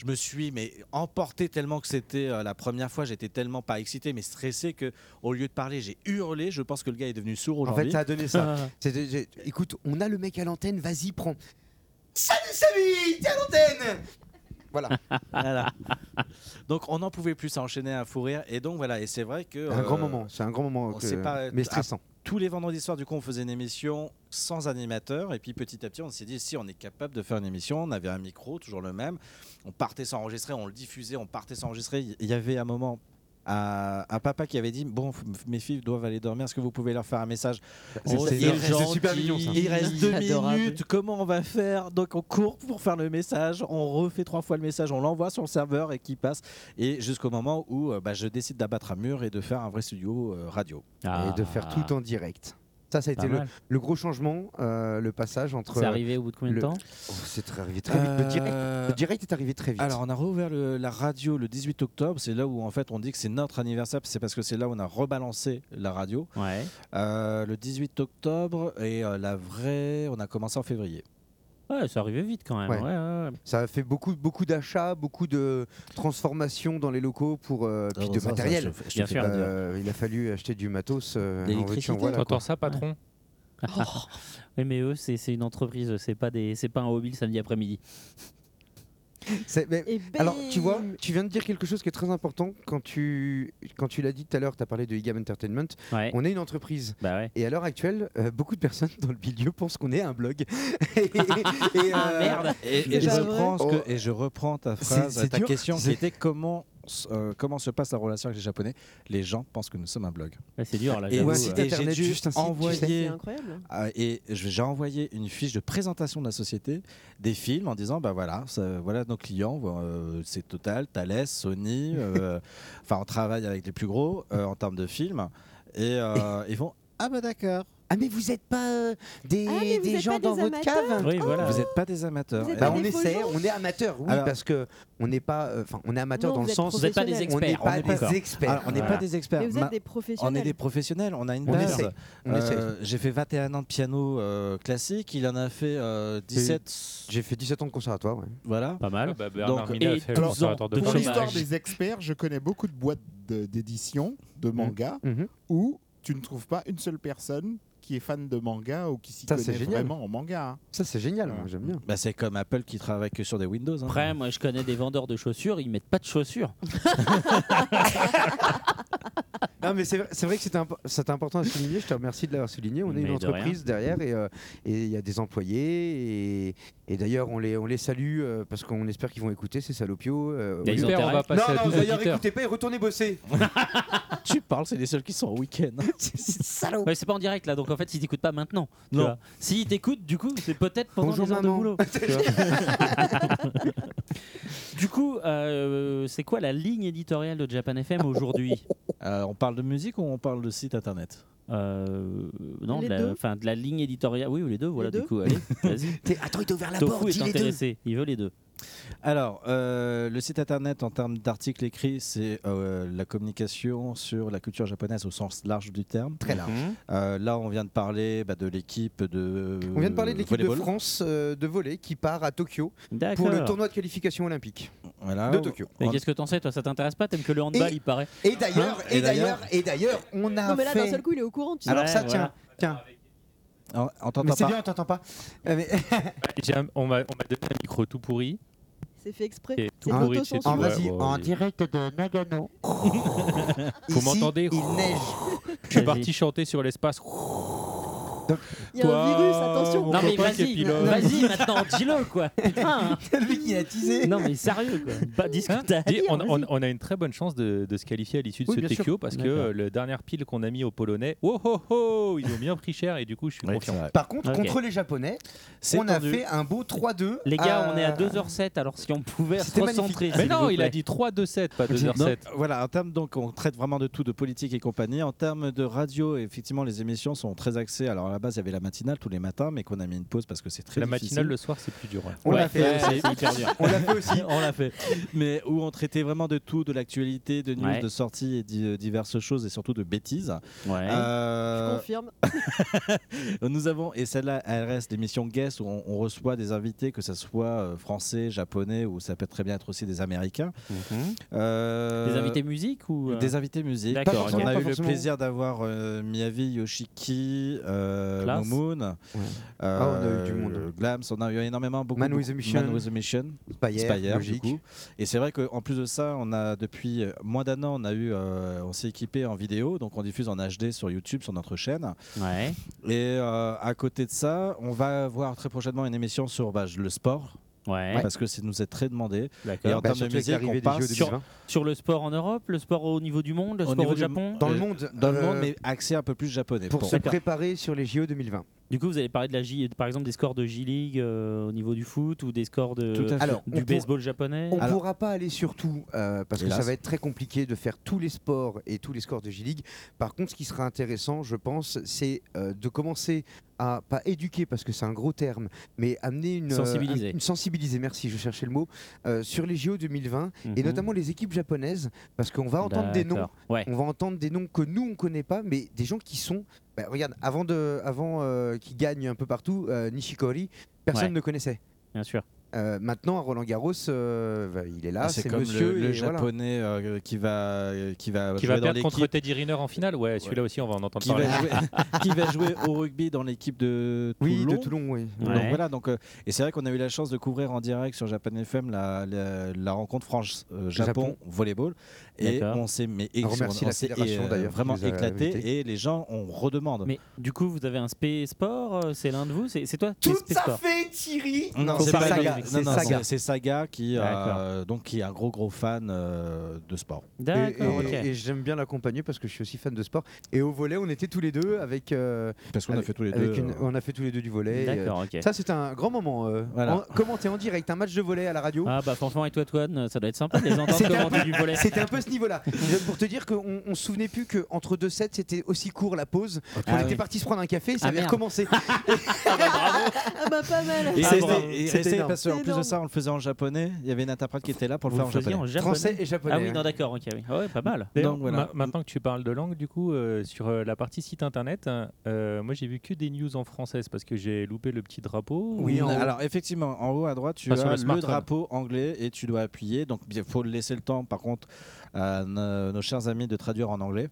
S9: Je me suis mais emporté tellement que c'était euh, la première fois. J'étais tellement pas excité, mais stressé que au lieu de parler, j'ai hurlé. Je pense que le gars est devenu sourd
S14: En
S9: aujourd'hui.
S14: fait, ça a donné ça. C'est de- j'ai- écoute, on a le mec à l'antenne, vas-y, prends. Salut Samy, t'es à l'antenne Voilà.
S9: Voilà. Donc on n'en pouvait plus, ça enchaînait un fou rire. Et donc voilà, et c'est vrai que.
S14: Un grand
S9: euh,
S14: moment, c'est un grand moment,
S9: on
S14: que-
S9: s'est pas-
S14: mais stressant.
S9: à- tous les vendredis soirs, du coup, on faisait une émission sans animateur. Et puis petit à petit, on s'est dit, si on est capable de faire une émission, on avait un micro, toujours le même. On partait s'enregistrer, on le diffusait, on partait s'enregistrer. Il y- y avait un moment. Un, un papa qui avait dit bon f- mes filles doivent aller dormir est-ce que vous pouvez leur faire un message
S14: C'est-
S9: Oh,
S14: c'est-
S9: il
S14: c'est
S9: reste-
S14: super mignon, ça.
S9: il reste deux
S14: Adorable.
S9: minutes comment on va faire donc on court pour faire le message on refait trois fois le message on l'envoie sur le serveur et qui passe et jusqu'au moment où euh, bah, je décide d'abattre un mur et de faire un vrai studio euh, radio
S14: Et de faire tout en direct. Ça, ça a
S9: Pas
S14: été le,
S9: mal.
S14: le gros changement, euh, le passage entre.
S9: C'est arrivé au bout de combien de
S14: le-
S9: temps
S14: Oh, C'est très- arrivé très vite. Le direct,
S9: Euh,
S14: le direct est arrivé très vite.
S9: Alors, on a rouvert le- la radio le 18 octobre. C'est là où, en fait, on dit que c'est notre anniversaire. C'est parce que c'est là où on a rebalancé la radio. Euh, le 18 octobre et euh, la vraie, on a commencé en février.
S1: Ouais, ça arrivait vite quand même.
S14: Ouais.
S1: ouais, ouais, ouais.
S14: Ça a fait beaucoup, beaucoup d'achats, beaucoup de transformations dans les locaux pour euh, puis
S9: Ah,
S14: de
S9: ça, ça,
S14: matériel.
S9: je te- je te Bien fais sûr. pas dire.
S14: Euh, il a fallu acheter du matos. Euh, en veux-tu, en voilà,
S1: T'entends
S14: quoi.
S1: ça, patron Oh. Oui, mais eux, c'est c'est une entreprise, c'est pas, des- c'est pas un hobby le samedi après-midi.
S14: C'est- mais- alors, tu vois,
S9: Ben.
S14: tu viens de dire quelque chose qui est très important. Quand tu, quand tu l'as dit tout à l'heure, tu as parlé de IGAM Entertainment. On est une entreprise.
S9: Bah
S14: Et à l'heure actuelle, euh, beaucoup de personnes dans le milieu pensent qu'on est un blog. et, euh,
S9: Ah,
S1: Ah,
S14: Oh.
S9: merde. euh, Et, et je reprends ce
S1: Oh.
S9: que- et je reprends ta
S14: C'est-
S9: phrase,
S14: c'est
S9: ta
S14: dur,
S9: question qui
S14: c'est-
S9: était comment. s- euh, comment se passe la relation avec les Japonais Les gens pensent que nous sommes un blog.
S1: c'est dur, là,
S9: Et,
S1: j'avoue,
S9: et
S1: Un site
S9: j'ai
S1: internet,
S9: dû
S1: juste un site, tu sais.
S9: envoyer
S1: C'est incroyable.
S9: Euh, et je- j'ai envoyé une fiche de présentation de la société, des films en disant bah voilà, ça- voilà nos clients, euh, c'est Total, Thales, Sony, euh, enfin on travaille avec les plus gros euh, en termes de films et euh, ils font ah bah d'accord.
S14: Ah mais vous êtes pas euh, des,
S9: Ah, mais vous
S14: des
S9: êtes
S14: gens
S9: pas
S14: dans
S9: des
S14: votre
S9: amateurs.
S14: cave
S9: Oui, voilà. Vous êtes pas des amateurs. Vous êtes
S14: Bah,
S9: pas
S14: on
S9: des faux
S14: essaie,
S9: gens.
S14: on est amateur, oui,
S9: Alors-
S14: parce que on n'est pas, euh, enfin on est amateur
S9: Non,
S14: dans
S9: vous
S14: le
S9: êtes
S14: sens,
S9: Vous êtes pas des professionnels. experts,
S14: on n'est
S9: on est
S14: pas
S9: d'accord.
S14: des experts.
S9: Alors, on n'est
S14: Voilà.
S9: pas des experts.
S4: Mais vous êtes
S9: Ma-
S4: des
S9: On est
S4: professionnels.
S9: des professionnels, on a une
S14: On
S9: base.
S14: essaie, on
S9: Euh, J'ai fait 21 ans de piano euh, classique, il en a fait euh, 17.
S14: J'ai fait 17 ans de conservatoire, ouais.
S9: Voilà.
S1: Pas mal.
S2: Ah bah, Bernard Mina a fait le
S9: alors,
S2: conservatoire de
S9: pour
S18: Pour
S2: Dommage.
S18: l'histoire des experts, je connais beaucoup de boîtes de- d'édition de manga
S14: Mhm.
S18: où tu ne trouves pas une seule personne qui est fan de manga ou qui s'y
S14: Ça,
S18: connaît
S14: c'est génial.
S18: vraiment en manga. hein.
S14: Ça, c'est génial, moi, j'aime bien.
S9: Bah, c'est comme Apple qui travaille que sur des Windows. hein.
S1: Après, moi, je connais des vendeurs de chaussures, ils mettent pas de chaussures.
S14: Non, mais c'est vrai, c'est vrai que c'était impo- c'était important à souligner. Je te remercie de l'avoir souligné. On est
S1: Mais
S14: une
S1: de
S14: entreprise derrière et euh, et il y a des employés. Et, et d'ailleurs, on les, on les salue euh, parce qu'on espère qu'ils vont écouter ces salopios. euh,
S1: Mais ils ont J'espère, on intérêt. va passer
S14: non,
S1: à
S14: non,
S1: 12
S14: d'ailleurs,
S1: auditeurs.
S14: écoutez pas et retournez bosser.
S9: tu parles, c'est les seuls qui sont en week-end.
S14: Salaud
S1: Ouais, c'est pas en direct là, donc en fait, ils t'écoutent pas maintenant. tu
S9: Non.
S1: vois. S'ils t'écoutent, du coup, c'est peut-être pendant
S14: Bonjour,
S1: des heures
S14: maman.
S1: de boulot. tu vois. du coup, euh, c'est quoi la ligne éditoriale de Japan FM aujourd'hui
S9: Euh, on parle de musique ou on parle de site internet
S1: Euh, non,
S13: Les
S1: de la,
S13: deux
S1: enfin, de la ligne éditoriale. Oui, ou les deux, voilà,
S13: deux
S1: du coup. Allez, vas-y.
S13: Attends, il t'a ouvert
S1: Tofu est intéressé, il veut les deux.
S9: Alors, euh, le site internet en termes d'articles écrits, c'est euh, la communication sur la culture japonaise au sens large du terme.
S14: Très large. Mhm.
S9: Euh, là, on vient de parler bah, de l'équipe de.
S14: On vient de parler de l'équipe de
S9: volleyball.
S14: France euh, de volley qui part à Tokyo
S1: D'accord.
S14: pour le tournoi de qualification olympique.
S9: Voilà.
S14: de Tokyo.
S1: Et qu'est-ce que t'en sais, toi Ça t'intéresse pas T'aimes que le handball, il paraît
S14: Et d'ailleurs,
S1: Hein
S14: et d'ailleurs, et d'ailleurs, on a
S4: Non, mais là, d'un
S14: fait-
S4: seul coup, il est au courant. Tu sais.
S14: Alors ça,
S1: Ouais,
S14: tiens, tiens.
S9: On, on t'entend
S14: Mais c'est
S9: pas.
S14: bien, on t'entend pas. Euh,
S2: J'ai un- on m'a on m'a donné un micro tout pourri.
S4: C'est fait exprès.
S2: Et tout
S4: C'est
S2: pourri,
S4: auto-censuré.
S9: Ah,
S2: c'est tout. Ouais, ouais, ouais.
S14: direct de Nagano.
S2: Vous m'entendez
S14: Il neige.
S2: Je suis parti chanter sur l'espace.
S14: Il y a un virus, attention.
S2: mon
S14: Non, mais
S2: copain qui est
S14: vas-y,
S2: pilote.
S1: Vas-y, maintenant, dis-le, quoi. Putain. hein.
S14: Lui qui a teasé.
S1: Non, mais sérieux, quoi. Pas discutable.
S2: Bah, Dis, on, on- on a une très bonne chance de, de se qualifier à l'issue de
S1: Oui,
S2: ce
S1: bien sûr.
S2: TKO parce que
S1: D'accord.
S2: euh, le dernier pile qu'on a mis aux Polonais, oh oh oh, ils ont bien pris cher et du coup je suis confiant.
S14: Par contre, contre les Japonais,
S2: C'est
S14: on a
S2: tendu.
S14: fait un beau 3-2.
S1: Les gars, on est à
S14: euh,
S1: 2h07, alors si on pouvait se
S14: C'était magnifique.
S1: recentrer.
S2: Mais
S1: s'il
S2: non,
S1: vous
S2: il a
S1: plaît.
S2: dit 3-2-7, pas
S9: Non,
S2: 2h07.
S9: Voilà, en termes donc, on traite vraiment de tout, de politique et compagnie. En termes de radio, effectivement, les émissions sont très axées. Alors à la base, il y avait la matinale tous les matins, mais qu'on a mis une pause parce que c'est très
S2: La
S9: difficile.
S2: matinale le soir, c'est plus dur. ouais.
S9: On
S2: Ouais,
S9: l'a fait
S2: ouais,
S9: aussi.
S2: c'est hyper dur.
S9: On l'a fait aussi. on l'a fait. Mais où on traitait vraiment de tout, de l'actualité, de news,
S1: Ouais.
S9: de sorties et di- euh, diverses choses et surtout de bêtises. Euh,
S4: Je confirme.
S9: nous avons, et celle-là, elle reste l'émission Guest où on, on reçoit des invités, que ce soit euh, français, japonais ou ça peut très bien être aussi des américains.
S14: Mhm.
S9: Euh,
S1: Des invités musique ou euh
S9: Des invités musique.
S1: D'accord, Pas
S9: On
S1: forcément,
S9: a
S1: pas
S9: eu le
S1: forcément.
S9: plaisir d'avoir euh, Miyavi, Yoshiki, euh,
S14: Classe.
S9: Momoon, euh,
S14: Ah, on a eu du monde.
S9: Glams, on a eu énormément. Beaucoup,
S14: Man
S9: beaucoup-
S14: with a Mission.
S9: Man with a Mission.
S14: Spire,
S9: du
S14: logique.
S9: coup. Et c'est vrai qu'en plus de ça, on a depuis euh, moins d'un an, on a eu, euh, on s'est équipé en vidéo, donc on diffuse en HD sur YouTube, sur notre chaîne. Et euh, à côté de ça, on va avoir très prochainement une émission sur bah, le sport.
S1: Ouais.
S9: Parce que c'est nous est très demandé.
S1: D'accord.
S2: Bah,
S9: Et en termes de musique, on passe
S1: sur, sur le sport en Europe, le sport au niveau du monde, le sport
S9: niveau
S1: au
S9: du-
S1: Japon.
S9: euh, dans le monde, mais axé un peu plus japonais.
S14: Pour
S9: Bon.
S14: se préparer sur les JO 2020.
S1: Du coup, vous avez parlé de la J, par exemple des scores de J-League euh, au niveau du foot ou des scores de,
S14: Tout à fait. Alors, on
S1: du
S14: pour-
S1: baseball japonais.
S14: On ne pourra pas aller sur tout euh, parce
S1: Hélas.
S14: que ça va être très compliqué de faire tous les sports et tous les scores de J-League. Par contre, ce qui sera intéressant, je pense, c'est euh, de commencer à pas éduquer parce que c'est un gros terme, mais amener une euh,
S1: Sensibiliser.
S14: un- une sensibiliser. Merci, je cherchais le mot euh, sur les JO 2020 et
S1: Mhm.
S14: notamment les équipes japonaises parce qu'on va entendre des noms.
S1: D'accord. Ouais.
S14: On va entendre des noms que nous on connaît pas, mais des gens qui sont. bah, regarde, avant de, avant euh, qu'ils gagnent un peu partout, euh, Nishikori, personne
S1: Ouais.
S14: ne connaissait.
S1: Bien sûr.
S14: Euh, maintenant, à Roland Garros, euh, bah, il est là,
S9: Ah, c'est
S14: c'est
S9: comme
S14: monsieur.
S9: le, le
S14: et voilà.
S9: japonais euh, qui va qui va
S2: Qui
S9: jouer
S2: va
S9: dans
S2: perdre contre
S9: l'équipe-
S2: Teddy Riner en finale Ouais, celui-là aussi, on va en entendre
S9: qui
S2: parler.
S9: va, jouer, qui va jouer au rugby dans l'équipe de Toulon.
S14: Oui, de Toulon, oui.
S9: Donc
S14: Ouais.
S9: voilà, donc, euh, et c'est vrai qu'on a eu la chance de couvrir en direct sur Japan FM la, la, la rencontre France-Japon
S14: Japon.
S9: volleyball. Et
S1: D'accord.
S9: on s'est mais
S14: On remercie
S9: on
S14: la
S9: s'est,
S14: fédération,
S9: euh,
S14: d'ailleurs, qui
S9: vraiment
S14: nous a invités.
S9: éclaté et les gens on redemande.
S1: Mais du coup, vous avez un SP sport, euh, c'est l'un de vous, c'est c'est toi qui
S14: Tout
S1: es SP
S14: à
S1: sport.
S14: fait, Thierry.
S9: Non,
S1: Faut
S9: c'est
S1: parler
S9: Saga.
S1: musique.
S9: Non, non,
S1: C'est Saga.
S9: c'est- c'est Saga qui, euh,
S14: Ah.
S1: D'accord.
S9: donc, qui est un gros gros fan euh, de sport.
S1: D'accord,
S14: Et- et-
S1: ok.
S14: et j'aime bien l'accompagner parce que je suis aussi fan de sport. Et au volet, on était tous les deux avec. euh,
S9: Parce qu'on a
S14: avec-
S9: fait tous les
S14: avec
S9: deux,
S14: une-
S9: euh,
S14: on a fait tous les deux du volet.
S1: D'accord,
S14: Et, euh,
S1: ok.
S14: Ça, c'est un grand moment. euh,
S9: Voilà.
S14: en- commenter en direct un match de volet à la radio.
S1: Ah bah franchement, avec toi, Antoine, ça doit être sympa de les entendre
S14: C'était un
S1: commenter
S14: peu-
S1: du volet.
S14: C'était un peu ce niveau-là. Je- Pour te dire qu'on on se souvenait plus qu'entre deux sets, c'était aussi court la pause. on
S1: Ah
S14: était
S1: oui.
S14: parti se prendre un café, ça
S1: Ah,
S14: avait
S1: merde.
S14: recommencé.
S4: Ah bah pas mal.
S9: Et
S14: Ah,
S9: c'était-
S14: bravo.
S9: et
S14: C'était
S9: c'était
S14: énorme.
S9: parce qu'en
S14: C'est
S9: plus de
S14: énorme.
S9: ça, on le faisait en japonais. Il y avait une interprète qui était là pour le
S1: Vous
S9: faire
S1: le
S9: en
S1: faisiez
S9: japonais.
S1: en japonais
S14: Français et japonais.
S1: Ah oui,
S14: hein.
S1: non, d'accord, ok, oui. Ah ouais, pas mal.
S2: D'ailleurs,
S9: Donc, voilà.
S2: ma- maintenant que tu parles de langue, du coup, euh, sur euh, la partie site internet, hein, euh, moi j'ai vu que des news en française parce que j'ai loupé le petit drapeau.
S9: Oui,
S2: Ou-
S9: alors effectivement, en haut à droite, tu
S2: Pas sur le
S9: as le,
S2: smartphone.
S9: drapeau anglais et tu dois appuyer. Donc il faut laisser le temps, par contre, à no- nos chers amis de traduire en anglais.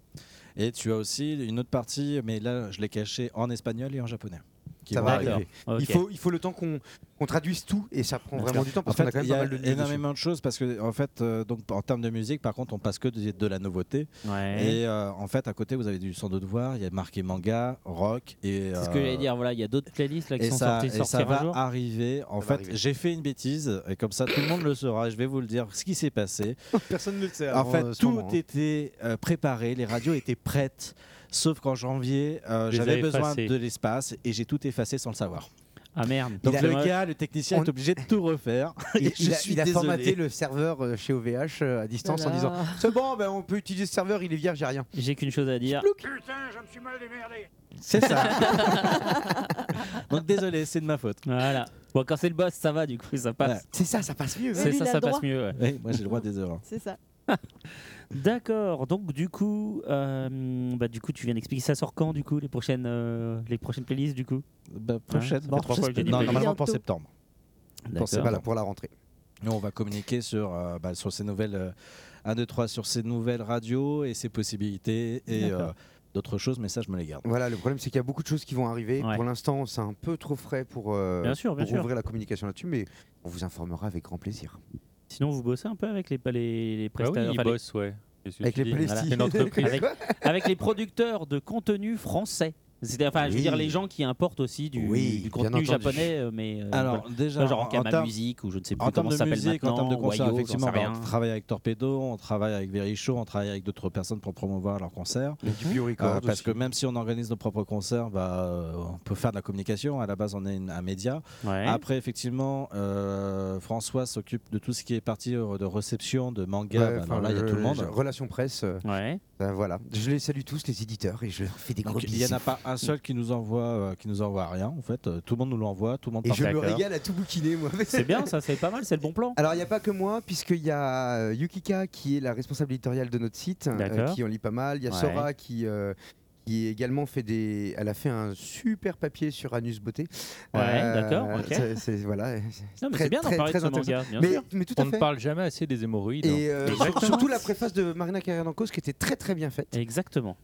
S9: Et tu as aussi une autre partie, mais là, je l'ai caché en espagnol et en japonais. qui
S14: Ça
S9: vont
S14: va
S9: arriver.
S14: arriver.
S1: Ok.
S14: Il, faut, il faut le temps qu'on qu'on traduise tout et ça prend vraiment du temps parce
S9: En
S14: qu'on a
S9: fait,
S14: quand même
S9: il y
S14: pas
S9: a
S14: mal de news dessus.
S9: énormément de choses parce que en fait, euh, donc en termes de musique, par contre, on passe que de, de la nouveauté.
S1: Ouais.
S9: Et euh, en fait, à côté, vous avez du sans de devoir. Il y a marqué manga, rock et.
S1: C'est ce que
S9: euh,
S1: j'allais dire, voilà, il y a d'autres playlists là, qui
S9: et
S1: sont
S9: ça,
S1: sorties,
S9: et ça
S1: sortir un
S9: va
S1: jour.
S9: arriver. En fait, j'ai fait une bêtise et comme ça, tout le monde le saura. Et je vais vous le dire ce qui s'est passé.
S14: Personne ne le sait.
S9: En
S14: avant,
S9: fait,
S14: euh, ce
S9: tout
S14: moment, hein.
S9: était euh, préparé, les radios étaient prêtes, sauf qu'en janvier, euh,
S2: Les
S9: j'avais
S2: avez
S9: besoin
S2: effacées.
S9: de l'espace et j'ai tout effacé sans le savoir.
S1: Ah merde.
S9: Dans
S1: Donc,
S9: le
S1: c'est-
S9: cas, le technicien est
S1: On-
S9: obligé de tout refaire.
S14: Il,
S9: Et je
S14: il a,
S9: suis
S14: il a
S9: désolé.
S14: formaté le serveur euh, chez OVH euh, à distance en
S9: Voilà.
S14: disant C'est bon, ben, on peut utiliser ce serveur, il est vierge, j'ai rien.
S1: J'ai qu'une chose à dire.
S5: Putain, je me suis mal démerdé.
S9: C'est ça. Donc désolé, c'est de ma faute.
S1: Voilà. Bon, quand c'est le boss, ça va du coup, ça passe.
S14: C'est ça, ça passe mieux.
S1: C'est ça, ça passe mieux. ouais.
S9: hein. Oui, moi j'ai le droit à des erreurs.
S4: C'est ça.
S1: D'accord. Donc du coup, euh, bah, du coup, tu viens d'expliquer ça sort quand du coup les prochaines euh, les prochaines playlists du coup.
S9: Bah,
S1: prochaine.
S9: prochaine.
S1: Trois fois que j'ai dit
S9: Non,
S1: playlist.
S9: normalement pour septembre.
S1: D'accord.
S14: Voilà, pour la rentrée.
S9: Nous, on va communiquer sur, euh, bah, sur ces nouvelles euh, 1, 2, 3, sur ces nouvelles radios et ces possibilités et
S14: D'accord.
S9: euh, d'autres choses, mais ça, je me les garde.
S14: Voilà, le problème c'est qu'il y a beaucoup de choses qui vont arriver.
S9: Ouais.
S14: Pour l'instant, c'est un peu trop frais pour, euh,
S1: Bien sûr, bien
S14: pour
S1: sûr.
S14: ouvrir la communication là-dessus, mais on vous informera avec grand plaisir.
S1: Sinon, vous bossez un peu avec les les, les
S2: Bah oui,
S1: prestataires.
S2: ils
S1: enfin, les-
S2: bossent, ouais. Qu'est-ce que
S1: Avec
S2: tu
S1: les
S2: dis
S1: Palestiniens.
S2: C'est une entreprise.
S1: Avec, avec les producteurs de contenu français. C'est-à-dire, enfin, je veux
S9: Oui.
S1: dire les gens qui importent aussi du,
S9: Oui,
S1: du
S9: bien
S1: contenu
S9: entendu.
S1: japonais, euh, mais euh,
S9: Alors
S1: voilà.
S9: déjà,
S1: Enfin, genre en,
S9: en
S1: ma
S9: termes-
S1: musique ou je ne sais plus
S9: en termes
S1: comment
S9: de
S1: ça s'appelle
S9: musique,
S1: maintenant.
S9: En termes de concert,
S1: Wayo, j'en
S9: effectivement,
S1: sais
S9: bah,
S1: rien.
S9: on travaille avec Torpedo, on travaille avec Very Show, on travaille avec d'autres personnes pour promouvoir leurs concerts. Euh,
S14: Et du Bio Record
S9: parce
S14: aussi.
S9: que même si on organise nos propres concerts, bah, euh, on peut faire de la communication. À la base, on est une- un média.
S1: Ouais.
S9: Après, effectivement, euh, François s'occupe de tout ce qui est partie euh, de réception, de manga.
S14: Ouais,
S9: Bah,
S14: enfin,
S9: alors là, il y a
S14: je-
S9: tout le monde.
S14: je- Relations presse. euh, ben voilà. Je les salue tous, les éditeurs, et je leur fais des gros
S9: Donc, il n'y en a
S14: bisous.
S9: pas un seul qui nous envoie, euh, qui nous envoie rien. En fait, Euh, tout le monde nous l'envoie, tout le monde.
S14: Et
S9: part
S14: je me
S9: d'accord.
S14: régale à tout bouquiner, moi.
S9: C'est bien,
S1: ça, c'est pas mal, c'est le bon plan.
S14: Alors, il n'y a pas que moi, puisqu'il y a euh, Yukika qui est la responsable éditoriale de notre site, euh,
S1: D'accord.
S14: qui en lit pas mal. Il y a
S1: Ouais.
S14: Sora qui. euh, qui également fait des, elle a fait un super papier sur Anus Beauté.
S2: Ouais, d'accord, ok.
S14: c'est- c'est- voilà,
S2: Non, mais
S14: très-
S2: c'est bien d'en
S14: très-
S2: parler de
S14: très
S2: ce manga,
S14: intéressant.
S2: bien
S14: mais,
S2: sûr.
S14: mais tout à
S2: On ne
S14: fait.
S2: parle jamais assez des hémorroïdes.
S14: Et
S2: hein.
S14: euh, sur- surtout la préface de Marina Carrière d'Ancos qui était très très bien faite. Euh,
S1: Exactement.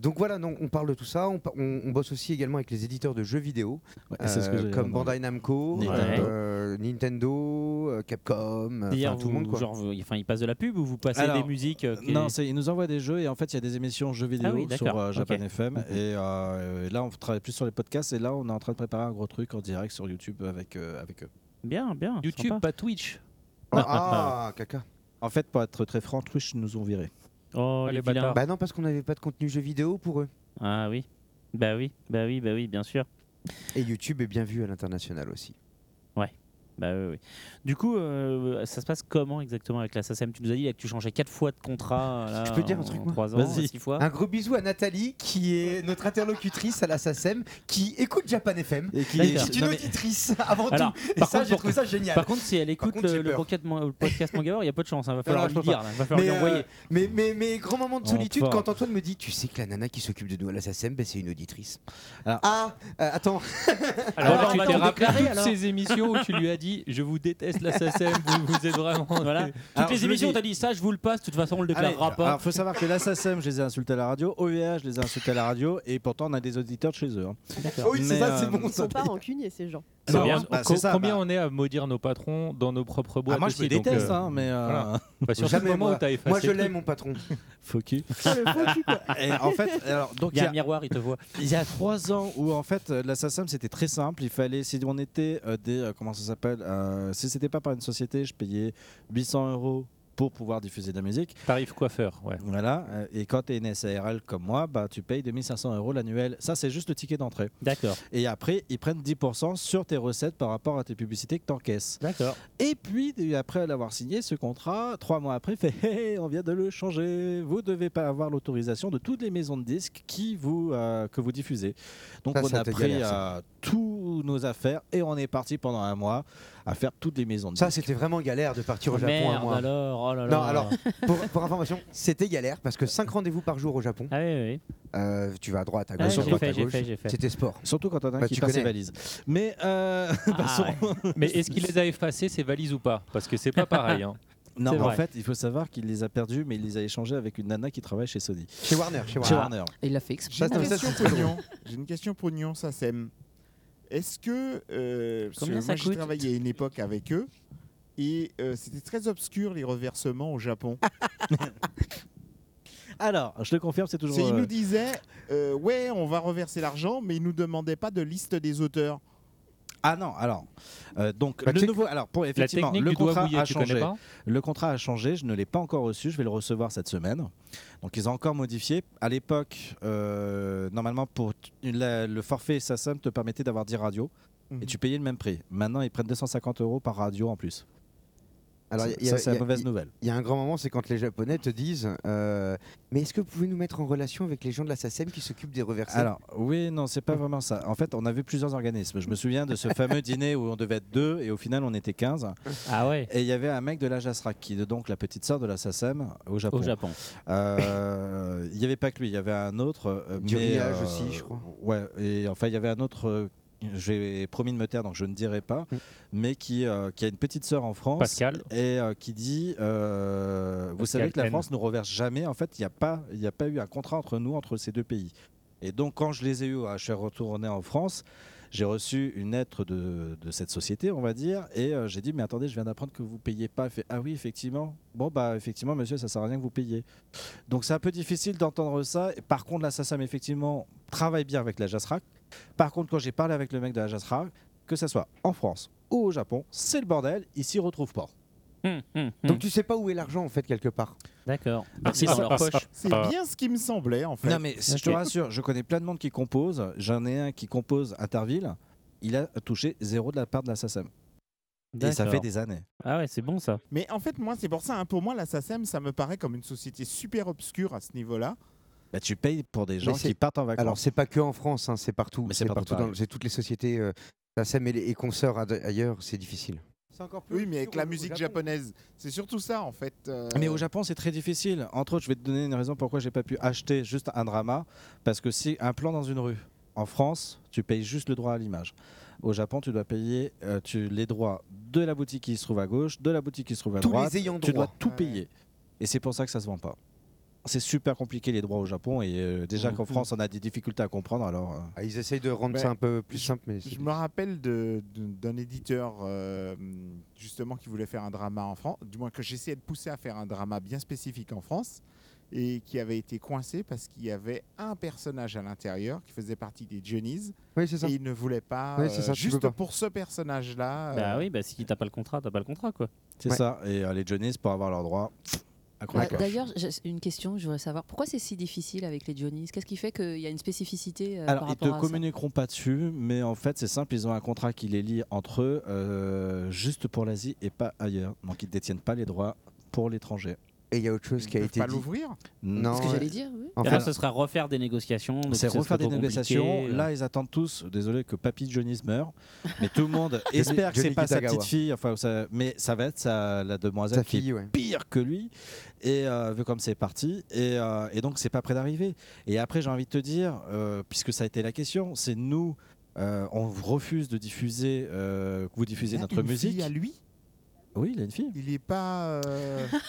S14: donc voilà, non, on parle de tout ça. On, pa- on- on bosse aussi également avec les éditeurs de jeux vidéo, euh,
S9: Ouais, c'est ce que j'allais
S14: comme
S9: dire, non,
S14: Bandai Namco,
S1: Nintendo.
S14: euh, Nintendo, euh, Capcom, euh, enfin,
S1: D'ailleurs,
S14: tout le monde quoi.
S1: Genre, vous- enfin, ils passent de la pub ou vous passez
S9: Alors,
S1: des musiques euh, qui-
S9: Non, c'est- ils nous envoient des jeux et en fait, il y a des émissions jeux vidéo
S1: Ah oui,
S9: sur
S1: d'accord,
S9: euh, Japan
S1: ok.
S9: FM. Et euh, là, on travaille plus sur les podcasts. Et là, on est en train de préparer un gros truc en direct sur YouTube avec, euh, avec eux.
S1: Bien, bien.
S2: YouTube,
S1: sympa.
S2: pas Twitch.
S14: Ah, caca.
S9: En fait, pour être très franc, Twitch nous ont virés. Ah,
S1: Oh, les vilains.
S14: Bah non, parce qu'on n'avait pas de contenu jeux vidéo pour eux.
S1: Ah oui. Bah oui, bah oui, bah oui, bien sûr.
S14: Et YouTube est bien vu à l'international aussi.
S1: Ouais. Bah oui, oui. Du coup, euh, ça se passe comment exactement avec la SACEM Tu nous as dit là, que tu changeais 4 fois de contrat. euh, là,
S14: Je peux dire
S1: en
S14: un truc moi
S1: Ah, trois ans, 6 fois.
S14: Un gros bisou à Nathalie qui est notre interlocutrice à la SACEM qui écoute Japan FM et qui,
S1: qui- D'accord.
S14: est une
S1: Non, mais-
S14: auditrice avant
S1: Alors,
S14: tout. Et
S1: par
S14: ça,
S1: contre,
S14: j'ai
S1: pour-
S14: trouvé ça génial.
S1: Par contre, si elle écoute
S14: contre, j'ai
S1: le, le
S14: peur.
S1: podcast man- le podcast Manga Hour, il n'y a pas de chance. Il va falloir
S14: Non,
S1: lui
S14: je peux
S1: dire.
S14: pas.
S1: là, va falloir lui
S14: Mais, euh,
S1: envoyer.
S14: mais, mais, mais grand moment de
S1: Oh,
S14: solitude
S1: fort.
S14: quand Antoine me dit Tu sais que la nana qui s'occupe de nous à la SACEM, ben, c'est une auditrice. Ah, euh, attends.
S2: Alors,
S14: Alors,
S2: tu
S14: attends,
S2: t'es
S14: on
S2: rappelé
S14: déclarait,
S2: toutes
S14: alors
S2: ces émissions où tu lui as dit Je vous déteste l'assassin, vous, vous êtes vraiment.
S1: Voilà. Toutes
S9: Alors,
S1: les
S9: je le
S1: émissions,
S9: dis.
S1: t'as dit ça, je vous le passe. De toute façon, on le déclarera
S9: Allez,
S1: pas.
S9: Alors, faut savoir que l'Assassin, je les ai insultés à la radio, OVH, je les ai insultés à la radio, et pourtant, on a des auditeurs de chez eux. hein. Mais, euh,
S4: Ils sont pas rancuniers, ces gens.
S9: Non,
S2: Combien,
S9: bah,
S2: co-
S9: c'est ça,
S2: combien
S9: bah.
S2: on est à maudire nos patrons dans nos propres boîtes
S9: Ah, moi, je
S2: aussi,
S9: les
S2: donc,
S9: déteste, hein, mais, euh,
S2: voilà. Bah, surtout
S14: Jamais,
S2: le moment
S14: moi.
S2: où t'as effacé Bah,
S14: Moi, je
S2: le truc.
S14: l'aime, mon patron.
S9: Faux cul.
S14: le faux cul, quoi.
S9: Et en fait, alors, donc
S1: Il y a un miroir, il te voit.
S9: Il y a trois ans où en fait euh, l'assassin c'était très simple. Il fallait si on était euh, des euh, comment ça s'appelle euh, si c'était pas par une société, je payais 800 euros pour pouvoir diffuser de la musique.
S2: Tarif coiffeur, ouais.
S9: Voilà. euh, Et quand t'es une SARL comme moi, bah tu payes 2500 euros l'annuel. Ça c'est juste le ticket d'entrée.
S1: D'accord.
S9: Et après ils prennent 10% sur tes recettes par rapport à tes publicités que t'encaisses.
S1: D'accord.
S9: Et puis et après l'avoir signé ce contrat, trois mois après, il fait Hé, hé, on vient de le changer. Vous devez pas avoir l'autorisation de toutes les maisons de disques qui vous euh, que vous diffusez. Donc
S14: Ça,
S9: on
S14: ça
S9: a
S14: te
S9: pris
S14: galère, ça.
S9: euh, tous nos affaires et on est parti pendant un mois à faire toutes les maisons de
S14: Ça,
S9: disques.
S14: c'était vraiment galère de partir au Japon.
S1: Merde
S14: un mois.
S1: alors, oh là là.
S14: Non, alors, pour, pour information, c'était galère parce que 5 rendez-vous par jour au Japon. Euh, tu vas à droite, à
S1: Ah,
S14: gauche,
S1: j'ai
S14: à droite,
S1: fait,
S14: à
S1: j'ai
S14: gauche.
S1: fait, j'ai fait.
S14: C'était sport.
S9: Surtout quand on a
S14: Bah,
S9: qui
S14: tu
S9: passe ses
S14: connais.
S9: valises. Mais euh, passons.
S2: Ah, Mais est-ce qu'il les a effacés ces valises ou pas Parce que c'est pas pareil. hein.
S9: Non,
S2: C'est
S9: mais en
S2: vrai.
S9: fait, il faut savoir qu'il les a perdus, mais il les a échangés avec une nana qui travaille chez Sony.
S14: Chez Warner, chez
S9: Chez
S14: Warner.
S9: Warner.
S12: Et il l'a fait
S18: J'ai
S12: exprès.
S18: une, question pour Nyon. J'ai une question pour Nyon Sassem. Est-ce que. euh, parce que
S12: Combien ça
S18: moi, j'ai
S12: coûte
S18: travaillé à une époque avec eux et euh, c'était très obscur les reversements au Japon.
S9: Ah, Alors, je le confirme, c'est toujours.
S18: C'est- Ils
S9: euh,
S18: nous disaient euh, Ouais, on va reverser l'argent, mais ils nous demandaient pas de liste des auteurs.
S9: Ah non, alors euh, donc
S18: Bah,
S9: le
S18: check.
S9: nouveau. Alors pour
S18: La
S9: effectivement,
S18: technique
S9: le
S18: du doigt
S9: contrat
S18: mouillé,
S9: a
S18: tu connais
S9: changé.
S18: pas
S9: Le contrat a changé. Je ne l'ai pas encore reçu. Je vais le recevoir cette semaine. Donc ils ont encore modifié. À l'époque, euh, normalement pour t- la- le forfait SACEM te permettait d'avoir 10 radios.
S14: Mhm.
S9: et tu payais le même prix. Maintenant, ils prennent 250 euros par radio en plus.
S14: Alors,
S9: Ça-
S14: il y a-
S9: ça,
S14: il y
S9: c'est
S14: a-
S9: la mauvaise
S14: il-
S9: nouvelle.
S14: Il y a un grand moment, c'est quand les Japonais te disent euh, Mais est-ce que vous pouvez nous mettre en relation avec les gens de la SACEM qui s'occupent des reversés
S9: Alors, oui, non, c'est pas vraiment ça. En fait, on avait plusieurs organismes. Je me souviens de ce fameux dîner où on devait être deux et au final, on était 15.
S13: Ah ouais
S9: Et il y avait un mec de la JASRAC, qui est donc la petite sœur de la SACEM au Japon.
S13: Au Japon.
S9: Euh, Il n'y avait pas que lui, il y avait un autre. euh,
S14: Du
S9: mais,
S14: Riage aussi, je crois.
S9: Ouais, et enfin, il y avait un autre. euh, j'ai promis de me taire, donc je ne dirai pas,
S14: Mm.
S9: mais qui, euh, qui a une petite sœur en France.
S2: Pascal.
S9: Et euh, qui dit euh, Vous
S2: Pascal
S9: savez que la
S2: N.
S9: France ne reverse jamais. En fait, il n'y a, pas- il n'y a pas eu un contrat entre nous, entre ces deux pays. Et donc, quand je les ai eus, euh, je suis retourné en France, j'ai reçu une lettre de, de cette société, on va dire, et euh, j'ai dit Mais attendez, je viens d'apprendre que vous ne payez pas. Elle fait, ah oui, effectivement. Bon, bah, effectivement, monsieur, ça ne sert à rien que vous payiez. Donc, c'est un peu difficile d'entendre ça. Et par contre, la SASAM, effectivement, travaille bien avec la JASRAC. Par contre, quand j'ai parlé avec le mec de la JASRAC, que ce soit en France ou au Japon, c'est le bordel, ils s'y retrouvent pas.
S14: Donc tu sais pas où est l'argent en fait quelque part.
S13: D'accord.
S9: Ah, C'est dans leur poche.
S18: Ah, C'est
S9: Ah.
S18: bien ce qui me semblait en fait.
S9: Non, mais je te rassure, je connais plein de monde qui compose. J'en ai un qui compose Interville. Il a touché zéro de la part de la SASAM. Et ça
S18: D'accord.
S9: fait des années.
S13: Ah ouais, c'est bon ça.
S18: Mais en fait, moi, c'est pour ça. hein, pour moi, la SACEM, ça me paraît comme une société super obscure à ce niveau-là.
S9: Bah, tu payes pour des gens
S14: Mais c'est-
S9: qui partent en vacances.
S14: Alors c'est pas que en France, hein, c'est partout. C'est
S9: partout
S14: partout dans-
S9: pareil.
S14: c'est toutes les sociétés euh, SACEM et, les- et consorts ad- ailleurs, c'est difficile.
S18: Oui, mais avec la musique japonaise. C'est surtout ça, en fait. euh,
S9: Mais au Japon, c'est très difficile. Entre autres, je vais te donner une raison pourquoi j'ai pas pu acheter juste un drama. Parce que si un plan dans une rue, en France, tu payes juste le droit à l'image. Au Japon, tu dois payer euh, tu, les droits de la boutique qui se trouve à gauche, de la boutique qui se trouve à
S14: Tous
S9: droite.
S14: les ayants
S9: tu
S14: droit.
S9: dois tout payer. Et c'est pour ça que ça se vend pas. C'est super compliqué les droits au Japon et euh, déjà
S14: Mhm.
S9: qu'en France on a des difficultés à comprendre alors. euh.
S14: ils essayent de rendre
S18: Ouais.
S14: ça un peu plus simple, mais c'est-
S18: Je me rappelle de- de- d'un éditeur euh, justement qui voulait faire un drama en France, du moins que j'essayais de pousser à faire un drama bien spécifique en France, et qui avait été coincé parce qu'il y avait un personnage à l'intérieur qui faisait partie des Johnny's,
S14: Oui, c'est ça.
S18: et il ne voulait pas,
S14: Oui, c'est
S18: euh,
S14: ça, tu
S18: juste
S14: peux pas.
S18: pour ce personnage-là. euh,
S13: Bah oui, bah si t'as pas le contrat, t'as pas le contrat quoi.
S9: C'est ça. Et euh, les Johnny's pour avoir leurs droits. à
S12: Euh,
S9: coups de coche.
S12: D'ailleurs, j'ai une question, je voudrais savoir pourquoi c'est si difficile avec les Johnny's Qu'est-ce qui fait qu'il y a une spécificité euh, par
S9: Alors, ils
S12: rapport
S9: te
S12: à ça
S9: communiqueront pas dessus, mais en fait, c'est simple. Ils ont un contrat qui les lie entre eux, euh, juste pour l'Asie et pas ailleurs. Donc, ils ne détiennent pas les droits pour l'étranger.
S14: Et il y a autre chose qui a
S18: peuvent été pas dit. l'ouvrir
S14: Non, euh,
S12: C'est ce que j'allais dire, oui.
S9: En
S13: En
S9: fait-
S13: fait, ce sera refaire des négociations. donc
S9: C'est
S13: ce sera
S9: refaire des
S13: trop compliqué. euh.
S9: négociations.
S1: euh.
S9: Là, ils attendent tous. Désolé que Papy Johnny meure, mais tout le monde
S14: Johnny-
S9: espère que c'est
S14: Johnny
S9: pas sa
S14: Kitagawa.
S9: petite fille. Enfin, ça- mais ça va être sa- la demoiselle
S14: Sa
S9: qui est
S14: fille, ouais.
S9: pire que lui. Et euh, vu comme c'est parti, et, euh, et donc c'est pas près d'arriver. Et après, j'ai envie de te dire, euh, puisque ça a été la question, c'est nous. euh, on refuse de diffuser, euh, que vous diffusez
S18: il y a
S9: notre
S18: une
S9: musique.
S18: fille à lui,
S9: Oui, il a une fille.
S18: il n'est pas. euh, il-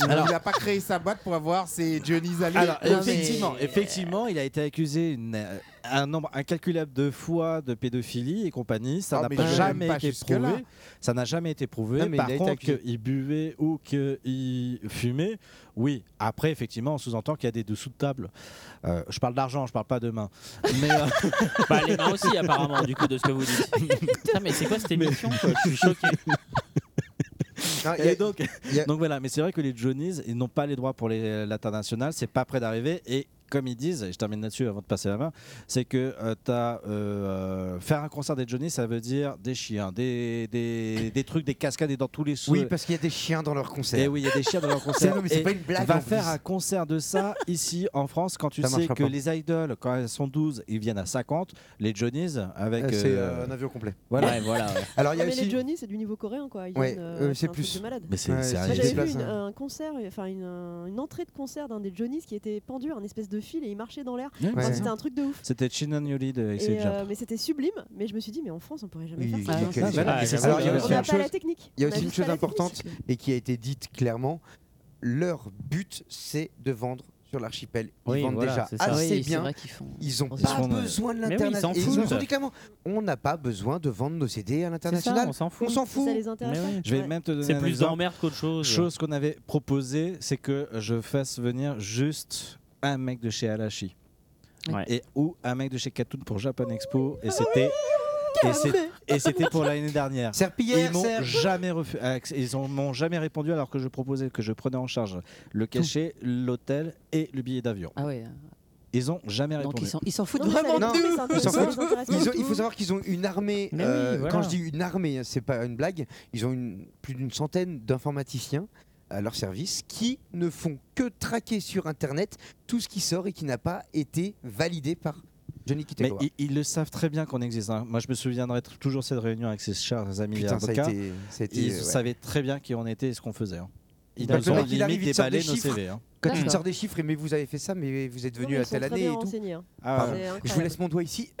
S18: il n'a pas créé sa boîte pour avoir ses Johnny's à lui.
S9: Alors, effectivement,
S7: euh,
S9: effectivement, il a été accusé une, euh, un nombre incalculable de fois de pédophilie et compagnie. Ça
S18: Ah,
S9: n'a
S18: mais
S9: pas
S18: je-
S9: jamais
S18: pas
S9: été
S18: jusque-là.
S9: prouvé. Ça n'a jamais été prouvé.
S14: Non, mais il
S9: Par
S14: a été
S9: contre,
S14: accusé.
S9: qu'il buvait ou qu'il fumait, oui. Après, effectivement, on sous-entend qu'il y a des dessous de table. Euh, je parle d'argent, je parle pas de main. Mais, euh,
S13: Bah, les mains aussi, apparemment, du coup, de ce que vous dites. Putain, mais c'est quoi cette émission quoi Je suis choqué.
S9: et donc, donc voilà, mais c'est vrai que les Johnnies, ils n'ont pas les droits pour les- l'international, c'est pas près d'arriver. Et comme ils disent, et je termine là-dessus avant de passer la main, c'est que euh, t'as, euh, faire un concert des Johnnies, ça veut dire des chiens, des, des, des trucs, des cascades et dans tous les sous.
S14: Oui, parce qu'il y a des chiens dans leur concert.
S9: Et Eh oui, il y a des chiens dans leur concert.
S14: Non, mais c'est
S9: Et
S14: pas une blague.
S9: Va
S14: en
S9: faire
S14: plus.
S9: un concert de ça ici en France quand tu
S14: Ça
S9: sais
S14: marchera
S9: que
S14: pas.
S9: les idoles, quand elles sont 12, ils viennent à 50. Les Johnnies, avec.
S14: Ah, c'est,
S9: euh,
S14: euh, un avion complet.
S9: Voilà,
S14: Ouais, voilà, ouais.
S4: Alors, Ah, mais les Johnny, c'est du niveau coréen, quoi. Ils
S14: Ouais,
S4: viennent,
S14: euh, c'est
S4: un truc
S14: plus.
S4: de malade.
S9: Mais c'est- Ouais, c'est
S4: Moi,
S9: arrivé.
S4: J'avais
S9: Des
S4: vu une-
S9: places,
S4: un concert, enfin une, une entrée de concert d'un des Johnny's qui était pendu à un espèce de fil et il marchait dans l'air.
S9: Ouais,
S4: Enfin,
S9: c'est
S4: C'était
S9: ça.
S4: un truc de ouf.
S9: C'était Chinan Yori de
S4: Et,
S9: Excel
S4: euh,
S9: Jump.
S4: mais c'était sublime. Mais je me suis dit, mais en France, on pourrait jamais
S14: Oui,
S4: faire ça.
S14: ok, ok.
S9: Voilà, mais c'est ça.
S14: Alors, il y a
S9: On
S14: aussi
S9: n'a
S14: une
S9: pas la
S14: chose-
S4: technique.
S14: il y a
S4: On a
S14: aussi une
S4: juste pas
S14: chose
S4: la technique.
S14: importante et qui a été dite clairement. Leur but, c'est de vendre sur l'archipel. Ils
S13: Oui,
S14: vendent
S13: voilà,
S14: déjà
S13: c'est ça. Oui,
S14: assez
S13: c'est
S14: bien.
S13: vrai qu'ils font-
S14: Ils ont
S13: Ils
S14: pas
S13: font, euh,
S14: besoin de
S13: Mais oui, ils
S14: l'international.
S13: s'en
S14: Et Ils
S13: foutent.
S14: nous ont dit clairement, on n'a pas besoin de vendre nos CD à l'international.
S13: on s'en fout.
S14: On s'en
S13: Ça
S14: fout.
S13: les intéresse Mais pas. ouais.
S9: Je vais même te donner
S13: C'est
S9: un
S13: plus
S9: exemple.
S13: d'emmerde qu'autre chose.
S9: Chose qu'on avait proposé, c'est que je fasse venir juste un mec de chez Alashi. Et ou un mec de chez Katoon pour Japan Expo.
S12: Ah
S9: Et c'était. Et c'est- et c'était pour l'année dernière.
S14: Serpillière,
S9: ils m'ont
S14: serp-
S9: jamais refu- euh, ils ont- m'ont jamais répondu alors que je proposais que je prenais en charge le cachet, l'hôtel et le billet d'avion.
S12: Ah ouais.
S9: Ils ont jamais
S12: Donc
S9: répondu.
S12: ils s'en- ils s'en foutent
S4: Non, mais ça
S12: vraiment
S4: les intéresse, ça
S14: Ils s'en foutent.
S4: intéresse, ça intéresse
S14: Ils ont-
S4: beaucoup.
S14: il faut savoir qu'ils ont une armée.
S4: Mais oui,
S14: euh,
S4: voilà.
S14: Quand je dis une armée, hein, c'est pas une blague. Ils ont une, plus d'une centaine d'informaticiens à leur service qui ne font que traquer sur Internet tout ce qui sort et qui n'a pas été validé par Johnny
S9: Mais
S14: Kitagawa.
S9: ils, ils le savent très bien qu'on existe. hein. Moi, je me souviendrai t- toujours cette réunion avec ces chers amis
S14: Putain, ça a
S9: avocats.
S14: été- ça a été,
S9: ils
S14: euh, ouais.
S9: savaient très bien qui on était et ce qu'on faisait. hein. Ils
S14: Donc,
S9: nous
S14: le
S9: ont
S14: mec, il
S9: limite
S14: arrive, il te sort
S9: déballé
S14: des
S9: nos
S14: chiffres.
S9: CV. hein.
S14: Quand il
S4: D'accord.
S14: te sort des chiffres, et mais vous avez fait ça, mais vous êtes
S4: Non,
S14: venu
S4: mais
S14: à
S4: ils sont
S14: telle
S4: très
S14: année
S4: bien
S14: et tout.
S4: renseignés, hein.
S9: Ah,
S14: Pardon.
S9: ouais.
S14: Je vous laisse mon doigt ici.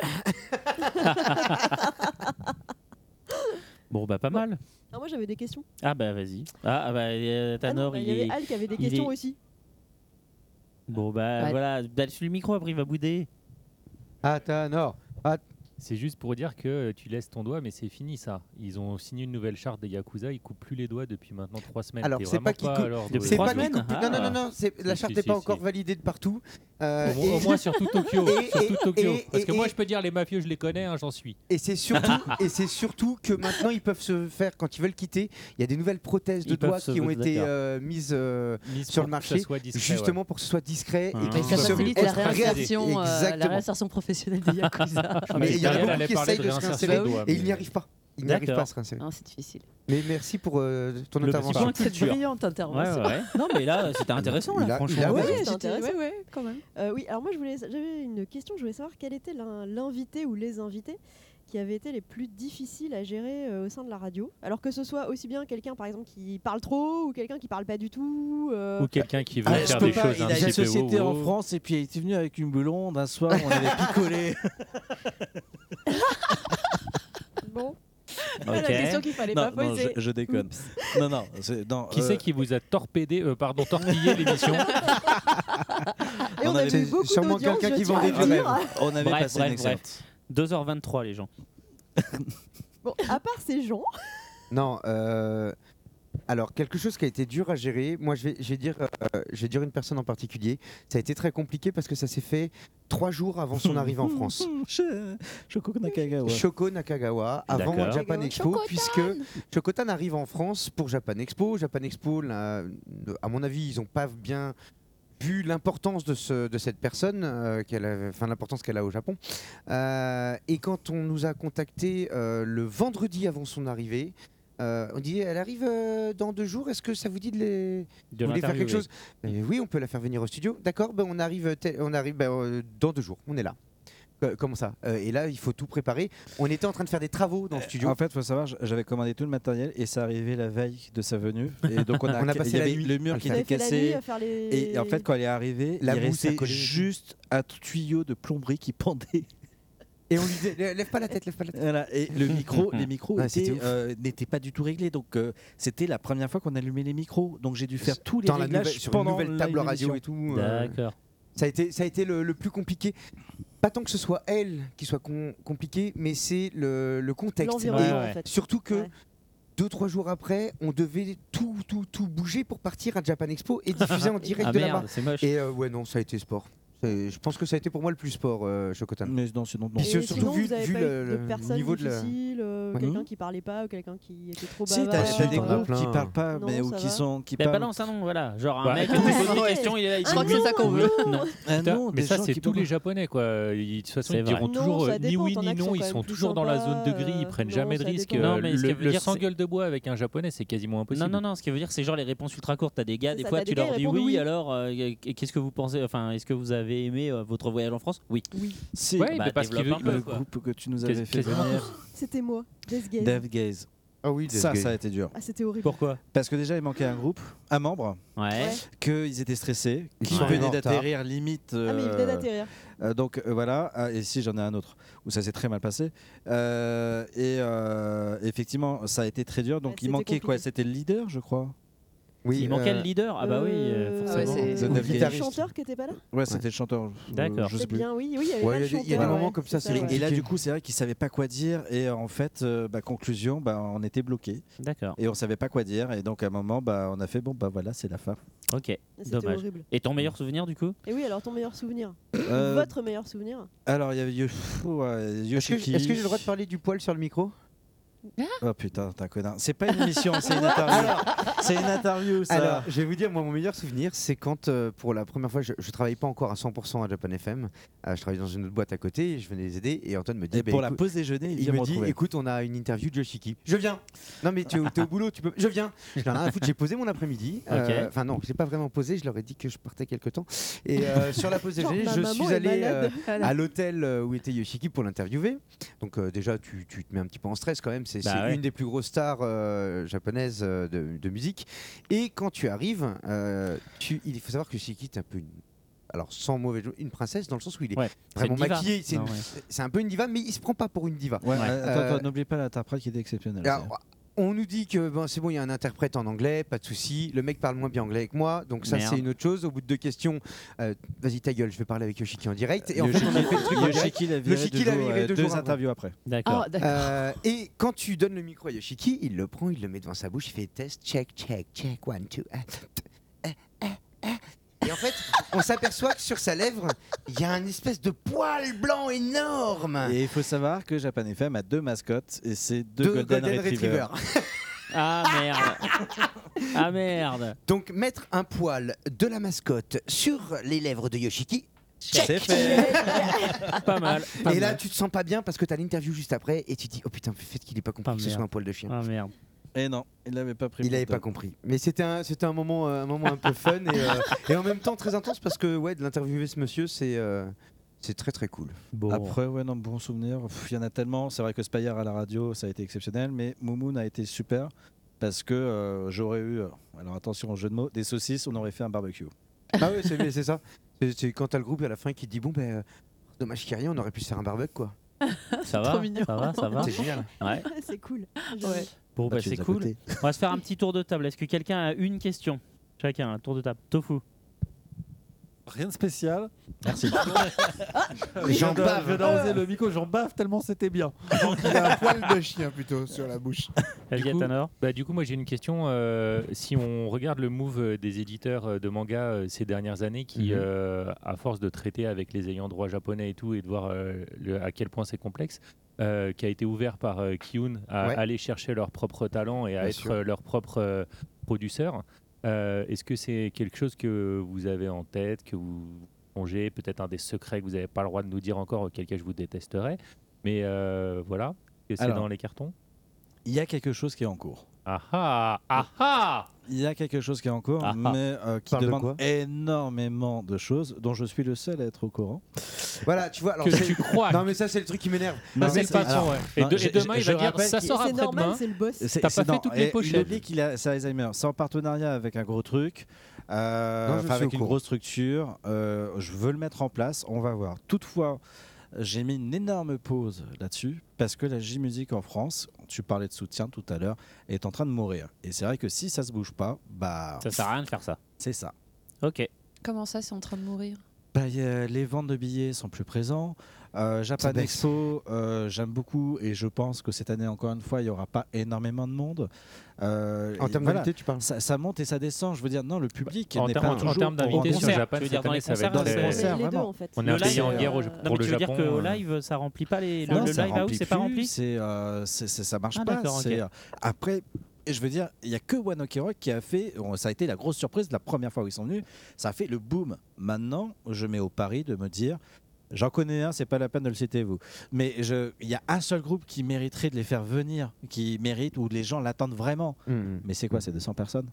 S1: Bon, bah pas mal.
S4: Non, moi j'avais des questions.
S1: Ah bah vas-y. Ah, ah bah euh, Tanor,
S4: Il
S1: il,
S4: y
S1: est.
S4: avait Al qui avait des
S1: il est-
S4: questions aussi.
S1: Bon bah
S4: Ouais.
S1: voilà, Bah, sur le micro après il va bouder.
S14: Attends, non.
S2: C'est juste pour dire que tu laisses ton doigt, mais c'est fini ça. Ils ont signé une nouvelle charte des Yakuza, ils coupent plus les doigts depuis maintenant 3 semaines.
S14: Alors
S2: T'es
S14: c'est
S2: vraiment
S14: pas qu'ils
S2: à
S14: coupent.
S2: leur
S14: C'est
S2: doigt.
S14: pas qu'ils coupent. Non non non non. c'est- La
S2: Ah. Si,
S14: charte
S2: si,
S14: n'est pas
S2: si,
S14: encore
S2: si.
S14: validée de partout. Euh,
S2: Au moins- au
S14: et-
S2: moins surtout Tokyo.
S14: et-
S2: surtout
S14: et-
S2: Tokyo.
S14: et-
S2: Parce que
S14: et-
S2: moi je peux dire les mafieux, je les connais, hein, j'en suis.
S14: Et c'est surtout, et c'est surtout que maintenant ils peuvent se faire quand ils veulent quitter. Il y a des nouvelles prothèses de
S2: Ils peuvent
S14: doigts
S2: se-
S14: qui ont été
S2: d'accord.
S14: euh, mises euh,
S2: Mises
S14: sur
S2: pour
S14: le
S2: que ça
S14: marché,
S2: soit discret,
S14: justement
S2: ouais.
S14: pour que ce soit discret
S2: Ah.
S14: et
S2: Mais
S14: qu'ils
S2: ça
S14: soient
S12: facilite la
S14: être réactifs.
S12: réinsertion, euh, la
S14: Exactement.
S12: réinsertion professionnelle des
S2: Ah,
S12: Yakuza.
S14: Mais il y en a
S2: Elle
S14: beaucoup
S2: allait
S14: qui
S2: parler
S14: essayent de
S2: de
S14: se
S2: réinsertion
S14: réinsérer
S2: des doigts,
S14: et ils
S2: mais-
S14: n'y arrivent pas. Ils n'y arrivent pas à
S1: D'accord.
S14: se réinsérer.
S12: Non, c'est difficile.
S14: Mais merci pour euh, ton
S1: Le petit
S14: intervention.
S1: point
S12: Cette
S1: culture.
S12: brillante intervention.
S1: Ouais, ouais. Non mais là c'était intéressant
S14: Il
S1: là,
S14: a- il a
S1: franchement.
S14: raison.
S12: Ouais,
S4: C'est
S12: j'étais-
S4: intéressant.
S12: ouais, ouais, quand même.
S4: Euh, oui, alors moi je voulais, j'avais une question, je voulais savoir quel était l'un- l'invité ou les invités qui avaient été les plus difficiles à gérer euh, au sein de la radio. Alors que ce soit aussi bien quelqu'un par exemple qui parle trop ou quelqu'un qui parle pas du tout. euh,
S2: Ou quelqu'un qui veut
S9: Ah, je
S2: faire
S9: peux
S2: des
S9: pas,
S2: choses
S9: il
S2: un
S9: a une
S2: petit peu
S9: société
S2: wow,
S9: en
S2: wow.
S9: France et puis il était venu avec une blonde un soir on avait picolé.
S4: Bon.
S12: La question qu'il fallait
S9: non,
S12: pas
S9: non, je,
S12: poser.
S9: je déconne. Non non, c'est- non,
S2: Qui
S9: euh,
S2: c'est qui vous a torpédé, euh, pardon, tortillé l'émission
S14: Ah,
S4: Et on,
S9: on
S4: a
S9: avait-
S4: vu beaucoup
S14: sûrement
S4: d'audience,
S14: quelqu'un
S4: je
S14: qui
S4: tiens à
S14: vendait
S4: le
S14: du
S4: dire.
S14: rêve.
S9: on avait
S1: Bref,
S9: passé une
S1: bref,
S9: excellente.
S1: bref. 2h23 les gens.
S4: Bon, à part ces gens,
S14: Non, euh, alors quelque chose qui a été dur à gérer. Moi, je vais, je vais dire, euh, je vais dire une personne en particulier. Ça a été très compliqué parce que ça s'est fait trois jours avant son arrivée en France.
S9: Ch- Shoko Nakagawa.
S14: Shoko Nakagawa avant
S1: D'accord.
S14: Japan Expo, puisque Shokotan arrive en France pour Japan Expo. Japan Expo, là, euh, à mon avis, ils n'ont pas bien vu l'importance de, ce- de cette personne, euh, qu'elle a- enfin l'importance qu'elle a au Japon. Euh, et quand on nous a contacté euh, le vendredi avant son arrivée, euh, on dit elle arrive euh, dans deux jours. Est-ce que ça vous dit de les
S1: De
S14: vous voulez faire quelque
S1: l'interviewer.
S14: chose Euh, Oui, on peut la faire venir au studio. D'accord. ben, on arrive, tel- on arrive ben, euh, dans deux jours. On est là. Euh, Comment ça Euh, Et là, il faut tout préparer. On était en train de faire des travaux dans
S1: Euh,
S14: le studio.
S9: En fait, faut savoir, j- j'avais commandé tout le matériel et ça arrivait la veille de sa venue. Et donc on a,
S14: On a passé
S9: il y
S14: la
S9: avait
S14: nuit
S9: le
S14: à
S9: mur
S14: le
S9: qui
S14: faire.
S9: était
S4: On a fait la nuit
S9: cassé.
S4: à faire les-
S9: Et et en fait, quand elle est arrivée,
S14: La
S9: il
S14: mousse à
S9: restait
S14: coller.
S9: juste un tuyau de plomberie qui pendait.
S14: Et on lui disait, lève lève pas la tête, lève pas la tête.
S9: Voilà, et le micro, les micros
S14: Ouais,
S9: étaient,
S14: c'était ouf.
S9: euh, n'étaient pas du tout réglés. Donc euh, c'était la première fois qu'on allumait les micros. Donc j'ai dû faire tous les
S14: Dans la
S9: réglages
S14: nouvelle- sur une
S9: pendant
S14: nouvelle
S9: la-
S14: table radio
S9: l'émission.
S14: et tout. euh,
S1: D'accord.
S14: ça a été, ça a été le, le plus compliqué. Pas tant que ce soit elle qui soit com- compliquée, mais c'est le, le contexte.
S4: l'environnement
S1: Ouais,
S4: en
S1: ouais.
S4: fait.
S14: Surtout que
S4: Ouais.
S14: deux trois jours après, on devait tout tout tout bouger pour partir à Japan Expo et diffuser en direct
S1: Ah
S14: de là-bas.
S1: merde, c'est moche.
S14: Et euh, ouais non, ça a été sport. C'est- Je pense que ça a été pour moi le plus sport, euh, Shokotan.
S9: Mais non, sinon, non.
S14: Puis
S4: Et
S14: surtout
S4: sinon,
S14: vu-
S4: vous avez
S14: vu
S4: pas
S14: le-
S4: eu
S14: le
S4: de personnes
S14: niveau de la- Mmh.
S4: difficiles, euh,
S9: Ouais.
S4: quelqu'un qui parlait pas ou quelqu'un qui était trop
S9: Si,
S4: bavard.
S9: t'as t'as des
S14: On en a
S9: groupes qui
S14: plein.
S9: parlent pas,
S4: Non,
S9: mais ou
S4: ça
S9: qui
S4: va.
S9: sont qui
S1: Mais
S9: parlent.
S1: balance un nom, voilà. Genre
S2: Ouais.
S1: un mec, on lui pose des questions, il est là, il
S12: Je crois que c'est ça qu'on veut.
S1: Non.
S9: Ah
S2: Putain,
S9: non,
S2: mais
S9: des
S2: ça,
S9: gens
S2: c'est
S9: qui
S2: tous
S9: parlent-
S2: les Japonais, quoi. Ils, de toute façon,
S1: C'est
S2: ils
S1: vrai.
S2: diront
S4: Non,
S2: toujours
S4: ça
S2: euh, ni
S4: dépend,
S2: oui
S4: ton
S2: ni
S4: accent
S2: non.
S4: quand
S2: Ils
S4: même
S2: sont
S4: plus
S2: toujours dans la
S4: sympa,
S2: zone de gris. Ils
S4: euh,
S2: prennent
S4: non,
S2: jamais de
S4: ça
S2: risque.
S4: dépend.
S2: Euh,
S1: Non, mais ce
S2: le
S1: qu'elle veut
S2: le
S1: dire,
S2: sans
S1: c'est-
S2: gueule de bois avec un Japonais, c'est quasiment
S1: Non,
S2: impossible.
S1: non, non, ce qui veut dire, c'est genre les réponses ultra courtes. T'as des gars,
S4: C'est
S1: des
S4: ça,
S1: fois,
S4: t'as
S1: tu
S4: des gars,
S1: leur
S4: ils
S1: dis
S4: répondent
S1: oui,
S4: oui.
S1: alors euh, et qu'est-ce que vous pensez Enfin, est-ce que vous avez aimé euh, votre voyage en France Oui.
S4: Oui,
S9: C'est
S1: Ouais,
S2: mais
S1: bah,
S2: parce qu'il
S1: développe
S2: veut-
S1: un
S9: le
S1: peu, quoi.
S9: groupe que tu nous
S2: Qu'est-
S9: avais fait
S2: quasiment
S9: venir,
S4: c'était moi, Death Gaze.
S9: Dave Gaze.
S14: Ah oui,
S9: Ça, ça a été dur.
S4: Ah, c'était horrible.
S1: Pourquoi
S9: Parce que déjà, il manquait un groupe, un membre,
S1: Ouais.
S4: Ouais.
S9: qu'ils étaient stressés,
S14: Ils
S9: qu'ils
S14: sont en
S9: venaient
S14: retard.
S9: d'atterrir limite.
S4: Ah, mais il venait
S9: euh,
S4: d'atterrir.
S9: euh, donc euh, voilà, Ah, et si j'en ai un autre où ça s'est très mal passé. Euh, et euh, effectivement, ça a été très dur. Donc
S4: Ouais,
S9: il
S4: c'était
S9: manquait quoi
S4: compliqué.
S9: C'était le leader, je crois.
S14: Oui,
S1: Il manquait
S9: euh,
S1: le leader Ah bah oui, euh,
S4: Euh,
S12: ouais,
S1: forcément.
S9: The
S4: c'est
S9: Dave
S4: le
S9: Gaze.
S4: chanteur qui était pas là
S9: Ouais, c'était le chanteur. euh,
S1: D'accord.
S9: Je sais
S4: C'est
S9: plus.
S4: bien, oui, oui, il y avait
S14: Ouais,
S4: pas le
S14: il y a des- il y a des
S4: chanteur,
S14: moments
S4: ouais,
S14: comme
S4: c'est
S14: ça, c'est les-
S4: ouais.
S9: Et là, du coup, c'est vrai qu'ils savaient pas quoi dire. Et euh, en fait, euh, bah, conclusion, bah, on était bloqué
S1: D'accord.
S9: et on savait pas quoi dire. Et donc à un moment, bah, on a fait bon, bah voilà, c'est la fin.
S1: Ok,
S4: Ah, C'était
S1: dommage.
S4: horrible.
S1: Et ton meilleur souvenir du coup
S4: Et oui, alors ton meilleur souvenir
S9: Euh,
S4: Votre meilleur souvenir
S9: Alors il y avait Yo- Pfff, ouais,
S14: Est-ce que,
S9: Yoshiki.
S14: est-ce que j'ai le droit de parler du poil sur le micro
S9: Oh putain, t'es un connard. C'est pas une émission, c'est une interview. C'est une interview, ça.
S14: Alors, je vais vous dire, moi, mon meilleur souvenir, c'est quand, euh, pour la première fois, je, je travaillais pas encore à 100% à Japan FM. Euh, je travaillais dans une autre boîte à côté, je venais les aider, et Antoine me dit. bah,
S9: Et pour la pause déjeuner, il
S14: il
S9: vient
S14: me
S9: me
S14: dit,
S9: retrouver.
S14: écoute, on a une interview de Yoshiki. Je viens. Non, mais tu es, au- t'es au boulot, tu peux. Je viens. Je leur ai rien à foutre, j'ai posé mon après-midi. Euh,
S13: Ok.
S14: Enfin non, je l'ai pas vraiment posé. Je leur ai dit que je partais quelque temps. Et euh, sur la pause
S13: Genre,
S14: déjeuner,
S13: ma
S14: je
S13: maman
S14: suis
S13: est
S14: allé
S13: malade.
S14: euh,
S13: Voilà.
S14: à l'hôtel euh, où était Yoshiki pour l'interviewer. Donc euh, déjà, tu, tu te mets un petit peu en stress quand même. C'est
S13: Bah
S14: c'est
S13: ouais.
S14: une des plus grosses stars euh, japonaises euh, de, de musique. Et quand tu arrives, euh, tu- il faut savoir que Yoshiki est un peu une alors sans mauvais jeu, une princesse dans le sens où il est
S9: C'est une
S14: vraiment
S9: diva.
S14: maquillé. C'est
S9: Non,
S14: une-
S9: ouais.
S14: c'est un peu une diva, mais il se prend pas pour une diva.
S9: Ouais, attends,
S14: Euh,
S9: attends, n'oublie pas l'interprète qui était exceptionnel.
S14: alors, on nous dit que ben, c'est bon, il y a un interprète en anglais, pas de souci. Le mec parle moins bien anglais que moi, donc ça
S9: Merde.
S14: c'est une autre chose. Au bout de deux questions, euh, vas-y ta gueule, je vais parler avec Yoshiki en direct. Et en
S9: Yoshiki-
S14: fait, on a fait le truc en
S9: Yoshiki
S14: direct.
S9: l'a viré
S14: Yoshiki
S9: deux
S14: l'a
S9: jours,
S14: viré
S9: euh,
S14: deux
S9: deux
S14: jours
S9: interviews après.
S13: D'accord. Ah, d'accord.
S14: Euh, et quand tu donnes le micro à Yoshiki, il le prend, il le met devant sa bouche, il fait test, check, check, check, one, two. ah, ah, ah, ah. Et en fait, on s'aperçoit que sur sa lèvre, il y a un espèce de poil blanc énorme.
S9: Et il faut savoir que Japan FM a deux mascottes et c'est deux,
S14: Deux
S9: Golden,
S14: Golden
S9: Retrievers.
S1: Ah merde.
S14: Ah merde Donc mettre un poil de la mascotte sur les lèvres de Yoshiki. check.
S9: C'est fait.
S1: Pas mal, pas
S14: et là,
S1: mal.
S14: tu te sens pas bien parce que t'as l'interview juste après et tu dis Oh putain, le fait qu'il ait pas compris
S9: Ah,
S14: que ce
S9: merde.
S14: soit un poil de chien.
S9: Ah,
S1: merde.
S9: Et non, il l'avait pas pris.
S14: Il
S9: pour
S14: avait
S9: toi.
S14: pas compris. Mais c'était un, c'était un moment, euh, un moment un peu fun et, euh, et en même temps très intense parce que ouais, de l'interviewer ce monsieur, c'est euh, c'est très très cool.
S9: Après, ouais, non, bon souvenir. Pff, Il y en a tellement. C'est vrai que Spire à la radio, ça a été exceptionnel, mais Moumoun a été super parce que euh, j'aurais eu, euh, alors attention au jeu de mots, des saucisses, on aurait fait un barbecue.
S14: Ah ouais, c'est c'est ça. C'est- C'est quand t'as le groupe à la fin qui te dit bon ben, euh, dommage qu'il y a rien, on aurait pu se faire un barbecue quoi.
S1: Ça va, ça va, ça va.
S14: C'est génial.
S1: Ouais.
S4: c'est cool.
S1: Bon,
S14: Bah,
S1: bah,
S14: tu
S1: c'est
S14: les as
S1: cool.
S14: cotés.
S1: On va se faire un petit tour de table. Est-ce que quelqu'un a une question Chacun, un tour de table. Tofu.
S15: Rien de spécial.
S9: Merci.
S15: J'en
S12: Ah,
S18: J'en
S15: bave.
S18: bave.
S15: Je vais danser le micro, j'en bave tellement c'était bien.
S18: Il a un poil de chien plutôt sur la bouche.
S13: Euh,
S2: Du coup, bah, du coup, moi j'ai une question. euh, si on regarde le move euh, des éditeurs euh, de manga euh, ces dernières années, qui,
S13: Mhm.
S2: euh, à force de traiter avec les ayants droit japonais et tout, et de voir euh, le- à quel point c'est complexe, euh, qui a été ouvert par euh, Kiun à
S13: Ouais.
S2: aller chercher leur propre talent et à
S13: Bien
S2: être
S13: sûr.
S2: euh, leur propre euh, producteur, euh, est-ce que c'est quelque chose que vous avez en tête, que vous songez, peut-être un des secrets que vous n'avez pas le droit de nous dire encore, auquel cas je vous détesterais, mais euh, voilà, Est-ce que c'est
S9: Alors.
S2: dans les cartons
S9: Il y a quelque chose qui est en cours.
S2: Ah ah ah ah
S9: Il y a quelque chose qui est en cours,
S2: Ah, ah.
S9: mais euh, qui
S2: Parle de
S9: demande
S2: quoi
S9: énormément de choses dont je suis le seul à être au courant.
S14: Voilà, tu vois. Alors
S9: Que
S14: c'est-
S9: tu crois.
S14: Non mais ça c'est le truc qui m'énerve.
S9: Non,
S14: Non,
S9: mais
S14: mais
S9: c'est- alors, non, je- je- je rappelle qu'il-
S4: C'est normal, c'est le boss.
S9: C'est- c'est- non, et Il a dit qu'il a c'est Alzheimer. C'est en partenariat avec un gros truc, euh,
S14: Non, je
S9: enfin,
S14: suis au
S9: avec une
S14: courant.
S9: grosse structure. euh, je veux le mettre en place. On va voir. Toutefois, j'ai mis une énorme pause là-dessus parce que la J-Musique en France, tu parlais de soutien tout à l'heure, est en train de mourir. Et c'est vrai que si ça se bouge pas, bah
S1: Ça sert à rien de faire ça.
S9: c'est ça.
S1: Ok.
S20: Comment ça, c'est en train de mourir
S9: Bah, y a- les ventes de billets sont plus présents. Euh, Japan
S14: Ça baisse.
S9: Expo, euh, j'aime beaucoup et je pense que cette année, encore une fois, il n'y aura pas énormément de monde. Euh,
S14: En
S9: et
S14: termes
S9: voilà.
S14: d'invités, tu parles
S9: ça, ça monte et ça descend. Je veux dire, non, le public
S2: En
S9: n'est
S2: termes-
S9: pas
S2: en
S9: toujours
S2: termes
S9: au
S2: d'invités sur
S9: rendez-vous.
S2: Japan, cette année, ça va être
S9: dans les
S2: très-
S9: concerts,
S2: Les deux,
S9: vraiment.
S2: en fait. On est Le parti en live, guerre au- euh,
S1: Non,
S2: pour
S1: mais
S2: le
S1: tu veux dire
S2: Japon,
S1: qu'au
S2: euh,
S1: live, ça remplit pas les. le-
S9: Non,
S1: le
S9: ça
S1: live house,
S9: remplit
S1: c'est pas
S9: plus,
S1: rempli
S9: c'est, euh, c'est- c'est- ça marche
S1: Ah,
S9: pas.
S1: d'accord, ok.
S9: c'est, euh, après, et je veux dire, il y a que One Ok Rock qui a fait, on- ça a été la grosse surprise la première fois où ils sont venus, ça a fait le boom. Maintenant, je mets au pari de me dire. J'en connais un, c'est pas la peine de le citer vous. Mais je- il y a un seul groupe qui mériterait de les faire venir, qui mérite, où les gens l'attendent vraiment. Mais c'est quoi, c'est 200 personnes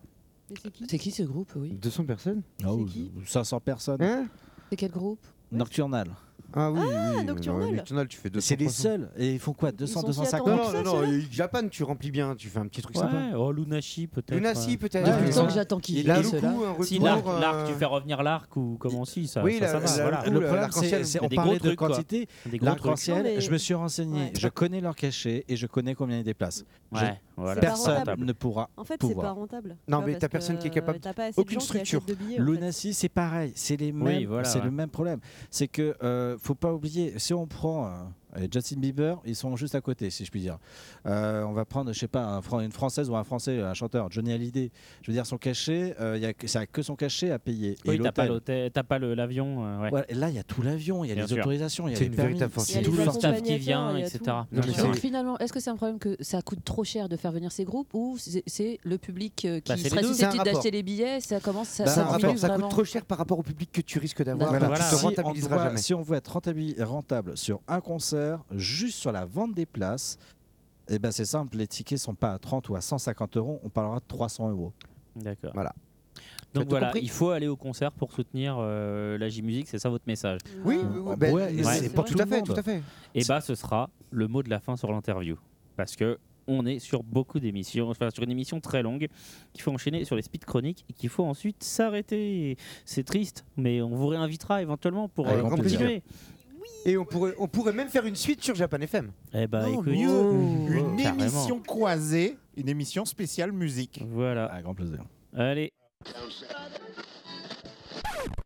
S20: C'est qui ce groupe, oui Hein
S14: 200 personnes
S9: Oh, 500 personnes.
S20: C'est quel groupe
S9: Nocturnal.
S14: Ah oui, oui,
S20: Nocturnal.
S14: euh, Nocturnal, tu fais 200.
S9: C'est les
S14: 300.
S9: seuls. Et ils font quoi 200, 250
S14: Non, non, non, euh, Japan, tu remplis bien, tu fais un petit truc
S1: Ouais,
S14: sympa.
S1: oh, Lunashi peut-être.
S14: Lunashi,
S1: ouais.
S14: peut-être. Depuis le temps que j'attends qu'il
S1: Il-
S14: vienne,
S1: il-
S14: ceux-là.
S1: Si,
S14: Si, l'arc-
S1: l'arc,
S14: l'arc,
S1: tu
S14: tu
S1: fais revenir l'arc ou comment si ça,
S9: euh, Oui,
S1: ça,
S9: la-
S1: ça va,
S9: la- euh,
S1: voilà.
S9: le problème, c'est- c'est on parlait de quantité. L'arc-en-ciel, je me suis renseigné,
S4: Ouais.
S9: je connais leur cachet et je connais combien ils déplacent. Je-
S1: Ouais, voilà.
S4: C'est pas
S9: Personne
S4: rentable.
S9: ne pourra
S4: En fait, c'est
S9: pouvoir.
S4: pas rentable. Non, Tu mais vois, t'as parce personne qui est que capable- t'as pas assez de
S9: Aucune
S4: gens qui achètent
S9: structure.
S4: de billets, en fait.
S9: Lunacy, c'est pareil, c'est les mêmes,
S13: voilà,
S9: c'est
S13: ouais.
S9: le même problème. C'est que euh, faut pas oublier, si on prend euh, et Justin Bieber, ils sont juste à côté, si je puis dire. Euh, on va prendre, je sais pas, un Fran- une française ou un français, un chanteur, Johnny Hallyday. Je veux dire, son cachet, euh, il y a que- ça a que son cachet à payer.
S1: Oui,
S9: et
S1: t'as pas
S9: l'hôtel.
S1: l'hôtel- t'as pas le- l'avion. euh, ouais.
S9: Voilà, et là, il y a tout l'avion, il y a
S1: Bien
S9: les
S1: sûr.
S9: autorisations, il y a
S1: C'est
S9: les
S1: une
S9: permis,
S1: véritable
S9: c'est
S1: fantasy. Il y a
S9: tout
S1: les
S9: le
S1: staff qui vient,
S12: il y a
S1: etc.
S12: tout.
S1: Non,
S12: Donc,
S1: mais c'est vrai.
S12: finalement, est-ce que c'est un problème que ça coûte trop cher de faire venir ces groupes ou c'est- c'est le public euh, qui
S14: Bah, c'est les
S12: serait
S14: deux. C'est un
S12: susceptible d'acheter
S14: rapport.
S12: les billets Ça commence ça,
S14: Bah,
S12: ça
S14: un rapport,
S12: diminue
S14: ça
S12: vraiment.
S14: coûte trop cher par rapport au public que tu risques d'avoir.
S9: Voilà,
S14: tu te
S9: si, on
S14: rentabiliseras
S9: doit-
S14: jamais.
S9: si on veut être rentabil- rentable sur un concert, juste sur la vente des places, eh ben c'est simple, les tickets sont pas à 30 ou à 150 euros, on parlera de 300 euros.
S1: D'accord.
S9: Voilà.
S1: Donc
S9: tout
S1: voilà,
S9: compris
S1: il faut aller au concert pour soutenir euh, la J-Musique, c'est ça votre message
S14: Oui, oui, oui, ben, c'est pour tout à fait, tout à fait.
S1: Et bah ce sera le mot de la fin sur l'interview. Parce que on est sur beaucoup d'émissions, enfin sur une émission très longue qu'il faut enchaîner sur les speed chroniques et qu'il faut ensuite s'arrêter. C'est triste, mais on vous réinvitera éventuellement pour
S14: Avec
S1: euh,
S14: grand plaisir.
S1: continuer.
S14: Et on pourrait, on pourrait même faire une suite sur Japan FM.
S1: Eh bah
S14: Non,
S1: écoute,
S14: mieux.
S1: oh,
S14: Une
S1: carrément.
S14: émission
S7: croisée, une émission spéciale musique.
S1: Voilà.
S9: À grand plaisir.
S1: Allez.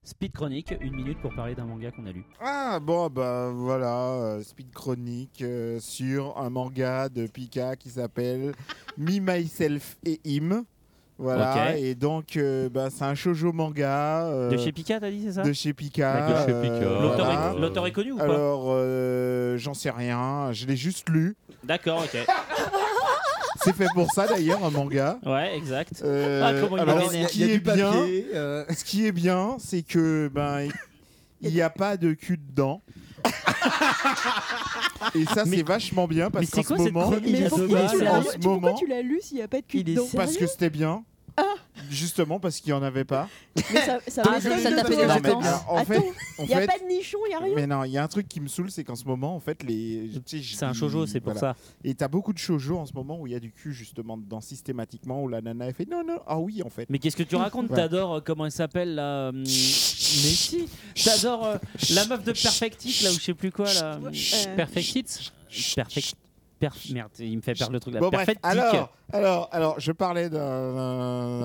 S1: Speed chronique, une minute pour parler d'un manga qu'on a lu.
S7: Ah bon bah voilà, euh, speed chronique euh, sur un manga de Pika qui s'appelle Me Myself et Him. Voilà
S1: Ok.
S7: et donc euh, bah, c'est un shoujo manga euh,
S1: De chez Pika, t'as dit, c'est ça
S7: De chez Pika. euh,
S1: D'accord. De chez Pika. L'auteur est-
S7: voilà.
S1: l'auteur est connu ou pas
S7: Alors euh, j'en sais rien, je l'ai juste lu.
S1: D'accord, ok.
S7: C'est fait pour ça d'ailleurs un manga.
S1: Ouais, exact.
S7: Euh,
S1: Ah, comment il
S7: alors,
S1: m'a
S7: ce
S1: vénère.
S7: qui est bien,
S1: euh.
S7: ce qui est bien, c'est que ben il n'y a pas de cul dedans. Et ça, c'est vachement bien parce qu'en ce moment,
S4: Mais pourquoi tu l'as
S7: en
S4: lu-
S7: ce
S4: pourquoi
S7: moment,
S4: tu l'as lu s'il n'y a pas de cul dedans Ah.
S7: parce que c'était bien. Justement parce qu'il n'y en avait pas.
S4: Mais ça, ça
S7: Ah,
S4: va
S7: je
S4: être-
S7: l'ai
S4: ça
S7: lu
S4: t'a fait
S7: parce
S4: des
S7: que- Non, mais,
S4: vacances.
S7: alors, en fait-
S4: Attends,
S7: en
S4: il n'y a
S7: fait-
S4: pas de nichon, il n'y a rien.
S7: Mais non, il y a un truc qui me saoule, c'est qu'en ce moment, en fait, les. C'est
S1: un shoujo, c'est pour ça.
S7: Et t'as beaucoup de shoujo en ce moment où il y a du cul, justement, dedans, systématiquement, où la nana, elle fait non, non, ah oui, en fait.
S1: Mais qu'est-ce que tu racontes
S7: Voilà.
S1: T'adores euh, comment elle s'appelle là hum, Mais si T'adores euh, la meuf de Perfect Hit là ou je sais plus quoi là hum,
S7: Euh.
S1: Perfect Hit Perfect Perf- Merde, il me fait perdre le truc là.
S7: Bon, bref,
S1: Perfect Dick.
S7: alors, alors, alors, je parlais d'un.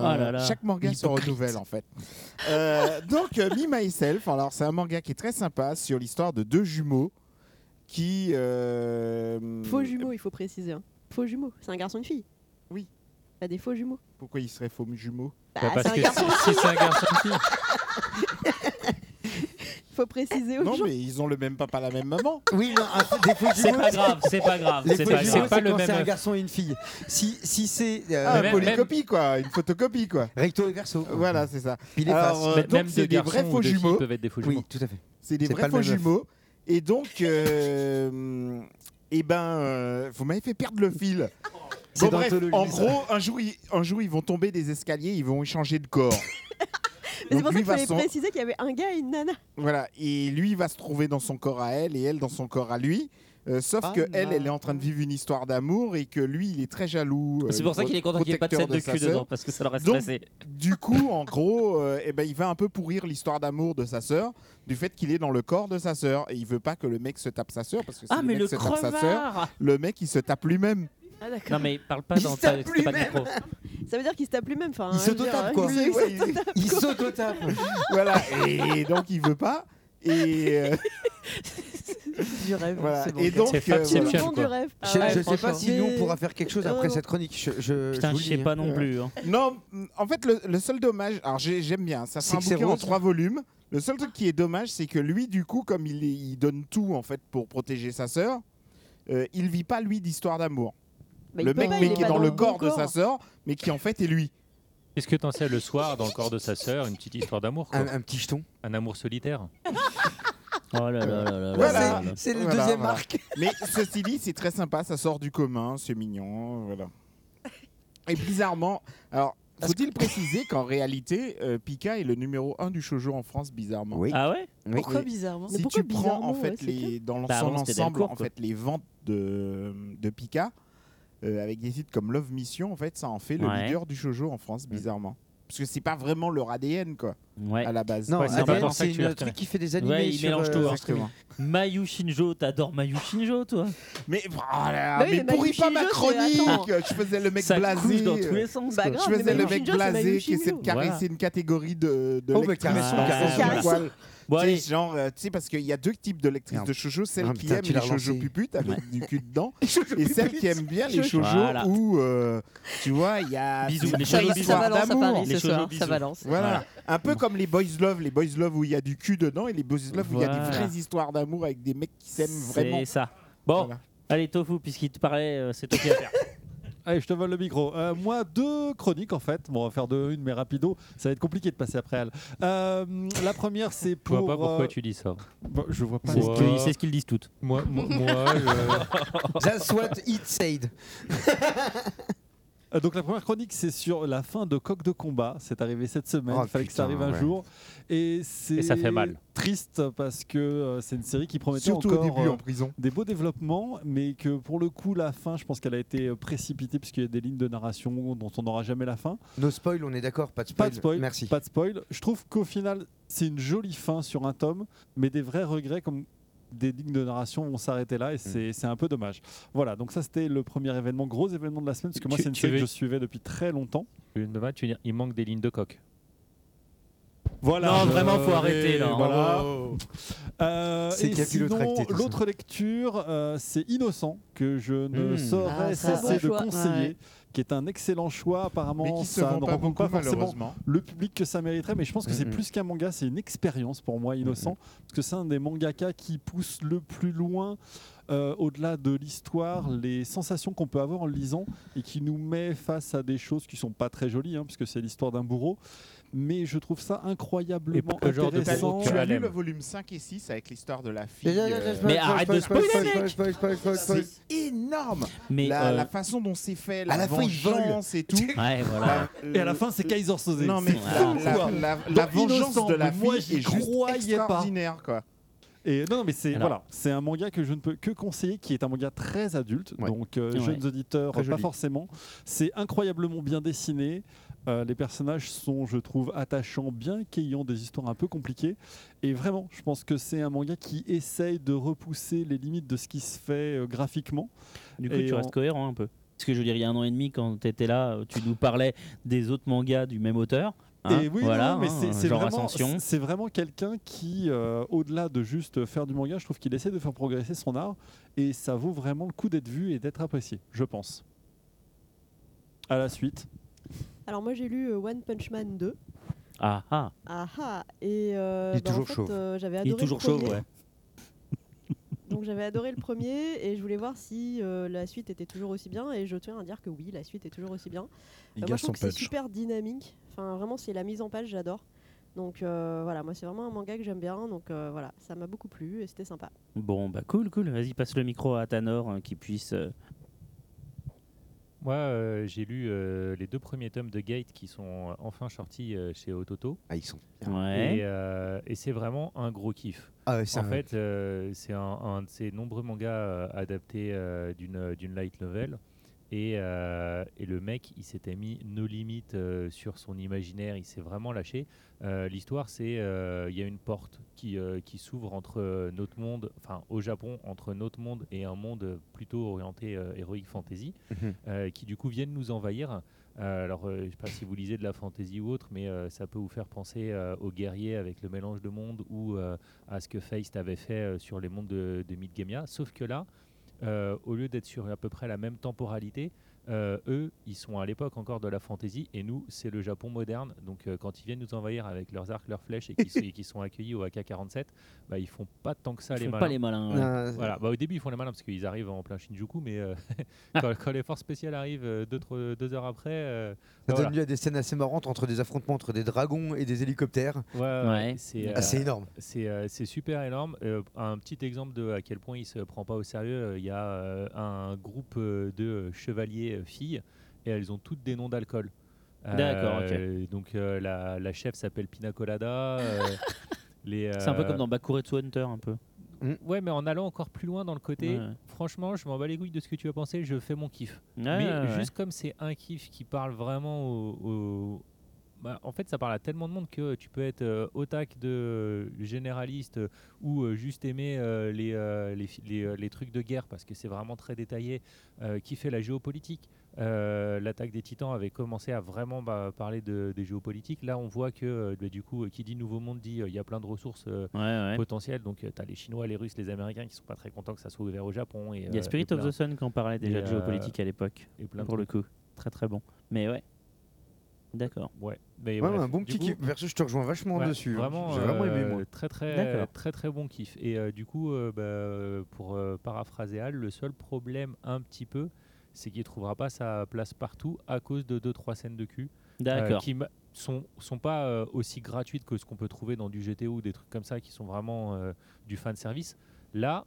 S1: Ah là là.
S7: Chaque manga se
S1: Hypocrite.
S7: renouvelle en fait. Euh, donc, euh, Me Myself, alors c'est un manga qui est très sympa sur l'histoire de deux jumeaux qui. euh,
S4: Faux jumeaux, il faut préciser. hein. Faux jumeaux, c'est un garçon et une fille.
S7: Oui.
S4: T'as des faux jumeaux.
S7: Pourquoi ils seraient faux jumeaux
S4: Bah, Bah, parce c'est un que garçon si- aussi. si c'est un garçon Faut préciser aux
S7: Eh, Non,
S4: gens.
S7: mais ils ont le même papa, la même maman.
S14: Oui, non, un- des faux
S1: C'est
S14: jumeaux,
S1: pas grave, c'est pas grave,
S14: Les
S1: c'est
S14: faux
S1: pas-
S14: jumeaux,
S1: c'est
S14: c'est
S1: pas le
S14: quand
S1: même-
S14: c'est un garçon et une fille. Si, si c'est euh,
S7: Ah, une polycopie quoi, une photocopie quoi.
S14: Recto et verso.
S7: Voilà, c'est ça.
S14: Pile et face.
S7: euh,
S14: Mais-
S7: donc
S14: même
S7: c'est
S14: deux
S7: des
S14: garçons
S7: vrais
S14: ou
S7: faux
S14: deux filles
S7: jumeaux.
S14: peuvent être des faux Oui, jumeaux. tout à fait.
S7: C'est des
S14: C'est
S7: vrais
S14: pas le
S7: faux
S14: même œuf.
S7: jumeaux. Et donc, euh, eh ben, euh, vous m'avez fait perdre le fil.
S14: C'est
S7: bref,
S14: d'anthologie,
S7: en
S14: ça.
S7: gros, un jour, ils, un jour, ils vont tomber des escaliers, ils vont changer de corps.
S4: Mais c'est
S7: Donc,
S4: pour ça
S7: lui
S4: qu'il
S7: va
S4: fallait
S7: s'en-
S4: préciser qu'il y avait un gars et une nana.
S7: voilà, et lui il va se trouver dans son corps à elle et elle dans son corps à lui. Euh, sauf
S1: Ah,
S4: Pas
S7: que elle,
S4: mal.
S7: elle est en train de vivre une histoire d'amour et que lui, il est très jaloux. euh,
S1: C'est pour ça qu'il est content qu'il n'y ait pas de scène
S7: protecteur sa
S1: de cul
S7: sœur.
S1: dedans parce que ça l'aurait
S7: Donc,
S1: stressé.
S7: Du coup, en gros, euh, eh ben, il va un peu pourrir l'histoire d'amour de sa sœur du fait qu'il est dans le corps de sa sœur et il veut pas que le mec se tape sa sœur parce que si
S1: Ah,
S7: le
S1: mais
S7: mec
S1: le
S7: se tape sa
S1: crevard
S7: sœur, le mec il se tape lui-même.
S4: Ah
S1: Non, mais parle pas dans ta. c'est pas de micro.
S4: Ça veut dire qu'il se tape lui-même. Enfin, hein,
S7: Il
S4: je veux
S7: s'auto-tape,
S4: dire,
S7: quoi.
S4: il-
S7: Oui,
S4: il
S7: oui.
S4: s'auto-tape.
S7: Il s'auto-tape. voilà, et donc il veut pas. Et euh,
S4: du rêve.
S7: voilà.
S14: C'est bon.
S7: et donc,
S14: C'est
S7: euh,
S14: Fabception,
S7: voilà.
S14: quoi. Du rêve. euh, Ah Je- je sais pas si nous, on pourra faire quelque chose après cette chronique. Je- je- Putain, je vous je le sais dis, pas hein. non plus, hein.
S7: euh, Non, mm, en fait, le, le seul dommage, alors j'ai- j'aime bien, ça
S14: C'est
S7: fait un
S14: que c'est
S7: bouquin en
S14: rose.
S7: trois volumes. Le seul truc qui est dommage, c'est que lui, du coup, comme il, est- il donne tout en fait pour protéger sa sœur, euh, il vit pas lui d'histoire d'amour.
S2: Bah, il
S7: le
S2: peut
S7: mec,
S2: pas,
S7: mais
S2: il est
S7: qui est
S2: pas
S7: dans
S2: dans
S7: le
S2: le
S7: corps
S2: bon
S7: de sa
S2: corps.
S7: sœur, mais qui en fait est lui.
S2: Qu'est-ce que t'en sais le soir dans le corps de sa sœur Une petite histoire d'amour quoi.
S14: Un, petit jeton
S2: Un amour solitaire
S1: Oh là là là là
S7: Voilà.
S1: là là.
S7: Voilà, voilà. Mais ceci dit, c'est très sympa, ça sort du commun, c'est mignon, voilà. Et bizarrement, alors faut-il préciser qu'en réalité, euh, Pika est le numéro 1 du shoujo en France, bizarrement.
S1: Oui. Ah ouais
S7: Oui.
S1: Pourquoi
S7: Oui.
S1: bizarrement Mais
S7: Si
S1: pourquoi
S7: tu prends en
S1: bizarrement, ouais,
S7: fait
S1: c'est
S7: les
S1: clair.
S7: dans
S1: Bah,
S7: l'ensemble
S1: avant, c'était
S7: ensemble,
S1: Delcourt,
S7: en
S1: quoi.
S7: fait les ventes de de Pika euh, avec des titres comme Love Mission, en fait, ça en fait le
S1: Ouais. Mm.
S7: leader du shoujo en France, bizarrement. Parce que c'est pas vraiment leur ADN quoi, à la base.
S14: Non, Ouais, c'est ADN, pas pour ça que c'est tu le le truc reconnais. qui fait des animés
S1: Ouais, il
S14: sur,
S1: mélange
S14: euh,
S1: tout. hein.
S14: exactement.
S1: Mayu Shinjo, t'adores Mayu Shinjo, toi
S7: Mais, ah là, Bah oui, mais mais Mayu pourris pas ma Shinjo, c'est- chronique, attends. je faisais le mec
S1: Ça
S7: blasé.
S1: couche dans tous les sens.
S7: Bah
S1: quoi.
S7: grave, Je faisais mais le Mayu mec Shinjo, c'est blasé Mayu qui essaie de Shinjo. caresser une catégorie de, de
S1: Oh, mais
S7: lectrices
S1: carrément,
S7: qui
S1: carrément.
S7: sont sur
S1: Carrément.
S7: toile. Tu sais, genre, euh, tu sais, parce qu'il y a deux types de lectrices de shoujo, celles
S18: Ah,
S7: qui
S18: putain,
S7: aiment
S18: tu
S7: les
S18: l'as
S7: shoujo
S18: relancé.
S7: puputes avec du cul dedans,
S18: shoujo
S7: et celles
S18: puputes.
S7: qui aiment bien les
S18: Shoujo.
S7: shoujo
S18: Voilà.
S7: où, euh, tu vois, il y a
S18: Bisous, les
S7: c'est une
S18: shoujo
S7: histoire
S18: bisous. Ça balance à
S7: d'amour.
S18: Paris ce Les shoujo soir, ça bisous. balance.
S7: Voilà. Un peu comme les boys love, les boys love où il y a du cul dedans, et les boys love où il y a
S1: Voilà.
S7: des vraies histoires d'amour avec des mecs qui s'aiment vraiment.
S1: C'est ça. Bon, allez, Tofu, puisqu'il te parlait, euh, c'est toi qui vas faire.
S15: Allez, je te vole le micro. Euh, moi, deux chroniques en fait. Bon, on va faire deux, une, mais rapido. Ça va être compliqué de passer après elle. Euh, la première, c'est
S2: Je
S15: pour.
S2: vois pas pourquoi
S15: euh,
S2: tu dis ça.
S15: Bon, je vois pas.
S2: C'est ce
S15: Moi-
S2: qu'ils- c'est ce qu'ils disent toutes.
S15: Moi, moi, euh, moi, je-
S14: That's what it said.
S15: Euh, Donc la première chronique, c'est sur la fin de Coq de combat. C'est arrivé cette semaine.
S2: Oh,
S15: Il fallait que ça
S2: putain,
S15: arrive un
S2: ouais.
S15: jour. Et c'est
S2: Et ça fait mal.
S15: Triste parce que euh, c'est une série qui promettait
S7: Surtout au
S15: encore euh,
S7: début, en prison.
S15: des beaux développements, mais que pour le coup la fin, je pense qu'elle a été euh, précipitée puisqu'il y a des lignes de narration dont on n'aura jamais la fin.
S14: No spoil, on est d'accord, pas de spoil.
S15: Pas de spoil.
S14: Merci.
S15: Pas de spoil. Je trouve qu'au final, c'est une jolie fin sur un tome, mais des vrais regrets comme des lignes de narration vont s'arrêter
S14: Mm.
S15: là et c'est c'est un peu dommage. Voilà, donc ça c'était le premier événement, gros événement de la semaine, parce que moi
S2: Tu-
S15: c'est une
S2: tu
S15: série que je
S2: veux-
S15: suivais depuis très longtemps.
S2: Une de match, tu dis, il manque des lignes de coq.
S15: Voilà.
S2: Non,
S15: je-
S2: vraiment, faut arrêter, là. hein.
S15: Voilà.
S2: Bravo.
S15: Euh,
S2: Oh. C'est
S15: et
S2: capillotracté,
S15: sinon,
S2: tout ça.
S15: l'autre lecture, euh, c'est Innocent que je ne
S2: Hmm.
S15: saurais
S2: Ah, ça,
S15: cesser
S2: bon
S15: de
S2: choix,
S15: conseiller,
S2: ouais.
S15: qui est un excellent choix. Apparemment,
S2: Mais qui se
S15: ça
S2: vend
S15: ne
S2: pas
S15: rencontre pas
S2: beaucoup,
S15: forcément
S2: malheureusement.
S15: le public que ça mériterait, mais je pense que c'est
S2: Mhm.
S15: plus qu'un manga, c'est une expérience pour moi, Innocent, parce que c'est un des mangaka qui pousse le plus loin. euh, au-delà de l'histoire, les sensations qu'on peut avoir en le lisant et qui nous met face à des choses qui sont pas très jolies, hein, puisque c'est l'histoire d'un bourreau. Mais je trouve ça incroyablement
S7: T'as-
S15: intéressant.
S7: Tu as lu le volume 5 et 6 avec l'histoire de la fille.
S15: Mais
S7: euh,
S15: spoil, arrête de spoil, spoiler, spoil, mec spoil, spoil, spoil, spoil.
S7: C'est énorme.
S15: Mais,
S7: la,
S15: euh,
S7: la façon dont c'est fait, la,
S15: à la fin, ils
S7: vengeance
S15: volent.
S7: et tout. Bah, euh,
S15: Ouais, voilà.
S7: La-
S15: Ah, Et à la fin, c'est Kaiser Soze.
S7: Non mais
S15: C'est
S7: la,
S15: fou,
S7: la-
S15: quoi.
S7: la-
S15: Donc,
S7: la vengeance
S15: innocent,
S7: de la
S15: mais
S7: fille
S15: moi, j'y
S7: est juste
S15: croyais pas.
S7: extraordinaire quoi.
S15: Et non, non, mais c'est
S7: Alors.
S15: voilà, c'est un manga que je ne peux que conseiller, qui est un manga très adulte, donc euh,
S2: Ouais.
S15: jeunes auditeurs
S2: Très
S15: pas
S2: joli.
S15: forcément. C'est incroyablement bien dessiné. Euh, les personnages sont, je trouve, attachants, bien qu'ayant des histoires un peu compliquées. Et vraiment, je pense que c'est un manga qui essaye de repousser les limites de ce qui se fait euh, graphiquement.
S1: Du coup,
S15: Et
S1: tu
S15: en-
S1: restes cohérent un peu. Parce que je veux dire, il y a un an et demi, quand tu étais là, tu nous parlais des autres mangas du même auteur. hein,
S15: et oui,
S1: voilà,
S15: non, mais
S1: hein,
S15: c'est- c'est
S1: genre
S15: vraiment,
S1: Ascension.
S15: c'est- c'est vraiment quelqu'un qui, euh, au-delà de juste faire du manga, je trouve qu'il essaie de faire progresser son art et ça vaut vraiment le coup d'être vu et d'être apprécié, je pense. À la suite.
S4: Alors moi j'ai lu euh, One Punch Man 2.
S1: Ah ah.
S4: Ah ah Et euh,
S1: Il est
S4: bah, en
S1: toujours
S4: fait,
S1: chauve.
S4: euh, j'avais
S1: Il est
S4: adoré
S1: toujours
S4: le premier.
S1: chauve, ouais.
S4: Donc j'avais adoré le premier et je voulais voir si euh, la suite était toujours aussi bien et je tiens à dire que oui, la suite est toujours aussi bien.
S9: Il
S4: Euh, moi
S9: gâche
S4: je trouve
S9: son
S4: que c'est
S9: punch.
S4: super dynamique. Enfin vraiment c'est la mise en page, j'adore. Donc euh, voilà, moi c'est vraiment un manga que j'aime bien donc euh, voilà, ça m'a beaucoup plu et c'était sympa.
S1: Bon, bah cool, cool. Vas-y, passe le micro à Tanor hein, qui puisse. euh,
S2: Moi, euh, j'ai lu euh, les deux premiers tomes de Gate qui sont euh, enfin sortis euh, chez Ototo.
S14: Ah, ils sont
S1: Ouais.
S2: Et, euh, et c'est vraiment un gros kiff.
S14: Ah ouais, c'est
S2: en
S14: un-
S2: fait, euh, c'est un, un de ces nombreux mangas euh, adaptés euh, d'une d'une light novel. Et, euh, et le mec, il s'était mis nos limites euh, sur son imaginaire, il s'est vraiment lâché. Euh, L'histoire, c'est euh, il y a une porte qui, euh, qui s'ouvre entre euh, notre monde, enfin au Japon, entre notre monde et un monde euh, plutôt orienté euh, heroic fantasy
S14: Mhm.
S2: euh, qui du coup viennent nous envahir. Euh, alors, euh, je ne sais pas si vous lisez de la fantasy ou autre, mais euh, ça peut vous faire penser euh, aux guerriers avec le mélange de mondes ou euh, à ce que Feist avait fait euh, sur les mondes de, de Midgamia. Sauf que là, euh, au lieu d'être sur à peu près la même temporalité, euh, eux, ils sont à l'époque encore de la fantasy et nous, c'est le Japon moderne. Donc, euh, quand ils viennent nous envahir avec leurs arcs, leurs flèches et qu'ils sont, et qu'ils sont accueillis au AK-47, bah, ils font pas tant que ça
S1: Ils
S2: les
S1: font
S2: malins.
S1: pas les malins, ouais.
S2: Voilà. Ah, bah, au début, ils font les malins parce qu'ils arrivent en plein Shinjuku, mais euh, quand, quand les forces spéciales arrivent euh, deux, trois- deux heures après, euh,
S14: Ça
S2: bah,
S14: donne
S2: voilà.
S14: lieu à des scènes assez marrantes entre des affrontements entre des dragons et des hélicoptères.
S2: Ouais, ouais, C'est
S14: Ah, c'est
S2: euh,
S14: énorme.
S2: C'est euh, c'est super énorme. Euh, un petit exemple de à quel point il se prend pas au sérieux. euh, Il y a euh, un groupe euh, de euh, chevaliers euh, filles et elles ont toutes des noms d'alcool. Euh,
S1: D'accord, ok.
S2: Donc euh, la, la chef s'appelle Pina Colada. euh, les,
S1: C'est un peu
S2: euh,
S1: comme dans Bakuretsu Hunter, un peu.
S14: Hmm.
S2: Ouais, mais en allant encore plus loin dans le côté,
S1: Ouais.
S2: franchement, je m'en bats les couilles de ce que tu vas penser, je fais mon kiff.
S1: Ouais,
S2: mais
S1: ouais,
S2: juste comme c'est un kiff qui parle vraiment au. au- Bah, en fait, ça parle à tellement de monde que tu peux être euh, otac de euh, généraliste euh, ou euh, juste aimer euh, les, euh, les, fi- les, euh, les trucs de guerre parce que c'est vraiment très détaillé, euh, qui fait la géopolitique, euh, l'attaque des Titans avait commencé à vraiment bah, parler de, des géopolitiques. Là, on voit que euh, bah, du coup, euh, qui dit Nouveau Monde dit il y a plein de ressources euh,
S1: Ouais, ouais.
S2: potentielles. Donc, tu as les Chinois, les Russes, les Américains qui sont pas très contents que ça soit ouvert au Japon. Et,
S1: Il y
S2: euh,
S1: a Spirit
S2: et
S1: of
S2: plein-
S1: the Sun qui en parlait déjà
S2: et,
S1: de géopolitique
S2: euh,
S1: à l'époque.
S2: et plein de
S1: Pour le
S2: trucs.
S1: coup. Très très bon. Mais ouais. D'accord.
S2: Ouais. Mais
S14: Ouais,
S2: bref,
S14: un bon
S2: du
S14: petit
S2: coup-
S14: kiff. Perso, je te rejoins vachement
S2: Ouais,
S14: dessus. hein.
S2: Vraiment,
S14: J'ai vraiment aimé,
S2: euh,
S14: moi.
S2: Très, très,
S14: D'accord.
S2: très, très bon kiff. Et euh, du coup, euh, bah, euh, pour euh, paraphraser Al, le seul problème, un petit peu, c'est qu'il trouvera pas sa place partout à cause de 2-3 scènes de cul. euh,
S1: D'accord.
S2: qui ma- sont, sont pas euh, aussi gratuites que ce qu'on peut trouver dans du GTO ou des trucs comme ça qui sont vraiment euh, du fan service. Là,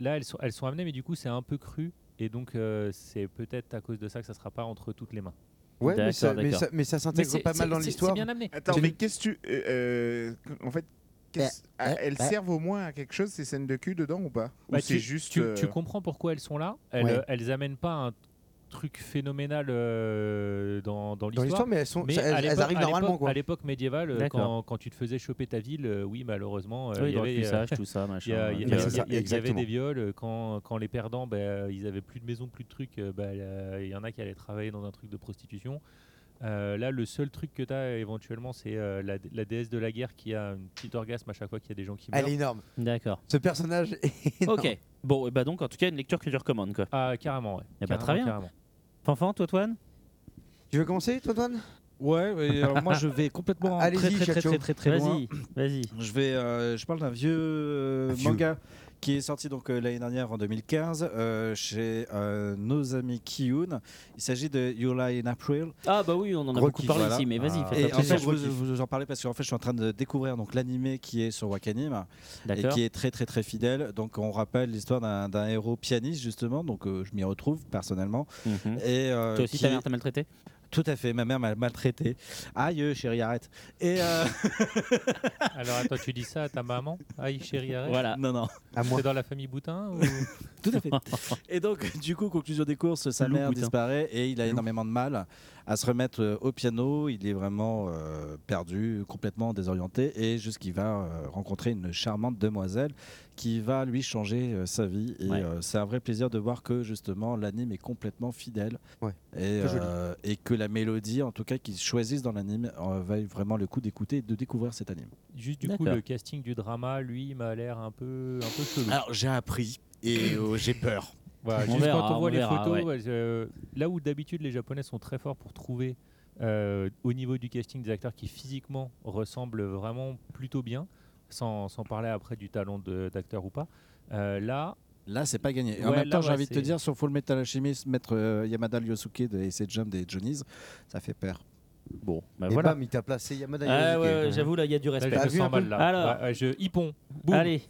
S2: là elles, sont, elles sont amenées, mais du coup, c'est un peu cru. Et donc, euh, c'est peut-être à cause de ça que ça sera pas entre toutes les mains.
S14: Ouais, mais ça- mais ça- mais ça s'intègre pas mal dans l'histoire.
S7: Attends, mais qu'est-ce que tu. euh, euh, en fait,
S15: Eh,
S7: qu'est-ce-
S2: Bah,
S7: ah, elles
S2: bah.
S7: servent au moins à quelque chose, ces scènes de cul dedans ou pas Ou
S2: Bah,
S7: c'est
S2: tu,
S7: juste.
S2: tu,
S7: euh,
S2: tu comprends pourquoi elles sont là. Elles,
S7: Ouais.
S2: euh, elles amènent pas un truc phénoménal euh, dans, dans l'histoire.
S14: l'histoire, mais elles sont- elles-
S2: à
S14: elles
S2: l'époque-
S14: arrivent
S2: à
S14: normalement,
S2: l'époque-
S14: quoi.
S2: À l'époque médiévale, euh,
S14: D'accord.
S2: quand, quand tu te faisais choper ta ville, euh, oui, malheureusement, euh,
S1: Oui,
S2: il y
S1: dans le
S2: avait,
S1: cuissage, tout ça, machin.
S2: il y a- il y
S1: Ouais,
S2: a- il y a-
S1: c'est
S2: il y
S1: ça,
S2: a- il y avait
S1: exactement.
S2: des viols. euh, Quand, quand les perdants, bah, ils avaient plus de maison, plus de trucs, euh, bah, là, il y en a qui allaient travailler dans un truc de prostitution. Euh, là, le seul truc que tu as éventuellement, c'est euh, la, la déesse de la guerre qui a une petite orgasme à chaque fois qu'il y a des gens qui meurent.
S14: Elle est énorme.
S1: D'accord.
S14: Ce personnage est énorme.
S1: Ok. Bon, et bah donc, en tout cas, une lecture que tu recommandes, quoi.
S2: Ah, carrément, ouais.
S1: Et bah,
S2: Carrément,
S1: très bien.
S2: carrément.
S1: Fanfan, toi, Toine
S14: Tu veux commencer, toi, Toine
S9: Ouais, et alors euh, moi je vais complètement
S14: Allez-y,
S9: très, très, très,
S14: Chacho.
S9: très très très loin.
S1: Vas-y, vas-y.
S9: Je vais, euh, je parle d'un vieux euh, manga qui est sorti donc euh, l'année dernière en 2015 euh, chez euh, nos amis Kiyun. Il s'agit de You Lie in April.
S1: Ah, bah oui, on en a
S9: Gros
S1: beaucoup
S9: kiff.
S1: parlé
S9: Voilà.
S1: ici, mais vas-y,
S9: Ah.
S1: fais
S9: Et
S1: pas
S9: en fait, je
S1: plaisir.
S9: vous, vous en parlais parce qu'en fait, je suis en train de découvrir donc l'animé qui est sur Wakanim et
S1: D'accord.
S9: qui est très très très fidèle. Donc, on rappelle l'histoire d'un d'un héros pianiste justement. Donc, euh, je m'y retrouve personnellement.
S1: Mhm.
S9: Et euh,
S1: Toi aussi,
S9: qui-
S1: ta mère t'a maltraité
S9: Tout à fait, ma mère m'a maltraité. Aïe, euh, chérie, arrête. Et euh,
S2: Alors attends, tu dis ça à ta maman Aïe chérie, arrête.
S9: Voilà. Non, non. À moi.
S2: C'est dans la famille Boutin ou...
S9: Tout à fait. Et donc, du coup, conclusion des courses, sa
S2: Loup
S9: mère
S2: boutin.
S9: disparaît et il a énormément de mal à se remettre euh, au piano. Il est vraiment euh, perdu, complètement désorienté et jusqu'il va euh, rencontrer une charmante demoiselle qui va lui changer euh, sa vie. Et
S14: Ouais.
S9: euh, c'est un vrai plaisir de voir que justement l'anime est complètement fidèle
S14: Ouais.
S9: et,
S14: C'est joli.
S9: euh, et que la mélodie, en tout cas, qu'ils choisissent dans l'anime, euh, vaille vraiment le coup d'écouter et de découvrir cet anime.
S2: Juste du coup,
S9: D'accord.
S2: le casting du drama, lui, m'a l'air un peu, un peu chelou.
S9: Alors, j'ai appris et euh, j'ai peur.
S2: Voilà, juste quand on voit les photos, ouais, euh, là où d'habitude les Japonais sont très forts pour trouver euh, au niveau du casting des acteurs qui physiquement ressemblent vraiment plutôt bien, sans, sans parler après du talent de- d'acteur ou pas, euh, là.
S9: Là, c'est pas gagné. Et en
S2: euh, Ouais,
S9: même temps,
S2: là,
S9: j'ai
S2: ouais,
S9: envie de te
S2: c'est-
S9: dire, sur Full Metal Alchemist, mettre euh, Yamada Ryosuke de Ace Jump des Johnnies, ça fait peur. ben
S1: Bon, bah
S14: Et voilà. bam, il t'a placé Yamada
S1: Ah ouais, ouais, j'avoue, là, il y a du respect.
S2: je me sens mal là.
S1: Alors,
S2: Ouais, ouais, je hippon.
S1: Allez.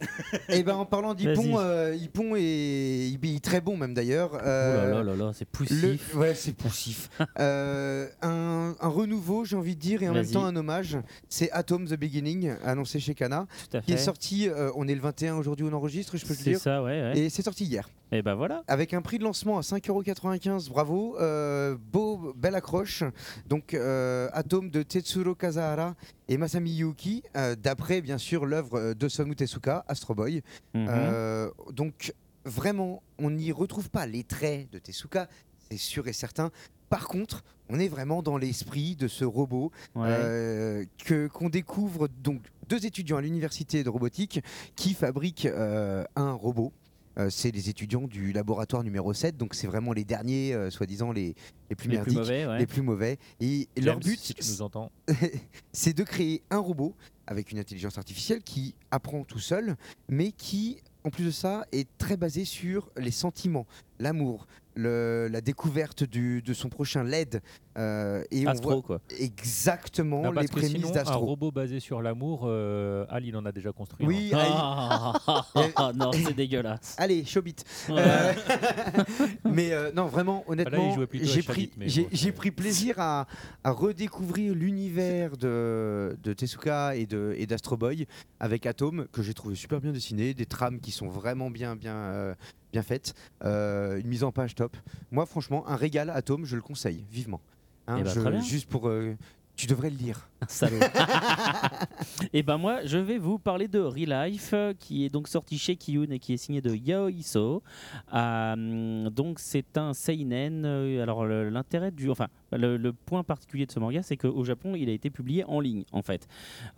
S14: Et ben en parlant
S1: Vas-y.
S14: d'Ippon, euh, Ippon est il est très bon même d'ailleurs.
S1: Oh
S14: Euh,
S1: là là là là, c'est
S14: le-
S1: poussif.
S14: Ouais, c'est poussif. Euh, un, un renouveau, j'ai envie de dire, et en même
S1: Vas-y.
S14: temps un hommage. C'est Atom the Beginning, annoncé chez Kana,
S1: à
S14: qui est
S1: fait.
S14: sorti. euh, on est le 21 aujourd'hui, on enregistre, je peux le
S1: C'est
S14: dire.
S1: ça, ouais, ouais.
S14: Et c'est sorti hier.
S1: Et bah voilà.
S14: Avec un prix de lancement à 5,95€, bravo, euh, beau, belle accroche. Donc, euh, Atome de Tetsuro Kazahara et Masami Yuki, euh, d'après bien sûr l'œuvre euh, de Samu Tezuka, Astro Boy.
S1: Mhm.
S14: Euh, donc, vraiment, on n'y retrouve pas les traits de Tezuka, c'est sûr et certain. Par contre, on est vraiment dans l'esprit de ce robot
S1: Ouais.
S14: euh, que qu'on découvre donc deux étudiants à l'université de robotique qui fabriquent euh, un robot. Euh, c'est les étudiants du laboratoire numéro 7, donc c'est vraiment les derniers, euh, soi-disant les, les plus
S1: Les plus
S14: merdiques,
S1: mauvais, ouais.
S14: les plus mauvais. Et leur
S2: James,
S14: but,
S2: si tu nous entends.
S14: c'est de créer un robot avec une intelligence artificielle qui apprend tout seul, mais qui, en plus de ça, est très basé sur les sentiments, l'amour, le- la découverte du- de son prochain LED. euh, et
S2: Astro,
S14: on voit
S2: quoi.
S14: exactement
S2: Non, parce
S14: les
S2: que sinon,
S14: prémices
S2: Un
S14: d'Astro.
S2: robot basé sur l'amour, euh, Al, il en a déjà construit.
S14: Oui,
S2: un.
S1: Ah, ah, ah, ah, non, c'est dégueulasse.
S14: Allez, Chobit.
S1: Ouais.
S14: Euh, mais euh, non, vraiment,
S2: Ah, Là, il
S14: honnêtement,
S2: jouait plutôt à
S14: j'ai
S2: Chabit,
S14: pris,
S2: mais
S14: j'ai-
S2: bon,
S14: j'ai pris plaisir à, à redécouvrir l'univers de, de Tezuka et de et d'Astro Boy avec Atom que j'ai trouvé super bien dessiné, des trames qui sont vraiment bien bien euh, bien faites, euh, une mise en page top. Moi, franchement, un régal Atom, je le conseille vivement. Hein,
S1: Eh ben,
S14: je-
S1: très bien.
S14: juste pour euh, Tu devrais le lire.
S1: Salaud. et ben moi, je vais vous parler de Real Life, euh, qui est donc sorti chez Kiyun et qui est signé de Yao Iso. Euh, donc c'est un seinen. euh, Alors le- l'intérêt du, enfin le, le point particulier de ce manga, c'est qu'au Japon, il a été publié en ligne en fait,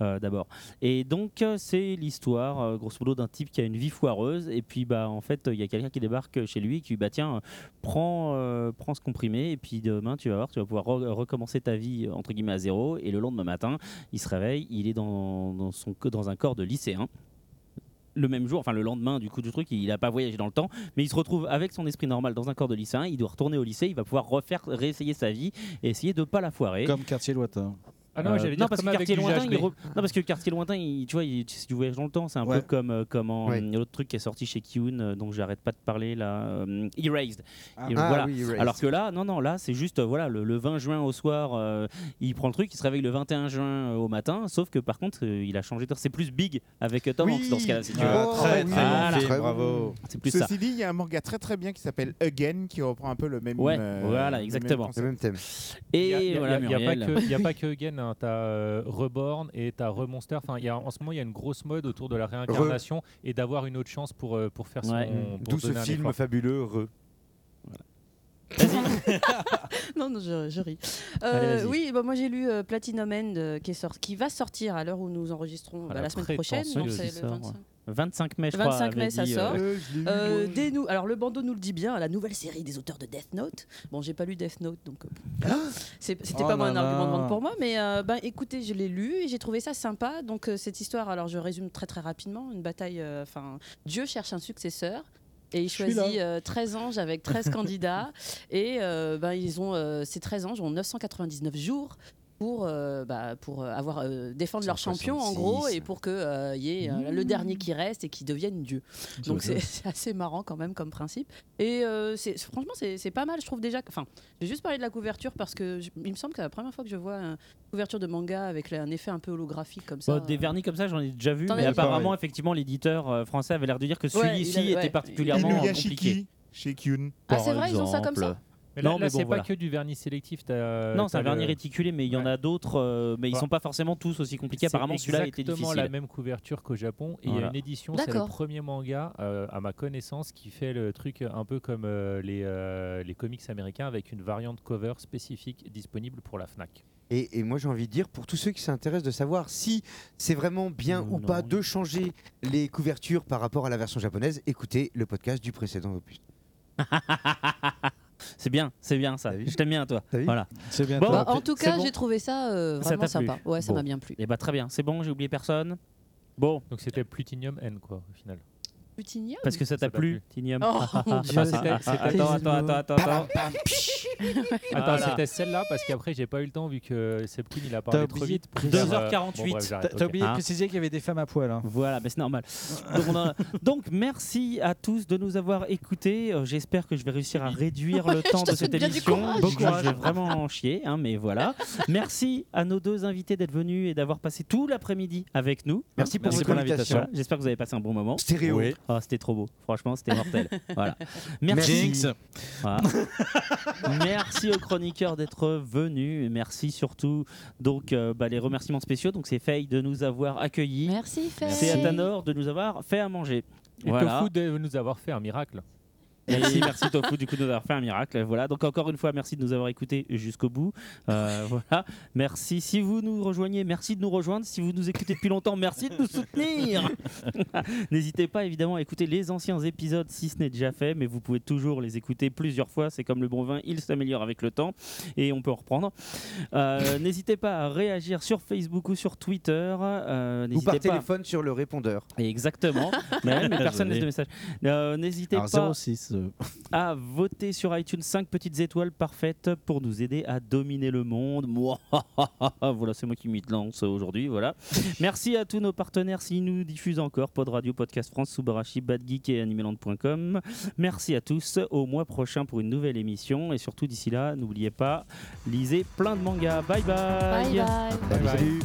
S1: euh, d'abord. Et donc euh, c'est l'histoire, euh, grosso modo, d'un type qui a une vie foireuse. Et puis bah en fait, il y a quelqu'un qui débarque chez lui, qui lui dit, bah tiens, prends, euh, prends ce comprimé et puis demain tu vas voir, tu vas pouvoir re- recommencer ta vie entre guillemets à zéro. Et le lendemain matin, il se réveille, il est dans, dans son, co- dans un corps de lycéen le même jour, enfin le lendemain du coup du truc, il n'a pas voyagé dans le temps, mais il se retrouve avec son esprit normal dans un corps de lycéen, il doit retourner au lycée, il va pouvoir refaire, réessayer sa vie et essayer de pas la foirer. Euh,
S9: Comme quartier lointain.
S2: Ah non, j'allais dire
S1: parce
S2: comme
S1: que
S2: avec
S1: quartier
S2: du
S1: lointain,
S2: GHB.
S1: il re- non, parce que quartier lointain, il- tu vois, il- c'est du voyage dans le temps, c'est un
S2: Ouais.
S1: peu comme, euh, comme en-
S2: Ouais.
S1: l'autre truc qui est sorti chez Kiun, euh, dont j'arrête pas de parler là, euh, Erased.
S2: Ah.
S1: Et
S2: Ah
S1: voilà.
S2: oui, Erased.
S1: Alors que là, non, non, là, c'est juste, euh, voilà, le, le 20 juin au soir, euh, il prend le truc, il se réveille le 21 juin euh, au matin, sauf que par contre, euh, il a changé d'heure. C'est plus Big avec euh, Tom Hanks dans ce cas-là. si tu veux.
S2: Ah,
S7: Oh,
S1: Voilà. C'est plus ça.
S18: Ceci dit, il y a un manga très très bien qui s'appelle Again qui reprend un peu le même.
S1: Ouais,
S18: euh,
S1: voilà,
S18: le même
S1: exactement.
S18: concept.
S1: Et
S2: Il n'y a,
S1: voilà,
S2: y a pas
S1: Muriel.
S2: que- y a pas que Gain, hein. t'as euh, Reborn et t'as Remonster. Enfin, y a- en ce moment, il y a une grosse mode autour de la réincarnation et d'avoir une autre chance pour, euh, pour faire son.
S14: Ouais.
S2: pour
S14: D'où ce
S2: donner un
S14: film
S2: effort.
S14: fabuleux, Re.
S12: non, non, je, je ris.
S2: Allez,
S12: Euh,
S2: vas-y.
S12: oui, bah, moi j'ai lu euh, Platinum End euh, qui, est sorti- qui va sortir à l'heure où nous enregistrons
S1: Ah,
S12: bah, la semaine prochaine.
S1: prétentieuse
S12: Donc
S1: qui
S12: c'est le
S1: sort,
S12: 25.
S1: ouais. 25 mai, je crois.
S12: 25 mai,
S1: avait
S12: ça
S1: dit, euh,
S12: sort. Euh, des nou- Alors, le bandeau nous le dit bien, la nouvelle série des auteurs de Death Note. Bon, j'ai pas lu Death Note, donc euh,
S14: Ah
S12: voilà. C'est- c'était
S20: Oh
S12: pas moi
S20: là
S12: un argument de
S20: là.
S12: vente pour moi, mais euh, ben, écoutez, je l'ai lu et j'ai trouvé ça sympa. Donc, euh, cette histoire, alors je résume très très rapidement une bataille. euh, Enfin, Dieu cherche un successeur. Et il
S20: suis
S12: choisit
S20: là.
S12: euh, 13 anges avec 13 candidats. Et euh, ben, ils ont, euh, ces 13 anges ont 999 jours pour, euh, bah, pour euh, avoir, euh, défendre leur champion, en gros,
S20: 166.
S12: et pour qu'il y ait euh, le
S20: Mmh.
S12: dernier qui reste et qui devienne Dieu. Donc
S20: Jojo.
S12: c'est c'est assez marrant quand même comme principe. Et euh, c'est- franchement, c'est c'est pas mal, je trouve déjà. que- Enfin, je vais juste parler de la couverture parce que je- il me semble que c'est la première fois que je vois euh, une couverture de manga avec la- un effet un peu holographique comme ça. euh.
S1: Bon, Bah, des vernis comme ça, j'en ai déjà vu,
S12: T'en
S1: mais
S12: as-
S1: apparemment,
S12: Pareil.
S1: effectivement, l'éditeur euh, français avait l'air de dire que
S12: Ouais,
S1: celui-ci
S12: il avait-
S1: était
S12: ouais.
S1: particulièrement
S18: Et le
S1: compliqué.
S18: Yashiki chez Kyun.
S12: Ah, c'est vrai, ils ont ça comme ça
S2: Mais là,
S1: Non,
S2: là,
S1: mais bon,
S2: c'est
S1: voilà. Euh,
S2: pas que du vernis sélectif. t'as-
S1: non, c'est
S2: t'as
S1: un vernis
S2: le-
S1: réticulé, mais il y en a d'autres, euh, mais ils
S2: Voilà.
S1: sont pas forcément tous aussi compliqués. Apparemment,
S2: C'est
S1: celui-là était
S2: exactement
S1: difficile.
S2: la même couverture qu'au Japon. Et il y
S1: Voilà.
S2: a une édition, c'est le
S1: D'accord.
S2: premier manga, euh, à ma connaissance, qui fait le truc un peu comme euh, les, euh, les comics américains avec une variante cover spécifique disponible pour la Fnac.
S14: Et, et moi, j'ai envie de dire, pour tous ceux qui s'intéressent de savoir si c'est vraiment bien ou pas de changer les couvertures par rapport à la version japonaise, écoutez le podcast du précédent opus.
S1: c'est bien, c'est bien ça. Je t'aime bien, toi. Voilà.
S9: C'est bien.
S1: Bon,
S12: Bah, en tout
S1: c'est
S12: cas,
S1: bon.
S12: j'ai trouvé ça euh,
S1: Ça
S12: vraiment
S1: t'a plu
S12: sympa. Ouais, ça
S1: Bon.
S12: m'a bien plu.
S1: Et bah très bien, c'est bon, j'ai oublié personne. Bon.
S2: Donc c'était Plutinium N, quoi, au final.
S12: Plutinium
S1: Parce que ça t'a plu, Tinium.
S12: Oh, mon Dieu.
S1: Ah, c'était- c'était- attends, attends, attends, attends, attends.
S2: Attends,
S1: Voilà.
S2: c'était celle-là parce qu'après j'ai pas eu le temps vu que Sepkin il a parlé trop vite. pour faire, euh, bon, bref, j'arrête, ok. Hein
S9: qu'il y avait des femmes à poil.
S1: Voilà, mais c'est normal. Donc, on en a- Donc, merci à tous de nous avoir écoutés. Euh, J'espère que je vais réussir à réduire le
S13: Ouais,
S1: temps
S13: je
S1: de
S13: te
S1: cette
S13: souhaite bien du
S1: émission.
S13: courage.
S1: Bon
S13: Je-
S1: courage.
S13: je-
S1: Je vais vraiment en chier, hein, mais voilà. Merci à nos deux invités d'être venus et d'avoir passé tout l'après-midi avec nous.
S14: Merci pour votre invitation.
S1: Voilà, J'espère que vous avez passé un bon moment.
S14: Stéréo. Oui.
S1: Ah, c'était trop beau. Franchement, c'était mortel. voilà. Merci.
S13: Jinx.
S1: Voilà. merci aux chroniqueurs d'être venus. Merci surtout donc euh, bah, les remerciements spéciaux. Donc c'est Faye de nous avoir accueillis.
S12: Merci Faye.
S1: C'est Atanor de nous avoir fait à manger.
S2: Et
S1: voilà.
S2: Tofu de nous avoir fait un miracle.
S1: Merci, merci Tofu du coup de nous avoir fait un miracle. Voilà, donc encore une fois, merci de nous avoir écoutés jusqu'au bout. Euh, voilà, merci. Si vous nous rejoignez, merci de nous rejoindre. Si vous nous écoutez depuis longtemps, merci de nous soutenir. N'hésitez pas évidemment à écouter les anciens épisodes si ce n'est déjà fait, mais vous pouvez toujours les écouter plusieurs fois. C'est comme le bon vin, il s'améliore avec le temps et on peut en reprendre. Euh, N'hésitez pas à réagir sur Facebook ou sur Twitter.
S14: Ou par
S1: Euh, n'hésitez pas-
S14: téléphone sur le répondeur.
S1: Exactement. Mais, ouais, mais personne laisse de message. Euh, N'hésitez
S9: Alors,
S1: pas
S9: 06. euh,
S1: à voter sur iTunes 5 petites étoiles parfaites pour nous aider à dominer le monde. Moi, voilà, c'est moi qui m'y lance aujourd'hui. Voilà. Merci à tous nos partenaires s'ils nous diffusent encore Pod Radio, Podcast France, Subarashi, Bad Geek et Animeland.com. Merci à tous. Au mois prochain pour une nouvelle émission. Et surtout, d'ici là, n'oubliez pas, lisez plein de mangas. Bye bye.
S12: Bye bye.
S1: Salut.